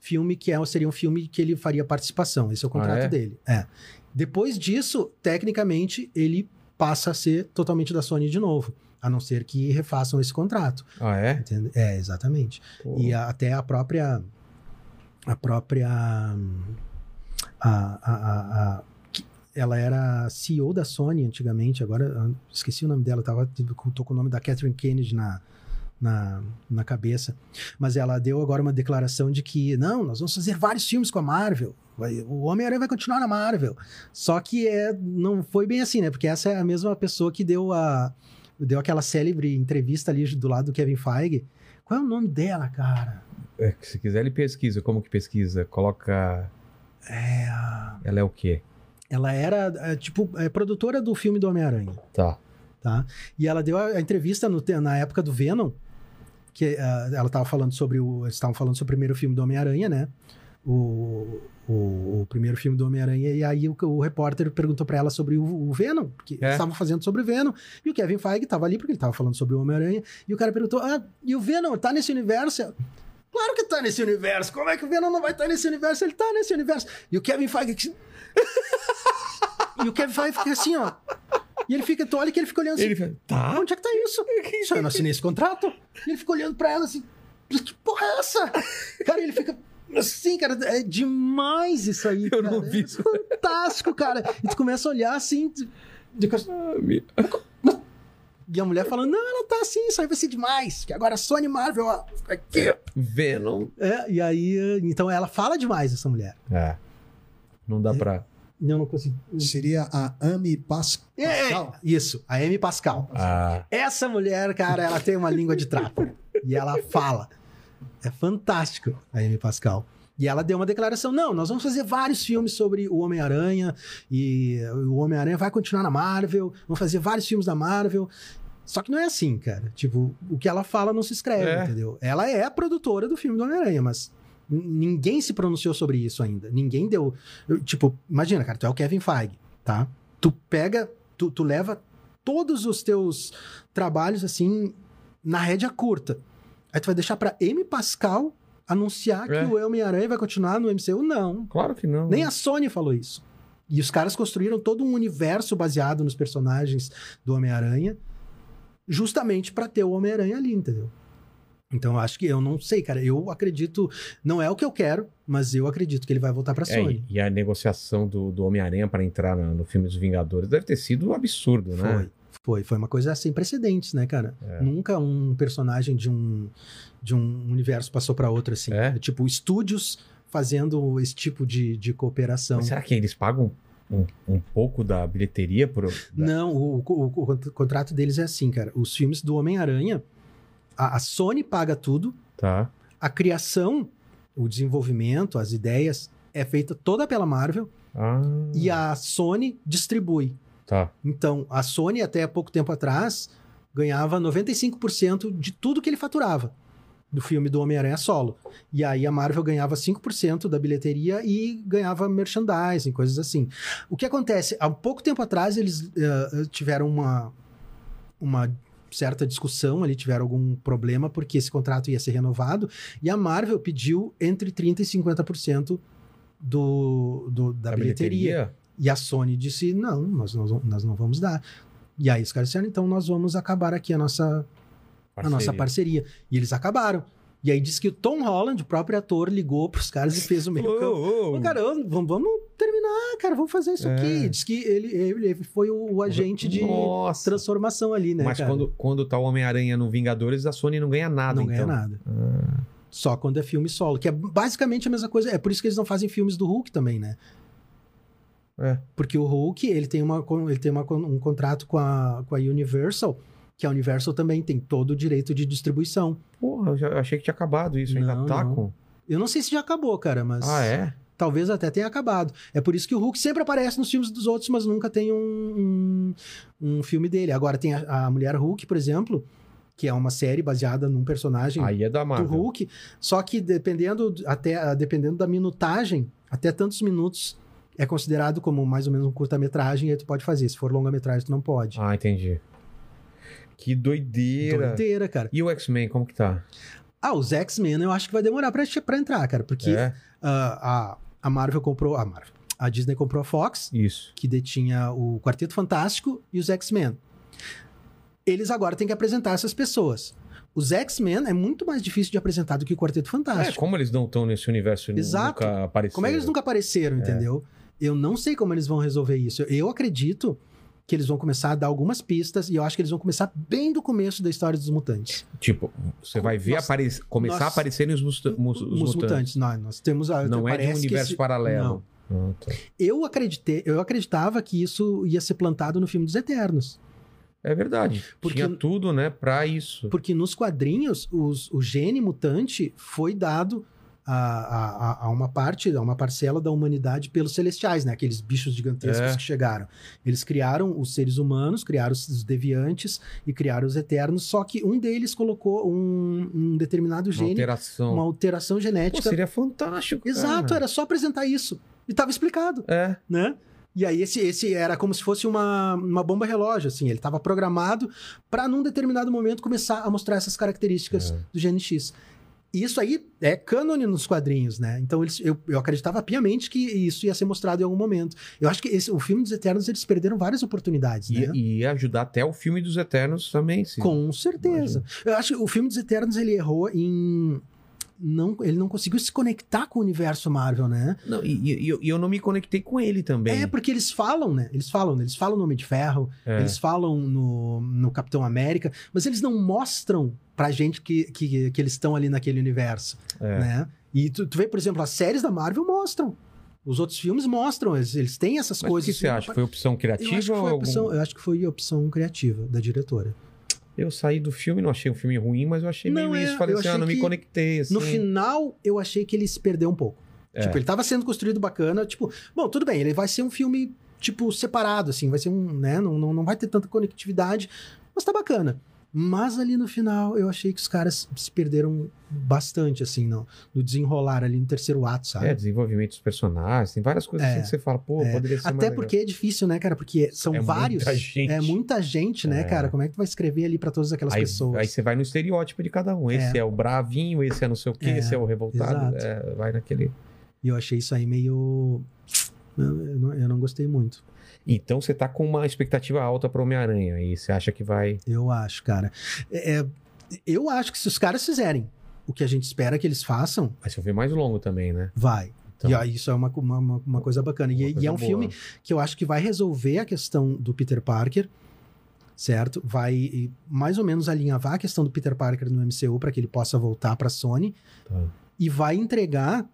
Speaker 3: filme que é, seria um filme que ele faria participação. Esse é o contrato
Speaker 1: Ah, é?
Speaker 3: dele. É. Depois disso, tecnicamente, ele passa a ser totalmente da Sony de novo. A não ser que refaçam esse contrato.
Speaker 1: Ah, é?
Speaker 3: Entende? É, exatamente.
Speaker 1: Pô.
Speaker 3: E a- até a própria. A própria. hum, A, a, a- a- que- ela era CEO da Sony antigamente, agora eu esqueci o nome dela, tava, tô com o nome da Catherine Kennedy na, na, na cabeça. Mas ela deu agora uma declaração de que, não, nós vamos fazer vários filmes com a Marvel. vai- O Homem-Aranha vai continuar na Marvel. Só que é, não foi bem assim, né? Porque essa é a mesma pessoa que deu a. Deu aquela célebre entrevista ali do lado do Kevin Feige. Qual é o nome dela, cara?
Speaker 1: É, se quiser ele pesquisa, como que pesquisa? Coloca
Speaker 3: É, a-
Speaker 1: ela é o quê?
Speaker 3: ela era, é, tipo, é, produtora do filme do Homem-Aranha,
Speaker 1: Tá.
Speaker 3: tá? E ela deu a, a entrevista no te- na época do Venom, que ah, ela tava falando sobre o... Eles estavam falando sobre o primeiro filme do Homem-Aranha, né? O, o, o primeiro filme do Homem-Aranha. E aí o, o repórter perguntou pra ela sobre o, o Venom, porque
Speaker 1: É.
Speaker 3: eles estavam fazendo sobre o Venom. E o Kevin Feige tava ali porque ele tava falando sobre o Homem-Aranha. E o cara perguntou, ah, e o Venom tá nesse universo? Claro que tá nesse universo. Como é que o Venom não vai estar nesse universo? Ele tá nesse universo. E o Kevin Feige. que- e o Kevin Feige fica assim, ó. E ele fica, tu olha que ele fica olhando assim.
Speaker 1: Ele fala, tá?
Speaker 3: Onde é que tá isso? Isso, eu não assinei esse contrato. E ele fica olhando pra ela assim. "Mas Que porra é essa? Cara, ele fica. Assim, cara, é demais isso aí.
Speaker 1: Eu
Speaker 3: cara.
Speaker 1: não vi
Speaker 3: É
Speaker 1: isso.
Speaker 3: Fantástico, cara. E tu começa a olhar assim. tu- de costa-
Speaker 1: Ah, me-
Speaker 3: E a mulher falando: Não, ela tá assim, isso aí vai ser demais. Que agora a Sony Marvel, ó. Aqui, ó."
Speaker 1: Venom.
Speaker 3: É, e aí, eh, então ela fala demais, essa mulher.
Speaker 1: É. Não
Speaker 3: É.
Speaker 1: dá pra.
Speaker 3: Eu não consigo.
Speaker 2: Seria a Ami Pascal.
Speaker 3: É, isso, a Amy Pascal.
Speaker 1: Ah,
Speaker 3: Essa mulher, cara, ela tem uma língua de trapo. E ela fala. É fantástico, a Amy Pascal. E ela deu uma declaração: não, nós vamos fazer vários filmes sobre o Homem-Aranha, e o Homem-Aranha vai continuar na Marvel, vamos fazer vários filmes da Marvel. Só que não é assim, cara. Tipo, o que ela fala não se escreve,
Speaker 1: É.
Speaker 3: entendeu? Ela é a produtora do filme do Homem-Aranha, mas n- ninguém se pronunciou sobre isso ainda. Ninguém deu. eu, tipo, imagina, cara, tu é o Kevin Feige, tá? Tu pega, tu, tu leva todos os teus trabalhos, assim, na rédea curta. Aí tu vai deixar pra M. Pascal anunciar
Speaker 1: É.
Speaker 3: que o Homem-Aranha vai continuar no MCU? Não.
Speaker 1: claro que não.
Speaker 3: Nem a Sony falou isso. E os caras construíram todo um universo baseado nos personagens do Homem-Aranha, justamente pra ter o Homem-Aranha ali, entendeu? Então eu acho que eu não sei, cara. Eu acredito, não é o que eu quero, mas eu acredito que ele vai voltar pra
Speaker 1: É,
Speaker 3: Sony.
Speaker 1: e- e a negociação do, do Homem-Aranha pra entrar na- no filme dos Vingadores deve ter sido um absurdo, né?
Speaker 3: Foi, Foi, foi uma coisa sem precedentes, né, cara?
Speaker 1: É.
Speaker 3: Nunca um personagem de um, de um universo passou pra outro, assim.
Speaker 1: É?
Speaker 3: Tipo, estúdios fazendo esse tipo de, de cooperação.
Speaker 1: Mas será que eles pagam um, um pouco da bilheteria por. da-
Speaker 3: Não, o, o- o cont- contrato deles é assim, cara. Os filmes do Homem-Aranha, a, a Sony paga tudo,
Speaker 1: Tá.
Speaker 3: a criação, o desenvolvimento, as ideias, é feita toda pela Marvel
Speaker 1: Ah,
Speaker 3: e a Sony distribui.
Speaker 1: Tá.
Speaker 3: Então, a Sony, até pouco tempo atrás, ganhava 95% de tudo que ele faturava do filme do Homem-Aranha solo. E aí a Marvel ganhava 5% da bilheteria e ganhava merchandising, coisas assim. O que acontece? Há pouco tempo atrás, eles eh, tiveram uma, uma certa discussão ali, tiveram algum problema, porque esse contrato ia ser renovado, e a Marvel pediu entre 30% e 50% do, do, da
Speaker 1: A
Speaker 3: bilheteria. E a Sony disse: não, nós, nós, nós não vamos dar. E aí os caras disseram: então nós vamos acabar aqui a nossa, a nossa parceria. E eles acabaram. E aí diz que o Tom Holland, o próprio ator, ligou pros caras e fez o meio campo.
Speaker 1: Ô, ô,
Speaker 3: Falou, Cara, eu- vamos, vamos terminar, cara, vamos fazer isso
Speaker 1: É.
Speaker 3: aqui. Diz que ele, ele, ele foi o, o agente de
Speaker 1: Nossa.
Speaker 3: transformação ali, né?
Speaker 1: Mas
Speaker 3: cara?
Speaker 1: quando, quando tá o Homem-Aranha no Vingadores, a Sony não ganha nada,
Speaker 3: não ganha
Speaker 1: então.
Speaker 3: nada.
Speaker 1: Ah,
Speaker 3: Só quando é filme solo, que é basicamente a mesma coisa. É por isso que eles não fazem filmes do Hulk também, né?
Speaker 1: É.
Speaker 3: Porque o Hulk, ele tem, uma, con- ele tem uma con- um contrato com a, com a Universal, que a Universal também tem todo o direito de distribuição.
Speaker 1: porra, eu já- eu achei que tinha acabado isso.
Speaker 3: Não,
Speaker 1: Ainda tá
Speaker 3: não.
Speaker 1: com.
Speaker 3: Eu não sei se já acabou, cara, mas
Speaker 1: Ah, é?
Speaker 3: talvez até tenha acabado. É por isso que o Hulk sempre aparece nos filmes dos outros, mas nunca tem um, um, um filme dele. Agora tem a, a Mulher Hulk, por exemplo, que é uma série baseada num personagem
Speaker 1: Aí é da
Speaker 3: do
Speaker 1: Marvel.
Speaker 3: Hulk. Só que dependendo até ah, dependendo da minutagem, até tantos minutos é considerado como mais ou menos um curta-metragem e aí tu pode fazer. Se for longa-metragem, tu não pode.
Speaker 1: Ah, entendi. Que doideira.
Speaker 3: Doideira, cara.
Speaker 1: E o X-Men, como que tá?
Speaker 3: Ah, os X-Men eu acho que vai demorar pra, pra entrar, cara. Porque
Speaker 1: É?
Speaker 3: ah, a, a Marvel comprou... A Marvel. A Disney comprou a Fox,
Speaker 1: Isso.
Speaker 3: que detinha o Quarteto Fantástico e os X-Men. Eles agora têm que apresentar essas pessoas. Os X-Men é muito mais difícil de apresentar do que o Quarteto Fantástico.
Speaker 1: É, como eles não estão nesse universo e nu-
Speaker 3: Ah, Exato.
Speaker 1: nunca apareceram?
Speaker 3: Como é que eles nunca apareceram, entendeu? Eu não sei como eles vão resolver isso. Eu acredito que eles vão começar a dar algumas pistas e eu acho que eles vão começar bem do começo da história dos mutantes.
Speaker 1: Tipo, você vai ver
Speaker 3: Nós-
Speaker 1: apare- começar
Speaker 3: nós-
Speaker 1: a aparecerem os, mus- mus- os
Speaker 3: Os mutantes, nós, nós temos a
Speaker 1: Não é de
Speaker 3: parece
Speaker 1: um
Speaker 3: que
Speaker 1: universo
Speaker 3: esse-
Speaker 1: paralelo. Ah, tá.
Speaker 3: Eu acreditei, eu acreditava que isso ia ser plantado no filme dos Eternos,
Speaker 1: É verdade.
Speaker 3: Porque-
Speaker 1: Tinha tudo, né, pra isso.
Speaker 3: porque nos quadrinhos os- o gene mutante foi dado a, a- a- a uma parte, a uma parcela da humanidade pelos celestiais, né? Aqueles bichos gigantescos
Speaker 1: É.
Speaker 3: que chegaram. Eles criaram os seres humanos, criaram os- os deviantes, e criaram os Eternos, só que um deles colocou um, um determinado
Speaker 1: Uma
Speaker 3: gene,
Speaker 1: alteração.
Speaker 3: uma alteração
Speaker 1: Pô,
Speaker 3: genética.
Speaker 1: seria fantástico. cara.
Speaker 3: Exato, era só apresentar isso. E tava explicado,
Speaker 1: É.
Speaker 3: né? E aí esse, esse era como se fosse uma, uma bomba relógio, assim, ele estava programado para num determinado momento começar a mostrar essas características
Speaker 1: É.
Speaker 3: do gene X. E Isso aí é cânone nos quadrinhos, né? Então eles, eu, eu acreditava piamente que isso ia ser mostrado em algum momento. Eu acho que esse- o filme dos Eternos eles perderam várias oportunidades, né?
Speaker 1: E, e ia ajudar até o filme dos Eternos também, sim.
Speaker 3: Com certeza. Eu acho que o filme dos Eternos ele errou em. Não, ele não conseguiu se conectar com o universo Marvel, né?
Speaker 1: Não, e, e- e eu- e eu não me conectei com ele também.
Speaker 3: É porque eles falam, né? Eles falam, né? eles falam no Homem de Ferro,
Speaker 1: É.
Speaker 3: eles falam no, no Capitão América, mas eles não mostram pra gente que, que, que eles estão ali naquele universo,
Speaker 1: É.
Speaker 3: né? E tu, tu vê, por exemplo, as séries da Marvel mostram. Os outros filmes mostram, eles, eles têm essas
Speaker 1: Mas o
Speaker 3: coisas.
Speaker 1: que você
Speaker 3: assim,
Speaker 1: acha? Foi opção
Speaker 3: Eu
Speaker 1: criativa
Speaker 3: acho, que
Speaker 1: ou
Speaker 3: foi
Speaker 1: algum-
Speaker 3: opção, eu acho que foi opção criativa da diretora.
Speaker 1: Eu saí do filme, não achei um filme ruim, mas eu achei
Speaker 3: Não,
Speaker 1: meio
Speaker 3: é,
Speaker 1: isso. Falei
Speaker 3: eu
Speaker 1: assim, ah,
Speaker 3: achei
Speaker 1: não
Speaker 3: que
Speaker 1: me conectei, assim.
Speaker 3: No final, eu achei que ele se perdeu um pouco.
Speaker 1: É.
Speaker 3: Tipo, ele tava sendo construído bacana, tipo, bom, tudo bem, ele vai ser um filme, tipo, separado, assim, vai ser um, né, não, não, não vai ter tanta conectividade, mas tá bacana. Mas ali no final, eu achei que os caras se perderam bastante, assim, no, no desenrolar ali no terceiro ato, sabe?
Speaker 1: É, desenvolvimento dos personagens, tem várias coisas
Speaker 3: tá. É.
Speaker 1: assim que você fala, pô,
Speaker 3: É.
Speaker 1: poderia ser mais
Speaker 3: Até
Speaker 1: legal.
Speaker 3: porque é difícil, né, cara? Porque são
Speaker 1: É
Speaker 3: vários.
Speaker 1: muita gente.
Speaker 3: É muita gente, né,
Speaker 1: É.
Speaker 3: cara? Como é que tu vai escrever ali pra todas aquelas
Speaker 1: aí,
Speaker 3: pessoas?
Speaker 1: aí você vai no estereótipo de cada um. Esse é, o bravinho, esse é não sei o quê,
Speaker 3: É,
Speaker 1: esse é o revoltado.
Speaker 3: exato.
Speaker 1: É, vai naquele.
Speaker 3: E eu achei isso aí meio. Eu eu não, eu não gostei muito.
Speaker 1: Então você tá com uma expectativa alta pro Homem-Aranha e você acha que vai.
Speaker 3: Eu acho, cara. É, é, eu acho que se os caras fizerem o que a gente espera que eles façam,
Speaker 1: Vai ser um filme mais longo também, né?
Speaker 3: vai.
Speaker 1: Então.
Speaker 3: E aí isso é uma, co- uma, uma- uma coisa bacana. E,
Speaker 1: Uma
Speaker 3: e
Speaker 1: coisa
Speaker 3: é um
Speaker 1: boa.
Speaker 3: filme que eu acho que vai resolver a questão do Peter Parker certo? Vai e, mais ou menos alinhavar a questão do Peter Parker no MCU para que ele possa voltar para Sony
Speaker 1: Tá.
Speaker 3: e vai entregar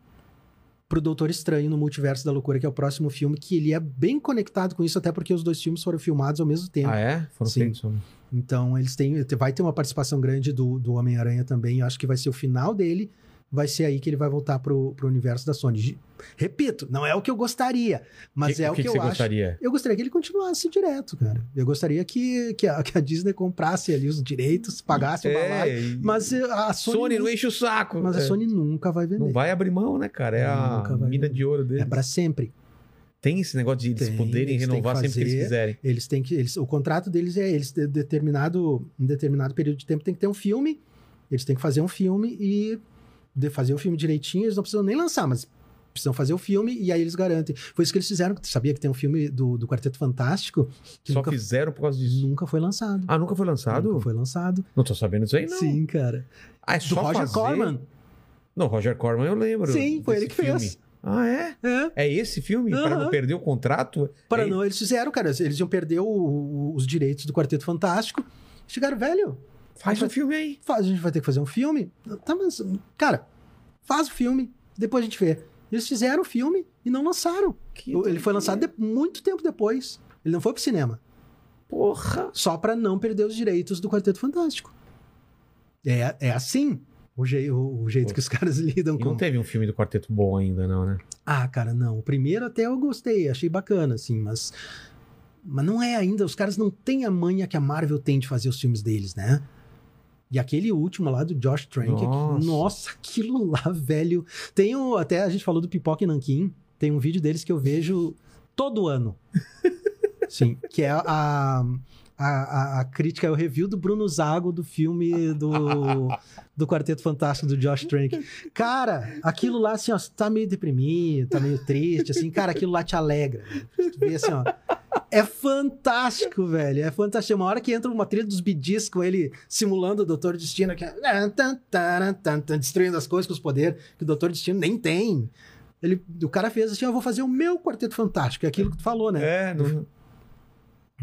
Speaker 3: pro Doutor Estranho no Multiverso da Loucura, que é o próximo filme, que ele é bem conectado com isso, até porque os dois filmes foram filmados ao mesmo tempo.
Speaker 1: Ah, é? Foram
Speaker 3: Sim.
Speaker 1: feitos.
Speaker 3: Então eles têm. Vai ter uma participação grande do, do Homem-Aranha também. Eu acho que vai ser o final dele. Vai ser aí que ele vai voltar pro, pro universo da Sony. Gi- Repito, não é o que eu gostaria, mas
Speaker 1: Que-
Speaker 3: é o
Speaker 1: o
Speaker 3: que,
Speaker 1: que
Speaker 3: eu
Speaker 1: você
Speaker 3: acho.
Speaker 1: gostaria?
Speaker 3: Eu gostaria que ele continuasse direto, cara. Eu gostaria que, que, a, que a Disney comprasse ali os direitos, pagasse o balaio.
Speaker 1: É, e-
Speaker 3: Mas eh, a Sony.
Speaker 1: Sony, não enche o saco.
Speaker 3: Mas a
Speaker 1: É.
Speaker 3: Sony nunca vai vender.
Speaker 1: Não vai abrir mão, né, cara? É a
Speaker 3: Nunca vai
Speaker 1: mina
Speaker 3: abrir.
Speaker 1: de ouro dele.
Speaker 3: É pra sempre.
Speaker 1: Tem esse negócio de eles
Speaker 3: Tem,
Speaker 1: poderem
Speaker 3: eles têm
Speaker 1: renovar
Speaker 3: que
Speaker 1: sempre que eles
Speaker 3: fazer.
Speaker 1: quiserem.
Speaker 3: Eles têm que. Eles, o contrato deles é eles de- determinado, em determinado período de tempo tem que ter um filme. Eles têm que fazer um filme e de fazer o filme direitinho, eles não precisam nem lançar, mas precisam fazer o filme e aí eles garantem. Foi isso que eles fizeram. Tu sabia que tem um filme do, do Quarteto Fantástico que
Speaker 1: Só
Speaker 3: nunca,
Speaker 1: fizeram por causa disso.
Speaker 3: nunca foi lançado.
Speaker 1: Ah, nunca foi lançado?
Speaker 3: Nunca foi lançado.
Speaker 1: Não tô sabendo disso aí, não.
Speaker 3: Sim, cara.
Speaker 1: Ah, é
Speaker 3: Do
Speaker 1: só
Speaker 3: Roger
Speaker 1: fazer?
Speaker 3: Corman.
Speaker 1: Não, Roger Corman eu lembro.
Speaker 3: Sim, foi
Speaker 1: desse
Speaker 3: ele que
Speaker 1: filme.
Speaker 3: fez.
Speaker 1: Ah, é?
Speaker 3: É.
Speaker 1: É esse filme?
Speaker 3: Aham.
Speaker 1: Para não perder o contrato?
Speaker 3: Para
Speaker 1: é
Speaker 3: não, eles fizeram, cara. Eles iam perder o- o- os direitos do Quarteto Fantástico. Chegaram, velho,
Speaker 1: Faz
Speaker 3: Ah,
Speaker 1: um filme aí.
Speaker 3: faz, a gente vai ter que fazer um filme. Tá, mas, cara, faz o filme, depois a gente vê. Eles fizeram o filme e não lançaram.
Speaker 1: Que
Speaker 3: Ele foi lançado de- muito tempo depois. Ele não foi pro cinema.
Speaker 1: Porra!
Speaker 3: Só pra não perder os direitos do Quarteto Fantástico. É, é assim o, jei- o- o jeito que os caras lidam
Speaker 1: E
Speaker 3: com.
Speaker 1: não teve um filme do Quarteto bom ainda, não, né?
Speaker 3: Ah, cara, não. O primeiro até eu gostei, achei bacana, assim, mas. Mas não é ainda. Os caras não têm a manha que a Marvel tem de fazer os filmes deles, né? E aquele último lá do Josh Trank, aqui-
Speaker 1: Nossa.
Speaker 3: nossa, aquilo lá, velho. Tem o. Até a gente falou do Pipoca e Nanquim. Tem um vídeo deles que eu vejo todo ano. Sim. Que é a. A, a- a crítica é o review do Bruno Zago do filme do, do Quarteto Fantástico do Josh Trank. Cara, aquilo lá, assim, ó, você tá meio deprimido, tá meio triste, assim, cara, aquilo lá te alegra. Tu vê assim, ó. É fantástico, velho. É fantástico. Uma hora que entra uma trilha dos bidis com ele simulando o Doutor Destino, que é, tan, taran, tan, tan, destruindo as coisas com os poderes que o Doutor Destino nem tem. Ele, o cara fez assim: eu vou fazer o meu Quarteto Fantástico, é aquilo que tu falou, né?
Speaker 1: É, não...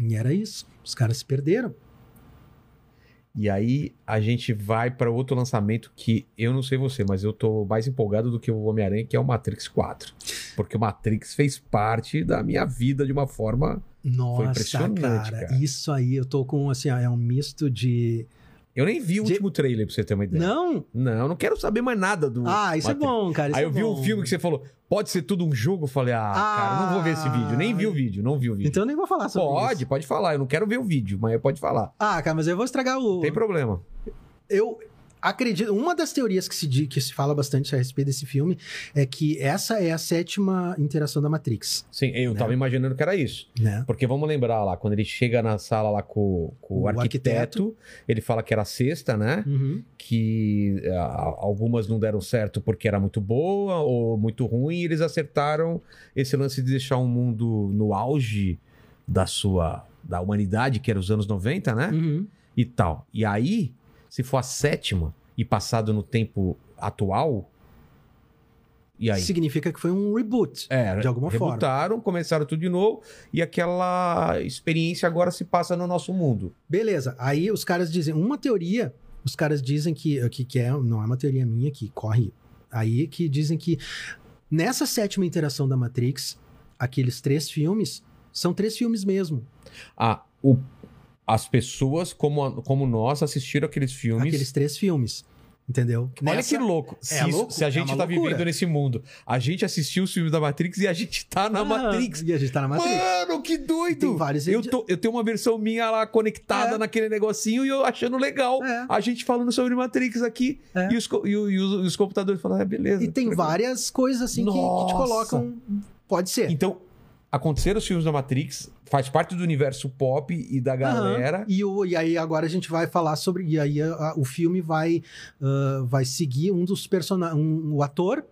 Speaker 3: E era isso. Os caras se perderam.
Speaker 1: E aí a gente vai para outro lançamento que eu não sei você, mas eu tô mais empolgado do que o Homem-Aranha, que é o Matrix 4. Porque o Matrix fez parte da minha vida de uma forma.
Speaker 3: Nossa,
Speaker 1: impressionante,
Speaker 3: cara,
Speaker 1: cara.
Speaker 3: Isso aí, eu tô com assim, ó, é um misto de.
Speaker 1: Eu nem vi o
Speaker 3: De-
Speaker 1: último trailer pra você ter uma ideia.
Speaker 3: Não?
Speaker 1: Não, eu não quero saber mais nada do.
Speaker 3: Ah, isso é
Speaker 1: Matrix.
Speaker 3: bom, cara. isso
Speaker 1: Aí
Speaker 3: é
Speaker 1: eu vi um
Speaker 3: bom.
Speaker 1: filme que você falou, pode ser tudo um jogo? Eu falei, ah, cara, não vou ver esse vídeo. Nem vi o vídeo, não vi o vídeo.
Speaker 3: Então eu nem vou falar sobre
Speaker 1: pode,
Speaker 3: isso.
Speaker 1: pode falar. Eu não quero ver o vídeo, mas pode falar.
Speaker 3: Ah, cara, mas eu vou estragar o.
Speaker 1: Não tem problema.
Speaker 3: Eu acredito. Uma das teorias que se, di- que se fala bastante a respeito desse filme é que essa é a sétima interação da Matrix,
Speaker 1: Sim, eu
Speaker 3: Né?
Speaker 1: tava imaginando que era isso.
Speaker 3: né?
Speaker 1: Porque vamos lembrar lá, quando ele chega na sala lá com, com o,
Speaker 3: O
Speaker 1: arquiteto, ele fala que era a sexta, né?
Speaker 3: Uhum.
Speaker 1: Que ah, algumas não deram certo porque era muito boa ou muito ruim, e eles acertaram esse lance de deixar um mundo no auge da sua da humanidade, que era os anos 90, né?
Speaker 3: Uhum.
Speaker 1: e tal. E aí, se for a sétima e passado no tempo atual, e aí?
Speaker 3: Significa que foi um reboot.
Speaker 1: É,
Speaker 3: de alguma forma.
Speaker 1: rebutaram, começaram tudo de novo e aquela experiência agora se passa no nosso mundo.
Speaker 3: Beleza, aí os caras dizem, uma teoria, os caras dizem que, que, que é, não é uma teoria minha que corre aí, que dizem que nessa sétima interação da Matrix, aqueles três filmes, são três filmes mesmo.
Speaker 1: Ah, o- as pessoas como, a- como nós assistiram aqueles filmes.
Speaker 3: Aqueles três filmes, entendeu?
Speaker 1: Olha
Speaker 3: Nessa-
Speaker 1: que louco. Se, isso-
Speaker 3: louco,
Speaker 1: se a
Speaker 3: é
Speaker 1: gente
Speaker 3: uma
Speaker 1: tá
Speaker 3: loucura.
Speaker 1: vivendo nesse mundo, a gente assistiu os filmes da Matrix e a gente tá na
Speaker 3: Ah,
Speaker 1: Matrix.
Speaker 3: E a gente tá na Matrix.
Speaker 1: Mano, que doido!
Speaker 3: Tem vários
Speaker 1: eu,
Speaker 3: edi-
Speaker 1: tô- eu tenho uma versão minha lá conectada
Speaker 3: É.
Speaker 1: naquele negocinho e eu achando legal.
Speaker 3: É.
Speaker 1: A gente falando sobre Matrix aqui
Speaker 3: É.
Speaker 1: e, os, co- e o- e os- e os computadores falando, é beleza.
Speaker 3: E tem várias coisas assim que, que
Speaker 1: Nossa.
Speaker 3: te colocam. Pode ser.
Speaker 1: Então, aconteceram os filmes da Matrix, faz parte do universo pop e da Então, galera.
Speaker 3: Aham. E, o- e aí agora a gente vai falar sobre. E aí a- a- o filme vai, ah, vai seguir um dos personagens. o ator,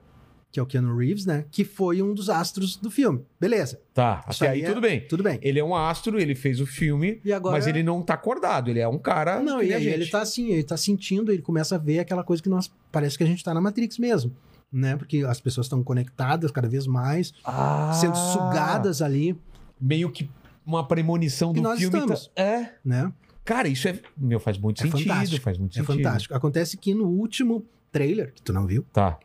Speaker 3: que é o Keanu Reeves, né? Que foi um dos astros do filme. Beleza,
Speaker 1: Tá,
Speaker 3: Isso
Speaker 1: até aí,
Speaker 3: aí é-
Speaker 1: tudo bem.
Speaker 3: tudo bem.
Speaker 1: Ele é um astro, ele fez o filme,
Speaker 3: E agora.
Speaker 1: mas ele não tá acordado, ele é um cara.
Speaker 3: Não,
Speaker 1: que
Speaker 3: e
Speaker 1: nem a
Speaker 3: aí
Speaker 1: gente.
Speaker 3: ele tá assim, ele tá sentindo, ele começa a ver aquela coisa que nós. Parece que a gente tá na Matrix mesmo. Né? Porque as pessoas estão conectadas cada vez mais,
Speaker 1: Ah,
Speaker 3: tá sendo sugadas ali,
Speaker 1: Meio que uma premonição
Speaker 3: E
Speaker 1: do
Speaker 3: nós
Speaker 1: filme. tá-
Speaker 3: estamos.
Speaker 1: É.
Speaker 3: né?
Speaker 1: Cara, isso é. Meu, faz muito
Speaker 3: É
Speaker 1: sentido.
Speaker 3: fantástico.
Speaker 1: Faz muito
Speaker 3: É
Speaker 1: sentido.
Speaker 3: fantástico. Acontece que no último trailer, que tu não viu,
Speaker 1: Tá.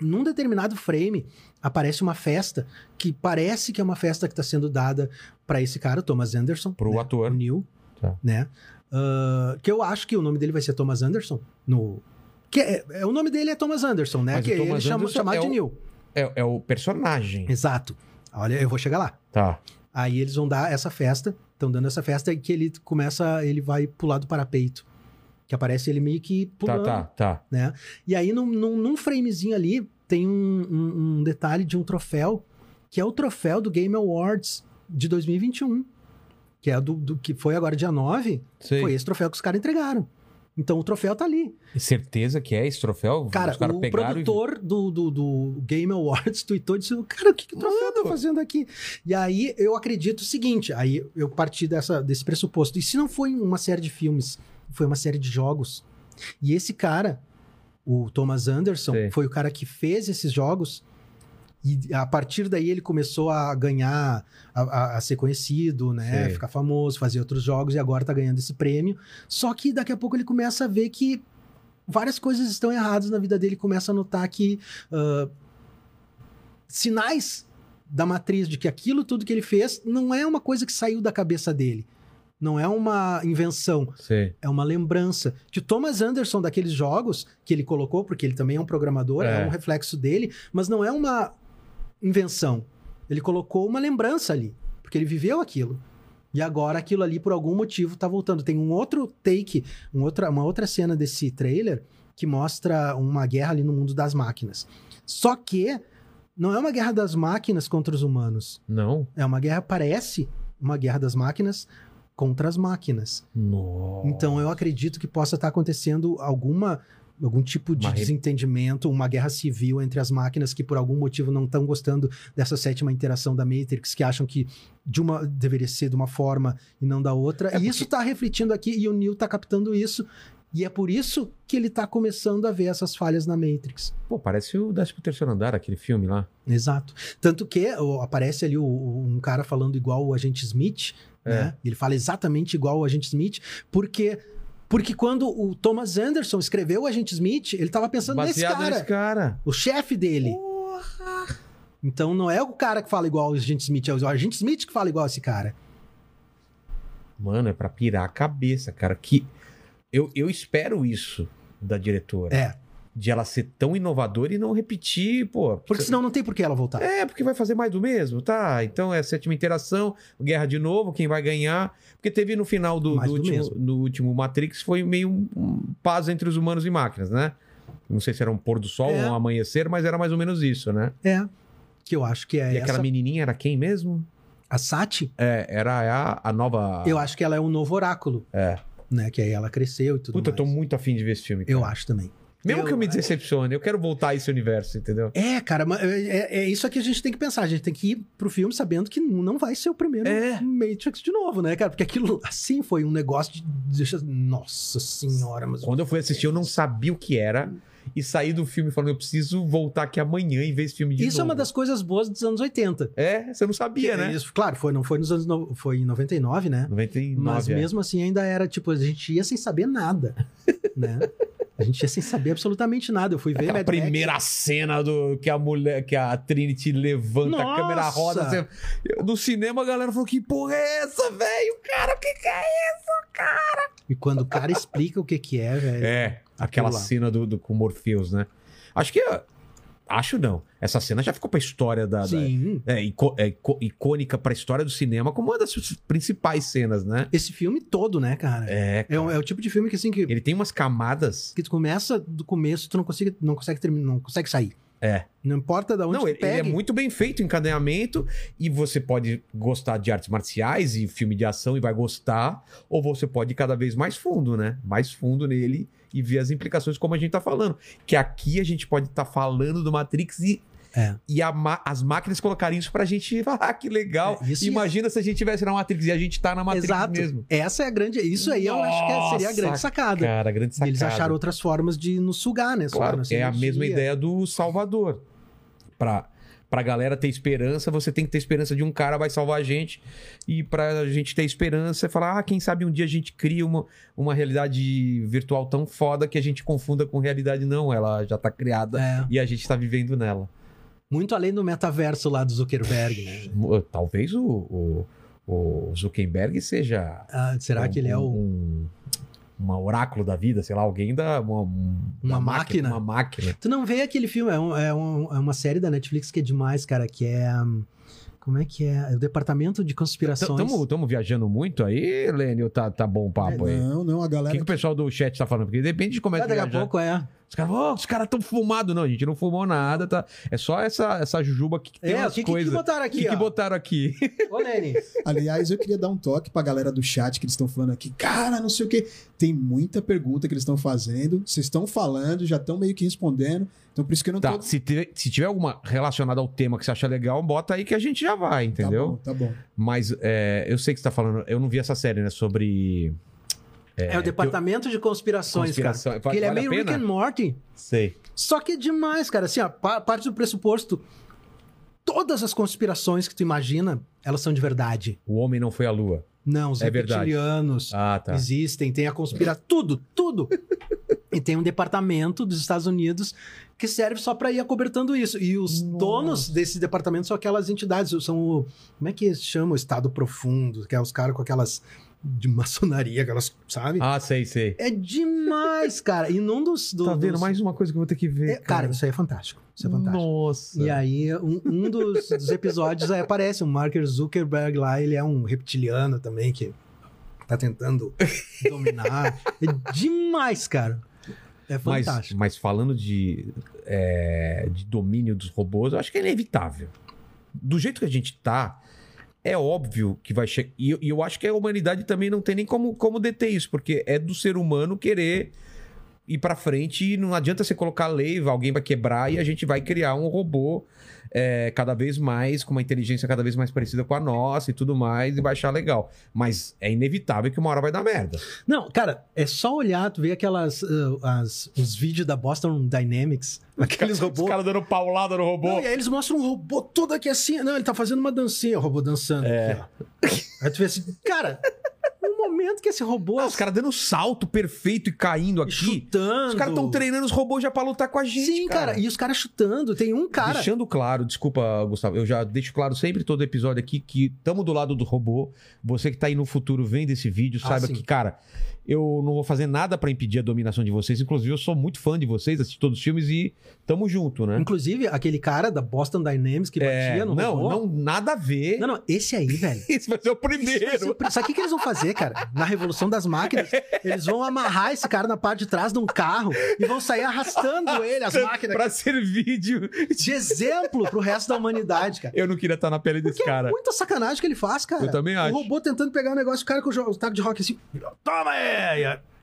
Speaker 3: num determinado frame aparece uma festa que parece que é uma festa que está sendo dada para esse cara, o Thomas Anderson.
Speaker 1: Pro
Speaker 3: né?
Speaker 1: ator.
Speaker 3: O Neil.
Speaker 1: Tá.
Speaker 3: Né? Ah, que eu acho que o nome dele vai ser Thomas Anderson. No... Que é, é- o nome dele é Thomas Anderson, né?
Speaker 1: Mas
Speaker 3: que
Speaker 1: o Thomas
Speaker 3: ele chama,
Speaker 1: Anderson
Speaker 3: chamado
Speaker 1: é
Speaker 3: de
Speaker 1: o-
Speaker 3: Neil.
Speaker 1: É, é o personagem.
Speaker 3: Exato. Olha, eu vou chegar lá.
Speaker 1: Tá.
Speaker 3: Aí eles vão dar essa festa, estão dando essa festa e que ele começa, ele vai pular do parapeito. Que aparece ele meio que
Speaker 1: Tá,
Speaker 3: pulando.
Speaker 1: tá, tá.
Speaker 3: E aí, num, num, num framezinho ali, tem um, um- um detalhe de um troféu, que é o troféu do Game Awards de 2021. Que é do, do que foi agora dia 9.
Speaker 1: Sei.
Speaker 3: Foi esse troféu que os caras entregaram. Então o troféu tá ali.
Speaker 1: Certeza que é esse troféu?
Speaker 3: Cara,
Speaker 1: Os caras
Speaker 3: o
Speaker 1: pegaram e-
Speaker 3: produtor do, do, do Game Awards tweetou e disse: Cara, o que, que o troféu tá fazendo aqui? E aí eu acredito o seguinte: aí eu parti dessa, desse pressuposto. E se não foi uma série de filmes, foi uma série de jogos. E esse cara, o Thomas Anderson,
Speaker 1: Sei.
Speaker 3: foi o cara que fez esses jogos. E a partir daí ele começou a ganhar, a, a- a ser conhecido, né?
Speaker 1: Sei.
Speaker 3: Ficar famoso, fazer outros jogos e agora tá ganhando esse prêmio. Só que daqui a pouco ele começa a ver que várias coisas estão erradas na vida dele, começa a notar que ah, sinais da matriz de que aquilo tudo que ele fez não é uma coisa que saiu da cabeça dele. Não é uma invenção,
Speaker 1: Sei.
Speaker 3: é uma lembrança. Que o Thomas Anderson daqueles jogos que ele colocou, porque ele também é um programador, é,
Speaker 1: É.
Speaker 3: um reflexo dele, mas não é uma invenção. Ele colocou uma lembrança ali, porque ele viveu aquilo. E agora aquilo ali, por algum motivo, tá voltando. Tem um outro take, um outra- uma outra cena desse trailer que mostra uma guerra ali no mundo das máquinas. Só que não é uma guerra das máquinas contra os humanos.
Speaker 1: Não?
Speaker 3: É uma guerra, parece uma guerra das máquinas contra as máquinas.
Speaker 1: Nossa.
Speaker 3: Então eu acredito que possa estar acontecendo alguma algum tipo de
Speaker 1: Uma re-
Speaker 3: desentendimento, uma guerra civil entre as máquinas que por algum motivo não estão gostando dessa sétima interação da Matrix, que acham que de uma deveria ser de uma forma e não da outra.
Speaker 1: É
Speaker 3: e isso está refletindo aqui e o Neil está captando isso. E é por isso que ele está começando a ver essas falhas na Matrix.
Speaker 1: Pô, parece o 13 terceiro andar, aquele filme lá.
Speaker 3: Exato. Tanto que ó, aparece ali o- o- um cara falando igual o agente Smith,
Speaker 1: É.
Speaker 3: né? Ele fala exatamente igual o agente Smith, porque porque quando o Thomas Anderson escreveu o agente Smith, ele tava pensando nesse
Speaker 1: Baseado
Speaker 3: cara,
Speaker 1: nesse cara.
Speaker 3: o chefe dele. Então não é o cara que fala igual o agente Smith, é o agente Smith que fala igual esse cara.
Speaker 1: Mano, é pra pirar a cabeça, cara. Que eu, eu espero isso da diretora.
Speaker 3: É,
Speaker 1: De ela ser tão inovadora e não repetir, pô.
Speaker 3: porque senão não tem por que ela voltar.
Speaker 1: É, porque vai fazer mais do mesmo, tá? Então é a sétima interação, guerra de novo, quem vai ganhar. Porque teve no final do,
Speaker 3: Mais
Speaker 1: do
Speaker 3: do
Speaker 1: último,
Speaker 3: mesmo.
Speaker 1: no último Matrix, foi meio um, um paz entre os humanos e máquinas, né? Não sei se era um pôr do sol
Speaker 3: É.
Speaker 1: ou um amanhecer, mas era mais ou menos isso, né?
Speaker 3: É. Que eu acho que é
Speaker 1: e
Speaker 3: essa.
Speaker 1: aquela menininha era quem mesmo?
Speaker 3: A Sati,
Speaker 1: É, era a, a nova.
Speaker 3: eu acho que ela é um novo oráculo,
Speaker 1: É.
Speaker 3: né? Que aí ela cresceu e tudo
Speaker 1: Puta, eu
Speaker 3: mais.
Speaker 1: tô muito afim de ver esse filme.
Speaker 3: Eu
Speaker 1: cara.
Speaker 3: acho também.
Speaker 1: Mesmo que eu me
Speaker 3: eu-
Speaker 1: decepcione, eu quero voltar a esse universo, entendeu?
Speaker 3: É, cara, mas é, é- é isso aqui que a gente tem que pensar. A gente tem que ir pro filme sabendo que não vai ser o primeiro
Speaker 1: É.
Speaker 3: Matrix de novo, né, cara? Porque aquilo, assim, foi um negócio de... deixa- Nossa senhora, mas...
Speaker 1: Quando eu fui assistir, eu não sabia o que era. E saí do filme falando, eu preciso voltar aqui amanhã e ver esse filme de
Speaker 3: Isso é
Speaker 1: novo.
Speaker 3: uma das coisas boas dos anos 80.
Speaker 1: É, você não sabia, né?
Speaker 3: Isso, claro, foi, não foi nos anos... no- Foi em 99, né?
Speaker 1: 99.
Speaker 3: Mas
Speaker 1: é.
Speaker 3: mesmo assim ainda era, tipo, a gente ia sem saber nada, né? A gente ia sem saber absolutamente nada. Eu fui ver
Speaker 1: Aquela
Speaker 3: Mad Max.
Speaker 1: primeira cena do que a mulher, que a Trinity levanta a
Speaker 3: Nossa!
Speaker 1: câmera roda. Você, eu- no cinema a galera falou: que porra é essa, velho? Cara, o que, que é?
Speaker 3: E quando o cara explica o que que é, velho...
Speaker 1: É, aquela
Speaker 3: lá.
Speaker 1: cena do, do- com o Morpheus, né? Acho que. Acho não. Essa cena já ficou pra história da. da-
Speaker 3: Sim.
Speaker 1: é, ico- é, ico- icônica pra história do cinema como uma das principais cenas, né?
Speaker 3: Esse filme todo, né, cara?
Speaker 1: É.
Speaker 3: É,
Speaker 1: cara.
Speaker 3: um- é o tipo de filme que, assim, que
Speaker 1: Ele tem umas camadas.
Speaker 3: que tu começa do começo, tu não consegue, não consegue terminar, não consegue sair.
Speaker 1: É.
Speaker 3: Não importa da onde
Speaker 1: Não,
Speaker 3: tu
Speaker 1: ele, ele
Speaker 3: pega.
Speaker 1: é muito bem feito o encadeamento e você pode gostar de artes marciais e filme de ação e vai gostar, ou você pode ir cada vez mais fundo, né? Mais fundo nele e ver as implicações como a gente tá falando. Que aqui a gente pode estar falando do Matrix e,
Speaker 3: É.
Speaker 1: e a ma- as máquinas colocarem isso pra gente falar, ah, que legal.
Speaker 3: É, isso-
Speaker 1: Imagina se a gente tivesse na Matrix e a gente tá na Matrix
Speaker 3: Exato.
Speaker 1: mesmo.
Speaker 3: Essa é a grande. Isso aí eu acho que é- seria a grande
Speaker 1: Nossa,
Speaker 3: sacada.
Speaker 1: Cara, grande
Speaker 3: E
Speaker 1: sacada.
Speaker 3: Eles acharam outras formas de nos sugar, né? Sugar
Speaker 1: Claro,
Speaker 3: nossa
Speaker 1: é a é mesma
Speaker 3: energia.
Speaker 1: ideia do Salvador. Pra, pra pra galera ter esperança, você tem que ter esperança de um cara vai salvar a gente. E pra gente ter esperança, é falar, ah, quem sabe um dia a gente cria uma, uma realidade virtual tão foda que a gente confunda com realidade. Não, ela já tá criada
Speaker 3: É.
Speaker 1: e a gente tá vivendo nela.
Speaker 3: Muito além do metaverso lá do Zuckerberg, né?
Speaker 1: Mo- eh, Talvez o, o, o Zuckerberg seja.
Speaker 3: Ah, será
Speaker 1: um-
Speaker 3: que ele é o.
Speaker 1: Um, um oráculo da vida, sei lá, alguém da. Uma, um-
Speaker 3: Uma
Speaker 1: da
Speaker 3: máquina?
Speaker 1: Uma máquina.
Speaker 3: Tu não vê aquele filme? É, um- é um- é uma série da Netflix que é demais, cara, que é. hum, Como é que é? É o Departamento de Conspirações.
Speaker 1: Estamos viajando muito aí, Lênio? Tá, tá bom o
Speaker 3: É,
Speaker 1: papo aí.
Speaker 2: Não, não, a
Speaker 1: O que, que
Speaker 2: galera.
Speaker 1: o pessoal do chat tá falando? Porque depende de como é
Speaker 3: Ah,
Speaker 1: que
Speaker 3: daqui a
Speaker 1: viajar.
Speaker 3: pouco é.
Speaker 1: Os caras "Ô, os caras tão fumados. Não, a gente não fumou nada, tá? É só essa, essa jujuba aqui que tem
Speaker 3: É, o
Speaker 1: umas
Speaker 3: que, que, que
Speaker 1: coisas.
Speaker 3: botaram
Speaker 1: O que,
Speaker 3: aqui?
Speaker 1: que
Speaker 3: ó?
Speaker 1: botaram aqui?
Speaker 3: Ô, Lenny.
Speaker 2: Aliás, eu queria dar um toque pra galera do chat que eles estão falando aqui. Cara, não sei o quê. Tem muita pergunta que eles estão fazendo. Vocês estão falando, já estão meio que respondendo. Então, por isso que eu não
Speaker 1: Tá,
Speaker 2: tô.
Speaker 1: se, tiver- se tiver alguma relacionada ao tema que você acha legal, bota aí que a gente já vai, entendeu?
Speaker 2: Tá bom, tá bom.
Speaker 1: Mas é, eu sei que você tá falando. Eu não vi essa série, né? Sobre.
Speaker 3: É, o Departamento de Conspirações,
Speaker 1: Conspiração. Vale-
Speaker 3: cara. Porque ele é
Speaker 1: vale a
Speaker 3: meio
Speaker 1: pena?
Speaker 3: Rick and Morty.
Speaker 1: Sei.
Speaker 3: Só que é demais, cara. Assim, ó, pa- parte do pressuposto. Todas as conspirações que tu imagina, elas são de verdade.
Speaker 1: O homem não foi à lua.
Speaker 3: Não, os
Speaker 1: É verdade.
Speaker 3: reptilianos
Speaker 1: Ah, tá.
Speaker 3: existem, tem a conspira... Tudo, tudo. e tem um departamento dos Estados Unidos que serve só pra ir acobertando isso. E os
Speaker 2: Nossa.
Speaker 3: donos desse departamento são aquelas entidades, são o... Como é que se chama? O Estado Profundo, que é os caras com aquelas... De maçonaria, aquelas, sabe?
Speaker 1: Ah, sei, sei.
Speaker 3: É demais, cara. E num dos... do-
Speaker 1: Tá vendo
Speaker 3: dos-
Speaker 1: mais uma coisa que eu vou ter que ver.
Speaker 3: É, cara, isso aí é fantástico. Isso é fantástico.
Speaker 1: Nossa.
Speaker 3: E aí, um, um dos, dos episódios aí aparece o Mark Zuckerberg lá, ele é um reptiliano também que tá tentando dominar. É demais, cara. É
Speaker 1: mas,
Speaker 3: fantástico.
Speaker 1: mas falando de, é, de domínio dos robôs, eu acho que é inevitável. Do jeito que a gente tá, é óbvio que vai chegar. E, eu- e eu acho que a humanidade também não tem nem como, como deter isso, porque é do ser humano querer ir pra frente e não adianta você colocar lei, alguém vai quebrar e a gente vai criar um robô é, cada vez mais, com uma inteligência cada vez mais parecida com a nossa e tudo mais, e vai achar legal. Mas é inevitável que uma hora vai dar merda.
Speaker 3: Não, cara, é só olhar, tu vê aquelas, ah, as- os vídeos da Boston Dynamics, aqueles
Speaker 1: Os
Speaker 3: robôs.
Speaker 1: caras dando paulada no robô.
Speaker 3: Não, e aí eles mostram um robô todo aqui assim. Não, ele tá fazendo uma dancinha, o robô dançando
Speaker 1: É.
Speaker 3: aqui, ó. Aí tu vê assim, cara, no momento que esse robô
Speaker 1: Não, Ah, os caras dando salto perfeito e caindo aqui.
Speaker 3: chutando.
Speaker 1: Os caras estão treinando os robôs já pra lutar com a gente.
Speaker 3: Sim, cara. E os caras chutando. Tem um cara.
Speaker 1: Deixando claro, desculpa, Gustavo, eu já deixo claro sempre todo episódio aqui que tamo do lado do robô. Você que tá aí no futuro vendo esse vídeo,
Speaker 3: Ah,
Speaker 1: saiba
Speaker 3: sim.
Speaker 1: que, cara, eu não vou fazer nada pra impedir a dominação de vocês. Inclusive, eu sou muito fã de vocês, assisti todos os filmes e tamo junto, né?
Speaker 3: Inclusive, aquele cara da Boston Dynamics que
Speaker 1: É,
Speaker 3: batia no
Speaker 1: não,
Speaker 3: robô.
Speaker 1: não, nada a ver.
Speaker 3: não, não, esse aí, velho.
Speaker 1: Esse vai ser o
Speaker 3: Isso vai ser
Speaker 1: primeiro.
Speaker 3: o pri- Sabe o que, que eles vão fazer, cara? Na Revolução das Máquinas, eles vão amarrar esse cara na parte de trás de um carro e vão sair arrastando ele, as máquinas,
Speaker 1: Pra ser vídeo,
Speaker 3: de exemplo pro resto da humanidade, cara.
Speaker 1: eu não queria estar na pele desse
Speaker 3: Porque é
Speaker 1: cara.
Speaker 3: muita sacanagem que ele faz, cara.
Speaker 1: Eu também acho.
Speaker 3: O robô tentando pegar o negócio, o cara com o jo- o taco de rock assim. Toma aí!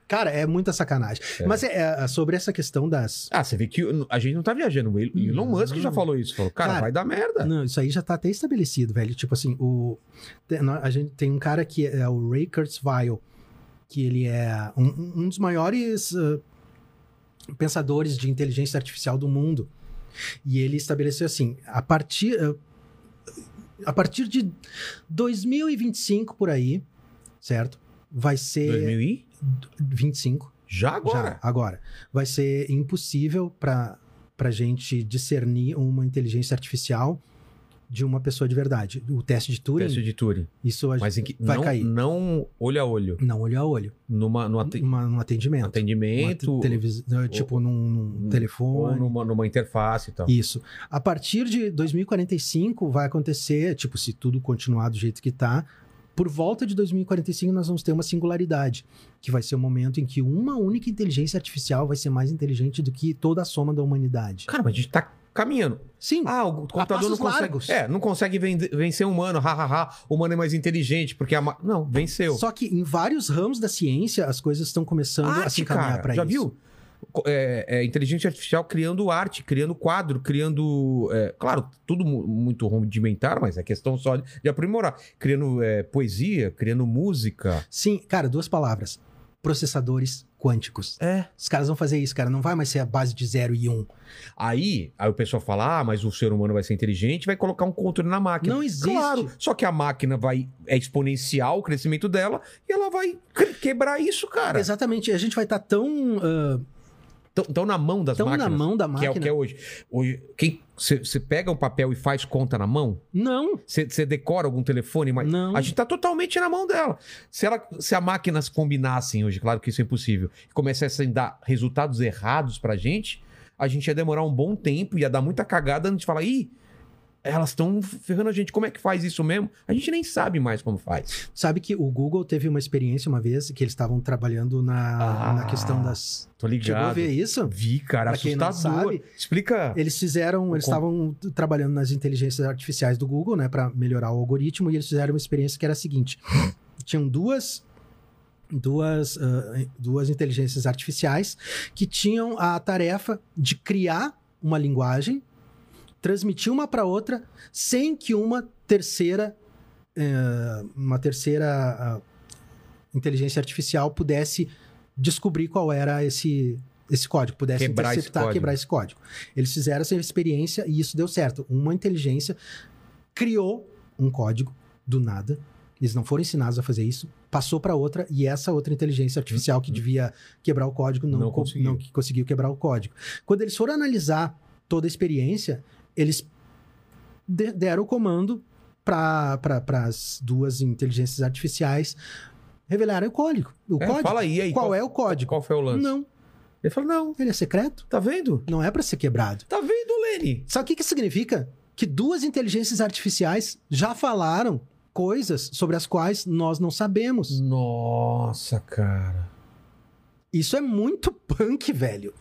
Speaker 3: Cara, é muita sacanagem.
Speaker 1: É.
Speaker 3: Mas é, é, sobre essa questão das.
Speaker 1: Ah, você vê que a gente não tá viajando. O Elon
Speaker 3: Não.
Speaker 1: Musk já falou isso. Falou, cara,
Speaker 3: Uhum. Cara,
Speaker 1: vai dar merda.
Speaker 3: Não, isso aí já tá até estabelecido, velho. Tipo assim, o te- nó- a gente tem um cara que é o Ray Kurzweil, que ele é um- um, um dos maiores ah, pensadores de inteligência artificial do mundo. E ele estabeleceu assim, a partir ah, a partir de 2025 por aí, certo? Vai ser
Speaker 1: 2000 e?
Speaker 3: 25
Speaker 1: Já
Speaker 3: já,
Speaker 1: agora.
Speaker 3: agora. Vai ser impossível para a gente discernir uma inteligência artificial de uma pessoa de verdade. O teste de Turing,
Speaker 1: Teste de Turing.
Speaker 3: isso a
Speaker 1: Mas
Speaker 3: gente
Speaker 1: em que,
Speaker 3: vai
Speaker 1: não,
Speaker 3: cair.
Speaker 1: não olho a olho.
Speaker 3: Não olho a olho.
Speaker 1: Numa, num ate-
Speaker 3: Uma, um atendimento.
Speaker 1: atendimento
Speaker 3: Uma te- televis- Tipo, num, num
Speaker 1: Ou ou
Speaker 3: telefone.
Speaker 1: numa, numa interface e tal.
Speaker 3: Isso. A partir de 2045 vai acontecer, tipo, se tudo continuar do jeito que tá, por volta de 2045 nós vamos ter uma singularidade, que vai ser o momento em que uma única inteligência artificial vai ser mais inteligente do que toda a soma da humanidade.
Speaker 1: Cara, mas a gente tá caminhando.
Speaker 3: Sim.
Speaker 1: Ah, o computador não
Speaker 3: passos
Speaker 1: consegue.
Speaker 3: largos.
Speaker 1: É, não consegue ven- vencer o humano. Ha, ha, ha. O humano é mais inteligente, porque a. ma- Não, venceu.
Speaker 3: Só que em vários ramos da ciência as coisas estão começando a se
Speaker 1: arte,
Speaker 3: encaminhar
Speaker 1: cara.
Speaker 3: para
Speaker 1: Já
Speaker 3: isso.
Speaker 1: viu? Co- É, é, inteligência artificial criando arte, criando quadro, criando. é, claro, tudo mu- muito rudimentar, mas é questão só de de aprimorar. Criando é, poesia, criando música.
Speaker 3: Sim, cara, duas palavras. Processadores quânticos.
Speaker 1: É.
Speaker 3: Os caras vão fazer isso, cara. Não vai mais ser a base de 0 e 1. Um.
Speaker 1: Aí, aí o pessoal fala: ah, mas o ser humano vai ser inteligente, vai colocar um controle na máquina.
Speaker 3: Não existe.
Speaker 1: Claro, só que a máquina vai é exponencial o crescimento dela e ela vai que- quebrar isso, cara.
Speaker 3: Exatamente. A gente vai estar tão, ah,
Speaker 1: Tão, tão na mão das
Speaker 3: tão na
Speaker 1: máquinas.
Speaker 3: mão da
Speaker 1: Que é
Speaker 3: máquina.
Speaker 1: o que é hoje. Hoje, quem você pega um papel e faz conta na mão?
Speaker 3: Não.
Speaker 1: Você decora algum telefone, mas
Speaker 3: Não.
Speaker 1: a gente tá totalmente na mão dela. Se, ela, se a máquinas combinassem hoje, claro que isso é impossível, e começassem a dar resultados errados pra gente, a gente ia demorar um bom tempo, ia dar muita cagada, a gente fala, ih, elas estão ferrando a gente, como é que faz isso mesmo? A gente nem sabe mais como faz.
Speaker 3: Sabe que o Google teve uma experiência uma vez que eles estavam trabalhando na,
Speaker 1: Ah,
Speaker 3: na questão das.
Speaker 1: Tô
Speaker 3: Chegou a
Speaker 1: ligado.
Speaker 3: ver isso?
Speaker 1: Vi, cara,
Speaker 3: Pra quem não
Speaker 1: assustador.
Speaker 3: sabe,
Speaker 1: Explica.
Speaker 3: Eles fizeram, eles
Speaker 1: com-
Speaker 3: estavam trabalhando nas inteligências artificiais do Google, né, Pra melhorar o algoritmo, e eles fizeram uma experiência que era a seguinte: tinham duas duas ah, duas inteligências artificiais que tinham a tarefa de criar uma linguagem, transmitir uma para outra, sem que uma terceira eh, uma terceira ah, inteligência artificial pudesse descobrir qual era esse esse código, pudesse
Speaker 1: Quebrar esse
Speaker 3: interceptar,
Speaker 1: código.
Speaker 3: quebrar esse código. Eles fizeram essa experiência e isso deu certo. Uma inteligência criou um código do nada. Eles não foram ensinados a fazer isso. Passou para outra e essa outra inteligência artificial que
Speaker 1: Uhum.
Speaker 3: devia quebrar o código não,
Speaker 1: Não
Speaker 3: co-
Speaker 1: conseguiu.
Speaker 3: não que conseguiu quebrar o código. Quando eles foram analisar toda a experiência, eles de- deram o comando para pra, as duas inteligências artificiais revelarem o código. O
Speaker 1: É,
Speaker 3: código.
Speaker 1: fala aí, aí.
Speaker 3: Qual, é o código?
Speaker 1: Qual foi o lance?
Speaker 3: Não,
Speaker 1: Ele falou, não,
Speaker 3: ele é secreto.
Speaker 1: tá vendo?
Speaker 3: Não é para ser quebrado.
Speaker 1: Tá vendo, Lene?
Speaker 3: Sabe o que, que significa? Que duas inteligências artificiais já falaram coisas sobre as quais nós não sabemos.
Speaker 1: Nossa, cara.
Speaker 3: Isso é muito punk, velho.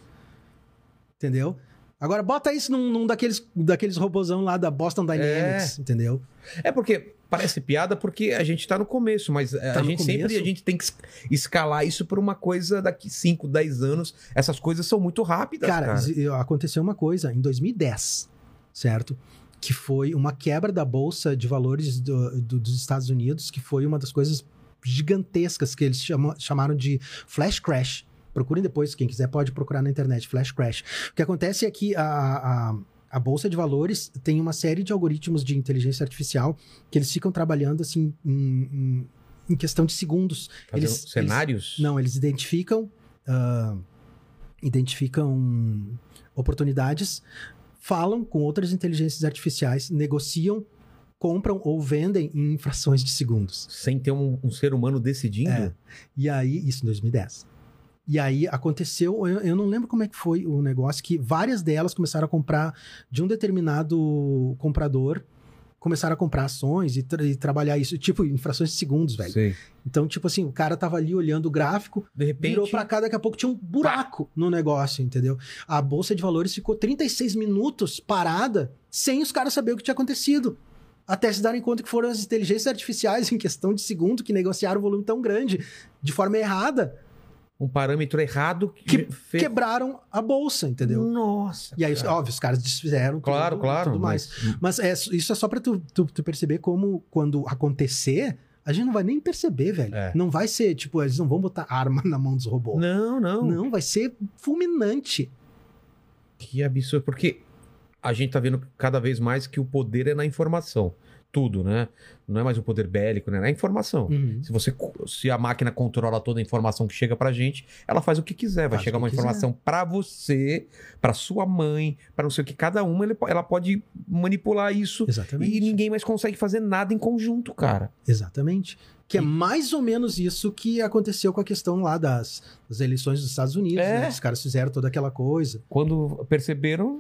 Speaker 3: Entendeu? Agora, bota isso num, num daqueles, daqueles robozão lá da Boston Dynamics, entendeu?
Speaker 1: É porque parece piada porque a gente tá no começo, mas eh,
Speaker 3: Tá
Speaker 1: a
Speaker 3: no
Speaker 1: gente sempre
Speaker 3: começo?
Speaker 1: a gente tem que es- escalar isso por uma coisa daqui 5, 10 anos. Essas coisas são muito rápidas, cara.
Speaker 3: Cara, exi- aconteceu uma coisa em 2010, certo? Que foi uma quebra da Bolsa de Valores do- do- dos Estados Unidos, que foi uma das coisas gigantescas que eles chamam- chamaram de flash crash. Procurem depois, quem quiser pode procurar na internet, flash crash. O que acontece é que a, a, a Bolsa de Valores tem uma série de algoritmos de inteligência artificial que eles ficam trabalhando assim em, em- em questão de segundos.
Speaker 1: Fazer
Speaker 3: eles-
Speaker 1: cenários?
Speaker 3: Não, eles identificam ah, identificam oportunidades, falam com outras inteligências artificiais, negociam, compram ou vendem em frações de segundos.
Speaker 1: Sem ter um, um ser humano decidindo?
Speaker 3: É. E aí, isso em 2010. E aí aconteceu, eu, eu não lembro como é que foi o negócio, que várias delas começaram a comprar de um determinado comprador, começaram a comprar ações e, tra- e trabalhar isso, tipo, em frações de segundos, velho.
Speaker 1: Sei.
Speaker 3: Então, tipo assim, o cara tava ali olhando o gráfico,
Speaker 1: De repente.
Speaker 3: virou pra cá, daqui a pouco tinha um buraco no negócio, entendeu? A bolsa de valores ficou 36 minutos parada, sem os caras saberem o que tinha acontecido. Até se darem conta que foram as inteligências artificiais, em questão de segundo, que negociaram um volume tão grande, de forma errada,
Speaker 1: Um parâmetro errado que, fe-
Speaker 3: quebraram a bolsa, entendeu?
Speaker 1: Nossa.
Speaker 3: E aí,
Speaker 1: cara.
Speaker 3: óbvio, os caras desfizeram tudo,
Speaker 1: Claro, claro.
Speaker 3: tudo mais.
Speaker 1: mas-
Speaker 3: Mas é, isso é só pra tu, tu- tu perceber como, quando acontecer, a gente não vai nem perceber, velho.
Speaker 1: É.
Speaker 3: Não vai ser, tipo, eles não vão botar arma na mão dos robôs.
Speaker 1: Não, não.
Speaker 3: Não, vai ser fulminante.
Speaker 1: Que absurdo, porque a gente tá vendo cada vez mais que o poder é na informação. Tudo, né? Não é mais um poder bélico, né? É na informação.
Speaker 3: Uhum.
Speaker 1: Se você co- se a máquina controla toda a informação que chega pra gente, ela faz o que quiser, vai
Speaker 3: Faz o
Speaker 1: chegar
Speaker 3: que
Speaker 1: uma
Speaker 3: quiser.
Speaker 1: informação pra você, pra sua mãe, pra não sei o que cada uma, ele po- ela pode manipular isso
Speaker 3: Exatamente.
Speaker 1: é e ninguém mais consegue fazer nada em conjunto, cara.
Speaker 3: Exatamente. Que é
Speaker 1: E-
Speaker 3: mais ou menos isso que aconteceu com a questão lá das, das eleições dos Estados Unidos,
Speaker 1: É.
Speaker 3: né? Os caras fizeram toda aquela coisa.
Speaker 1: Quando perceberam,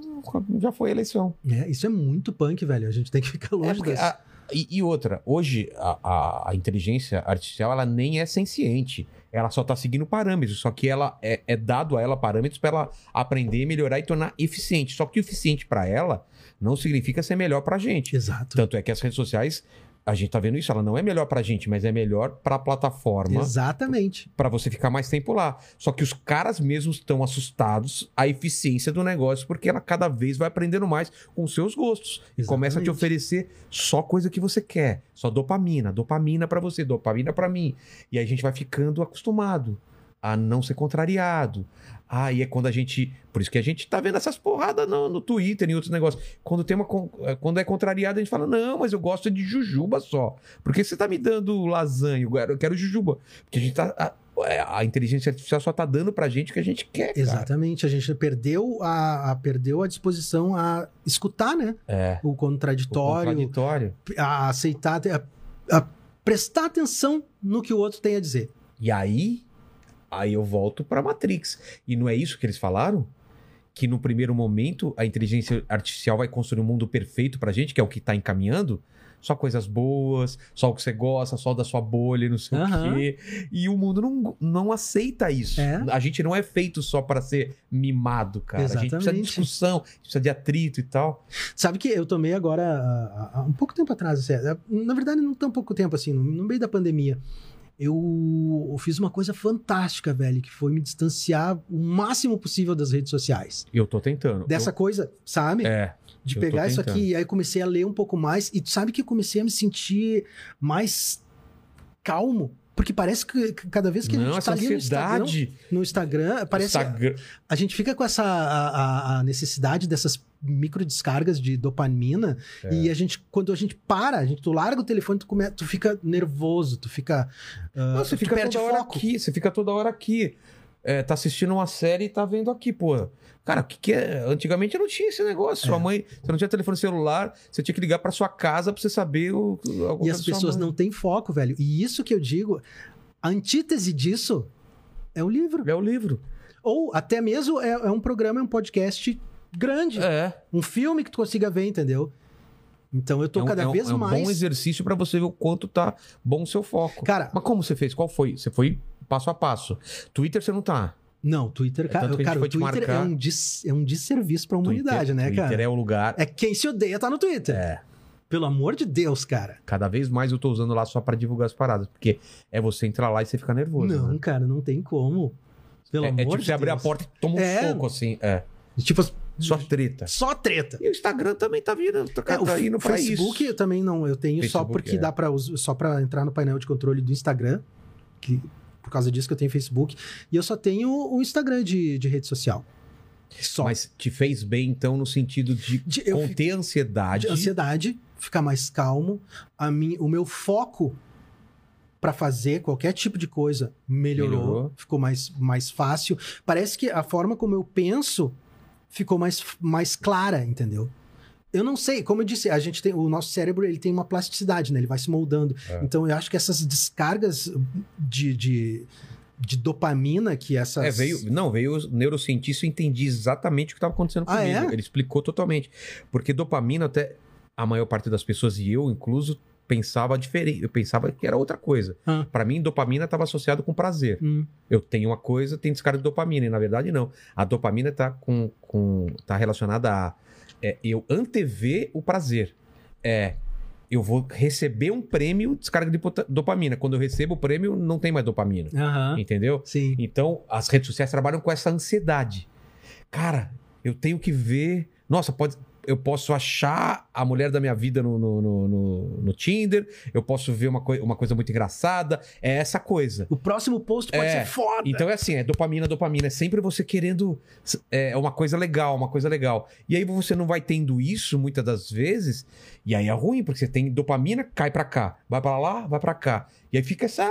Speaker 1: já foi a eleição.
Speaker 3: É, isso é muito punk, velho. A gente tem que ficar
Speaker 1: É
Speaker 3: longe
Speaker 1: porque
Speaker 3: dessa.
Speaker 1: a- e, e outra, hoje a, a- a inteligência artificial ela nem é senciente. Ela só está seguindo parâmetros, só que ela é, é dado a ela parâmetros para ela aprender, melhorar e tornar eficiente. Só que eficiente para ela não significa ser melhor para a gente.
Speaker 3: Exato.
Speaker 1: Tanto é que as redes sociais, a gente tá vendo isso, ela não é melhor para a gente, mas é melhor para a plataforma
Speaker 3: Exatamente.
Speaker 1: para você ficar mais tempo lá. Só que os caras mesmos estão assustados à eficiência do negócio, porque ela cada vez vai aprendendo mais com seus gostos. E
Speaker 3: Exatamente.
Speaker 1: começa a te oferecer só coisa que você quer. Só dopamina, dopamina pra você, dopamina pra mim. E aí a gente vai ficando acostumado. a não ser contrariado. Ah, e é quando a gente. Por isso que a gente tá vendo essas porradas no, no Twitter e outros negócios. Quando, tem uma, con- eh, quando é contrariado, a gente fala: não, mas eu gosto de jujuba só. Por que você tá me dando lasanha? Eu quero, eu quero jujuba. Porque a gente tá. A, é, a inteligência artificial só tá dando pra gente o que a gente quer. cara.
Speaker 3: Exatamente, a gente perdeu a, a- perdeu a disposição a escutar, né?
Speaker 1: É.
Speaker 3: O
Speaker 1: O
Speaker 3: contraditório,
Speaker 1: contraditório.
Speaker 3: a aceitar, a, a prestar atenção no que o outro tem a dizer.
Speaker 1: E aí, aí eu volto para Matrix. E não é isso que eles falaram? Que no primeiro momento a inteligência artificial vai construir um mundo perfeito pra gente, que é o que tá encaminhando? Só coisas boas, só o que você gosta, só o da sua bolha, e não sei o
Speaker 3: Aham.
Speaker 1: quê. E o mundo não, não aceita isso.
Speaker 3: É.
Speaker 1: A gente não é feito só pra ser mimado, cara. A gente precisa de
Speaker 3: Exatamente.
Speaker 1: discussão, a gente precisa de atrito e tal.
Speaker 3: Sabe que eu tomei agora, há- há- há um pouco tempo atrás, assim, é, na verdade não tão pouco tempo assim, no- no meio da pandemia, eu, eu fiz uma coisa fantástica, velho, que foi me distanciar o máximo possível das redes sociais.
Speaker 1: Eu tô tentando.
Speaker 3: Dessa coisa, sabe?
Speaker 1: Eu- é.
Speaker 3: De
Speaker 1: eu tô
Speaker 3: pegar isso
Speaker 1: tentando.
Speaker 3: aqui, e aí comecei a ler um pouco mais, e tu sabe que eu comecei a me sentir mais calmo, porque parece que que cada vez que a
Speaker 1: Não,
Speaker 3: gente tá
Speaker 1: essa
Speaker 3: ali no Instagram,
Speaker 1: ansiedade.
Speaker 3: no Instagram, parece
Speaker 1: Instagram-
Speaker 3: a gente fica com essa a, a- a necessidade dessas micro descargas de dopamina
Speaker 1: É.
Speaker 3: e a gente quando a gente para, a gente tu larga o telefone, tu come, tu fica nervoso, tu fica ah,
Speaker 1: Não, você
Speaker 3: tu
Speaker 1: fica
Speaker 3: perde
Speaker 1: toda hora
Speaker 3: foco.
Speaker 1: aqui, você fica toda hora aqui. É, tá assistindo uma série e tá vendo aqui, pô. Cara, o que, que é? Antigamente não tinha esse negócio.
Speaker 3: É.
Speaker 1: Sua mãe, você não tinha telefone celular, você tinha que ligar pra sua casa pra você saber o.
Speaker 3: E as pessoas
Speaker 1: né?
Speaker 3: não têm foco, velho. E isso que eu digo, a antítese disso é um livro.
Speaker 1: É o livro.
Speaker 3: Ou até mesmo é, é um programa, é um podcast grande,
Speaker 1: É.
Speaker 3: um filme que tu consiga ver, entendeu? Então eu tô
Speaker 1: é um,
Speaker 3: cada
Speaker 1: é um-
Speaker 3: vez
Speaker 1: é um
Speaker 3: mais
Speaker 1: bom exercício pra você ver o quanto tá bom o seu foco.
Speaker 3: Cara-
Speaker 1: Mas como você fez? Qual foi? Você foi passo a passo. Twitter você não tá.
Speaker 3: Não, Twitter, cara,
Speaker 1: tanto que a gente
Speaker 3: cara, o
Speaker 1: foi te
Speaker 3: Twitter é
Speaker 1: marcar.
Speaker 3: um dis, é um desserviço pra humanidade,
Speaker 1: Twitter,
Speaker 3: né,
Speaker 1: Twitter
Speaker 3: cara?
Speaker 1: é o lugar.
Speaker 3: É quem se odeia tá no Twitter.
Speaker 1: é.
Speaker 3: Pelo amor de Deus, cara.
Speaker 1: Cada vez mais eu tô usando lá só pra divulgar as paradas. Porque é você entrar lá e você ficar nervoso. né?
Speaker 3: não, cara, não tem como. Pelo
Speaker 1: é,
Speaker 3: amor
Speaker 1: é tipo
Speaker 3: de
Speaker 1: você abrir a
Speaker 3: Deus.
Speaker 1: porta e toma um
Speaker 3: É.
Speaker 1: soco, assim. É.
Speaker 3: Tipo,
Speaker 1: Só treta.
Speaker 3: só treta.
Speaker 1: E o Instagram também tá virando, tá,
Speaker 3: É,
Speaker 1: tá indo
Speaker 3: o
Speaker 1: pra
Speaker 3: Facebook
Speaker 1: isso.
Speaker 3: eu também não, eu tenho só
Speaker 1: Facebook,
Speaker 3: porque
Speaker 1: é.
Speaker 3: dá para só para entrar no painel de controle do Instagram, que por causa disso que eu tenho Facebook, e eu só tenho o Instagram de, de rede social. Só
Speaker 1: Mas te fez bem, então, no sentido de
Speaker 3: De- eu
Speaker 1: conter a ansiedade.
Speaker 3: de ansiedade, ficar mais calmo. A mim, o meu foco para fazer qualquer tipo de coisa melhorou,
Speaker 1: Melhorou.
Speaker 3: ficou mais, mais fácil. Parece que a forma como eu penso ficou mais, mais clara, entendeu? Eu não sei, como eu disse, a gente tem o nosso cérebro, ele tem uma plasticidade, né? Ele vai se moldando.
Speaker 1: É.
Speaker 3: Então eu acho que essas descargas de, de, de dopamina que essas
Speaker 1: É, veio, não, veio o neurocientista e eu entendi exatamente o que estava acontecendo
Speaker 3: Ah,
Speaker 1: comigo.
Speaker 3: é?
Speaker 1: Ele explicou totalmente. Porque dopamina, até a maior parte das pessoas, e eu incluso, pensava diferente. Eu pensava que era outra coisa.
Speaker 3: Ah.
Speaker 1: Pra Para mim, dopamina estava associado com prazer.
Speaker 3: Hum,
Speaker 1: eu tenho uma coisa, tem descarga de dopamina. E na verdade, não. A dopamina está com, com, tá relacionada a é, eu antever o prazer. É, eu vou receber um prêmio, descarga de pota- dopamina. Quando eu recebo o prêmio, não tem mais dopamina.
Speaker 3: aham,
Speaker 1: Entendeu?
Speaker 3: Sim.
Speaker 1: Então, as redes sociais trabalham com essa ansiedade. Cara, eu tenho que ver. Nossa, pode. Eu posso achar a mulher da minha vida no, no, no, no- no Tinder, eu posso ver uma, coi- uma coisa muito engraçada. É essa coisa.
Speaker 3: O próximo post pode
Speaker 1: É,
Speaker 3: ser foda.
Speaker 1: Então é assim, é dopamina, dopamina. É sempre você querendo é, uma coisa legal, uma coisa legal. E aí você não vai tendo isso muitas das vezes. E aí é ruim, porque você tem dopamina, cai pra cá. Vai pra lá, vai pra cá. E aí fica essa,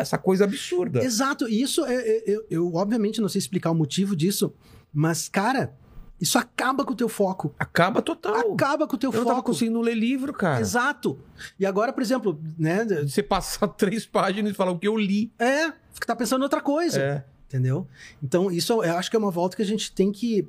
Speaker 1: essa coisa absurda.
Speaker 3: Exato, e isso é- é- eu, eu, obviamente não sei explicar o motivo disso, mas cara, isso acaba com o teu foco.
Speaker 1: Acaba total.
Speaker 3: Acaba com o teu
Speaker 1: Eu não tava
Speaker 3: foco.
Speaker 1: conseguindo ler livro, cara.
Speaker 3: Exato. E agora, por exemplo, né?
Speaker 1: Você passar três páginas e falar o que eu li.
Speaker 3: É, fica- tá pensando em outra coisa,
Speaker 1: É.
Speaker 3: entendeu? Então, isso eu acho que é uma volta que a gente tem que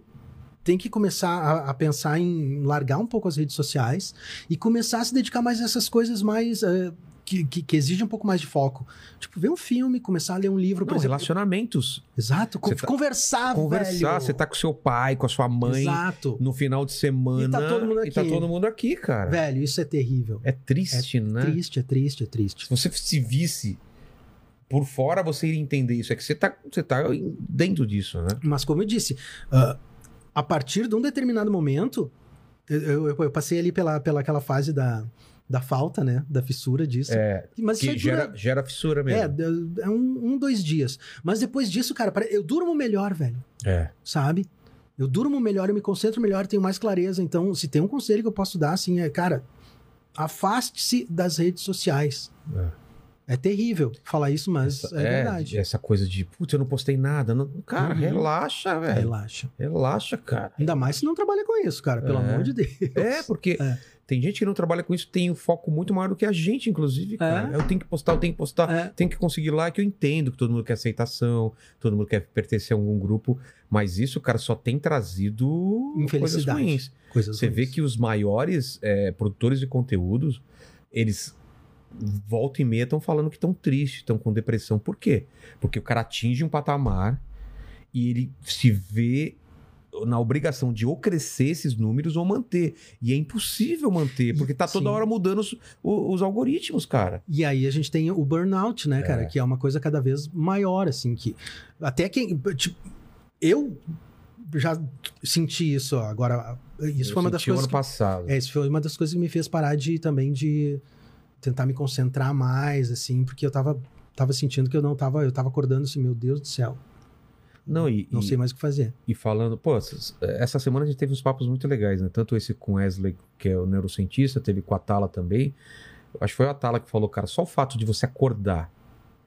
Speaker 3: tem que começar a, a pensar em largar um pouco as redes sociais e começar a se dedicar mais a essas coisas mais eh, que, que, que exigem um pouco mais de foco. Tipo, ver um filme, começar a ler um livro, por
Speaker 1: Não,
Speaker 3: exemplo.
Speaker 1: relacionamentos.
Speaker 3: Exato, con-
Speaker 1: Você tá-
Speaker 3: conversar,
Speaker 1: Conversar,
Speaker 3: Ah, velho.
Speaker 1: você tá com seu pai, com a sua mãe,
Speaker 3: Exato.
Speaker 1: no final de semana.
Speaker 3: E tá todo mundo
Speaker 1: E tá
Speaker 3: aqui.
Speaker 1: todo mundo aqui, cara.
Speaker 3: Velho, isso é terrível.
Speaker 1: É triste, né?
Speaker 3: Triste, é triste, é triste.
Speaker 1: Se você se visse por fora, você iria entender isso. É que você tá, você tá dentro disso, né?
Speaker 3: Mas como eu disse, ah, a partir de um determinado momento, eu, eu- eu passei ali pela, pela aquela fase da, da falta, né? Da fissura disso.
Speaker 1: É,
Speaker 3: Mas isso
Speaker 1: que
Speaker 3: aí
Speaker 1: gera,
Speaker 3: dura...
Speaker 1: gera fissura
Speaker 3: É,
Speaker 1: mesmo.
Speaker 3: d- é um, um, dois dias. Mas depois disso, cara, pare- eu durmo melhor, velho.
Speaker 1: É.
Speaker 3: Sabe? Eu durmo melhor, eu me concentro melhor, tenho mais clareza. Então, se tem um conselho que eu posso dar, assim, é, cara, afaste-se das redes sociais. É terrível falar isso, mas é, verdade.
Speaker 1: Essa coisa de, putz, eu não postei nada. não- Cara,
Speaker 3: Uhum. É.
Speaker 1: relaxa, velho.
Speaker 3: Relaxa.
Speaker 1: Relaxa, cara.
Speaker 3: Ainda mais se não trabalha com isso, cara, pelo
Speaker 1: É.
Speaker 3: amor de Deus.
Speaker 1: É, porque
Speaker 3: É.
Speaker 1: tem gente que não trabalha com isso, tem um foco muito maior do que a gente, inclusive, cara. Eu tenho que postar, eu tenho que postar,
Speaker 3: É.
Speaker 1: tenho que conseguir like. Eu entendo que todo mundo quer aceitação, todo mundo quer pertencer a algum grupo, mas isso, cara, só tem trazido coisas
Speaker 3: Infelicidade.
Speaker 1: ruins.
Speaker 3: Coisas
Speaker 1: Você vê
Speaker 3: ruins.
Speaker 1: que os maiores eh, produtores de conteúdos, eles volta e meia estão falando que estão tristes, estão com depressão. Por quê? Porque o cara atinge um patamar e ele se vê na obrigação de ou crescer esses números ou manter. E é impossível manter, porque tá toda
Speaker 3: Sim.
Speaker 1: hora mudando os, o- os algoritmos, cara.
Speaker 3: E aí a gente tem o burnout, né, cara? Que é uma coisa cada vez maior, assim, que... Até quem... tipo, eu já senti isso ó, agora. Isso
Speaker 1: Eu
Speaker 3: foi uma das
Speaker 1: senti o
Speaker 3: coisas...
Speaker 1: ano passado.
Speaker 3: que- é, isso foi uma das coisas que me fez parar de, também, de tentar me concentrar mais, assim, porque eu tava, tava sentindo que eu não tava... Eu tava acordando assim, meu Deus do céu,
Speaker 1: Não, e,
Speaker 3: não
Speaker 1: e-
Speaker 3: sei mais o que fazer.
Speaker 1: e falando, pô, essas- essa semana a gente teve uns papos muito legais, né? Tanto esse com Wesley, que é o neurocientista, teve com a Tala também. Eu Acho que foi a Tala que falou, cara, só o fato de você acordar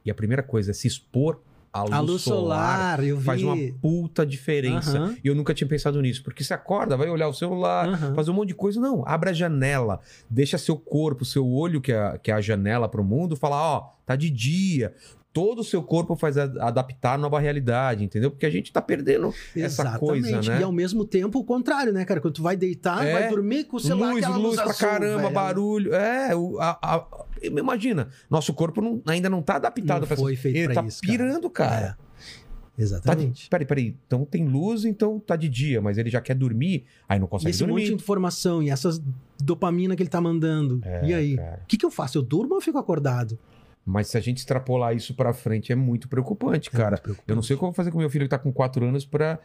Speaker 1: e a primeira coisa é se expor à luz,
Speaker 3: A luz
Speaker 1: solar,
Speaker 3: solar, eu vi...
Speaker 1: faz uma puta diferença.
Speaker 3: Aham,
Speaker 1: E eu nunca tinha pensado nisso, porque você acorda, vai olhar o celular,
Speaker 3: aham.
Speaker 1: fazer um monte de coisa. Não, abre a janela, deixa seu corpo, seu olho, que é, que é a janela para o mundo, falar, ó, tá de dia. Todo o seu corpo faz a- adaptar à nova realidade, entendeu? Porque a gente tá perdendo essa coisa, né?
Speaker 3: E ao mesmo tempo o contrário, né, cara? Quando tu vai deitar,
Speaker 1: É.
Speaker 3: vai dormir com o celular,
Speaker 1: luz,
Speaker 3: aquela
Speaker 1: luz pra
Speaker 3: azul,
Speaker 1: caramba,
Speaker 3: velho.
Speaker 1: barulho. É, o- a- a- imagina, nosso corpo não- ainda não tá adaptado
Speaker 3: Não
Speaker 1: pra
Speaker 3: foi feito
Speaker 1: Ele
Speaker 3: pra
Speaker 1: tá
Speaker 3: isso, cara.
Speaker 1: pirando, cara.
Speaker 3: É.
Speaker 1: Tá de...
Speaker 3: Exatamente.
Speaker 1: Peraí, peraí. Então tem luz, então tá de dia, mas ele já quer dormir, aí não
Speaker 3: e
Speaker 1: consegue
Speaker 3: esse monte de
Speaker 1: dormir.
Speaker 3: informação e essas dopamina que ele tá mandando.
Speaker 1: É,
Speaker 3: e aí?
Speaker 1: cara.
Speaker 3: O que, que eu faço? Eu durmo ou eu fico acordado?
Speaker 1: Mas se a gente extrapolar isso pra frente, é muito preocupante, cara. Eu não sei o que eu vou fazer com meu filho que tá com 4 anos pra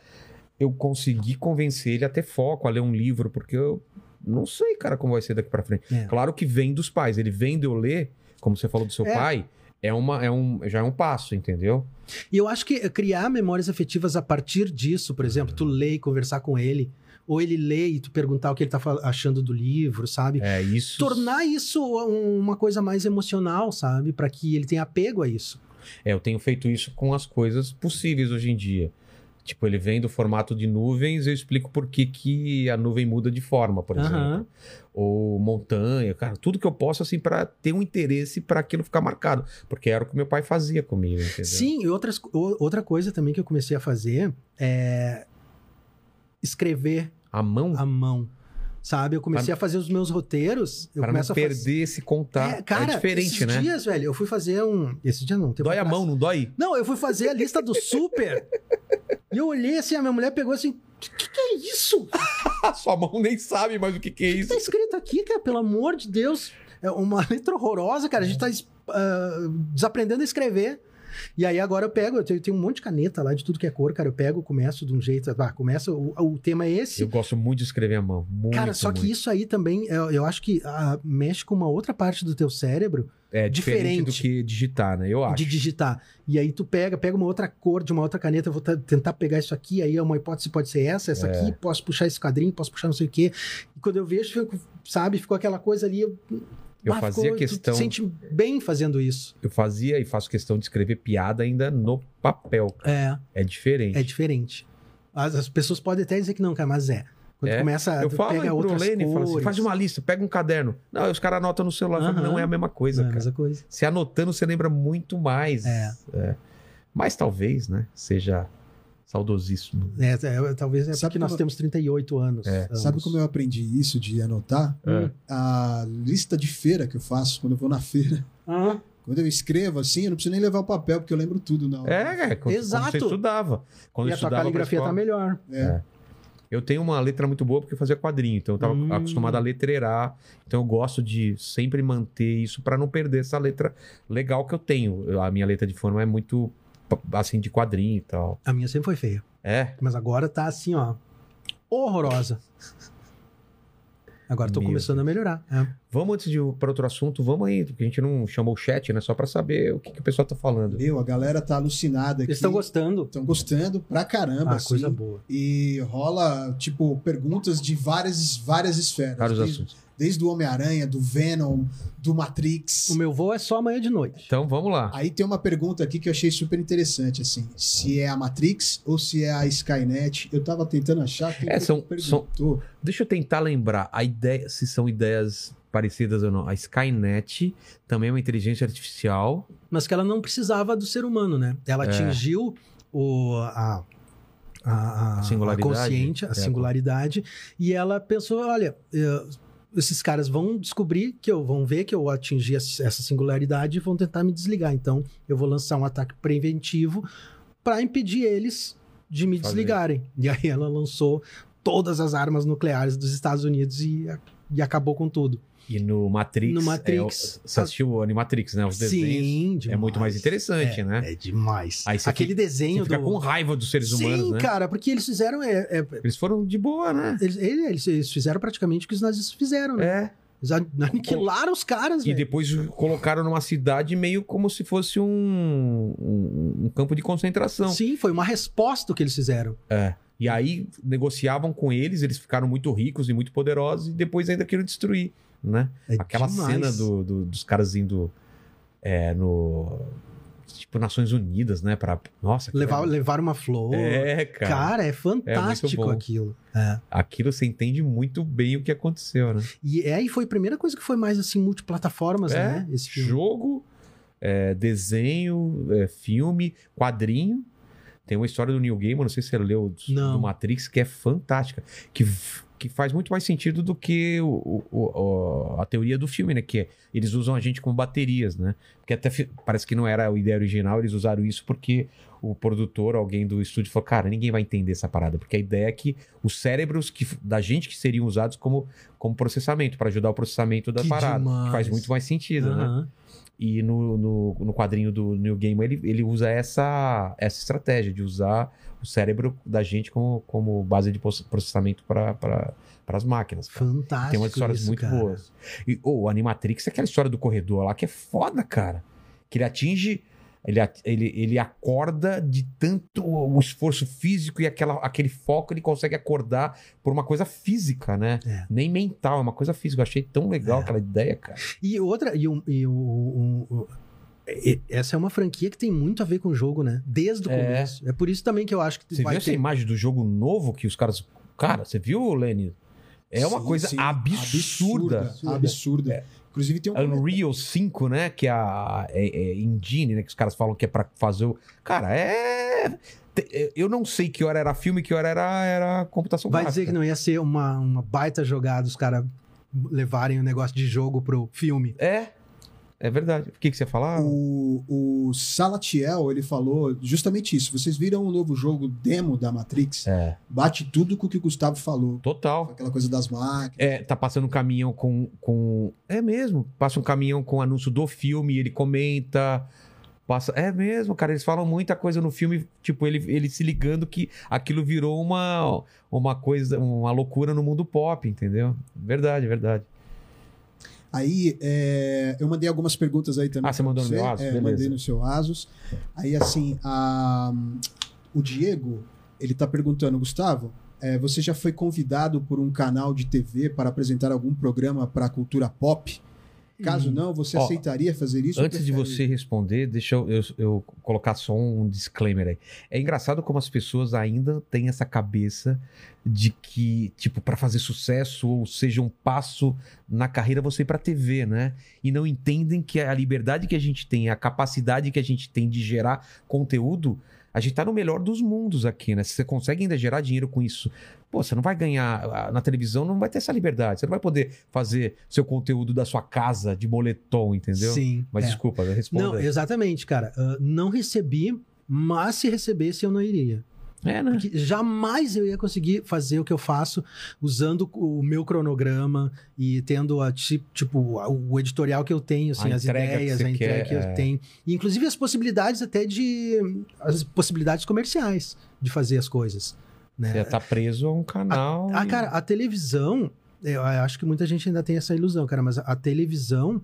Speaker 1: eu conseguir convencer ele a ter foco, a ler um livro, porque eu não sei, cara, como vai ser daqui pra frente.
Speaker 3: É.
Speaker 1: Claro que vem dos pais. Ele vem de eu ler, como você falou do seu
Speaker 3: É.
Speaker 1: pai, é uma, é um, já é um passo, entendeu?
Speaker 3: E eu acho que criar memórias afetivas a partir disso, por exemplo,
Speaker 1: Uhum.
Speaker 3: tu lê e conversar com ele, ou ele lê e tu perguntar o que ele tá fa- achando do livro, sabe?
Speaker 1: É isso.
Speaker 3: Tornar isso um- uma coisa mais emocional, sabe? Pra que ele tenha apego a isso.
Speaker 1: É, eu tenho feito isso com as coisas possíveis hoje em dia. Tipo, ele vem do formato de nuvens, eu explico por que, que a nuvem muda de forma, por
Speaker 3: Aham.
Speaker 1: exemplo. Ou montanha, cara, tudo que eu posso, assim, pra ter um interesse pra aquilo ficar marcado. Porque era o que meu pai fazia comigo, entendeu?
Speaker 3: Sim, e outras, o- outra coisa também que eu comecei a fazer é escrever
Speaker 1: A mão,
Speaker 3: à mão. Sabe? Eu comecei a fazer os meus roteiros. Eu
Speaker 1: pra não
Speaker 3: começo a
Speaker 1: perder
Speaker 3: fazer.
Speaker 1: esse contato. É,
Speaker 3: É, cara,
Speaker 1: diferente,
Speaker 3: esses
Speaker 1: né?
Speaker 3: dias, velho, eu fui fazer um. Esse dia não, um tempo
Speaker 1: Dói a
Speaker 3: atrás.
Speaker 1: mão, não dói?
Speaker 3: Não, eu fui fazer a lista do super. e eu olhei assim, a minha mulher pegou assim: o que, que é isso? O que
Speaker 1: A sua mão nem sabe mais o que, que é isso.
Speaker 3: tá escrito aqui, cara? Pelo amor de Deus. É uma letra horrorosa, cara. A gente tá es- ah, desaprendendo a escrever. E aí agora eu pego, eu tenho, tenho um monte de caneta lá de tudo que é cor, cara. Eu pego, começo de um jeito. Ah, começa, o, o tema é esse.
Speaker 1: Eu gosto muito de escrever a mão. Muito,
Speaker 3: Cara, só que
Speaker 1: muito.
Speaker 3: isso aí também, eu, eu acho que ah, mexe com uma outra parte do teu cérebro
Speaker 1: É diferente, do
Speaker 3: diferente.
Speaker 1: que digitar, né? Eu acho.
Speaker 3: de digitar. E aí tu pega, pega uma outra cor de uma outra caneta, eu vou ta- tentar pegar isso aqui, aí uma hipótese pode ser essa, essa
Speaker 1: É.
Speaker 3: aqui, posso puxar esse quadrinho, posso puxar não sei o quê. E quando eu vejo, fico, sabe, ficou aquela coisa ali. Eu,
Speaker 1: Eu
Speaker 3: Ah,
Speaker 1: fazia
Speaker 3: ficou- Tu
Speaker 1: questão.
Speaker 3: te sente bem fazendo isso.
Speaker 1: Eu fazia e faço questão de escrever piada ainda no papel.
Speaker 3: É,
Speaker 1: É diferente.
Speaker 3: é diferente. As, as pessoas podem até dizer que não, cara, mas é. Quando
Speaker 1: É.
Speaker 3: começa,
Speaker 1: eu
Speaker 3: tu
Speaker 1: falo aí
Speaker 3: pega
Speaker 1: pro
Speaker 3: outras
Speaker 1: Lene, falo assim,
Speaker 3: cores.
Speaker 1: faz uma lista, pega um caderno. Não, aí os caras anotam no celular. Eu falo,
Speaker 3: Aham.
Speaker 1: Não é a mesma coisa,
Speaker 3: Não é a
Speaker 1: cara.
Speaker 3: mesma coisa.
Speaker 1: Se anotando, você lembra muito mais.
Speaker 3: É.
Speaker 1: É. Mas talvez, né, seja saudosíssimo.
Speaker 3: É, é, talvez é
Speaker 2: Sabe
Speaker 3: porque nós
Speaker 2: como-
Speaker 3: temos 38 anos.
Speaker 1: É.
Speaker 3: ambos.
Speaker 2: Sabe como eu aprendi isso de anotar?
Speaker 1: É.
Speaker 2: A lista de feira que eu faço quando eu vou na feira.
Speaker 3: Ah,
Speaker 2: Quando eu escrevo assim, eu não preciso nem levar o papel, porque eu lembro tudo na hora.
Speaker 1: É, é quando, quando
Speaker 3: Exato.
Speaker 1: você estudava. Quando
Speaker 3: e
Speaker 1: eu
Speaker 3: a tua
Speaker 1: estudava pra
Speaker 3: caligrafia tá
Speaker 1: escola.
Speaker 3: melhor.
Speaker 1: Eu tenho uma letra muito boa porque eu fazia quadrinho, então eu tava
Speaker 3: Hum.
Speaker 1: acostumado a letreirar. Então eu gosto de sempre manter isso para não perder essa letra legal que eu tenho. Eu- A minha letra de forma é muito p- assim de quadrinho e tal.
Speaker 3: A minha sempre foi feia.
Speaker 1: É.
Speaker 3: Mas agora tá assim, ó. Horrorosa. Agora tô
Speaker 1: Meu
Speaker 3: começando a melhorar. É.
Speaker 1: Vamos antes de ir para outro assunto, vamos aí, porque a gente não chamou o chat, né? Só para saber o que, que o pessoal tá falando.
Speaker 2: Meu, a galera tá alucinada aqui.
Speaker 3: Eles estão gostando.
Speaker 2: Estão gostando pra caramba,
Speaker 3: ah,
Speaker 2: assim.
Speaker 3: coisa boa.
Speaker 2: E rola, tipo, perguntas de várias, várias esferas.
Speaker 1: Caros
Speaker 2: desde,
Speaker 1: assuntos.
Speaker 2: desde o Homem-Aranha, do Venom, do Matrix.
Speaker 3: O meu voo é só amanhã de noite.
Speaker 1: Então vamos lá.
Speaker 2: Aí tem uma pergunta aqui que eu achei super interessante, assim. Se é a Matrix ou se é a Skynet. Eu tava tentando achar quem
Speaker 1: É,
Speaker 2: foi que
Speaker 1: são-
Speaker 2: perguntou.
Speaker 1: Deixa eu tentar lembrar a ideia, se são ideias parecidas ou não. A Skynet também é uma inteligência artificial.
Speaker 3: Mas que ela não precisava do ser humano, né? Ela
Speaker 1: É.
Speaker 3: atingiu o, a, a,
Speaker 1: A singularidade.
Speaker 3: consciente, a
Speaker 1: É.
Speaker 3: singularidade, e ela pensou: olha, eu- esses caras vão descobrir que eu vão ver que eu atingi es- essa singularidade e vão tentar me desligar. Então, eu vou lançar um ataque preventivo para impedir eles de me
Speaker 1: Fazer.
Speaker 3: desligarem. E aí ela lançou todas as armas nucleares dos Estados Unidos e, a- e acabou com tudo.
Speaker 1: E no Matrix.
Speaker 3: No
Speaker 1: é o-
Speaker 3: Matrix.
Speaker 1: você assistiu o Animatrix, né? Os desenhos.
Speaker 3: demais.
Speaker 1: é muito mais interessante,
Speaker 3: É,
Speaker 1: né?
Speaker 3: É demais.
Speaker 1: Aí você
Speaker 3: Aquele
Speaker 1: Você
Speaker 3: desenho
Speaker 1: fica
Speaker 3: do...
Speaker 1: com raiva dos seres humanos,
Speaker 3: Sim,
Speaker 1: né?
Speaker 3: cara, porque eles fizeram... é, é,
Speaker 1: Eles foram de boa, né?
Speaker 3: eles, eles- eles fizeram praticamente o que os nazistas fizeram, né?
Speaker 1: É.
Speaker 3: Eles aniquilaram os caras,
Speaker 1: E
Speaker 3: velho.
Speaker 1: depois colocaram numa cidade meio como se fosse um, um, um campo de concentração.
Speaker 3: Sim, foi uma resposta o que eles fizeram.
Speaker 1: E aí negociavam com eles, eles ficaram muito ricos e muito poderosos e depois ainda queriam destruir, né?
Speaker 3: É
Speaker 1: Aquela
Speaker 3: demais.
Speaker 1: cena do- do- dos caras indo é, no... Tipo, Nações Unidas, né? Pra, nossa, aquilo
Speaker 3: Levar,
Speaker 1: é-
Speaker 3: levar uma flor.
Speaker 1: É, cara.
Speaker 3: cara, é fantástico
Speaker 1: bom.
Speaker 3: aquilo.
Speaker 1: Aquilo você entende muito bem o que aconteceu, né?
Speaker 3: E é, e foi a primeira coisa que foi mais, assim, multiplataformas,
Speaker 1: É,
Speaker 3: né? Esse filme.
Speaker 1: Jogo, é, desenho, é, filme, quadrinho. Tem uma história do Neil Gaiman, não sei se você leu, do-
Speaker 3: Não.
Speaker 1: do Matrix, que é fantástica. Que, v- que faz muito mais sentido do que o- o- o- o- a teoria do filme, né? Que é, eles usam a gente como baterias, né? Porque até fi- parece que não era a ideia original, eles usaram isso porque o produtor, alguém do estúdio, falou: cara, ninguém vai entender essa parada. Porque a ideia é que os cérebros que, f- da gente que seriam usados como, como processamento, para ajudar o processamento da
Speaker 3: Que
Speaker 1: parada. Que faz
Speaker 3: demais.
Speaker 1: muito mais sentido, né?
Speaker 3: Aham.
Speaker 1: E no, no, no quadrinho do New Game ele, ele usa essa, essa estratégia de usar o cérebro da gente como, como base de poss- processamento para pra, as máquinas. cara.
Speaker 3: Fantástico
Speaker 1: Tem umas histórias
Speaker 3: isso,
Speaker 1: muito
Speaker 3: cara.
Speaker 1: boas. E ou o Animatrix é aquela história do corredor lá que é foda, cara. Que ele atinge. Ele, at- ele, ele acorda de tanto o esforço físico e aquela, aquele foco, ele consegue acordar por uma coisa física, né?
Speaker 3: É.
Speaker 1: Nem mental, é uma coisa física. Eu achei tão legal
Speaker 3: É.
Speaker 1: aquela ideia, cara.
Speaker 3: E outra, e, um, e um- um- um- e- essa é uma franquia que tem muito a ver com o jogo, né? Desde o
Speaker 1: É.
Speaker 3: começo. É por isso também que eu acho que
Speaker 1: Você viu essa imagem do jogo novo que os caras. Cara, você viu, Lenny? É uma
Speaker 2: Sim,
Speaker 1: coisa
Speaker 2: sim.
Speaker 1: absurda. É.
Speaker 2: Absurda. absurda. Inclusive tem um.
Speaker 1: Unreal 5, né? Que é a é- é engine, né? Que os caras falam que é pra fazer o. Cara, é. te- é, Eu não sei que hora era filme, que hora era, era computação
Speaker 3: Vai dizer que
Speaker 1: gráfica.
Speaker 3: não ia ser uma, uma baita jogada os caras levarem o negócio de jogo pro filme.
Speaker 1: É. É verdade. O que, que você ia falar?
Speaker 2: O, o Salatiel, ele falou justamente isso. Vocês viram o novo jogo demo da Matrix?
Speaker 1: É.
Speaker 2: Bate tudo com o que o Gustavo falou.
Speaker 1: Total.
Speaker 2: Aquela coisa das máquinas.
Speaker 1: É, tá passando um caminhão com, com. É mesmo. Passa um caminhão com o anúncio do filme, ele comenta. Passa... É mesmo, cara. Eles falam muita coisa no filme, tipo, ele, ele se ligando que aquilo virou uma, uma coisa, uma loucura no mundo pop, entendeu? Verdade, verdade.
Speaker 2: Aí é, eu mandei algumas perguntas aí também.
Speaker 1: Ah, você
Speaker 2: pra
Speaker 1: mandou no meu Asus?
Speaker 2: É,
Speaker 1: Beleza.
Speaker 2: mandei no seu Asus. Aí assim, a- o Diego, ele tá perguntando, Gustavo, é, você já foi convidado por um canal de TV para apresentar algum programa para a cultura pop? Caso não, você
Speaker 1: Hum. Ó,
Speaker 2: aceitaria fazer isso? ou
Speaker 1: Antes de
Speaker 2: prefere-
Speaker 1: você responder, deixa eu, eu- eu colocar só um disclaimer aí. É engraçado como as pessoas ainda têm essa cabeça de que, tipo, para fazer sucesso ou seja um passo na carreira você ir para TV, né? E não entendem que a liberdade que a gente tem, a capacidade que a gente tem de gerar conteúdo, a gente tá no melhor dos mundos aqui, né? Se você consegue ainda gerar dinheiro com isso, pô, você não vai ganhar ah, na televisão, não vai ter essa liberdade. Você não vai poder fazer seu conteúdo da sua casa de moletom, entendeu?
Speaker 3: Sim.
Speaker 1: Mas
Speaker 3: é.
Speaker 1: desculpa, responda.
Speaker 3: Não, exatamente, cara. Ah, não recebi, mas se recebesse eu não iria.
Speaker 1: É, né?
Speaker 3: Porque jamais eu ia conseguir fazer o que eu faço usando o meu cronograma e tendo a ti- tipo a- o editorial que eu tenho, assim,
Speaker 1: A
Speaker 3: as
Speaker 1: entrega que
Speaker 3: ideias,
Speaker 1: você
Speaker 3: a entrega
Speaker 1: quer,
Speaker 3: que eu
Speaker 1: é.
Speaker 3: tenho, e, inclusive as possibilidades até de as possibilidades comerciais de fazer as coisas, né?
Speaker 1: é Você tá preso a um canal.
Speaker 3: Ah,
Speaker 1: e-
Speaker 3: cara, a televisão Eu acho que muita gente ainda tem essa ilusão, cara, mas a televisão,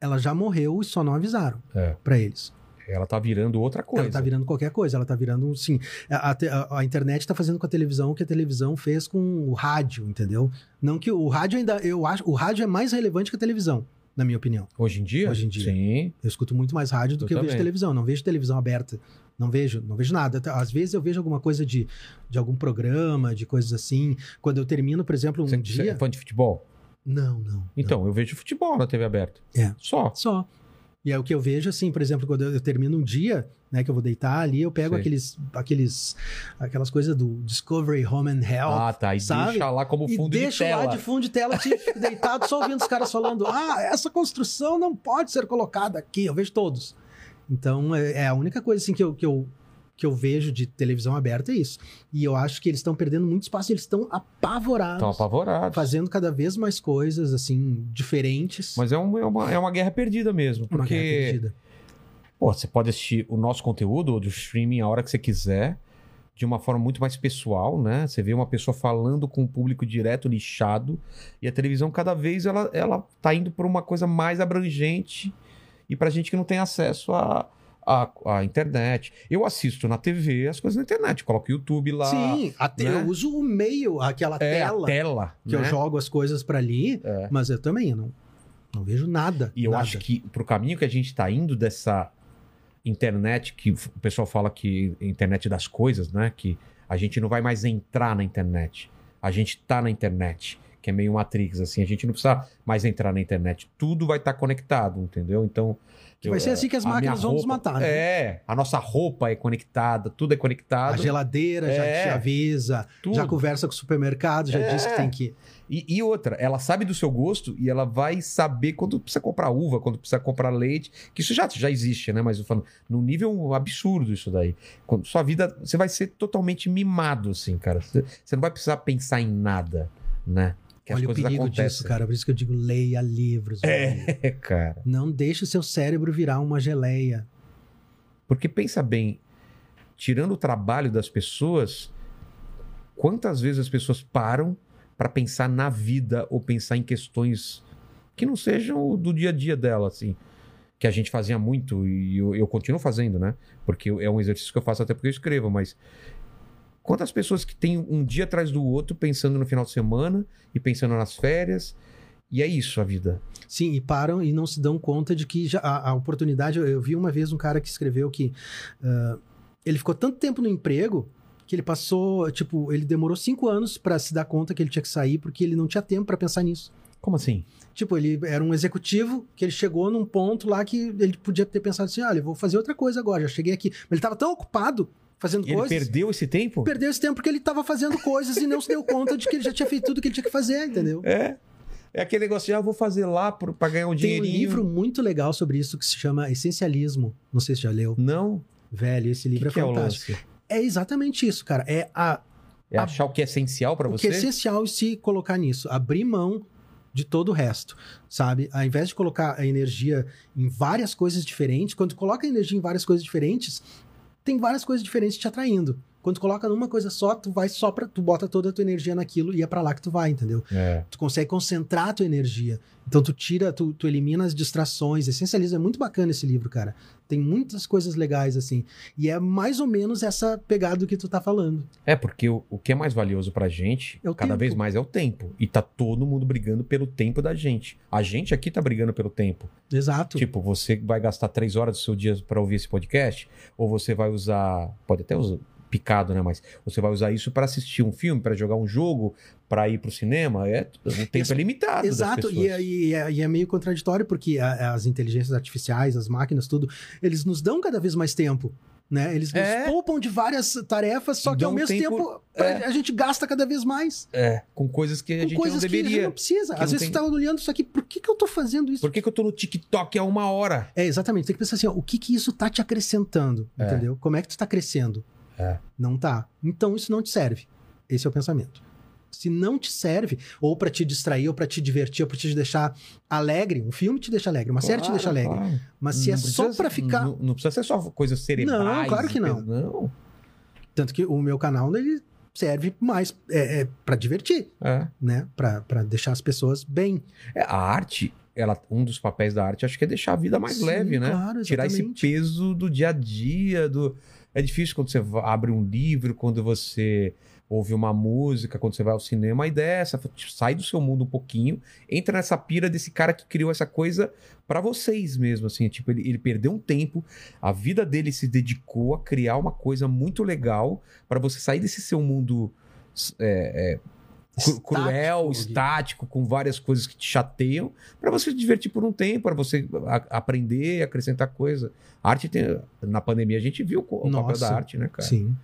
Speaker 3: ela já morreu e só não avisaram
Speaker 1: É.
Speaker 3: pra eles.
Speaker 1: Ela tá virando outra coisa.
Speaker 3: Ela tá virando qualquer coisa, ela tá virando, sim. A, a te- a- a internet tá fazendo com a televisão o que a televisão fez com o rádio, entendeu? Não que o rádio ainda. Eu acho. O rádio é mais relevante que a televisão, na minha opinião.
Speaker 1: Hoje em dia?
Speaker 3: Hoje em dia.
Speaker 1: Sim.
Speaker 3: Eu escuto muito mais rádio do
Speaker 1: Eu
Speaker 3: que eu
Speaker 1: também.
Speaker 3: vejo televisão. Não vejo televisão aberta. Não vejo, não vejo nada. Até- Às vezes eu vejo alguma coisa de, de algum programa, de coisas assim. Quando eu termino, por exemplo, um
Speaker 1: Você você é
Speaker 3: dia.
Speaker 1: fã de futebol?
Speaker 3: Não, não.
Speaker 1: Então, eu vejo futebol na TV aberta.
Speaker 3: É.
Speaker 1: Só.
Speaker 3: Só. E aí o que eu vejo, assim, por exemplo, quando eu eu termino um dia, né, que eu vou deitar ali, eu pego
Speaker 1: Sei.
Speaker 3: aqueles, aqueles, aquelas coisas do Discovery Home and Health.
Speaker 1: Ah, tá. E
Speaker 3: É sabe?
Speaker 1: deixa lá como
Speaker 3: E
Speaker 1: fundo de
Speaker 3: deixo
Speaker 1: tela.
Speaker 3: lá de fundo de tela, eu fico deitado, só ouvindo os caras falando: ah, essa construção não pode ser colocada aqui. Eu vejo todos. Então, é, é a única coisa assim, que, eu, que, eu, que eu vejo de televisão aberta é isso. E eu acho que eles estão perdendo muito espaço, eles estão apavorados,
Speaker 1: Estão apavorados.
Speaker 3: fazendo cada vez mais coisas assim, diferentes.
Speaker 1: Mas é, um- é uma, é uma guerra perdida mesmo.
Speaker 3: Uma
Speaker 1: Porque
Speaker 3: guerra perdida.
Speaker 1: pô, você pode assistir o nosso conteúdo do streaming a hora que você quiser, de uma forma muito mais pessoal, né? Você vê uma pessoa falando com o público direto, lixado, e a televisão cada vez ela, ela tá indo para uma coisa mais abrangente e pra gente que não tem acesso à à- à internet. Eu assisto na TV as coisas na internet, coloco o YouTube lá.
Speaker 3: Sim, até
Speaker 1: né?
Speaker 3: eu uso o meio, aquela
Speaker 1: é,
Speaker 3: tela
Speaker 1: a tela.
Speaker 3: que eu
Speaker 1: né?
Speaker 3: jogo as coisas pra ali,
Speaker 1: É.
Speaker 3: mas eu também eu não, não vejo nada.
Speaker 1: E eu
Speaker 3: nada.
Speaker 1: acho que pro caminho que a gente tá indo dessa internet, que o pessoal fala que é internet das coisas, né? Que a gente não vai mais entrar na internet. A gente tá na internet, que é meio Matrix, assim. A gente não precisa mais entrar na internet. Tudo vai estar conectado, entendeu? Então.
Speaker 3: Que vai ser assim que as
Speaker 1: a minha
Speaker 3: máquinas vão nos
Speaker 1: roupa-
Speaker 3: matar, né?
Speaker 1: É, a nossa roupa é conectada, tudo é
Speaker 3: A
Speaker 1: conectado.
Speaker 3: geladeira já
Speaker 1: É.
Speaker 3: te avisa,
Speaker 1: tudo.
Speaker 3: já conversa com o supermercado, já
Speaker 1: É.
Speaker 3: diz que tem que.
Speaker 1: E, e outra, ela sabe do seu gosto e ela vai saber quando precisa comprar uva, quando precisa comprar leite, que isso já, já existe, né? Mas eu falando, num nível absurdo isso daí. Quando sua vida, você vai ser totalmente mimado, assim, cara. Você, você não vai precisar pensar em nada, né? Que as
Speaker 3: Olha o
Speaker 1: coisas
Speaker 3: perigo
Speaker 1: acontecem.
Speaker 3: disso, cara. Por isso que eu digo leia livros. velho.
Speaker 1: É, cara.
Speaker 3: Não deixe o seu cérebro virar uma geleia.
Speaker 1: Porque pensa bem, tirando o trabalho das pessoas, quantas vezes as pessoas param para pensar na vida ou pensar em questões que não sejam o do dia a dia dela, assim? Que a gente fazia muito e eu, eu continuo fazendo, né? Porque eu- é um exercício que eu faço até porque eu escrevo, mas. Quantas pessoas que têm um dia atrás do outro pensando no final de semana e pensando nas férias? E é isso a vida.
Speaker 3: Sim, e param e não se dão conta de que já, a, a oportunidade. Eu, eu vi uma vez um cara que escreveu que ah, ele ficou tanto tempo no emprego que ele passou, tipo, ele demorou cinco anos pra se dar conta que ele tinha que sair porque ele não tinha tempo pra pensar nisso.
Speaker 1: Como assim?
Speaker 3: Tipo, ele era um executivo que ele chegou num ponto lá que ele podia ter pensado assim: olha, eu vou fazer outra coisa agora, já cheguei aqui. Mas ele tava tão ocupado fazendo
Speaker 1: E ele
Speaker 3: coisas.
Speaker 1: perdeu esse tempo?
Speaker 3: Perdeu esse tempo porque ele tava fazendo coisas e não se deu conta de que ele já tinha feito tudo que ele tinha que fazer, entendeu?
Speaker 1: É. É aquele negócio de, ah, eu vou fazer lá pro- pra ganhar um
Speaker 3: Tem um
Speaker 1: dinheirinho.
Speaker 3: livro muito legal sobre isso que se chama Essencialismo. Não sei se já leu.
Speaker 1: Não.
Speaker 3: Velho, esse
Speaker 1: O
Speaker 3: livro
Speaker 1: que, que
Speaker 3: é
Speaker 1: é o
Speaker 3: fantástico.
Speaker 1: lance?
Speaker 3: É, exatamente isso, cara. É a,
Speaker 1: É
Speaker 3: A-
Speaker 1: achar o que é essencial pra
Speaker 3: o
Speaker 1: você?
Speaker 3: que é essencial é se colocar nisso. Abrir mão de todo o resto, sabe? Ao invés de colocar a energia em várias coisas diferentes, quando tu coloca a energia em várias coisas diferentes, tem várias coisas diferentes te atraindo. Quando tu coloca numa coisa só, tu vai só pra. Tu bota toda a tua energia naquilo e é pra lá que tu vai, entendeu?
Speaker 1: É.
Speaker 3: tu consegue concentrar a tua energia. Então tu tira, tu, tu elimina as distrações, essencializa. É muito bacana esse livro, cara. Tem muitas coisas legais, assim. E é mais ou menos essa pegada que tu tá falando.
Speaker 1: É, porque o, o que é mais valioso pra gente,
Speaker 3: É o
Speaker 1: cada
Speaker 3: tempo.
Speaker 1: vez mais, é o tempo. E tá todo mundo brigando pelo tempo da gente. A gente aqui tá brigando pelo tempo.
Speaker 3: Exato.
Speaker 1: Tipo, você vai gastar três horas do seu dia pra ouvir esse podcast, ou você vai usar. Pode até usar picado, né? Mas você vai usar isso pra assistir um filme, pra jogar um jogo, pra ir pro cinema. É, o tempo
Speaker 3: Isso-
Speaker 1: é limitado.
Speaker 3: Exato,
Speaker 1: Das
Speaker 3: e,
Speaker 1: pessoas.
Speaker 3: é- e é- e é meio contraditório, porque a- as inteligências artificiais, as máquinas, tudo, eles nos dão cada vez mais tempo. Né? Eles nos
Speaker 1: É.
Speaker 3: poupam de várias tarefas, só
Speaker 1: E
Speaker 3: que ao
Speaker 1: dão
Speaker 3: mesmo
Speaker 1: tempo-
Speaker 3: tempo, pra- a gente gasta cada vez mais
Speaker 1: Com coisas que a
Speaker 3: com
Speaker 1: gente
Speaker 3: coisas
Speaker 1: não
Speaker 3: que a gente
Speaker 1: deveria.
Speaker 3: não precisa.
Speaker 1: que
Speaker 3: Às
Speaker 1: não
Speaker 3: vezes
Speaker 1: tem-
Speaker 3: tu tá olhando isso aqui, por que, que eu tô fazendo isso?
Speaker 1: Por que, que eu tô no TikTok há uma hora?
Speaker 3: É, exatamente. Tem que pensar assim, ó, o que que isso tá te acrescentando,
Speaker 1: É.
Speaker 3: entendeu? Como é que tu tá crescendo?
Speaker 1: É.
Speaker 3: Não tá. Então isso não te serve. Esse é o pensamento. Se não te serve, ou pra te distrair, ou pra te divertir, ou pra te deixar alegre, um filme te deixa alegre, uma série te deixa alegre. Mas se é só pra ficar...
Speaker 1: Não, não precisa ser só coisas cerebrais.
Speaker 3: Não, claro que
Speaker 1: e
Speaker 3: não.
Speaker 1: coisas- Não.
Speaker 3: Tanto que o meu canal, ele serve mais é, é, para divertir,
Speaker 1: É.
Speaker 3: né? Para deixar as pessoas bem.
Speaker 1: É, a arte, ela, um dos papéis da arte, acho que é deixar a vida mais
Speaker 3: Sim,
Speaker 1: leve, né?
Speaker 3: claro,
Speaker 1: Tirar esse
Speaker 3: exatamente.
Speaker 1: peso do dia a dia, do... É difícil quando você va- abre um livro, quando você ouve uma música, quando você vai ao cinema, a ideia é essa, tipo, sai do seu mundo um pouquinho, entra nessa pira desse cara que criou essa coisa pra vocês mesmo, assim, tipo, ele, ele perdeu um tempo, a vida dele se dedicou a criar uma coisa muito legal pra você sair desse seu mundo é, é, cru- cruel,
Speaker 3: Estático,
Speaker 1: estático, com várias coisas que te chateiam, para você se divertir por um tempo, para você a- aprender, acrescentar coisa. A arte tem. Na pandemia a gente viu co- o papel
Speaker 3: Nossa.
Speaker 1: da arte, né, cara?
Speaker 3: Sim.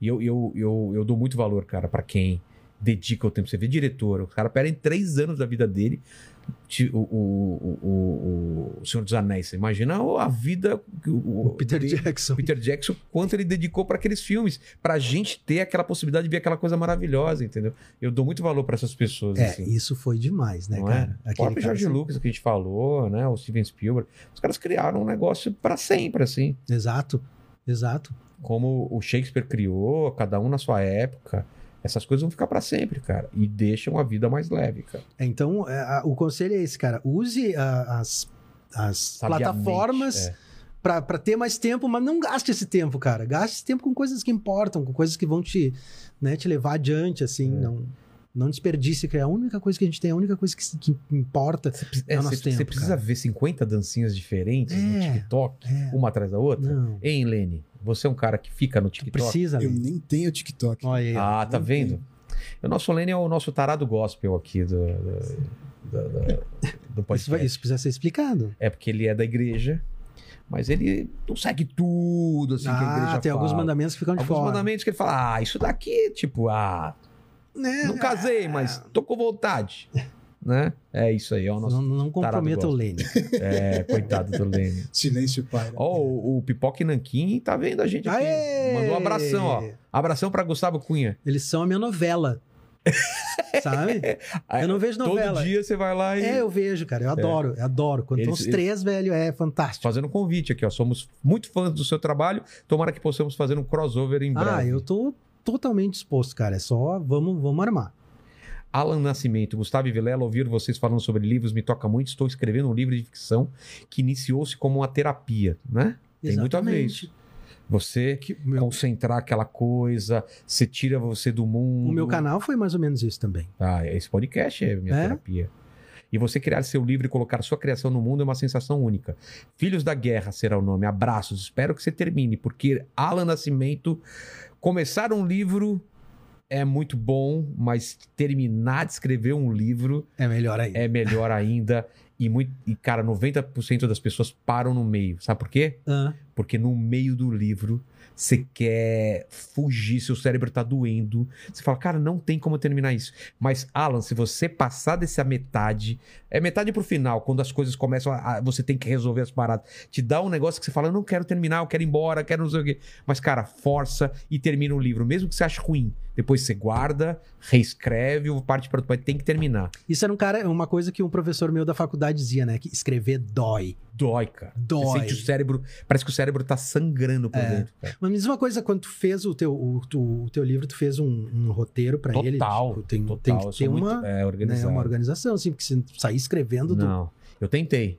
Speaker 1: E eu, eu, eu, eu dou muito valor, cara, para quem dedica o tempo. Você vê diretor, o cara pera em três anos da vida dele. ti- O, o, o, o- o Senhor dos Anéis, você imagina a vida. que o-
Speaker 3: O Peter
Speaker 1: dele-
Speaker 3: Jackson.
Speaker 1: o Peter Jackson, quanto ele dedicou para aqueles filmes, pra gente ter aquela possibilidade de ver aquela coisa maravilhosa, entendeu? Eu dou muito valor para essas pessoas,
Speaker 3: É,
Speaker 1: assim.
Speaker 3: isso foi demais, né,
Speaker 1: Não é?
Speaker 3: cara?
Speaker 1: O próprio George
Speaker 3: assim-
Speaker 1: Lucas que a gente falou, né? O Steven Spielberg, os caras criaram um negócio para sempre, assim,
Speaker 3: Exato, exato.
Speaker 1: como o Shakespeare criou, cada um na sua época. Essas coisas vão ficar para sempre, cara, e deixam a vida mais leve, cara.
Speaker 3: É, Então, é, a- o conselho é esse, cara. Use a- as, as
Speaker 1: Sabiamente,
Speaker 3: plataformas
Speaker 1: é.
Speaker 3: pra para ter mais tempo, mas não gaste esse tempo, cara. Gaste esse tempo com coisas que importam, com coisas que vão te, né, te levar adiante, assim.
Speaker 1: É.
Speaker 3: Não, não desperdice, que é a única coisa que a gente tem, a única coisa que, que importa.
Speaker 1: Você, pre-
Speaker 3: É o nosso
Speaker 1: você- você
Speaker 3: tempo,
Speaker 1: precisa ver 50 dancinhas diferentes no
Speaker 3: É.
Speaker 1: TikTok,
Speaker 3: É,
Speaker 1: uma atrás da outra?
Speaker 3: não,
Speaker 1: Hein, Lene? Você é um cara que fica no
Speaker 3: tu
Speaker 1: TikTok?
Speaker 3: precisa.
Speaker 2: Eu
Speaker 3: né?
Speaker 2: nem tenho TikTok.
Speaker 3: Olha aí. ó.
Speaker 1: Ah, tá
Speaker 2: Não
Speaker 1: vendo?
Speaker 2: tem.
Speaker 1: O nosso Lene é o nosso tarado gospel aqui do, do, do- do- do podcast.
Speaker 3: isso, vai- isso precisa ser explicado.
Speaker 1: É porque ele é da igreja, mas ele não segue tudo assim que a
Speaker 3: ah,
Speaker 1: igreja
Speaker 3: tem alguns
Speaker 1: fala.
Speaker 3: mandamentos que ficam de
Speaker 1: Alguns
Speaker 3: fora.
Speaker 1: mandamentos que ele fala, ah, isso daqui, tipo, ah,
Speaker 3: Né?
Speaker 1: não casei, mas tô com vontade, né? É isso aí, ó, o
Speaker 3: Não,
Speaker 1: nosso...
Speaker 3: não comprometa o
Speaker 1: gospel.
Speaker 3: Lênin.
Speaker 1: É, coitado do Lene.
Speaker 2: Silêncio, pai.
Speaker 1: Ó, o, o Pipoca e Nanquim tá vendo a gente aqui.
Speaker 3: Aê!
Speaker 1: Mandou um abração, ó. Abração pra Gustavo Cunha.
Speaker 3: Eles são a minha novela. Sabe? Eu não vejo
Speaker 1: Todo
Speaker 3: novela.
Speaker 1: dia você vai lá e...
Speaker 3: É, eu vejo, cara. Eu adoro, eu adoro. Quando estão
Speaker 1: Eles-
Speaker 3: os três, velho, é fantástico.
Speaker 1: fazendo um convite aqui, ó. Somos muito fãs do seu trabalho. Tomara que possamos fazer um crossover em breve.
Speaker 3: Ah, eu tô totalmente disposto, cara. É só vamos, vamos armar.
Speaker 1: Alan Nascimento, Gustavo e Vilela, ouvir vocês falando sobre livros me toca muito. Estou escrevendo um livro de ficção que iniciou-se como uma terapia, né? Tem muito a ver isso. É Você
Speaker 3: Que o meu-
Speaker 1: concentrar aquela coisa, você tira você do um mundo.
Speaker 3: o meu canal foi mais ou menos isso também.
Speaker 1: Ah, esse podcast é minha
Speaker 3: É?
Speaker 1: terapia. E você criar seu livro e colocar sua criação no mundo é uma sensação única. Filhos da Guerra será o nome. Abraços, espero que você termine, porque Alan Nascimento, começar um livro é muito bom, mas terminar de escrever um livro
Speaker 3: É melhor aí.
Speaker 1: é melhor ainda. E, muito, e, cara, 90% das pessoas param no meio. Sabe por quê?
Speaker 3: Ah,
Speaker 1: Porque no meio do livro você quer fugir, seu cérebro tá doendo. Você fala, cara, não tem como eu terminar isso. Mas, Alan, se você passar dessa metade, é metade pro final, quando as coisas começam a. a- você tem que resolver as paradas. Te dá um negócio que você fala, eu não quero terminar, eu quero ir embora, eu quero não sei o quê. Mas, cara, força e termina o livro, mesmo que você ache ruim. Depois você guarda, reescreve, ou parte para tem que terminar.
Speaker 3: Isso era um cara, uma coisa que um professor meu da faculdade dizia, né? Que escrever dói.
Speaker 1: Dói, cara. Você
Speaker 3: Dói. É.
Speaker 1: sente o cérebro, parece que o cérebro tá sangrando por dentro. cara.
Speaker 3: Mas me diz uma coisa, quando tu fez o teu, o, tu- o teu livro, tu fez um, um roteiro pra ele?
Speaker 1: Total,
Speaker 3: Tipo, tem,
Speaker 1: total.
Speaker 3: tem
Speaker 1: eu
Speaker 3: que
Speaker 1: sou
Speaker 3: ter
Speaker 1: muito,
Speaker 3: uma,
Speaker 1: é,
Speaker 3: né,
Speaker 1: organizado.
Speaker 3: uma organização, assim, porque se sair escrevendo do.
Speaker 1: Não, eu tentei.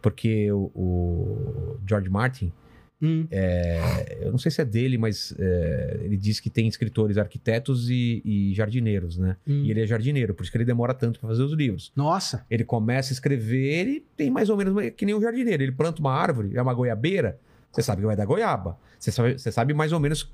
Speaker 1: Porque o, o George Martin,
Speaker 3: Hum.
Speaker 1: é, eu não sei se é dele, mas é, ele diz que tem escritores, arquitetos e, e jardineiros, né?
Speaker 3: Hum.
Speaker 1: E ele é jardineiro, por isso que ele demora tanto para fazer os livros.
Speaker 3: Nossa,
Speaker 1: Ele começa a escrever, ele tem mais ou menos uma- que nem um jardineiro. Ele planta uma árvore, é uma goiabeira, você sabe que vai dar goiaba. Você sabe, você sabe mais ou menos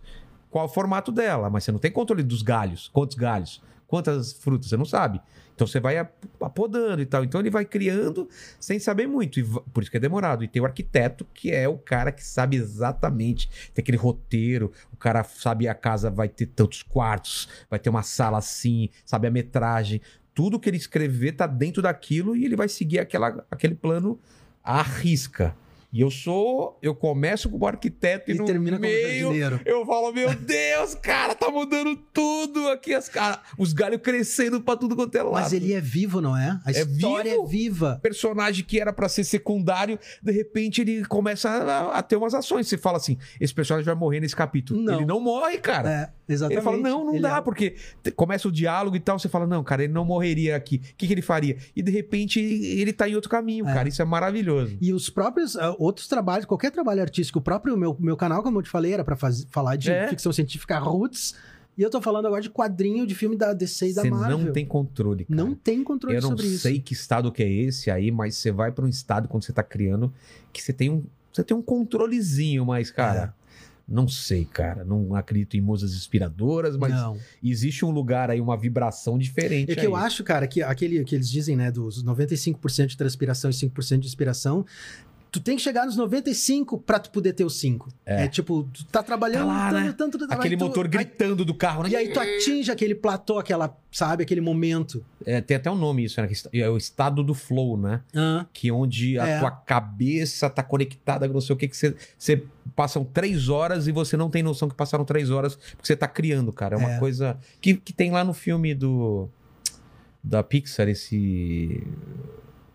Speaker 1: qual é o formato dela, mas você não tem controle dos galhos, quantos galhos, quantas frutas, você não sabe. Então você vai ap- apodando e tal. Então ele vai criando sem saber muito, e va- por isso que é demorado. E tem o arquiteto, que é o cara que sabe exatamente, tem aquele roteiro, o cara sabe a casa vai ter tantos quartos, vai ter uma sala assim, sabe a metragem tudo que ele escrever tá dentro daquilo e ele vai seguir aquela, aquele plano à risca. E eu sou, eu começo como arquiteto e,
Speaker 3: e
Speaker 1: no
Speaker 3: termina como
Speaker 1: meio
Speaker 3: jardineiro.
Speaker 1: eu falo, meu Deus, cara, tá mudando tudo aqui, as, cara, os galhos crescendo pra tudo quanto é lado.
Speaker 3: Mas ele é vivo, não é? A
Speaker 1: É
Speaker 3: história
Speaker 1: vivo?
Speaker 3: é viva.
Speaker 1: personagem que era pra ser secundário, de repente ele começa a, a ter umas ações. Você fala assim, esse personagem vai morrer nesse capítulo.
Speaker 3: Não.
Speaker 1: Ele não morre, cara.
Speaker 3: É. Exatamente.
Speaker 1: Ele fala, não, não
Speaker 3: Ele
Speaker 1: dá,
Speaker 3: é-
Speaker 1: porque t- começa o diálogo e tal, você fala, não, cara, ele não morreria aqui. O que, que ele faria? E de repente ele tá em outro caminho,
Speaker 3: É.
Speaker 1: cara. Isso é maravilhoso.
Speaker 3: E os próprios ah, outros trabalhos, qualquer trabalho artístico, o próprio meu, meu canal, como eu te falei, era pra faz- falar de
Speaker 1: É.
Speaker 3: ficção científica roots. E eu tô falando agora de quadrinho de filme da DC e da
Speaker 1: Você
Speaker 3: Marvel.
Speaker 1: não tem controle, cara.
Speaker 3: Não tem controle
Speaker 1: Eu não
Speaker 3: sobre
Speaker 1: sei
Speaker 3: isso.
Speaker 1: que estado que é esse aí, mas você vai pra um estado quando você tá criando que você tem um, você tem um controlezinho, mas, cara,
Speaker 3: É.
Speaker 1: não sei, cara. Não acredito em musas inspiradoras, mas
Speaker 3: Não.
Speaker 1: existe um lugar aí, uma vibração diferente.
Speaker 3: É que eu
Speaker 1: aí.
Speaker 3: acho, cara, que aquele que eles dizem, né, dos 95% de transpiração e 5% de inspiração, tu tem que chegar nos 95 pra tu poder ter os 5. É, tipo, tu tá
Speaker 1: Tá
Speaker 3: trabalhando
Speaker 1: lá,
Speaker 3: tanto,
Speaker 1: né?
Speaker 3: tanto, tanto,
Speaker 1: Aquele
Speaker 3: aí tu-
Speaker 1: motor
Speaker 3: aí-
Speaker 1: gritando do carro, né?
Speaker 3: E aí tu atinge aquele platô, aquela, sabe, aquele momento.
Speaker 1: É, tem até um nome isso, né? Que est- É o estado do flow, né?
Speaker 3: Ah,
Speaker 1: que onde a
Speaker 3: É.
Speaker 1: tua cabeça tá conectada com não sei o que, que você, você passam três horas e você não tem noção que passaram três horas, porque você tá criando, cara. É uma
Speaker 3: É.
Speaker 1: coisa que, que tem lá no filme do da Pixar, esse...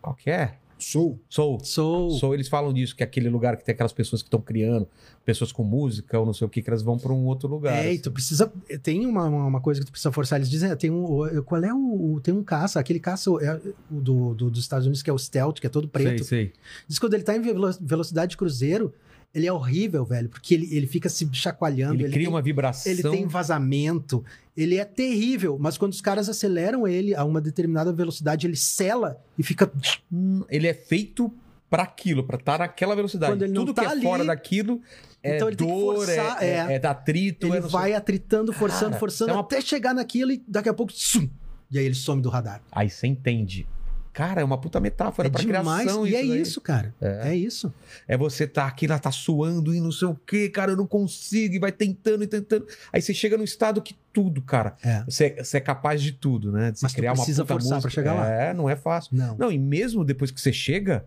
Speaker 1: Qual que é?
Speaker 2: Sou.
Speaker 1: Soul.
Speaker 3: sou.
Speaker 1: Soul, eles falam disso, que é aquele lugar que tem aquelas pessoas que estão criando, pessoas com música ou não sei o que, que elas vão pra um outro lugar.
Speaker 3: É, e tu precisa. Tem uma, uma uma coisa que tu precisa forçar. Eles dizem, ah, tem um. Qual é o. o- Tem um caça, aquele caça é, o do, do- dos Estados Unidos que é o stealth, que é todo preto.
Speaker 1: Sei, sei.
Speaker 3: Diz que quando ele tá em velo- velocidade de cruzeiro, ele é horrível, velho, porque ele, ele fica se chacoalhando.
Speaker 1: Ele, cria
Speaker 3: tem,
Speaker 1: uma vibração.
Speaker 3: ele tem vazamento. Ele é terrível, mas quando os caras aceleram ele a uma determinada velocidade, ele sela e fica.
Speaker 1: Hum, ele é feito pra aquilo, pra estar naquela velocidade.
Speaker 3: Quando ele não
Speaker 1: Tudo
Speaker 3: tá
Speaker 1: que é
Speaker 3: ali,
Speaker 1: fora daquilo é
Speaker 3: então ele tem que
Speaker 1: dor,
Speaker 3: forçar,
Speaker 1: é, é, é atrito,
Speaker 3: Ele
Speaker 1: é não sei-
Speaker 3: vai atritando, forçando,
Speaker 1: Cara,
Speaker 3: forçando,
Speaker 1: é uma-
Speaker 3: até chegar naquilo e daqui a pouco. Sum, e aí ele some do radar.
Speaker 1: Aí você entende. Cara, é uma puta metáfora
Speaker 3: é
Speaker 1: pra
Speaker 3: demais.
Speaker 1: criação.
Speaker 3: e é
Speaker 1: daí.
Speaker 3: isso, cara. É, isso.
Speaker 1: É você tá aqui lá, tá suando e não sei o que, cara, eu não consigo, e vai tentando e tentando. Aí você chega num estado que tudo, cara,
Speaker 3: É.
Speaker 1: você, você é capaz de tudo, né? De você
Speaker 3: Mas tu
Speaker 1: criar uma
Speaker 3: precisa
Speaker 1: puta
Speaker 3: forçar pra
Speaker 1: música.
Speaker 3: chegar lá.
Speaker 1: É, não é fácil.
Speaker 3: Não.
Speaker 1: Não, e mesmo depois que você chega,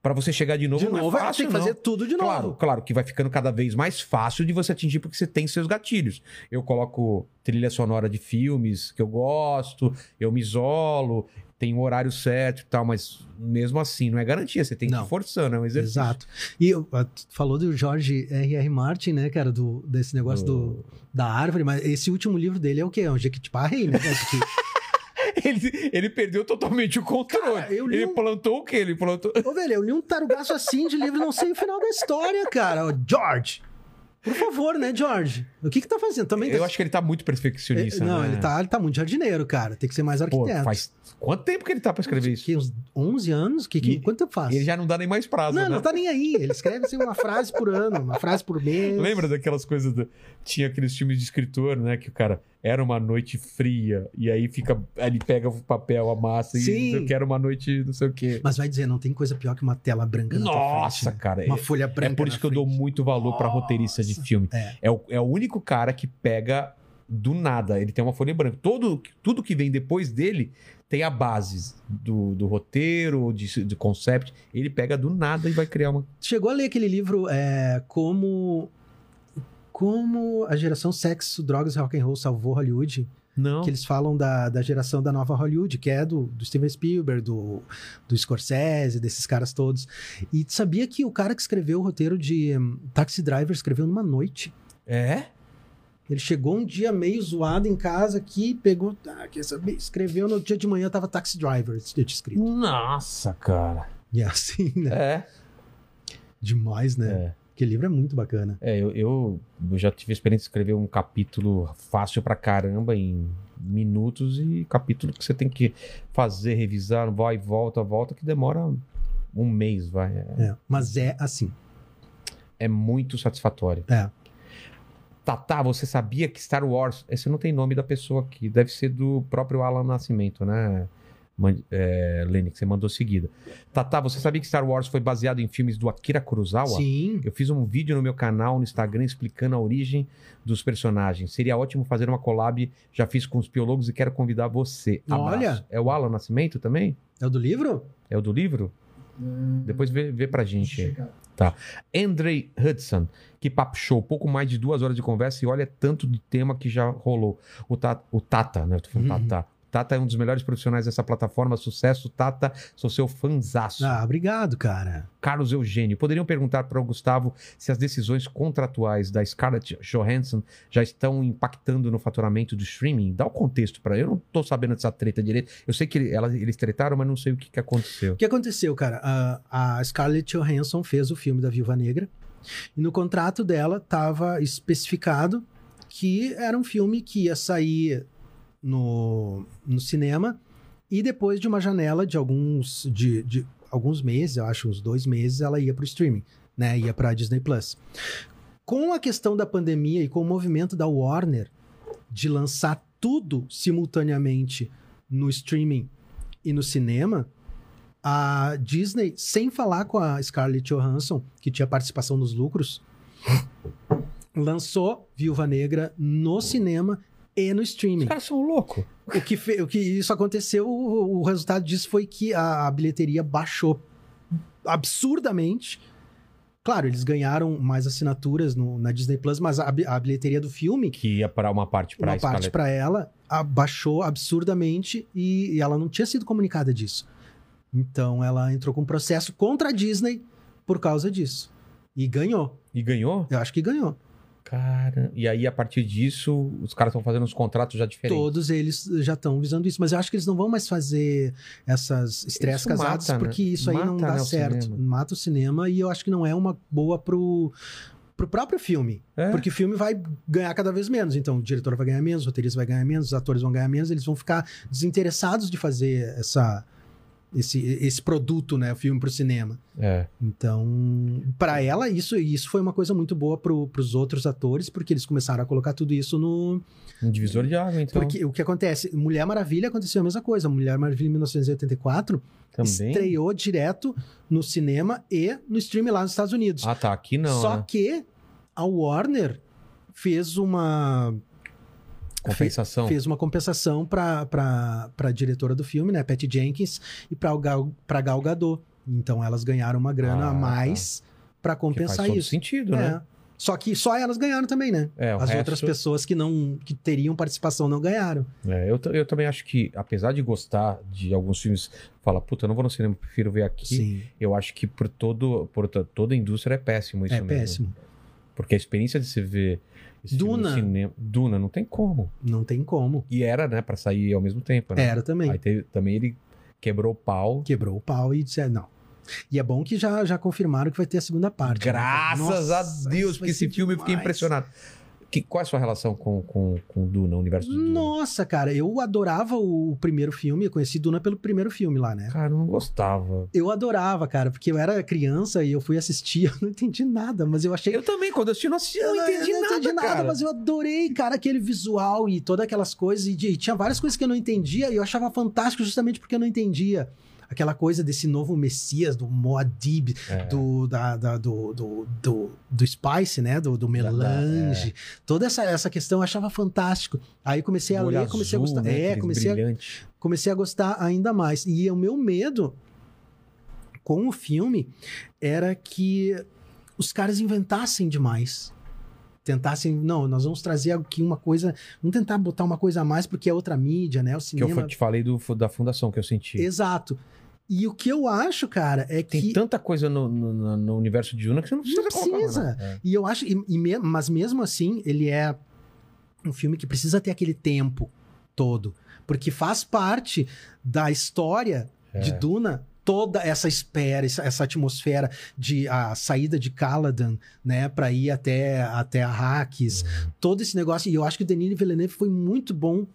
Speaker 1: pra você chegar de novo,
Speaker 3: de novo,
Speaker 1: não é
Speaker 3: ela
Speaker 1: fácil,
Speaker 3: tem que
Speaker 1: não.
Speaker 3: fazer tudo de
Speaker 1: Claro,
Speaker 3: novo.
Speaker 1: claro, que vai ficando cada vez mais fácil de você atingir porque você tem seus gatilhos. Eu coloco trilha sonora de filmes que eu gosto, eu me isolo, tem um horário certo e tal, mas mesmo assim não é garantia, você tem que
Speaker 3: Não.
Speaker 1: ir forçando, é um exercício.
Speaker 3: Exato. E eu- ah, tu falou do Jorge R.R. Martin, né, cara, do, desse negócio
Speaker 1: Oh.
Speaker 3: do, da árvore, mas esse último livro dele é o quê? É um Jequitibá Rei, né? cara? Porque-
Speaker 1: Ele, ele perdeu totalmente o controle.
Speaker 3: Cara, eu li
Speaker 1: ele
Speaker 3: um-
Speaker 1: plantou o quê? Ele plantou.
Speaker 3: Ô, velho, eu li um tarugaço assim de livro, não sei o final da história, cara. Ô, George! Por favor, né, George? O que que tá fazendo? Também
Speaker 1: Eu
Speaker 3: tá-
Speaker 1: acho que ele tá muito perfeccionista.
Speaker 3: Não,
Speaker 1: né?
Speaker 3: ele, tá, ele tá muito jardineiro, cara. Tem que ser mais
Speaker 1: Pô,
Speaker 3: arquiteto.
Speaker 1: faz quanto tempo que ele tá pra escrever isso?
Speaker 3: Que, uns 11 anos? Que, que,
Speaker 1: E-
Speaker 3: quanto tempo faz?
Speaker 1: Ele já não dá nem mais prazo.
Speaker 3: Não,
Speaker 1: né?
Speaker 3: não tá nem aí. Ele escreve assim, uma frase por ano, uma frase por mês.
Speaker 1: Lembra daquelas coisas do... Tinha aqueles filmes de escritor, né? Que o cara era uma noite fria, e aí fica. aí Ele pega o papel, amassa
Speaker 3: Sim.
Speaker 1: e eu quero uma noite não sei o quê.
Speaker 3: Mas vai dizer, não tem coisa pior que uma tela branca na tua frente,
Speaker 1: Nossa,
Speaker 3: né?
Speaker 1: cara.
Speaker 3: Uma
Speaker 1: é-
Speaker 3: folha
Speaker 1: É
Speaker 3: branca.
Speaker 1: por isso que eu dou muito valor pra roteirista de filme.
Speaker 3: É.
Speaker 1: É o, é o único cara que pega do nada. Ele tem uma folha branca. Todo, tudo que vem depois dele tem a base do, do roteiro, de, de concept. Ele pega do nada e vai criar uma.
Speaker 3: Chegou a ler aquele livro é, como como a geração sexo, drogas e rock and roll salvou Hollywood,
Speaker 1: Não.
Speaker 3: que eles falam da, da geração da nova Hollywood, que é do, do Steven Spielberg, do, do Scorsese, desses caras todos. E tu sabia que o cara que escreveu o roteiro de hum, Taxi Driver escreveu numa noite?
Speaker 1: É?
Speaker 3: Ele chegou um dia meio zoado em casa aqui, pegou, ah, quer saber? Escreveu no dia de manhã tava Taxi Driver, eu tinha escrito.
Speaker 1: Nossa, cara.
Speaker 3: E é assim, né?
Speaker 1: É.
Speaker 3: Demais, né?
Speaker 1: É.
Speaker 3: Porque livro é muito bacana.
Speaker 1: É, eu, eu, eu já tive a experiência de escrever um capítulo fácil pra caramba em minutos e capítulo que você tem que fazer, revisar, vai, volta, volta, que demora um mês, vai. É,
Speaker 3: É, Mas é assim.
Speaker 1: é muito satisfatório.
Speaker 3: É.
Speaker 1: Tatá, você sabia que Star Wars. Esse não tem nome da pessoa aqui, deve ser do próprio Alan Nascimento, né? Man- É, Lenny, que você mandou seguida. Tatá, você sabia que Star Wars foi baseado em filmes do Akira Kurosawa?
Speaker 3: Sim.
Speaker 1: Eu fiz um vídeo no meu canal, no Instagram, explicando a origem dos personagens. Seria ótimo fazer uma collab. Já fiz com os biólogos e quero convidar você.
Speaker 3: Olha!
Speaker 1: É o Alan Nascimento também?
Speaker 3: É o do livro?
Speaker 1: É o do livro? Depois vê, vê pra gente. aí. Andrei Hudson, que papo show, pouco mais de duas horas de conversa e olha tanto de tema que já rolou. O Tata, o Tata né? Eu tô falando
Speaker 3: Uhum.
Speaker 1: Tata. Tata é um dos melhores profissionais dessa plataforma. Sucesso, Tata. Sou seu fanzaço.
Speaker 3: Ah, obrigado, cara.
Speaker 1: Carlos Eugênio. Poderiam perguntar para o Gustavo se as decisões contratuais da Scarlett Johansson já estão impactando no faturamento do streaming? Dá o contexto para eu. não tô sabendo dessa treta direito. Eu sei que ele- ela- eles tretaram, mas não sei o que, que aconteceu.
Speaker 3: O que aconteceu, cara? A, a Scarlett Johansson fez o filme da Viúva Negra e no contrato dela estava especificado que era um filme que ia sair no, no cinema e depois de uma janela de alguns de, de alguns meses, eu acho uns dois meses, ela ia para o streaming, né? Ia para Disney Plus. Com a questão da pandemia e com o movimento da Warner de lançar tudo simultaneamente no streaming e no cinema, a Disney, sem falar com a Scarlett Johansson, que tinha participação nos lucros, lançou Viúva Negra no cinema e no streaming.
Speaker 1: caras são loucos.
Speaker 3: O que, fe- o que isso aconteceu, o, o resultado disso foi que a, a bilheteria baixou absurdamente. Claro, eles ganharam mais assinaturas no- na Disney Plus, mas a, bi- a bilheteria do filme,
Speaker 1: Que ia para uma parte para
Speaker 3: uma parte para ela, a- baixou absurdamente e, e ela não tinha sido comunicada disso. Então ela entrou com um processo contra a Disney por causa disso. E ganhou.
Speaker 1: E ganhou?
Speaker 3: Eu acho que ganhou.
Speaker 1: Cara. E aí, a partir disso, os caras estão fazendo os contratos já diferentes.
Speaker 3: Todos eles já estão visando isso. Mas eu acho que eles não vão mais fazer essas estresses
Speaker 1: Isso
Speaker 3: casadas,
Speaker 1: mata, né?
Speaker 3: porque isso aí não
Speaker 1: Mata,
Speaker 3: dá
Speaker 1: né, o
Speaker 3: certo.
Speaker 1: cinema.
Speaker 3: Mata o cinema e eu acho que não é uma boa pro, pro próprio filme.
Speaker 1: É.
Speaker 3: Porque o filme vai ganhar cada vez menos. Então, o diretor vai ganhar menos, o roteirista vai ganhar menos, os atores vão ganhar menos, eles vão ficar desinteressados de fazer essa, esse, esse produto, né? O filme pro cinema.
Speaker 1: É.
Speaker 3: Então, para ela, isso, isso foi uma coisa muito boa pro, pros outros atores, porque eles começaram a colocar tudo isso no.
Speaker 1: Um divisor de água, então.
Speaker 3: Porque o que acontece? Mulher Maravilha aconteceu a mesma coisa. Mulher Maravilha em 1984
Speaker 1: Também.
Speaker 3: estreou direto no cinema e no stream lá nos Estados Unidos.
Speaker 1: Ah, tá. Aqui não.
Speaker 3: Só
Speaker 1: né?
Speaker 3: que a Warner fez uma
Speaker 1: Compensação.
Speaker 3: fez uma compensação para a diretora do filme, né, Patty Jenkins, e para Gal, pra Gal Gadot. Então elas ganharam uma grana
Speaker 1: Ah,
Speaker 3: a mais para
Speaker 1: que faz
Speaker 3: compensar
Speaker 1: todo
Speaker 3: isso.
Speaker 1: sentido, né?
Speaker 3: É. Só que só elas ganharam também, né?
Speaker 1: É, o
Speaker 3: As
Speaker 1: resto-
Speaker 3: outras pessoas que não que teriam participação não ganharam.
Speaker 1: É, eu, ta- eu também acho que, apesar de gostar de alguns filmes, fala, puta, eu não vou no cinema, prefiro ver aqui.
Speaker 3: Sim,
Speaker 1: Eu acho que por, todo, por to- toda a indústria é péssimo isso
Speaker 3: é
Speaker 1: mesmo.
Speaker 3: péssimo.
Speaker 1: Porque a experiência de se ver esse filme
Speaker 3: Duna.
Speaker 1: no cinema. Duna, não tem como.
Speaker 3: Não tem como.
Speaker 1: E era, né, pra sair ao mesmo tempo, né?
Speaker 3: Era também.
Speaker 1: Aí teve- também ele quebrou o pau.
Speaker 3: Quebrou o pau e disseram não. E é bom que já, já confirmaram que vai ter a segunda parte. né?
Speaker 1: Graças
Speaker 3: Nossa,
Speaker 1: a
Speaker 3: isso
Speaker 1: Deus,
Speaker 3: vai
Speaker 1: porque esse
Speaker 3: ser
Speaker 1: filme eu fiquei
Speaker 3: demais.
Speaker 1: impressionado. Que, qual é a sua relação com, com, com Duna, o universo do Duna?
Speaker 3: Nossa, cara, eu adorava o primeiro filme, eu conheci Duna pelo primeiro filme lá, né?
Speaker 1: Cara, eu não gostava.
Speaker 3: Eu adorava, cara, porque eu era criança e eu fui assistir, eu não entendi nada, mas eu achei.
Speaker 1: Eu também, quando eu assisti, não assisti, eu não entendi
Speaker 3: eu
Speaker 1: nada, cara.
Speaker 3: mas eu adorei, cara, aquele visual e todas aquelas coisas. E, de- e tinha várias coisas que eu não entendia e eu achava fantástico justamente porque eu não entendia. Aquela coisa desse novo Messias, do Moadib,
Speaker 1: É.
Speaker 3: do, da, da- do, do, do, do Spice, né? Do, do
Speaker 1: é.
Speaker 3: melange. Toda essa, essa questão eu achava fantástico. Aí comecei a
Speaker 1: O olho
Speaker 3: ler, comecei a
Speaker 1: azul,
Speaker 3: gostar.
Speaker 1: né,
Speaker 3: é,
Speaker 1: aquele
Speaker 3: comecei a,
Speaker 1: brilhante.
Speaker 3: comecei a gostar ainda mais. E o meu medo com o filme era que os caras inventassem demais. Tentassem, não, nós vamos trazer aqui uma coisa, vamos tentar botar uma coisa a mais porque é outra mídia, né?
Speaker 1: Que
Speaker 3: O
Speaker 1: eu
Speaker 3: cinema.
Speaker 1: fa- te falei do, da fundação que eu senti.
Speaker 3: Exato. E o que eu acho, cara, é
Speaker 1: Tem
Speaker 3: que
Speaker 1: tanta coisa no, no- no- no universo de Duna que você não precisa
Speaker 3: Não
Speaker 1: colocar
Speaker 3: precisa.
Speaker 1: mais nada.
Speaker 3: E eu acho, e- e me- mas mesmo assim, ele é um filme que precisa ter aquele tempo todo, porque faz parte da história
Speaker 1: É.
Speaker 3: de
Speaker 1: É.
Speaker 3: Duna toda essa espera, essa, essa atmosfera de a saída de Caladan, né, para ir até até Arrakis,
Speaker 1: Uhum.
Speaker 3: todo esse negócio. E eu acho que o Denis Villeneuve foi muito bom,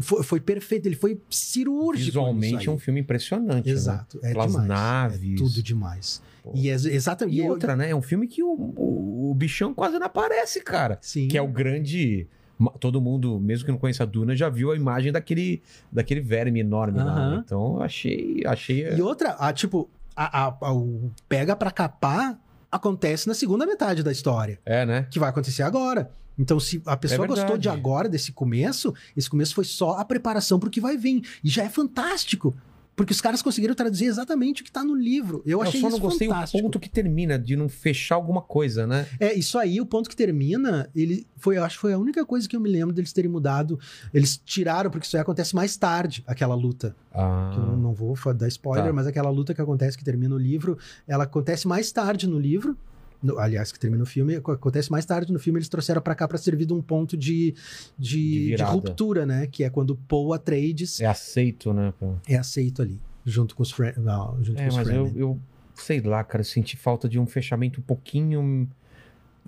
Speaker 3: foi, foi perfeito, ele foi cirúrgico.
Speaker 1: Visualmente é
Speaker 3: nisso aí.
Speaker 1: um filme impressionante. Né?
Speaker 3: Exato, é
Speaker 1: Aquelas
Speaker 3: demais.
Speaker 1: naves.
Speaker 3: É tudo demais.
Speaker 1: Pô.
Speaker 3: E é ex- exatamente
Speaker 1: E outra, né? É um filme que o, o, o bichão quase não aparece, cara.
Speaker 3: sim.
Speaker 1: Que é o grande. ma- Todo mundo, mesmo que não conheça a Duna, já viu a imagem daquele, daquele verme enorme lá. né?
Speaker 3: Aham.
Speaker 1: Então eu achei. achei
Speaker 3: E outra, a, tipo, a, a- a- o pega pra capar acontece na segunda metade da história,
Speaker 1: É, né?
Speaker 3: que vai acontecer agora. Então, se a pessoa
Speaker 1: É
Speaker 3: gostou
Speaker 1: verdade.
Speaker 3: de agora, desse começo, esse começo foi só a preparação pro que vai vir. E já é fantástico. Porque os caras conseguiram traduzir exatamente o que tá no livro. Eu achei
Speaker 1: só
Speaker 3: isso
Speaker 1: não gostei
Speaker 3: fantástico.
Speaker 1: o ponto que termina, de não fechar alguma coisa, né?
Speaker 3: É, isso aí, o ponto que termina, ele foi, eu acho que foi a única coisa que eu me lembro deles terem mudado. Eles tiraram, porque isso aí acontece mais tarde, aquela luta.
Speaker 1: Ah,
Speaker 3: Que eu não vou fa- dar spoiler,
Speaker 1: Tá.
Speaker 3: mas aquela luta que acontece, que termina o livro, ela acontece mais tarde no livro. no- aliás, que termina o filme, ac- acontece mais tarde no filme, eles trouxeram pra cá pra servir de um ponto de,
Speaker 1: De
Speaker 3: de, de
Speaker 1: virada.
Speaker 3: ruptura, né? Que é quando o Paul Atreides
Speaker 1: É aceito, né? pô?
Speaker 3: é aceito ali, junto com os Fre- não, junto
Speaker 1: É,
Speaker 3: com os
Speaker 1: mas eu,
Speaker 3: Fremen.
Speaker 1: eu sei lá, cara, senti falta de um fechamento um pouquinho hum,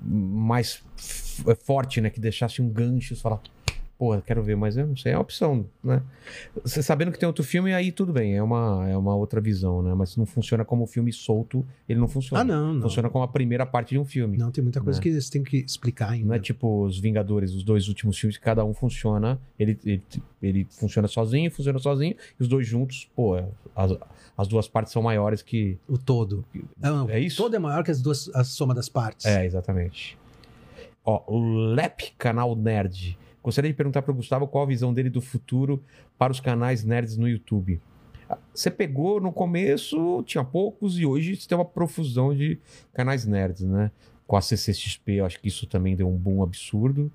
Speaker 1: mais f- forte, né? Que deixasse um gancho, você falar, porra, quero ver, mas eu não sei, é a opção, né? Você sabendo que tem outro filme, aí tudo bem, é uma, é uma outra visão, né? Mas não funciona como um filme solto, ele não funciona.
Speaker 3: Ah, não, não.
Speaker 1: Funciona como a primeira parte de um filme.
Speaker 3: Não, tem muita coisa
Speaker 1: Né?
Speaker 3: que eles têm que explicar ainda.
Speaker 1: Não é tipo os Vingadores, os dois últimos filmes, que cada um funciona. Ele, ele, ele funciona sozinho, funciona sozinho, e os dois juntos, pô, é, as, as duas partes são maiores que.
Speaker 3: O todo. Não,
Speaker 1: É isso?
Speaker 3: O todo é maior que as duas, a soma das partes.
Speaker 1: É, exatamente. Ó, o Lep Canal Nerd. Gostaria de perguntar pro Gustavo qual a visão dele do futuro para os canais nerds no YouTube. Ah, Você pegou no começo, tinha poucos, e hoje você tem uma profusão de canais nerds, né? Com a CCXP, eu acho que isso também deu um boom absurdo.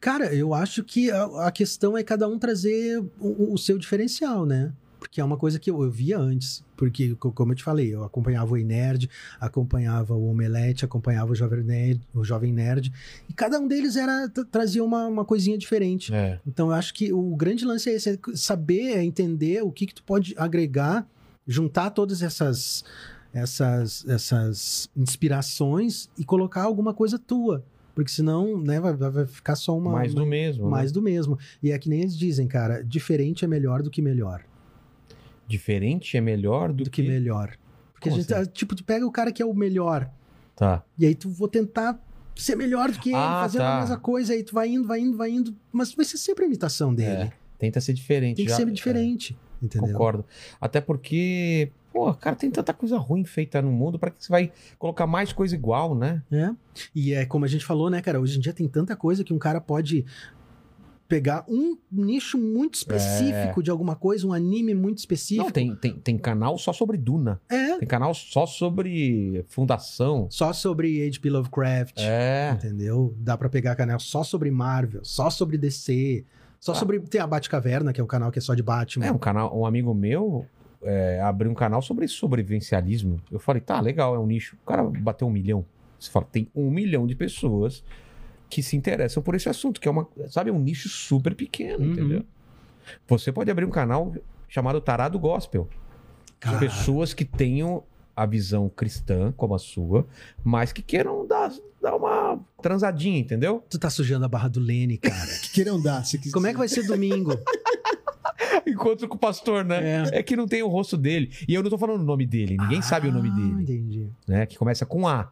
Speaker 3: Cara, eu acho que a, a questão é cada um trazer o, o seu diferencial, né? Porque é uma coisa que eu, eu via antes. Porque, co- como eu te falei, eu acompanhava o Nerd, acompanhava o Omelete, acompanhava o Jovem Nerd, o Jovem Nerd e cada um deles era tra- trazia uma, uma coisinha diferente.
Speaker 1: É.
Speaker 3: Então, eu acho que o grande lance é esse, é saber, é entender o que que tu pode agregar, juntar todas essas essas essas inspirações e colocar alguma coisa tua, porque senão, né, vai, vai- vai ficar só uma
Speaker 1: mais do mesmo. né?
Speaker 3: mais do mesmo. E é que nem eles dizem, cara, diferente é melhor do que melhor,
Speaker 1: Diferente é melhor do,
Speaker 3: do que melhor. Porque a
Speaker 1: Como
Speaker 3: gente,
Speaker 1: assim?
Speaker 3: ah, tipo, tu pega o cara que é o melhor
Speaker 1: Tá.
Speaker 3: e aí tu vou tentar ser melhor do que ele,
Speaker 1: Ah,
Speaker 3: fazer
Speaker 1: tá.
Speaker 3: a mesma coisa, aí tu vai indo, vai indo, vai indo, mas vai ser sempre a imitação dele.
Speaker 1: É. Tenta ser diferente.
Speaker 3: Tem que
Speaker 1: já-
Speaker 3: ser
Speaker 1: é,
Speaker 3: diferente, entendeu?
Speaker 1: concordo. Até porque, pô, cara, tem tanta coisa ruim feita no mundo, pra que você vai colocar mais coisa igual, né?
Speaker 3: É. E é como a gente falou, né, cara? Hoje em dia tem tanta coisa que um cara pode pegar um nicho muito específico de alguma coisa, um anime muito específico.
Speaker 1: É. Não, tem, tem, tem canal só sobre Duna.
Speaker 3: É.
Speaker 1: Tem canal só sobre Fundação.
Speaker 3: Só sobre H.P. Lovecraft,
Speaker 1: É.
Speaker 3: entendeu? Dá pra pegar canal só sobre Marvel, só sobre DC, só
Speaker 1: Ah.
Speaker 3: sobre... Tem a Batcaverna, que é um canal que é só de Batman.
Speaker 1: É um canal, um amigo meu é, abriu um canal sobre sobrevivencialismo. Eu falei, tá, legal, é um nicho. O cara bateu um milhão. Você fala, tem um milhão de pessoas que se interessam por esse assunto, que é uma, sabe, é um nicho super pequeno,
Speaker 3: Uhum.
Speaker 1: entendeu? Você pode abrir um canal chamado Tarado Gospel.
Speaker 3: Cara,
Speaker 1: Pessoas que tenham a visão cristã, como a sua, mas que queiram dar, dar uma transadinha, entendeu?
Speaker 3: tu tá sujando a barra do Lene, cara.
Speaker 2: Que queiram dar, se quiser.
Speaker 3: Como é que vai ser domingo?
Speaker 1: Encontro com o pastor, né?
Speaker 3: É.
Speaker 1: É. que não tem o rosto dele. E eu não tô falando o nome dele, ninguém sabe o nome
Speaker 3: Ah,
Speaker 1: dele.
Speaker 3: entendi.
Speaker 1: né? Que começa com A.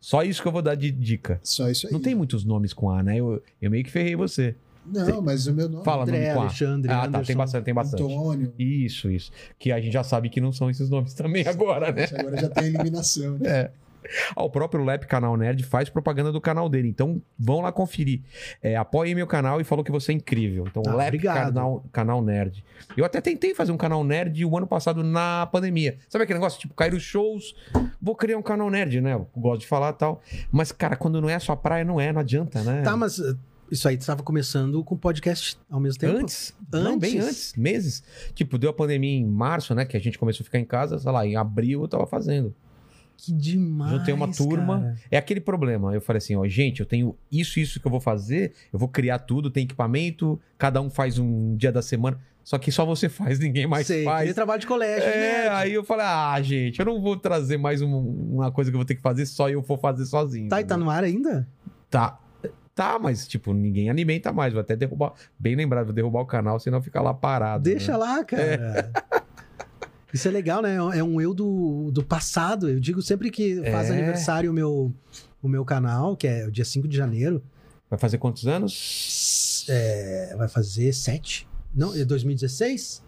Speaker 1: Só isso que eu vou dar de dica.
Speaker 2: Só isso aí.
Speaker 1: Não tem muitos nomes com A, né? Eu, eu meio que ferrei você.
Speaker 2: Não, mas o meu nome
Speaker 1: Fala
Speaker 3: André,
Speaker 1: nome com A.
Speaker 3: Alexandre,
Speaker 1: ah, tá,
Speaker 3: Anderson.
Speaker 1: tem bastante, tem
Speaker 2: é
Speaker 1: bastante.
Speaker 2: Antônio.
Speaker 1: Isso, isso. Que a gente já sabe que não são esses nomes também agora, né?
Speaker 2: Isso Agora já tem a eliminação, né?
Speaker 1: Ah, o próprio Lep Canal Nerd faz propaganda do canal dele, então vão lá conferir. É, apoiem meu canal e falou que você é incrível. Então,
Speaker 3: Ah,
Speaker 1: Lep
Speaker 3: obrigado.
Speaker 1: canal, canal Nerd. Eu até tentei fazer um canal nerd o ano passado na pandemia. Sabe aquele negócio, tipo, caíram os shows, vou criar um canal nerd, né? Eu gosto de falar e tal. Mas, cara, quando não é a sua praia, não é, não adianta, né?
Speaker 3: Tá, mas eh, isso aí tu tava começando com podcast ao mesmo um tempo?
Speaker 1: Antes, não, bem
Speaker 3: Antes?
Speaker 1: antes, meses. Tipo, deu a pandemia em março, né? Que a gente começou a ficar em casa, sei lá, em abril eu tava fazendo.
Speaker 3: Que demais.
Speaker 1: Juntei uma turma.
Speaker 3: cara.
Speaker 1: É aquele problema. Eu falei assim, ó, gente, eu tenho isso, isso que eu vou fazer, eu vou criar tudo, tem equipamento, cada um faz um dia da semana. Só que só você faz, ninguém mais
Speaker 3: Sei, que nem
Speaker 1: faz.
Speaker 3: trabalho de colégio,
Speaker 1: É,
Speaker 3: né?
Speaker 1: aí eu falei, ah, gente, eu não vou trazer mais um- uma coisa que eu vou ter que fazer, só eu vou fazer sozinho.
Speaker 3: Tá, e tá no ar ainda?
Speaker 1: Tá. Tá, mas, tipo, ninguém alimenta mais. Vou até derrubar. Bem lembrado, vou derrubar o canal, senão fica lá parado. né?
Speaker 3: Deixa lá,
Speaker 1: É.
Speaker 3: cara. Isso é legal, né? É um eu do, do passado. Eu digo sempre que faz
Speaker 1: É.
Speaker 3: aniversário o meu, o meu canal, que é o dia 5 de janeiro,
Speaker 1: Vai fazer quantos anos?
Speaker 3: é, vai fazer 7. Não, é 2016?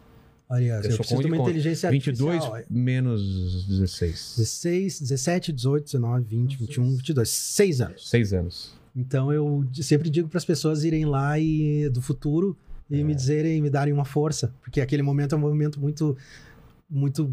Speaker 3: Olha, eu,
Speaker 1: sou
Speaker 3: preciso
Speaker 1: ruim
Speaker 3: de uma
Speaker 1: de conta.
Speaker 3: inteligência
Speaker 1: 22
Speaker 3: artificial.
Speaker 1: menos 16.
Speaker 3: 16, 17, 18, 19, 20, 21, 22. 6 anos.
Speaker 1: Seis anos.
Speaker 3: Então eu sempre digo para as pessoas irem lá e do futuro e
Speaker 1: É.
Speaker 3: me dizerem, me darem uma força, porque aquele momento é um momento muito, muito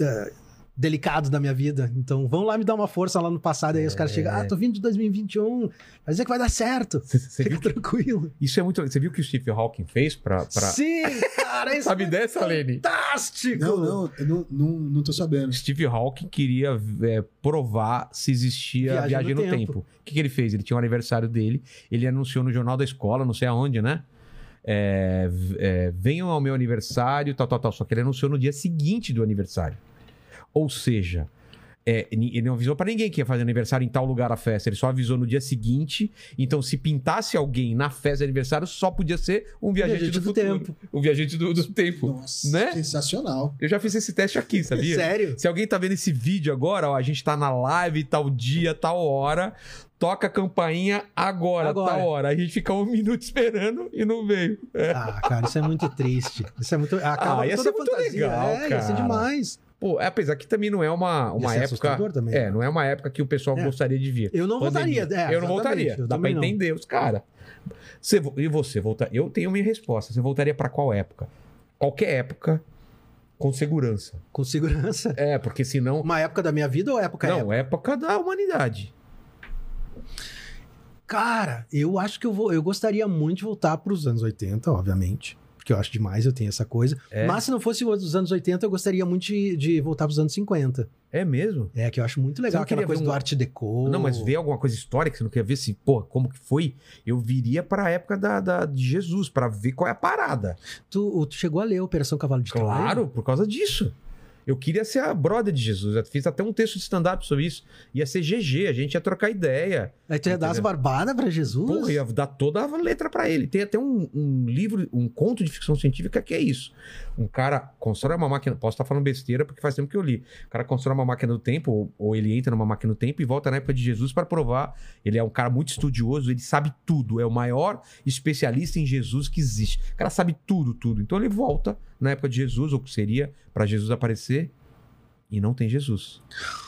Speaker 3: eh, delicado da minha vida. Então, vão lá me dar uma força lá no passado, aí os caras chegam, ah, tô vindo de 2021, vai dizer um, é que vai dar certo,
Speaker 1: É. Você- você
Speaker 3: fica
Speaker 1: viu que-
Speaker 3: tranquilo.
Speaker 1: Isso é muito. Você viu que o Stephen Hawking fez pra. pra...
Speaker 3: Sim, cara, isso
Speaker 1: Sabe
Speaker 3: é
Speaker 1: dessa, Lene?
Speaker 3: fantástico!
Speaker 2: Não, não, eu não, não, não tô sabendo.
Speaker 1: então, Steve Hawking queria é, provar se existia viagem, no, tempo. O que, que ele fez? Ele tinha um aniversário dele, ele anunciou no jornal da escola, não sei aonde, né? É, v- é, venham ao meu aniversário, tal, tal, tal. Só que ele anunciou no dia seguinte do aniversário. Ou seja, é, ni- ele não avisou pra ninguém que ia fazer aniversário em tal lugar a festa. Ele só avisou no dia seguinte. Então, se pintasse alguém na festa de aniversário, só podia ser um viajante, do, futuro.
Speaker 3: tempo.
Speaker 1: Um viajante do, do tempo.
Speaker 2: Nossa,
Speaker 1: Né?
Speaker 2: sensacional.
Speaker 1: Eu já fiz esse teste aqui, sabia?
Speaker 3: Sério?
Speaker 1: Se alguém tá vendo esse vídeo agora, ó, a gente tá na live, tal dia, tal hora, toca a campainha agora,
Speaker 3: Agora.
Speaker 1: tal hora. A gente fica um minuto esperando e não veio.
Speaker 3: Ah, cara, isso é muito triste. Isso é muito. Acaba
Speaker 1: Ah, ia
Speaker 3: toda
Speaker 1: ser
Speaker 3: a
Speaker 1: muito
Speaker 3: fantasia.
Speaker 1: legal,
Speaker 3: é, ia ser
Speaker 1: cara.
Speaker 3: demais.
Speaker 1: Pô, é, apesar que também não é uma,
Speaker 3: Ia
Speaker 1: uma
Speaker 3: ser
Speaker 1: época.
Speaker 3: assustador também.
Speaker 1: É, não é uma época que o pessoal
Speaker 3: É.
Speaker 1: gostaria de vir.
Speaker 3: Eu não
Speaker 1: Pandemia.
Speaker 3: voltaria. É,
Speaker 1: eu não
Speaker 3: exatamente,
Speaker 1: voltaria.
Speaker 3: eu
Speaker 1: Dá pra
Speaker 3: também não.
Speaker 1: entender os cara. Você vo- e você voltar? Eu tenho minha resposta. Você voltaria pra qual época? Qualquer época com segurança.
Speaker 3: Com segurança.
Speaker 1: É, porque senão.
Speaker 3: Uma época da minha vida ou época
Speaker 1: não, época da humanidade. é.
Speaker 3: Cara, eu acho que eu vou. Eu gostaria muito de voltar para os anos 80, obviamente. Porque eu acho demais, eu tenho essa coisa.
Speaker 1: É,
Speaker 3: Mas se não fosse os anos 80, eu gostaria muito de, de voltar para os anos 50.
Speaker 1: é mesmo?
Speaker 3: É, que eu acho muito
Speaker 1: Você
Speaker 3: legal
Speaker 1: não
Speaker 3: aquela
Speaker 1: queria
Speaker 3: coisa
Speaker 1: ver um-
Speaker 3: do Art Deco.
Speaker 1: Não, mas ver alguma coisa histórica, você não quer ver se, pô, como que foi? Eu viria pra época da, da- de Jesus, pra ver qual é a parada.
Speaker 3: Tu, tu chegou a ler Operação Cavalo de Troia?
Speaker 1: Claro, por causa disso. Eu queria ser a brother de Jesus. Eu fiz até um texto de stand-up sobre isso. Ia ser GG, a gente ia trocar ideia.
Speaker 3: Aí tu ia dar as
Speaker 1: Entendeu?
Speaker 3: barbadas pra Jesus?
Speaker 1: Porra, ia dar toda a letra pra ele. Tem até um, um livro, um conto de ficção científica que é isso. Um cara constrói uma máquina. Posso estar falando besteira porque faz tempo que eu li. O cara constrói uma máquina do tempo, ou, ou ele entra numa máquina do tempo e volta na época de Jesus para provar. Ele é um cara muito estudioso, ele sabe tudo. É o maior especialista em Jesus que existe. O cara sabe tudo, tudo. Então ele volta na época de Jesus, ou que seria para Jesus aparecer, e não tem Jesus.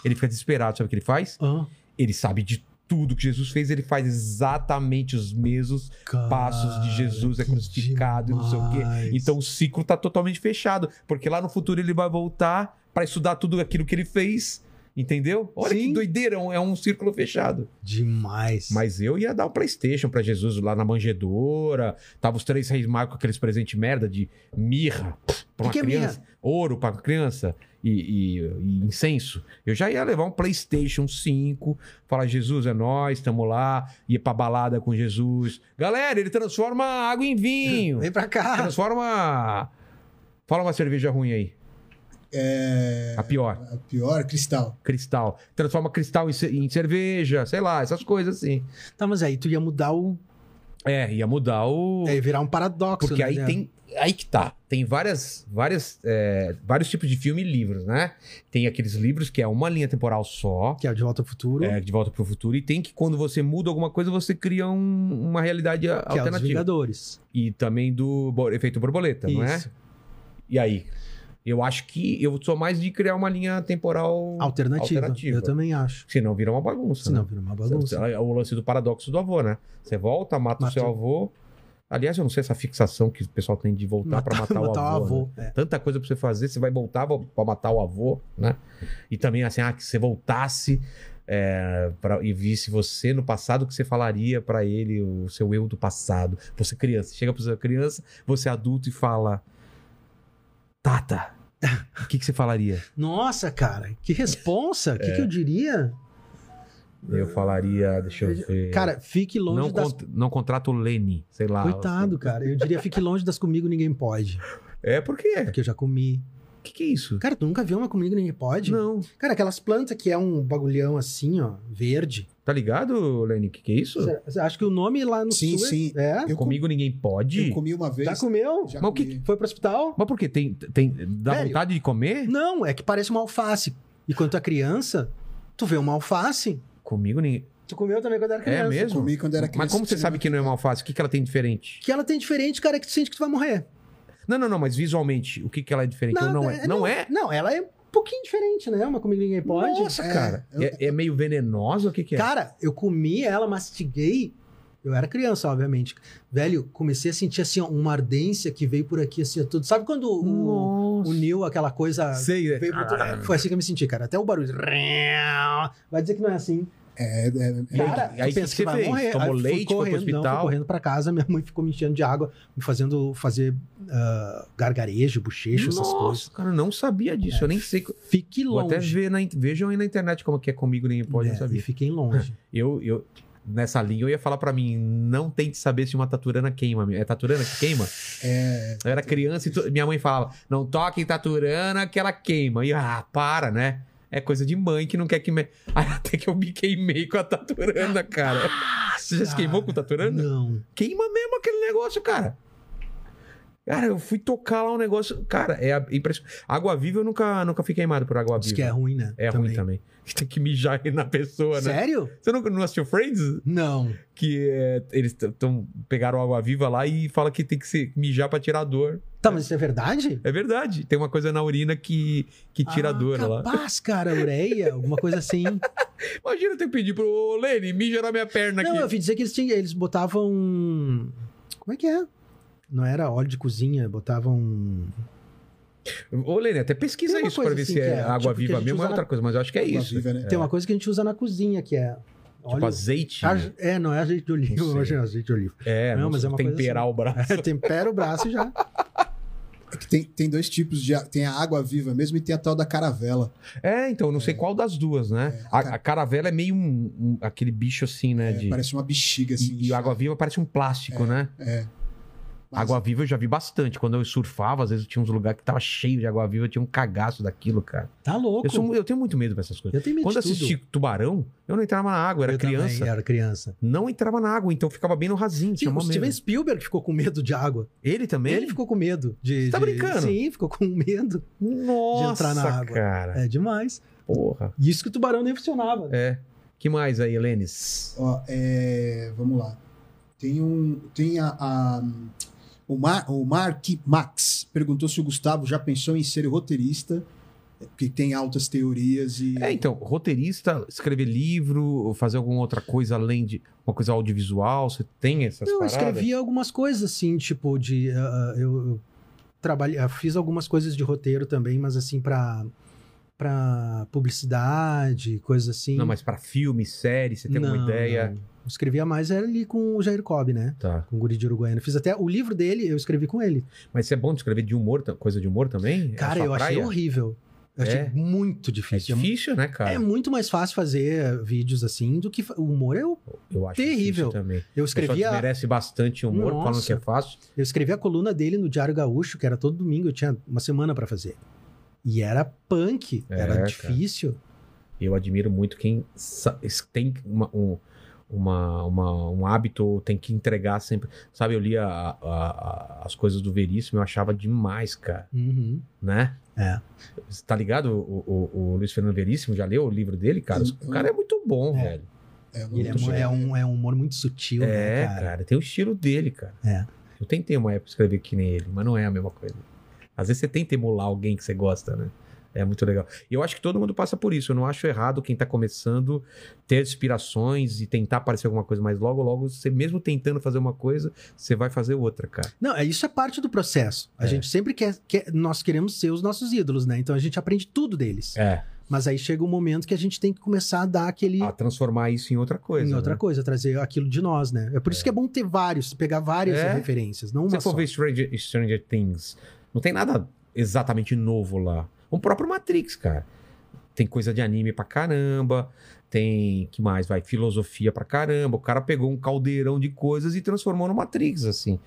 Speaker 1: Ele fica desesperado. Sabe o que ele faz?
Speaker 3: Ah,
Speaker 1: Ele sabe de tudo que Jesus fez, ele faz exatamente os mesmos passos de
Speaker 3: cara,
Speaker 1: Jesus, é
Speaker 3: que
Speaker 1: crucificado e não sei o quê.
Speaker 3: demais.
Speaker 1: Então o ciclo tá totalmente fechado, porque lá no futuro ele vai voltar para estudar tudo aquilo que ele fez, entendeu? Olha que
Speaker 3: Sim.
Speaker 1: doideira, é um- é um círculo fechado.
Speaker 3: Demais.
Speaker 1: Mas eu ia dar um PlayStation pra Jesus lá na manjedoura. Tava os três reis magos com aqueles presentes merda de mirra pra
Speaker 3: Que
Speaker 1: uma
Speaker 3: que é
Speaker 1: criança, ouro pra criança e, e- e incenso. Eu já ia levar um PlayStation 5, falar: Jesus é nós, tamo lá, ia pra balada com Jesus. Galera, ele transforma água em vinho,
Speaker 3: Vem pra cá.
Speaker 1: transforma. Fala uma cerveja ruim aí,
Speaker 2: É,
Speaker 1: a pior.
Speaker 2: a pior, cristal.
Speaker 1: Cristal. Transforma cristal em ce- em cerveja, sei lá, essas coisas assim.
Speaker 3: Tá, mas aí tu ia mudar o.
Speaker 1: É, ia mudar o.
Speaker 3: É, ia virar um paradoxo.
Speaker 1: Porque
Speaker 3: né,
Speaker 1: aí
Speaker 3: né?
Speaker 1: tem. Aí que tá. Tem várias, várias, é, vários tipos de filme e livros, né? Tem aqueles livros que é uma linha temporal só,
Speaker 3: Que é o De Volta ao Futuro.
Speaker 1: é, de volta pro futuro, e tem que quando você muda alguma coisa, você cria um- uma realidade a-
Speaker 3: que é o dos
Speaker 1: alternativa.
Speaker 3: Vingadores.
Speaker 1: e também do bo- efeito borboleta, não é?
Speaker 3: Isso.
Speaker 1: E aí? Eu acho que eu sou mais de criar uma linha temporal.
Speaker 3: Alternativa.
Speaker 1: Alternativa. Né?
Speaker 3: Eu também acho.
Speaker 1: Senão vira uma bagunça.
Speaker 3: Senão vira uma bagunça.
Speaker 1: É o lance do paradoxo do avô, né? Você volta, mata o
Speaker 3: Mata
Speaker 1: seu
Speaker 3: o-
Speaker 1: avô. Aliás, eu não sei essa fixação que o pessoal tem de voltar pra matar, o avô. né?
Speaker 3: É.
Speaker 1: Tanta coisa pra você fazer, você vai voltar vo- pra matar o avô, né? E também, assim, ah, que você voltasse é, pra- e visse você no passado, o que você falaria pra ele, o seu eu do passado. Você é criança, chega pra sua criança, você é adulto e fala: Tata, o que, que você falaria?
Speaker 3: Nossa, cara, que responsa! O
Speaker 1: É.
Speaker 3: que, que eu diria?
Speaker 1: Eu falaria, deixa eu ver.
Speaker 3: Cara, fique longe
Speaker 1: não,
Speaker 3: das.
Speaker 1: cont- não contrata o Lenny, sei lá.
Speaker 3: Coitado, cara. Eu diria fique longe das comigo, ninguém pode.
Speaker 1: É, por quê?
Speaker 3: Porque eu já comi.
Speaker 1: O que, que é isso?
Speaker 3: Cara, tu nunca viu uma comigo, ninguém pode?
Speaker 1: Não.
Speaker 3: Cara, aquelas plantas que é um bagulhão assim, ó, verde.
Speaker 1: Tá ligado, Lenny? O que, que é isso?
Speaker 3: Acho que o nome lá no
Speaker 2: Sim,
Speaker 3: sul. é-
Speaker 2: sim.
Speaker 3: É.
Speaker 2: Eu
Speaker 1: Comigo ninguém
Speaker 2: comi,
Speaker 1: pode?
Speaker 2: eu comi uma vez.
Speaker 3: Já comeu?
Speaker 1: tá
Speaker 2: já
Speaker 1: Mas o que
Speaker 2: comi.
Speaker 3: Foi pro hospital?
Speaker 1: Mas por quê? Tem, tem, dá
Speaker 3: Velho.
Speaker 1: vontade de comer?
Speaker 3: Não, é que parece uma alface. E quando tu é criança, tu vê uma alface.
Speaker 1: Comigo ninguém.
Speaker 3: Tu comeu também quando era
Speaker 1: É
Speaker 3: criança.
Speaker 1: mesmo?
Speaker 2: Comi quando era criança.
Speaker 1: Mas como você
Speaker 2: tinha-
Speaker 1: sabe que não é uma alface? O que, que ela tem diferente?
Speaker 3: Que ela tem diferente, cara, que tu sente que tu vai morrer.
Speaker 1: Não, não, não, mas visualmente, o que, que ela é diferente ou
Speaker 3: Nada,
Speaker 1: não é? Não é?
Speaker 3: Não, ela é um pouquinho diferente, né? Uma comigo ninguém pode.
Speaker 1: Nossa,
Speaker 2: É,
Speaker 1: cara.
Speaker 2: eu-
Speaker 1: É, é meio venenosa? O que, que é?
Speaker 3: Cara, eu comi ela, mastiguei. Eu era criança, obviamente. Velho, comecei a sentir assim, ó, uma ardência que veio por aqui, assim, ó, tudo. Sabe quando o, o Neil, aquela coisa.
Speaker 1: Sei, é. Ah,
Speaker 3: veio por tudo? Foi assim que eu me senti, cara. Até o barulho. Vai dizer que não é assim.
Speaker 2: É, é, é-
Speaker 3: Cara,
Speaker 1: aí
Speaker 3: eu
Speaker 1: que
Speaker 3: penso
Speaker 1: você
Speaker 3: que vai
Speaker 1: fez?
Speaker 3: morrer.
Speaker 1: Tomou
Speaker 3: Aí fui
Speaker 1: leite, foi pro
Speaker 3: correndo, Não,
Speaker 1: hospital?
Speaker 3: fui correndo pra casa, minha mãe ficou me enchendo de água, me fazendo fazer ah, gargarejo, bochecho, essas coisas.
Speaker 1: Cara, eu não sabia disso. Eu nem sei. co-
Speaker 3: Fique
Speaker 1: Vou até
Speaker 3: é. longe.
Speaker 1: ver na, in- vejam aí na internet como que é comigo, nem pode,
Speaker 3: É,
Speaker 1: não
Speaker 3: e
Speaker 1: sabia.
Speaker 3: fiquem longe.
Speaker 1: Eu, eu, nessa linha, eu ia falar pra mim, não tente saber se uma taturana queima. É taturana que queima?
Speaker 2: é,
Speaker 1: Eu era criança e to- minha mãe falava, não toque em taturana que ela queima. E, eu, ah, para, né? É coisa de mãe que não quer que... Me... Aí até que eu me queimei com a taturana, cara. Você já se queimou com taturana?
Speaker 3: Não.
Speaker 1: Queima mesmo aquele negócio, cara. Cara, eu fui tocar lá um negócio... Cara, é a- impressionante. Água viva eu nunca, nunca fui queimado por água
Speaker 3: Diz que é
Speaker 1: viva.
Speaker 3: ruim, né?
Speaker 1: É, ruim também. Tem que mijar na pessoa, né?
Speaker 3: Sério?
Speaker 1: Você nunca não assistiu Friends?
Speaker 3: Não.
Speaker 1: que é, eles t- tão, pegaram água viva lá e fala que tem que se mijar pra tirar a dor.
Speaker 3: Tá, mas isso é verdade? Ah,
Speaker 1: É verdade. Tem uma coisa na urina que, que tira a dor lá.
Speaker 3: Capaz, cara, ureia, alguma coisa assim.
Speaker 1: Imagina eu ter que pedir pro "Ô, Lene, mija na minha perna
Speaker 3: Não, eu
Speaker 1: aqui.
Speaker 3: ouvi dizer que eles, tinham, eles botavam. Como é que é? Não era óleo de cozinha, botavam.
Speaker 1: Ô, Lene, até pesquisa
Speaker 3: Tem uma
Speaker 1: isso pra
Speaker 3: coisa
Speaker 1: ver
Speaker 3: assim
Speaker 1: se
Speaker 3: que
Speaker 1: é,
Speaker 3: é,
Speaker 1: água
Speaker 3: tipo, que a
Speaker 1: viva
Speaker 3: gente
Speaker 1: mesmo ou é
Speaker 3: usa
Speaker 1: outra
Speaker 3: na-
Speaker 1: coisa, mas eu acho que é
Speaker 2: água
Speaker 1: isso.
Speaker 2: viva, né?
Speaker 1: É,
Speaker 3: Tem uma coisa que a gente usa na cozinha, que é.
Speaker 1: Tipo
Speaker 3: Óleo.
Speaker 1: azeite.
Speaker 3: Aze- É, não é azeite de oliva,
Speaker 1: Não sei.
Speaker 3: hoje é azeite de oliva.
Speaker 1: É,
Speaker 3: Não,
Speaker 1: não,
Speaker 3: mas
Speaker 1: sei,
Speaker 3: é uma coisa
Speaker 1: temperar o braço.
Speaker 3: É, tempera o braço e já.
Speaker 2: É que tem, tem dois tipos de. a- Tem a água viva mesmo e tem a tal da caravela.
Speaker 1: É, então, eu não sei qual das duas, né?
Speaker 2: É,
Speaker 1: A,
Speaker 3: tá.
Speaker 2: cara-
Speaker 1: a caravela é meio um, um- aquele bicho assim, né?
Speaker 2: É,
Speaker 1: de-
Speaker 2: Parece uma bexiga, assim.
Speaker 1: e, e o água viva parece um
Speaker 3: É.
Speaker 1: plástico, né?
Speaker 2: Mas-
Speaker 1: Água viva eu já vi bastante. Quando eu surfava, às vezes tinha uns lugares que tava cheio de água viva, eu tinha um cagaço daquilo, cara.
Speaker 3: Tá louco.
Speaker 1: Eu, sou- eu tenho muito medo dessas coisas.
Speaker 3: Eu tenho medo
Speaker 1: Quando eu
Speaker 3: de tudo.
Speaker 1: assisti Tubarão, eu não entrava na água, eu era
Speaker 3: Eu também é.
Speaker 1: criança.
Speaker 3: era criança.
Speaker 1: Não entrava na água, então eu ficava bem no rasinho,
Speaker 3: Sim,
Speaker 1: tinha
Speaker 3: o
Speaker 1: mó
Speaker 3: Steven
Speaker 1: medo.
Speaker 3: Spielberg ficou com medo de água.
Speaker 1: Ele também?
Speaker 3: Ele ficou com medo de.
Speaker 1: Tá
Speaker 3: de-
Speaker 1: brincando?
Speaker 3: Sim, ficou com medo.
Speaker 1: Nossa,
Speaker 3: de entrar na água.
Speaker 1: cara.
Speaker 3: É demais.
Speaker 1: Porra.
Speaker 3: E isso que o tubarão nem funcionava. né?
Speaker 1: É. Que mais aí, Helenes?
Speaker 2: Ó, é, vamos lá. Tem um. Tem a. a- o, Mar, o Mark Max perguntou se o Gustavo já pensou em ser roteirista, porque tem altas teorias e.
Speaker 1: É, então, roteirista, escrever livro, ou fazer alguma outra coisa além de uma coisa audiovisual, você tem essas
Speaker 3: Não, eu
Speaker 1: paradas?
Speaker 3: escrevia algumas coisas assim, tipo de ah, ah, eu, eu trabalhei, ah, fiz algumas coisas de roteiro também, mas assim pra para publicidade, coisas assim.
Speaker 1: Não, mas pra filme, série, você tem
Speaker 3: Não,
Speaker 1: alguma ideia?
Speaker 3: não. Eu Escrevia mais era ali com o Jair Cobb, né?
Speaker 1: Tá.
Speaker 3: Com o Guri de Uruguaiana. Fiz até o livro dele, eu escrevi com ele.
Speaker 1: Mas isso é bom de escrever de humor, ta- coisa de humor também? É
Speaker 3: Cara,
Speaker 1: sua
Speaker 3: eu achei
Speaker 1: praia?
Speaker 3: horrível. Eu achei
Speaker 1: É?
Speaker 3: muito
Speaker 1: É
Speaker 3: difícil.
Speaker 1: difícil, né,
Speaker 3: É
Speaker 1: cara?
Speaker 3: muito mais fácil fazer vídeos assim do que. fa- O humor eu,
Speaker 1: eu acho
Speaker 3: terrível.
Speaker 1: difícil também.
Speaker 3: eu
Speaker 1: Escrevia...
Speaker 3: escrevia.
Speaker 1: merece bastante humor,
Speaker 3: Nossa.
Speaker 1: falando que é fácil.
Speaker 3: Eu escrevi a coluna dele no Diário Gaúcho, que era todo domingo, eu tinha uma semana pra fazer. E era punk,
Speaker 1: É,
Speaker 3: era
Speaker 1: cara.
Speaker 3: difícil.
Speaker 1: Eu admiro muito quem sa- es- tem uma- um, uma- uma- um hábito, ou tem que entregar sempre. Sabe, eu li a- a- a- as coisas do Veríssimo, eu achava demais, cara,
Speaker 3: Uhum.
Speaker 1: né?
Speaker 3: É.
Speaker 1: Você Tá ligado? O, o- o Luiz Fernando Veríssimo já leu o livro dele, cara?
Speaker 2: Eu-
Speaker 1: O cara é muito bom,
Speaker 3: É.
Speaker 1: velho.
Speaker 2: É, eu não
Speaker 3: Ele é,
Speaker 2: tô
Speaker 3: mu-
Speaker 2: chegando-
Speaker 3: é um, é um humor muito sutil,
Speaker 1: É,
Speaker 3: né,
Speaker 1: cara?
Speaker 3: cara?
Speaker 1: tem o estilo dele, cara.
Speaker 3: É.
Speaker 1: Eu tentei uma época escrever que nem ele, mas não é a mesma coisa. Às vezes você tenta emular alguém que você gosta, né? É muito legal. E eu acho que todo mundo passa por isso. Eu não acho errado quem tá começando ter inspirações e tentar parecer alguma coisa, mas logo, logo, você mesmo tentando fazer uma coisa, você vai fazer outra, cara.
Speaker 3: Não, é- isso é parte do processo. A
Speaker 1: É.
Speaker 3: gente sempre quer, quer- Nós queremos ser os nossos ídolos, né? Então a gente aprende tudo deles.
Speaker 1: É.
Speaker 3: Mas aí chega um momento que a gente tem que começar a dar aquele.
Speaker 1: A transformar isso em outra coisa.
Speaker 3: em outra
Speaker 1: né?
Speaker 3: coisa, trazer aquilo de nós, né? É por isso que é bom ter vários, pegar várias
Speaker 1: É.
Speaker 3: referências, não
Speaker 1: Se
Speaker 3: uma
Speaker 1: você for
Speaker 3: só.
Speaker 1: ver Stranger, Stranger Things, não tem nada exatamente novo lá. O próprio Matrix, cara. Tem coisa de anime pra caramba, tem que mais, vai, filosofia pra caramba. O cara pegou um caldeirão de coisas e transformou no Matrix, assim.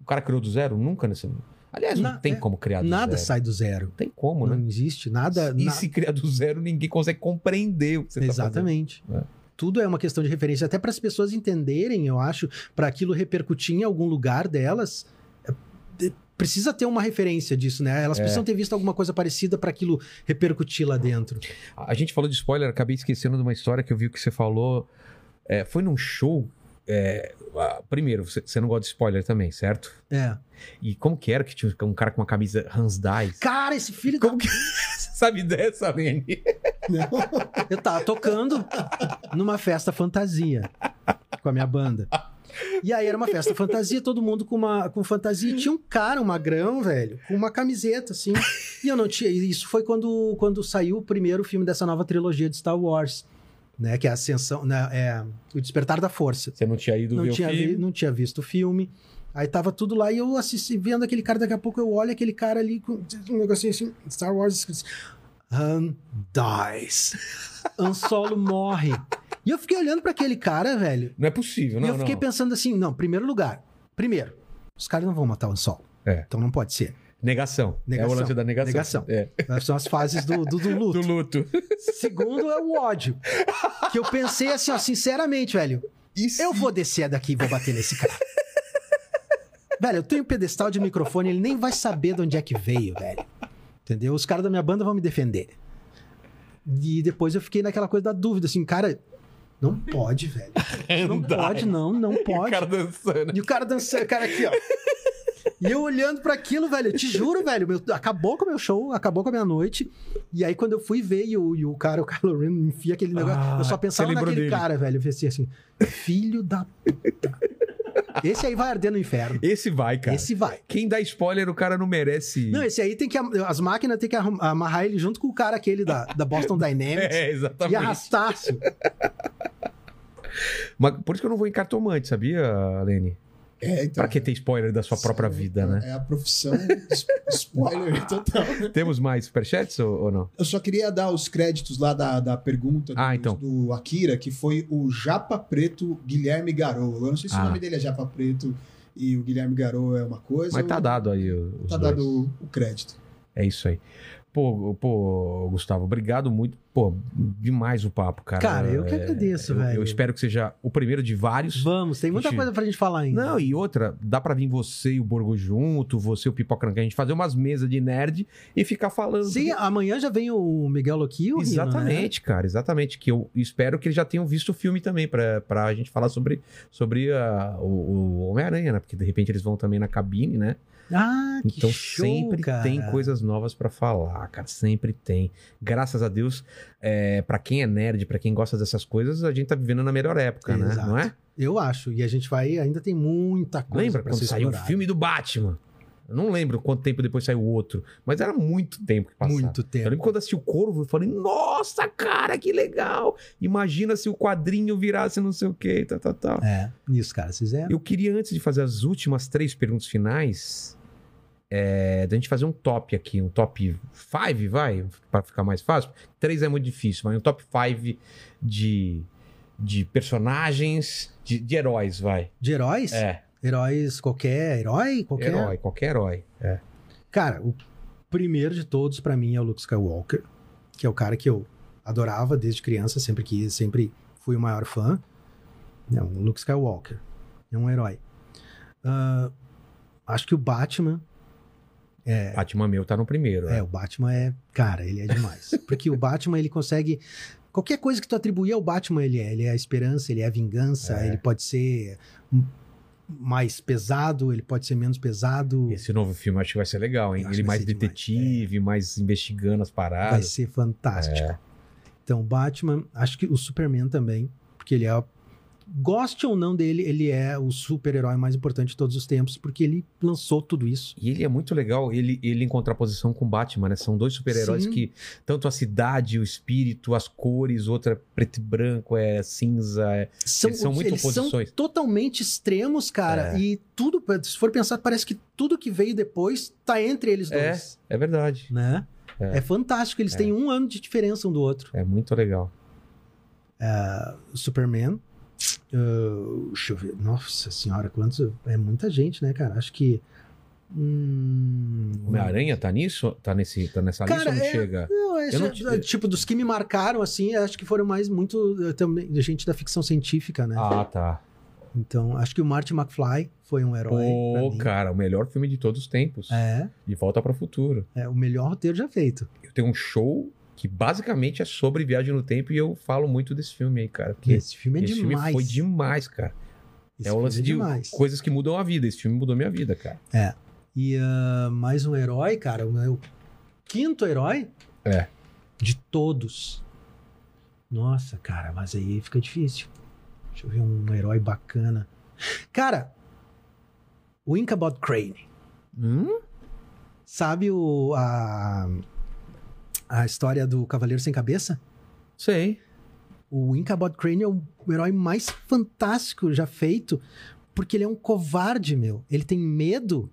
Speaker 1: O cara criou do zero? Nunca nesse. Aliás, não
Speaker 3: Na-
Speaker 1: tem
Speaker 3: é,
Speaker 1: como criar do
Speaker 3: Nada
Speaker 1: zero.
Speaker 3: sai do zero.
Speaker 1: Não tem como, né?
Speaker 3: Não existe nada.
Speaker 1: E
Speaker 3: na-
Speaker 1: se criar do zero, ninguém consegue compreender o que você tá
Speaker 3: Exatamente.
Speaker 1: É.
Speaker 3: Tudo é uma questão de referência, até para as pessoas entenderem, eu acho, para aquilo repercutir em algum lugar delas. é, de- Precisa ter uma referência disso, né? Elas
Speaker 1: É.
Speaker 3: precisam ter visto alguma coisa parecida para aquilo repercutir lá dentro.
Speaker 1: tá fazendo. A gente falou de spoiler, acabei esquecendo de uma história que eu vi que você falou. É, foi num show. é, ah, primeiro, você- você não gosta de spoiler também, certo?
Speaker 3: É.
Speaker 1: E como que era que tinha um cara com uma camisa Hans Dice?
Speaker 3: Cara, esse filho da...
Speaker 1: Como que... Você Sabe dessa, Lene?
Speaker 3: Eu tava tocando numa festa fantasia com a minha banda. E aí era uma festa fantasia, todo mundo com, uma, com fantasia. E Tinha um cara, um magrão, velho, com uma camiseta, assim. E eu não tinha. e Isso foi quando, quando saiu o primeiro filme dessa nova trilogia de Star Wars, né? Que é a Ascensão. Né, é, o Despertar da Força.
Speaker 4: Você não tinha ido
Speaker 3: Não
Speaker 4: ver
Speaker 3: tinha,
Speaker 4: o
Speaker 3: vi-
Speaker 4: filme?
Speaker 3: não tinha visto o filme. Aí tava tudo lá e eu assisti, vendo aquele cara, daqui a pouco eu olho aquele cara ali com um negocinho assim, Star Wars. escrito assim, Han dies. Han Solo morre. E eu fiquei olhando pra aquele cara, velho
Speaker 1: Não é possível, não.
Speaker 3: e eu fiquei
Speaker 1: não.
Speaker 3: pensando assim, não, primeiro lugar, primeiro, os caras não vão matar o Sol.
Speaker 1: É.
Speaker 3: Então não pode ser.
Speaker 1: Negação. É
Speaker 3: Negação.
Speaker 1: o lance da negação.
Speaker 3: Negação.
Speaker 1: É.
Speaker 3: Essas São as fases do, do, do luto.
Speaker 1: Do luto.
Speaker 3: Segundo é o ódio. Que eu pensei assim, ó, sinceramente, velho,
Speaker 4: Isso.
Speaker 3: eu vou descer daqui e vou bater nesse cara. velho, eu tenho um pedestal de microfone, ele nem vai saber de onde é que veio, velho. Entendeu? Os caras da minha banda vão me defender. E depois eu fiquei naquela coisa da dúvida, assim, cara, não pode, velho.
Speaker 1: É,
Speaker 3: Não pode, não, não
Speaker 1: O
Speaker 3: pode.
Speaker 1: cara dançando.
Speaker 3: E o cara dançando, o cara aqui, ó. E eu olhando pra aquilo, velho, eu te juro, velho, meu- acabou com o meu show, acabou com a minha noite. E aí, quando eu fui ver e o, e o cara, o Kylo Ren, enfia aquele negócio,
Speaker 1: Ah,
Speaker 3: eu só pensava
Speaker 1: você lembrou
Speaker 3: naquele
Speaker 1: dele.
Speaker 3: cara, velho. Eu pensei assim, filho da puta. Esse aí vai arder no inferno.
Speaker 1: Esse vai, cara.
Speaker 3: Esse vai.
Speaker 1: Quem dá spoiler, o cara não merece.
Speaker 3: Não, esse aí tem que. am- As máquinas tem que arrum- amarrar ele junto com o cara aquele da, da Boston Dynamics
Speaker 1: É,
Speaker 3: e
Speaker 1: exatamente.
Speaker 3: arrastar. assim.
Speaker 1: Mas por isso que eu não vou em cartomante, sabia, Lene?
Speaker 2: É, então.
Speaker 1: Pra que ter spoiler da sua própria vida, né?
Speaker 2: É a profissão es- spoiler total.
Speaker 1: Temos mais superchats ou, ou não?
Speaker 2: Eu só queria dar os créditos lá da, da pergunta do,
Speaker 1: Ah, então.
Speaker 2: do Akira, que foi o Japa Preto Guilherme Garoa. Eu não sei se
Speaker 1: Ah.
Speaker 2: o nome dele é Japa Preto e o Guilherme Garoa é uma coisa.
Speaker 1: Mas tá
Speaker 2: ou-
Speaker 1: dado aí o- os
Speaker 2: tá
Speaker 1: dois.
Speaker 2: dado o- o crédito.
Speaker 1: É isso aí. Pô, pô, Gustavo, obrigado muito. Pô, demais o papo, cara.
Speaker 3: Cara, eu que
Speaker 1: É,
Speaker 3: agradeço,
Speaker 1: eu-
Speaker 3: velho.
Speaker 1: Eu espero que seja o primeiro de vários.
Speaker 3: Vamos, tem muita
Speaker 1: Ixi.
Speaker 3: coisa pra gente falar ainda.
Speaker 1: Não, e outra, dá pra vir você e o Borgo junto, você e o Pipocranca, a gente fazer umas mesas de nerd e ficar falando.
Speaker 3: Sim, amanhã já vem o é? Miguel né? Loquio.
Speaker 1: Exatamente, cara, exatamente. Que eu espero que eles já tenham visto o filme também, pra, pra gente falar sobre, sobre a- o, o Homem-Aranha, né? Porque de repente eles vão também na cabine, né?
Speaker 3: Ah, que
Speaker 1: Então
Speaker 3: show,
Speaker 1: sempre
Speaker 3: cara.
Speaker 1: tem coisas novas pra falar, cara. Sempre tem. Graças a Deus, é, para quem é nerd, pra quem gosta dessas coisas, a gente tá vivendo na melhor época, né?
Speaker 3: Exato.
Speaker 1: Não é?
Speaker 3: Eu acho. E a gente vai... Ainda tem muita coisa
Speaker 1: Lembra
Speaker 3: pra
Speaker 1: quando
Speaker 3: ser
Speaker 1: saiu o
Speaker 3: explorada.
Speaker 1: filme do Batman? Eu não lembro quanto tempo depois saiu o outro, mas era muito tempo que passava.
Speaker 3: Muito
Speaker 1: Eu
Speaker 3: tempo.
Speaker 1: lembro quando eu assisti o Corvo, eu falei, nossa, cara, que legal! Imagina se o quadrinho virasse não sei o que, tal, tal, tal.
Speaker 3: É, isso, cara. Vocês é...
Speaker 1: Eu queria, antes de fazer as últimas três perguntas finais, é, da gente fazer um top aqui, um top 5, vai, para ficar mais fácil. Três é muito difícil, mas um top 5 de, de personagens, de, de heróis, vai.
Speaker 3: De heróis?
Speaker 1: É,
Speaker 3: Heróis, qualquer herói? Qualquer...
Speaker 1: herói, qualquer herói. É.
Speaker 3: Cara, o primeiro de todos pra mim é o Luke Skywalker, que é o cara que eu adorava desde criança, sempre quis, sempre fui o maior fã. Não, o Luke Skywalker é um herói. Ah, acho que o Batman
Speaker 1: Batman meu tá no primeiro.
Speaker 3: É, o Batman é. Cara, ele é demais. Porque o Batman, ele consegue. Qualquer coisa que tu atribuir ao Batman, ele é. Ele é a esperança, ele é a vingança,
Speaker 1: É.
Speaker 3: ele pode ser m- mais pesado, ele pode ser menos pesado.
Speaker 1: Esse novo filme acho que vai ser legal, hein?
Speaker 3: Eu acho
Speaker 1: Ele
Speaker 3: que vai
Speaker 1: mais
Speaker 3: ser demais,
Speaker 1: detetive, mais investigando as
Speaker 3: vai
Speaker 1: paradas.
Speaker 3: ser fantástico.
Speaker 1: É.
Speaker 3: Então, o Batman, acho que o Superman também, porque ele é. Goste ou não dele, ele é o super-herói mais importante de todos os tempos, porque ele lançou tudo isso.
Speaker 1: E ele é muito legal, ele, ele em contraposição com Batman, né? São dois super-heróis
Speaker 3: Sim.
Speaker 1: que, tanto a cidade, o espírito, as cores, outra é preto e branco, é cinza. é- Eles são muito oposições.
Speaker 3: são totalmente extremos, cara.
Speaker 1: É.
Speaker 3: E tudo, se for pensar, parece que tudo que veio depois tá entre eles
Speaker 1: É,
Speaker 3: dois.
Speaker 1: é verdade.
Speaker 3: Né?
Speaker 1: É.
Speaker 3: É. fantástico. Eles têm um ano de diferença um do outro.
Speaker 1: É muito legal.
Speaker 3: O Superman. ah, deixa eu ver. Nossa senhora, quantos. É muita gente, né, cara? Acho que. Hum,
Speaker 1: Homem-Aranha tá nisso? Tá, nesse, tá nessa lista
Speaker 3: Cara,
Speaker 1: ou não
Speaker 3: é-
Speaker 1: chega?
Speaker 3: Não, é,
Speaker 1: Eu não
Speaker 3: é,
Speaker 1: te-
Speaker 3: tipo, dos que me marcaram, assim, acho que foram mais muito eh, também gente da ficção científica, né?
Speaker 1: Ah, tá.
Speaker 3: Então, acho que o Marty McFly foi um herói. pra
Speaker 1: Pô,
Speaker 3: mim.
Speaker 1: cara, o melhor filme de todos os tempos.
Speaker 3: É.
Speaker 1: De Volta para o Futuro.
Speaker 3: É o melhor roteiro já feito.
Speaker 1: Eu tenho um show que basicamente é sobre viagem no tempo e eu falo muito desse filme aí, cara. Porque
Speaker 3: esse filme é
Speaker 1: esse
Speaker 3: demais.
Speaker 1: filme foi demais, cara.
Speaker 3: Esse
Speaker 1: é o
Speaker 3: filme
Speaker 1: lance de
Speaker 3: demais.
Speaker 1: coisas que mudam a vida. Esse filme mudou minha vida, cara.
Speaker 3: E ah, mais um herói, cara. O meu quinto herói.
Speaker 1: É.
Speaker 3: De todos. Nossa, cara, mas aí fica difícil. Deixa eu ver um herói bacana. Cara, o Inkabod Crane. Hum? Sabe o, a, a história do Cavaleiro Sem Cabeça?
Speaker 1: Sei.
Speaker 3: O Inkabod Crane é o herói mais fantástico já feito, porque ele é um covarde, meu. Ele tem medo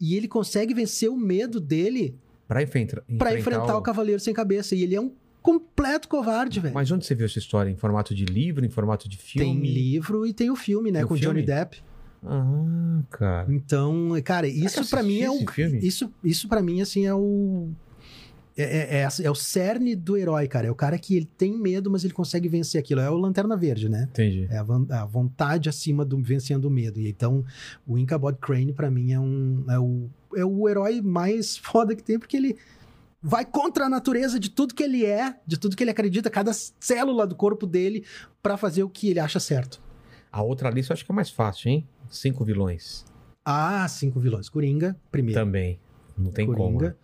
Speaker 3: e ele consegue vencer o medo dele
Speaker 1: Pra enfrentar,
Speaker 3: pra enfrentar o Cavaleiro Sem Cabeça. E ele é um completo covarde, velho.
Speaker 1: Mas onde você viu essa história? Em formato de livro, em formato de
Speaker 3: Tem
Speaker 1: filme?
Speaker 3: livro e tem o filme, né?
Speaker 1: Tem o
Speaker 3: com Johnny
Speaker 1: filme?
Speaker 3: Depp.
Speaker 1: Ah, cara.
Speaker 3: Então, cara,
Speaker 1: Será que
Speaker 3: isso
Speaker 1: eu
Speaker 3: pra mim é
Speaker 1: assisti
Speaker 3: um
Speaker 1: esse filme?
Speaker 3: Isso, isso para mim, assim, é o. É, é- é a- é o cerne do herói, cara. É o cara que ele tem medo, mas ele consegue vencer aquilo. É o Lanterna Verde, né?
Speaker 1: Entendi.
Speaker 3: É a, van- a vontade acima do vencendo o medo. E então, o Inkabod Crane, pra mim, é um. É o, é o herói mais foda que tem, porque ele vai contra a natureza de tudo que ele é, de tudo que ele acredita, cada célula do corpo dele, pra fazer o que ele acha certo.
Speaker 1: A outra lista eu acho que é mais fácil, hein? Cinco vilões.
Speaker 3: Ah, cinco vilões. Coringa, primeiro.
Speaker 1: Também. Não tem como. né?
Speaker 3: Coringa.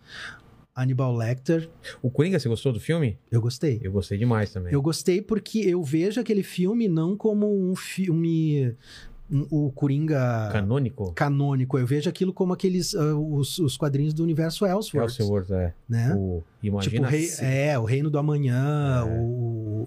Speaker 3: Hannibal Lecter,
Speaker 1: O Coringa, você gostou do filme?
Speaker 3: eu gostei.
Speaker 1: Eu gostei demais também.
Speaker 3: Eu gostei porque eu vejo aquele filme não como um filme. um- o Coringa
Speaker 1: Canônico?
Speaker 3: canônico. Eu vejo aquilo como aqueles. ah, os, os quadrinhos do universo
Speaker 1: É o
Speaker 3: Elseworlds.
Speaker 1: seu Word, é.
Speaker 3: né?
Speaker 1: O...
Speaker 3: Tipo, o
Speaker 1: Imagina.
Speaker 3: rei-
Speaker 1: se-
Speaker 3: é, o Reino do Amanhã,
Speaker 1: É.
Speaker 3: o,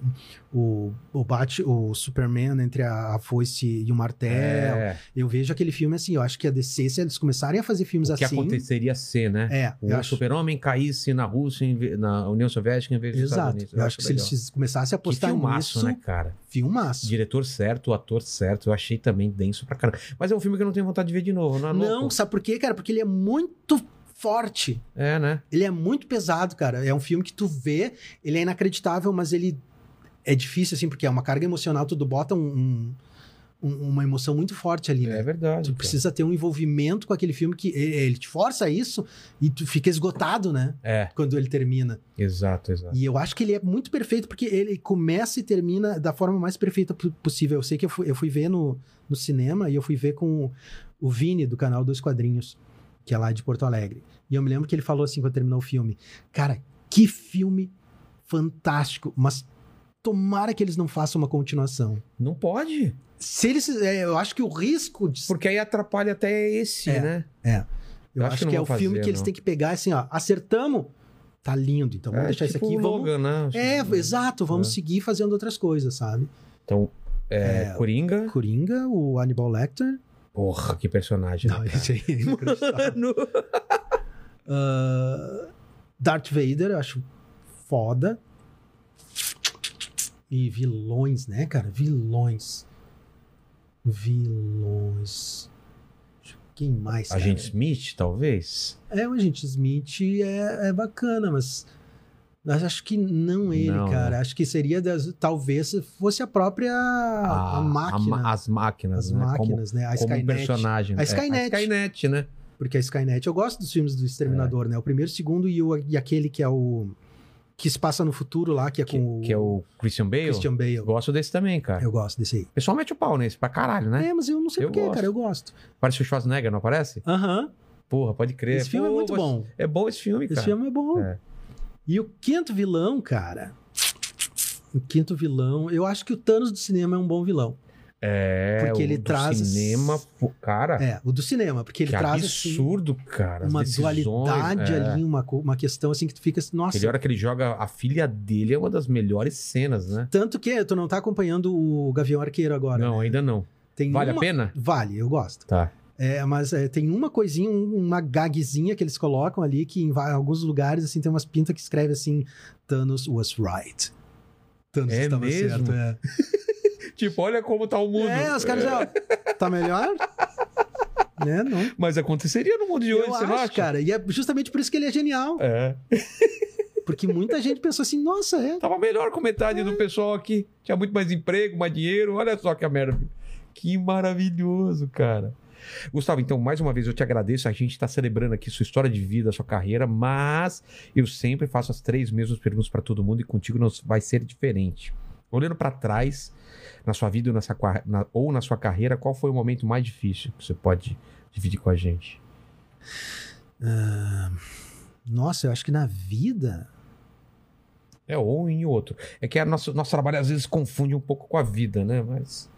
Speaker 3: o, o, Bat, o Superman entre a, a foice e o martelo.
Speaker 1: É,
Speaker 3: Eu vejo aquele filme assim, eu acho que a DC, se eles começarem a fazer filmes
Speaker 1: o que
Speaker 3: assim.
Speaker 1: aconteceria ser, né?
Speaker 3: É, eu
Speaker 1: O
Speaker 3: acho.
Speaker 1: super-homem caísse na Rússia, em ve- na União Soviética, em vez dos Estados
Speaker 3: Exato.
Speaker 1: Unidos.
Speaker 3: Eu, acho que se
Speaker 1: legal.
Speaker 3: eles fiz- começassem a
Speaker 1: Que
Speaker 3: apostar
Speaker 1: filmaço,
Speaker 3: nisso,
Speaker 1: né, cara?
Speaker 3: filmaço.
Speaker 1: Diretor certo, ator certo. Eu achei também denso pra caramba. Mas é um filme que eu não tenho vontade de ver de novo, não é
Speaker 3: Não,
Speaker 1: louco?
Speaker 3: sabe por quê, cara? Porque ele é muito forte.
Speaker 1: É, né?
Speaker 3: Ele é muito pesado, cara. É um filme que tu vê, ele é inacreditável, mas ele é difícil, assim, porque é uma carga emocional, tu bota um- um- um- uma emoção muito forte ali, né?
Speaker 1: É verdade.
Speaker 3: Tu
Speaker 1: cara.
Speaker 3: precisa ter um envolvimento com aquele filme que ele, ele te força a isso e tu fica esgotado, né?
Speaker 1: É,
Speaker 3: Quando ele termina.
Speaker 1: exato, exato.
Speaker 3: E eu acho que ele é muito perfeito porque ele começa e termina da forma mais perfeita po- possível. Eu sei que eu fui, eu fui ver no, no cinema e eu fui ver com o, o Vini do canal Dois Quadrinhos, que é lá de Porto Alegre. E eu me lembro que ele falou assim quando terminou o filme: Cara, que filme fantástico, mas tomara que eles não façam uma continuação.
Speaker 1: Não pode,
Speaker 3: Se eles. é, eu acho que o risco de.
Speaker 1: porque aí atrapalha até esse,
Speaker 3: É.
Speaker 1: né?
Speaker 3: eu
Speaker 1: eu
Speaker 3: acho,
Speaker 1: acho que
Speaker 3: que,
Speaker 1: não
Speaker 3: é o
Speaker 1: vou
Speaker 3: filme
Speaker 1: fazer,
Speaker 3: que eles
Speaker 1: não.
Speaker 3: têm que pegar assim, ó. Acertamos? Tá lindo, então vamos
Speaker 1: É
Speaker 3: deixar
Speaker 1: tipo
Speaker 3: isso aqui.
Speaker 1: o
Speaker 3: e Vamos,
Speaker 1: Logan, né?
Speaker 3: É, exato, vamos
Speaker 1: É.
Speaker 3: seguir fazendo outras coisas, sabe?
Speaker 1: Então, é,
Speaker 3: É.
Speaker 1: Coringa.
Speaker 3: Coringa, o Hannibal Lecter.
Speaker 1: Porra, que personagem.
Speaker 3: Não,
Speaker 1: né, cara?
Speaker 3: esse aí é inacreditável.
Speaker 1: Mano,
Speaker 3: Ah, Darth Vader, eu acho foda. E vilões, né, cara? Vilões. Vilões. Quem mais? cara?
Speaker 1: Agente Smith, talvez?
Speaker 3: É, o Agente Smith é, é bacana, mas. Mas acho que não ele,
Speaker 1: Não, né?
Speaker 3: cara. Acho que seria. das- talvez fosse a própria. Ah, A,
Speaker 1: Ah, A-
Speaker 3: máquina.
Speaker 1: a ma- as máquinas,
Speaker 3: as
Speaker 1: né?
Speaker 3: máquinas, né? A
Speaker 1: Como, como
Speaker 3: Skynet.
Speaker 1: personagem.
Speaker 3: A
Speaker 1: É,
Speaker 3: Skynet.
Speaker 1: Skynet, né?
Speaker 3: Porque a Skynet, eu gosto dos filmes do
Speaker 1: É.
Speaker 3: Exterminador, né? O primeiro, o segundo e, o- e aquele que é o. que se passa no futuro lá, que é
Speaker 1: Que,
Speaker 3: com
Speaker 1: que é o Christian Bale.
Speaker 3: Christian Bale.
Speaker 1: Eu Gosto desse também, cara.
Speaker 3: Eu gosto desse aí.
Speaker 1: O pessoal mete o pau nesse pra caralho, né?
Speaker 3: É, mas eu não sei
Speaker 1: Eu
Speaker 3: porquê,
Speaker 1: gosto.
Speaker 3: cara, eu gosto.
Speaker 1: Parece o Schwarzenegger, não aparece?
Speaker 3: Aham.
Speaker 1: Porra, pode crer.
Speaker 3: Esse filme é
Speaker 1: Pô,
Speaker 3: muito
Speaker 1: gosto-
Speaker 3: bom.
Speaker 1: É bom esse filme, cara.
Speaker 3: Esse filme é bom.
Speaker 1: É.
Speaker 3: E o quinto vilão, cara. O quinto vilão. Eu acho que o Thanos do cinema é um bom vilão.
Speaker 1: É, o
Speaker 3: Porque ele
Speaker 1: do
Speaker 3: traz-
Speaker 1: cinema, pô, cara,
Speaker 3: É, o do cinema, porque ele
Speaker 1: que
Speaker 3: traz assim,
Speaker 1: absurdo, cara. as
Speaker 3: uma
Speaker 1: decisões,
Speaker 3: dualidade
Speaker 1: é.
Speaker 3: ali, uma, co- uma questão assim que tu fica assim, nossa,
Speaker 1: Aquele hora que ele joga a filha dele é uma das melhores cenas, né?
Speaker 3: Tanto que tu não tá acompanhando o Gavião Arqueiro agora.
Speaker 1: não,
Speaker 3: né?
Speaker 1: ainda não.
Speaker 3: Tem
Speaker 1: Vale a
Speaker 3: uma...
Speaker 1: pena?
Speaker 3: Vale, eu gosto.
Speaker 1: Tá.
Speaker 3: É, mas é, tem uma coisinha, um- uma gagzinha que eles colocam ali que em va- alguns lugares assim tem umas pintas que escreve assim Thanos was right. Thanos
Speaker 1: É
Speaker 3: estava
Speaker 1: mesmo?
Speaker 3: certo. É.
Speaker 1: Tipo, olha como tá o mundo.
Speaker 3: é, os caras já tá melhor? né, não.
Speaker 1: Mas aconteceria no mundo de hoje,
Speaker 3: eu
Speaker 1: você
Speaker 3: acho,
Speaker 1: não acha?
Speaker 3: cara, e é justamente por isso que ele é genial,
Speaker 1: É.
Speaker 3: porque muita gente pensou assim, nossa, é,
Speaker 1: Tava melhor com metade do pessoal aqui. Tinha muito mais emprego, mais dinheiro. Olha só que a merda. Que maravilhoso, cara. Gustavo, então, mais uma vez eu te agradeço. A gente está celebrando aqui sua história de vida, sua carreira, mas eu sempre faço as três mesmas perguntas para todo mundo e contigo não vai ser diferente. Olhando para trás, na sua vida ou na sua, qua- na- ou na sua carreira, qual foi o momento mais difícil que você pode dividir com a gente?
Speaker 3: nossa, eu acho que na vida
Speaker 1: É, um ou em outro. É que a nosso, nosso trabalho às vezes confunde um pouco com a vida, né? Mas.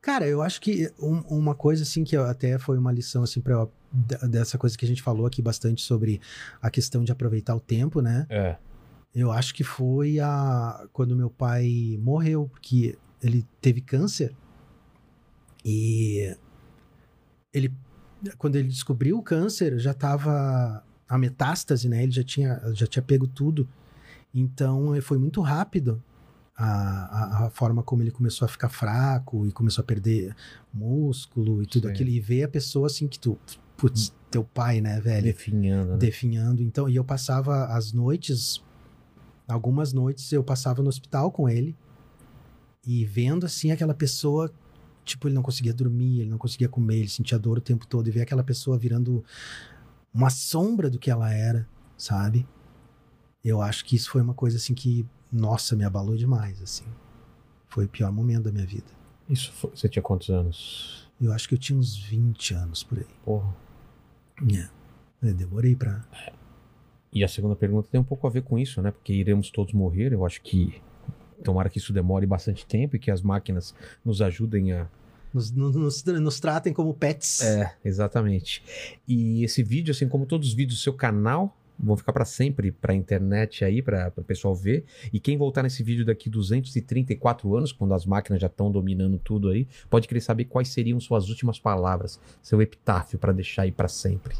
Speaker 3: Cara, eu acho que um- uma coisa assim que eu- até foi uma lição assim para dessa coisa que a gente falou aqui bastante sobre a questão de aproveitar o tempo, né?
Speaker 1: É.
Speaker 3: Eu acho que foi a quando meu pai morreu, porque ele teve câncer. E ele quando ele descobriu o câncer, já tava a metástase, né? Ele já tinha já tinha pego tudo. Então, eh, foi muito rápido. A, a, a forma como ele começou a ficar fraco e começou a perder músculo e tudo
Speaker 1: Sim.
Speaker 3: aquilo. E ver a pessoa assim que tu, putz, teu pai, né, velho?
Speaker 1: Definhando, né?
Speaker 3: definhando. Então, e eu passava as noites, algumas noites eu passava no hospital com ele e vendo assim aquela pessoa, tipo, ele não conseguia dormir, ele não conseguia comer, ele sentia dor o tempo todo e ver aquela pessoa virando uma sombra do que ela era, sabe? Eu acho que isso foi uma coisa assim que, nossa, me abalou demais, assim. Foi o pior momento da minha vida.
Speaker 1: Isso foi- você tinha quantos anos?
Speaker 3: Eu acho que eu tinha uns 20 anos por aí.
Speaker 1: Porra.
Speaker 3: Eu demorei pra.
Speaker 1: E a segunda pergunta tem um pouco a ver com isso, né? Porque iremos todos morrer. Eu acho que tomara que isso demore bastante tempo e que as máquinas nos ajudem a.
Speaker 3: Nos, nos, nos tratem como pets.
Speaker 1: É, exatamente. E esse vídeo, assim como todos os vídeos do seu canal, vão ficar pra sempre pra internet aí, pra o pessoal ver. E quem voltar nesse vídeo daqui 234 anos, quando as máquinas já estão dominando tudo aí, pode querer saber quais seriam suas últimas palavras, seu epitáfio pra deixar aí pra sempre.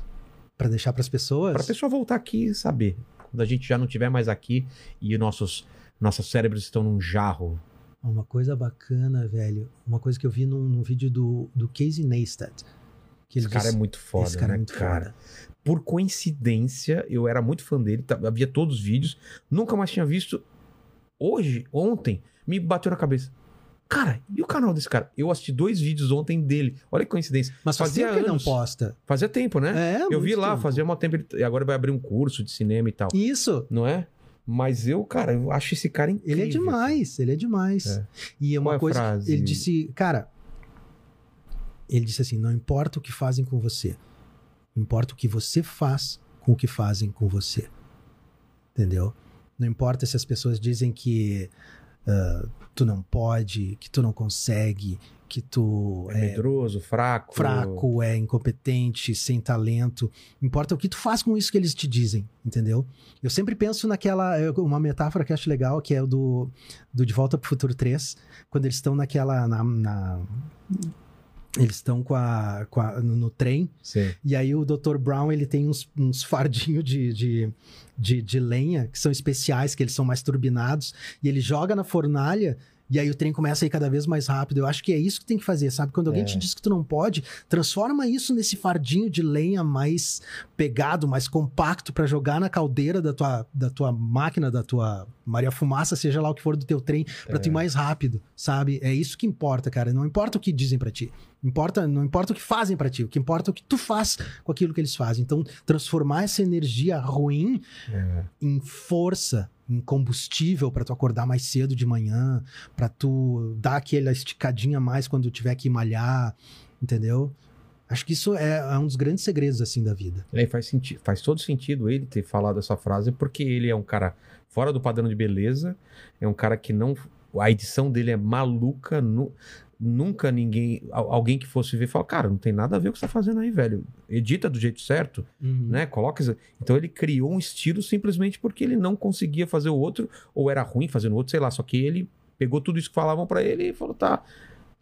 Speaker 3: Pra deixar pras pessoas?
Speaker 1: Pra pessoa voltar aqui e saber. Quando a gente já não tiver mais aqui e nossos nossos cérebros estão num jarro.
Speaker 3: Uma coisa bacana, velho. Uma coisa que eu vi num, num vídeo do, do Casey Neistat. Que ele
Speaker 1: Esse cara
Speaker 3: disse-
Speaker 1: é muito foda,
Speaker 3: Esse cara
Speaker 1: né,
Speaker 3: é muito
Speaker 1: cara?
Speaker 3: foda.
Speaker 1: Por coincidência, eu era muito fã dele, tá- havia todos os vídeos, nunca mais tinha visto. Hoje, ontem, me bateu na cabeça. Cara, e o canal desse cara? Eu assisti dois vídeos ontem dele. Olha que coincidência.
Speaker 3: Mas faz
Speaker 1: Fazia
Speaker 3: tempo que ele não
Speaker 1: anos.
Speaker 3: posta.
Speaker 1: Fazia tempo, né?
Speaker 3: É,
Speaker 1: eu
Speaker 3: muito
Speaker 1: vi lá,
Speaker 3: tempo.
Speaker 1: fazia mó tempo. ele- E agora vai abrir um curso de cinema e tal.
Speaker 3: Isso.
Speaker 1: Não é? Mas eu, cara, eu acho esse cara incrível.
Speaker 3: Ele é demais, ele é demais.
Speaker 1: É.
Speaker 3: E é uma
Speaker 1: Qual é a
Speaker 3: coisa. que
Speaker 1: frase?
Speaker 3: Ele disse, cara. Ele disse assim: não importa o que fazem com você, importa o que você faz com o que fazem com você. Entendeu? Não importa se as pessoas dizem que ah, tu não pode, que tu não consegue, que tu
Speaker 1: É
Speaker 3: é,
Speaker 1: medroso, fraco.
Speaker 3: fraco, é incompetente, sem talento. Importa o que tu faz com isso que eles te dizem, entendeu? Eu sempre penso naquela. eu- Uma metáfora que eu acho legal, que é o do, do De Volta pro Futuro 3, quando eles estão naquela. na- na- eles estão com a, com a- no, no trem,
Speaker 1: Sim.
Speaker 3: e aí o Dr. Brown ele tem uns, uns fardinhos de, de, de, de lenha, que são especiais, que eles são mais turbinados, e ele joga na fornalha. E aí o trem começa a ir cada vez mais rápido. Eu acho que é isso que tem que fazer, sabe? Quando alguém
Speaker 1: É.
Speaker 3: te diz que tu não pode, transforma isso nesse fardinho de lenha mais pegado, mais compacto pra jogar na caldeira da tua, da tua máquina, da tua Maria Fumaça, seja lá o que for do teu trem, pra tu ir mais rápido, sabe? É isso que importa, cara. Não importa o que dizem pra ti. Importa, não importa o que fazem pra ti, o que importa é o que tu faz com aquilo que eles fazem. Então, transformar essa energia ruim
Speaker 1: É.
Speaker 3: em força, em combustível para tu acordar mais cedo de manhã, para tu dar aquela esticadinha a mais quando tiver que malhar, entendeu? Acho que isso é, é um dos grandes segredos assim da vida.
Speaker 1: E aí faz, senti faz todo sentido ele ter falado essa frase, porque ele é um cara fora do padrão de beleza, é um cara que não. A edição dele é maluca, nu- nunca ninguém. al- Alguém que fosse ver fala, cara, não tem nada a ver com o que você tá fazendo aí, velho. Edita do jeito certo, né? Coloca. isso." Então ele criou um estilo simplesmente porque ele não conseguia fazer o outro, ou era ruim fazendo o outro, sei lá. Só que ele pegou tudo isso que falavam pra ele e falou, tá.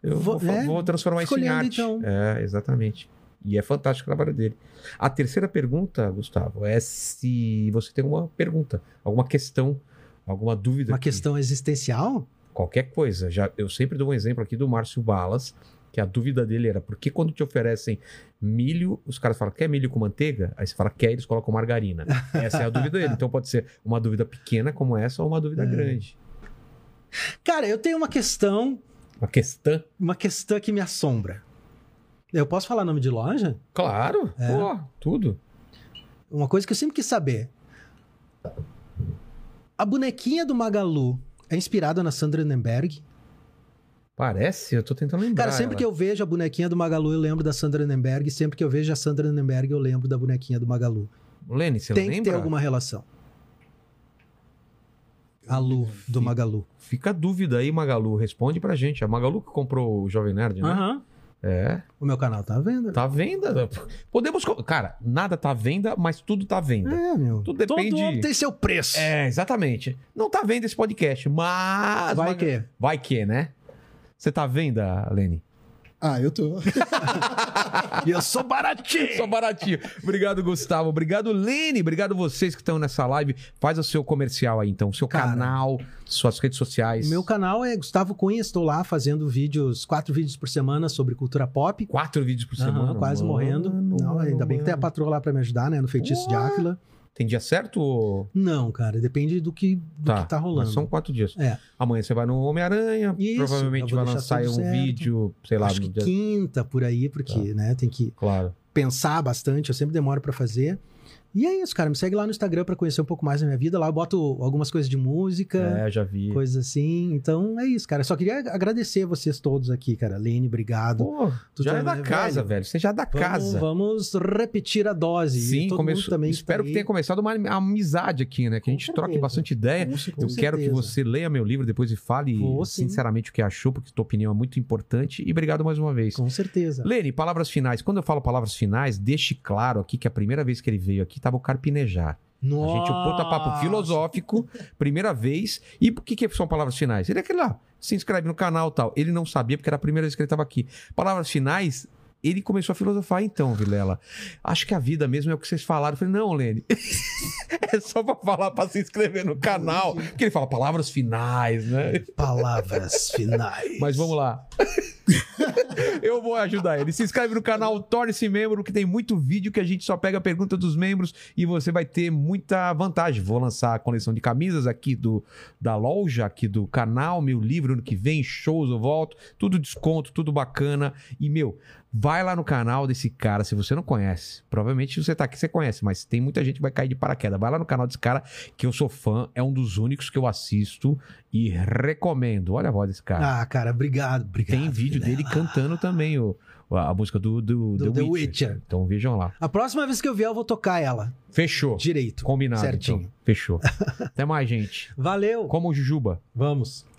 Speaker 1: Eu
Speaker 3: Vou-
Speaker 1: vou, fa-
Speaker 3: é,
Speaker 1: vou transformar isso em
Speaker 3: escolhendo,
Speaker 1: arte.
Speaker 3: então.
Speaker 1: É, exatamente. E é fantástico o trabalho dele. A terceira pergunta, Gustavo, é se você tem alguma pergunta, alguma questão, alguma dúvida.
Speaker 3: Uma
Speaker 1: que-
Speaker 3: questão existencial?
Speaker 1: Qualquer coisa. Já, eu sempre dou um exemplo aqui do Márcio Balas, que a dúvida dele era: por que quando te oferecem milho, os caras falam, quer milho com manteiga? Aí você fala, quer, eles colocam margarina. Essa é a dúvida dele. Então pode ser uma dúvida pequena como essa ou uma dúvida
Speaker 3: É.
Speaker 1: grande.
Speaker 3: Cara, eu tenho uma questão,
Speaker 1: Uma questão.
Speaker 3: uma questão que me assombra. Eu posso falar nome de loja?
Speaker 1: Claro,
Speaker 3: É.
Speaker 1: pô, tudo.
Speaker 3: Uma coisa que eu sempre quis saber. A bonequinha do Magalu é inspirada na Sandra Nenberg?
Speaker 1: Parece, eu tô tentando lembrar.
Speaker 3: Cara, sempre
Speaker 1: ela.
Speaker 3: que eu vejo a bonequinha do Magalu, eu lembro da Sandra Nenberg. Sempre que eu vejo a Sandra Nenberg, eu lembro da bonequinha do Magalu.
Speaker 1: Lene, você
Speaker 3: Tem que
Speaker 1: lembra?
Speaker 3: ter alguma relação. A Lu, do Magalu.
Speaker 1: Fica a dúvida aí, Magalu. Responde pra gente. É Magalu que comprou o Jovem Nerd, né?
Speaker 3: Aham.
Speaker 1: É.
Speaker 3: O meu canal tá à venda.
Speaker 1: Tá à venda. Podemos. co- Cara, nada tá à venda, mas tudo tá à venda.
Speaker 3: É, meu.
Speaker 1: Tudo depende-
Speaker 3: Todo homem tem seu preço.
Speaker 1: É, exatamente. Não tá à venda esse podcast, mas.
Speaker 3: Ah, Vai
Speaker 1: Maga-
Speaker 3: que.
Speaker 1: Vai que, né? Você tá à venda, Lene?
Speaker 2: Ah, eu tô.
Speaker 3: E eu sou baratinho.
Speaker 1: Só baratinho. Obrigado, Gustavo. Obrigado, Lene. Obrigado vocês que estão nessa live. Faz o seu comercial aí, então. Seu
Speaker 3: Cara.
Speaker 1: canal, suas redes sociais.
Speaker 3: Meu canal é Gustavo Cunha, estou lá fazendo vídeos, quatro vídeos por semana sobre cultura pop.
Speaker 1: Quatro vídeos por
Speaker 3: Aham,
Speaker 1: semana.
Speaker 3: quase
Speaker 1: Mano,
Speaker 3: morrendo. Não, ainda bem que tem a
Speaker 1: mano.
Speaker 3: patroa lá pra me ajudar, né? No feitiço de
Speaker 1: Ué.
Speaker 3: Áquila.
Speaker 1: Tem dia certo ou...
Speaker 3: Não, cara, depende do que, do que tá rolando.
Speaker 1: mas São quatro dias.
Speaker 3: É.
Speaker 1: Amanhã você vai no Homem-Aranha,
Speaker 3: Isso,
Speaker 1: provavelmente
Speaker 3: eu vou
Speaker 1: vai
Speaker 3: deixar
Speaker 1: lançar aí um
Speaker 3: tudo certo.
Speaker 1: vídeo, sei lá, no
Speaker 3: Acho que
Speaker 1: dia... Tá.
Speaker 3: quinta por aí, porque, né, tem que
Speaker 1: Claro.
Speaker 3: pensar bastante, eu sempre demoro pra fazer. E é isso, cara, me segue lá no Instagram pra conhecer um pouco mais da minha vida. Lá eu boto algumas coisas de música,
Speaker 1: É, já vi.
Speaker 3: coisas assim. Então é isso, cara. Só queria agradecer vocês todos aqui, cara. Lene, obrigado.
Speaker 1: Pô,
Speaker 3: Tu
Speaker 1: já é
Speaker 3: também,
Speaker 1: da
Speaker 3: né,
Speaker 1: casa, velho?
Speaker 3: velho?
Speaker 1: Você já é da
Speaker 3: Vamos-
Speaker 1: casa.
Speaker 3: Vamos repetir a dose. E
Speaker 1: Sim,
Speaker 3: todo
Speaker 1: começou.
Speaker 3: mundo também
Speaker 1: espero
Speaker 3: tá
Speaker 1: que
Speaker 3: aí.
Speaker 1: tenha começado uma amizade aqui, né? Que a
Speaker 3: Com
Speaker 1: gente troque
Speaker 3: certeza.
Speaker 1: bastante ideia. É, Eu
Speaker 3: Com
Speaker 1: quero que
Speaker 3: certeza.
Speaker 1: você leia meu livro depois e fale
Speaker 3: Vou, sim.
Speaker 1: sinceramente o que achou, porque tua opinião é muito importante. E obrigado mais uma vez.
Speaker 3: Com certeza.
Speaker 1: Lene, palavras finais. Quando eu falo palavras finais, deixe claro aqui que a primeira vez que ele veio aqui tava o Carpinejar. A gente, o puta papo
Speaker 3: Nossa.
Speaker 1: filosófico, primeira vez. E o que, que são palavras finais? Ele é aquele lá, se inscreve no canal tal. Ele não sabia porque era a primeira vez que ele tava aqui. Palavras finais, ele começou a filosofar então, Vilela. Acho que a vida mesmo é o que vocês falaram. Eu falei, não, Lene. é só pra falar, pra se inscrever no canal. Porque ele fala palavras finais, né?
Speaker 3: Palavras finais.
Speaker 1: Mas vamos lá. Eu vou ajudar ele. Se inscreve no canal, torne-se membro, que tem muito vídeo que a gente só pega a pergunta dos membros e você vai ter muita vantagem. Vou lançar a coleção de camisas aqui do da loja, aqui do canal, meu livro ano que vem, shows, eu volto, tudo desconto, tudo bacana. E, meu, vai lá no canal desse cara, se você não conhece. Provavelmente você tá aqui, você conhece, mas tem muita gente que vai cair de paraquedas. Vai lá no canal desse cara, que eu sou fã, é um dos únicos que eu assisto e recomendo. Olha a voz desse cara.
Speaker 3: Ah, cara, obrigado, obrigado.
Speaker 1: Tem vídeo
Speaker 3: Vilela.
Speaker 1: dele cantando também o, a música do, do,
Speaker 3: Do
Speaker 1: The,
Speaker 3: The
Speaker 1: Witcher.
Speaker 3: Witcher.
Speaker 1: Então vejam lá.
Speaker 3: A próxima vez que eu vier, eu vou tocar ela
Speaker 1: Fechou.
Speaker 3: direito.
Speaker 1: Combinado.
Speaker 3: Certinho.
Speaker 1: então. Fechou. Até mais, gente.
Speaker 3: Valeu.
Speaker 1: Como o Jujuba.
Speaker 3: Vamos.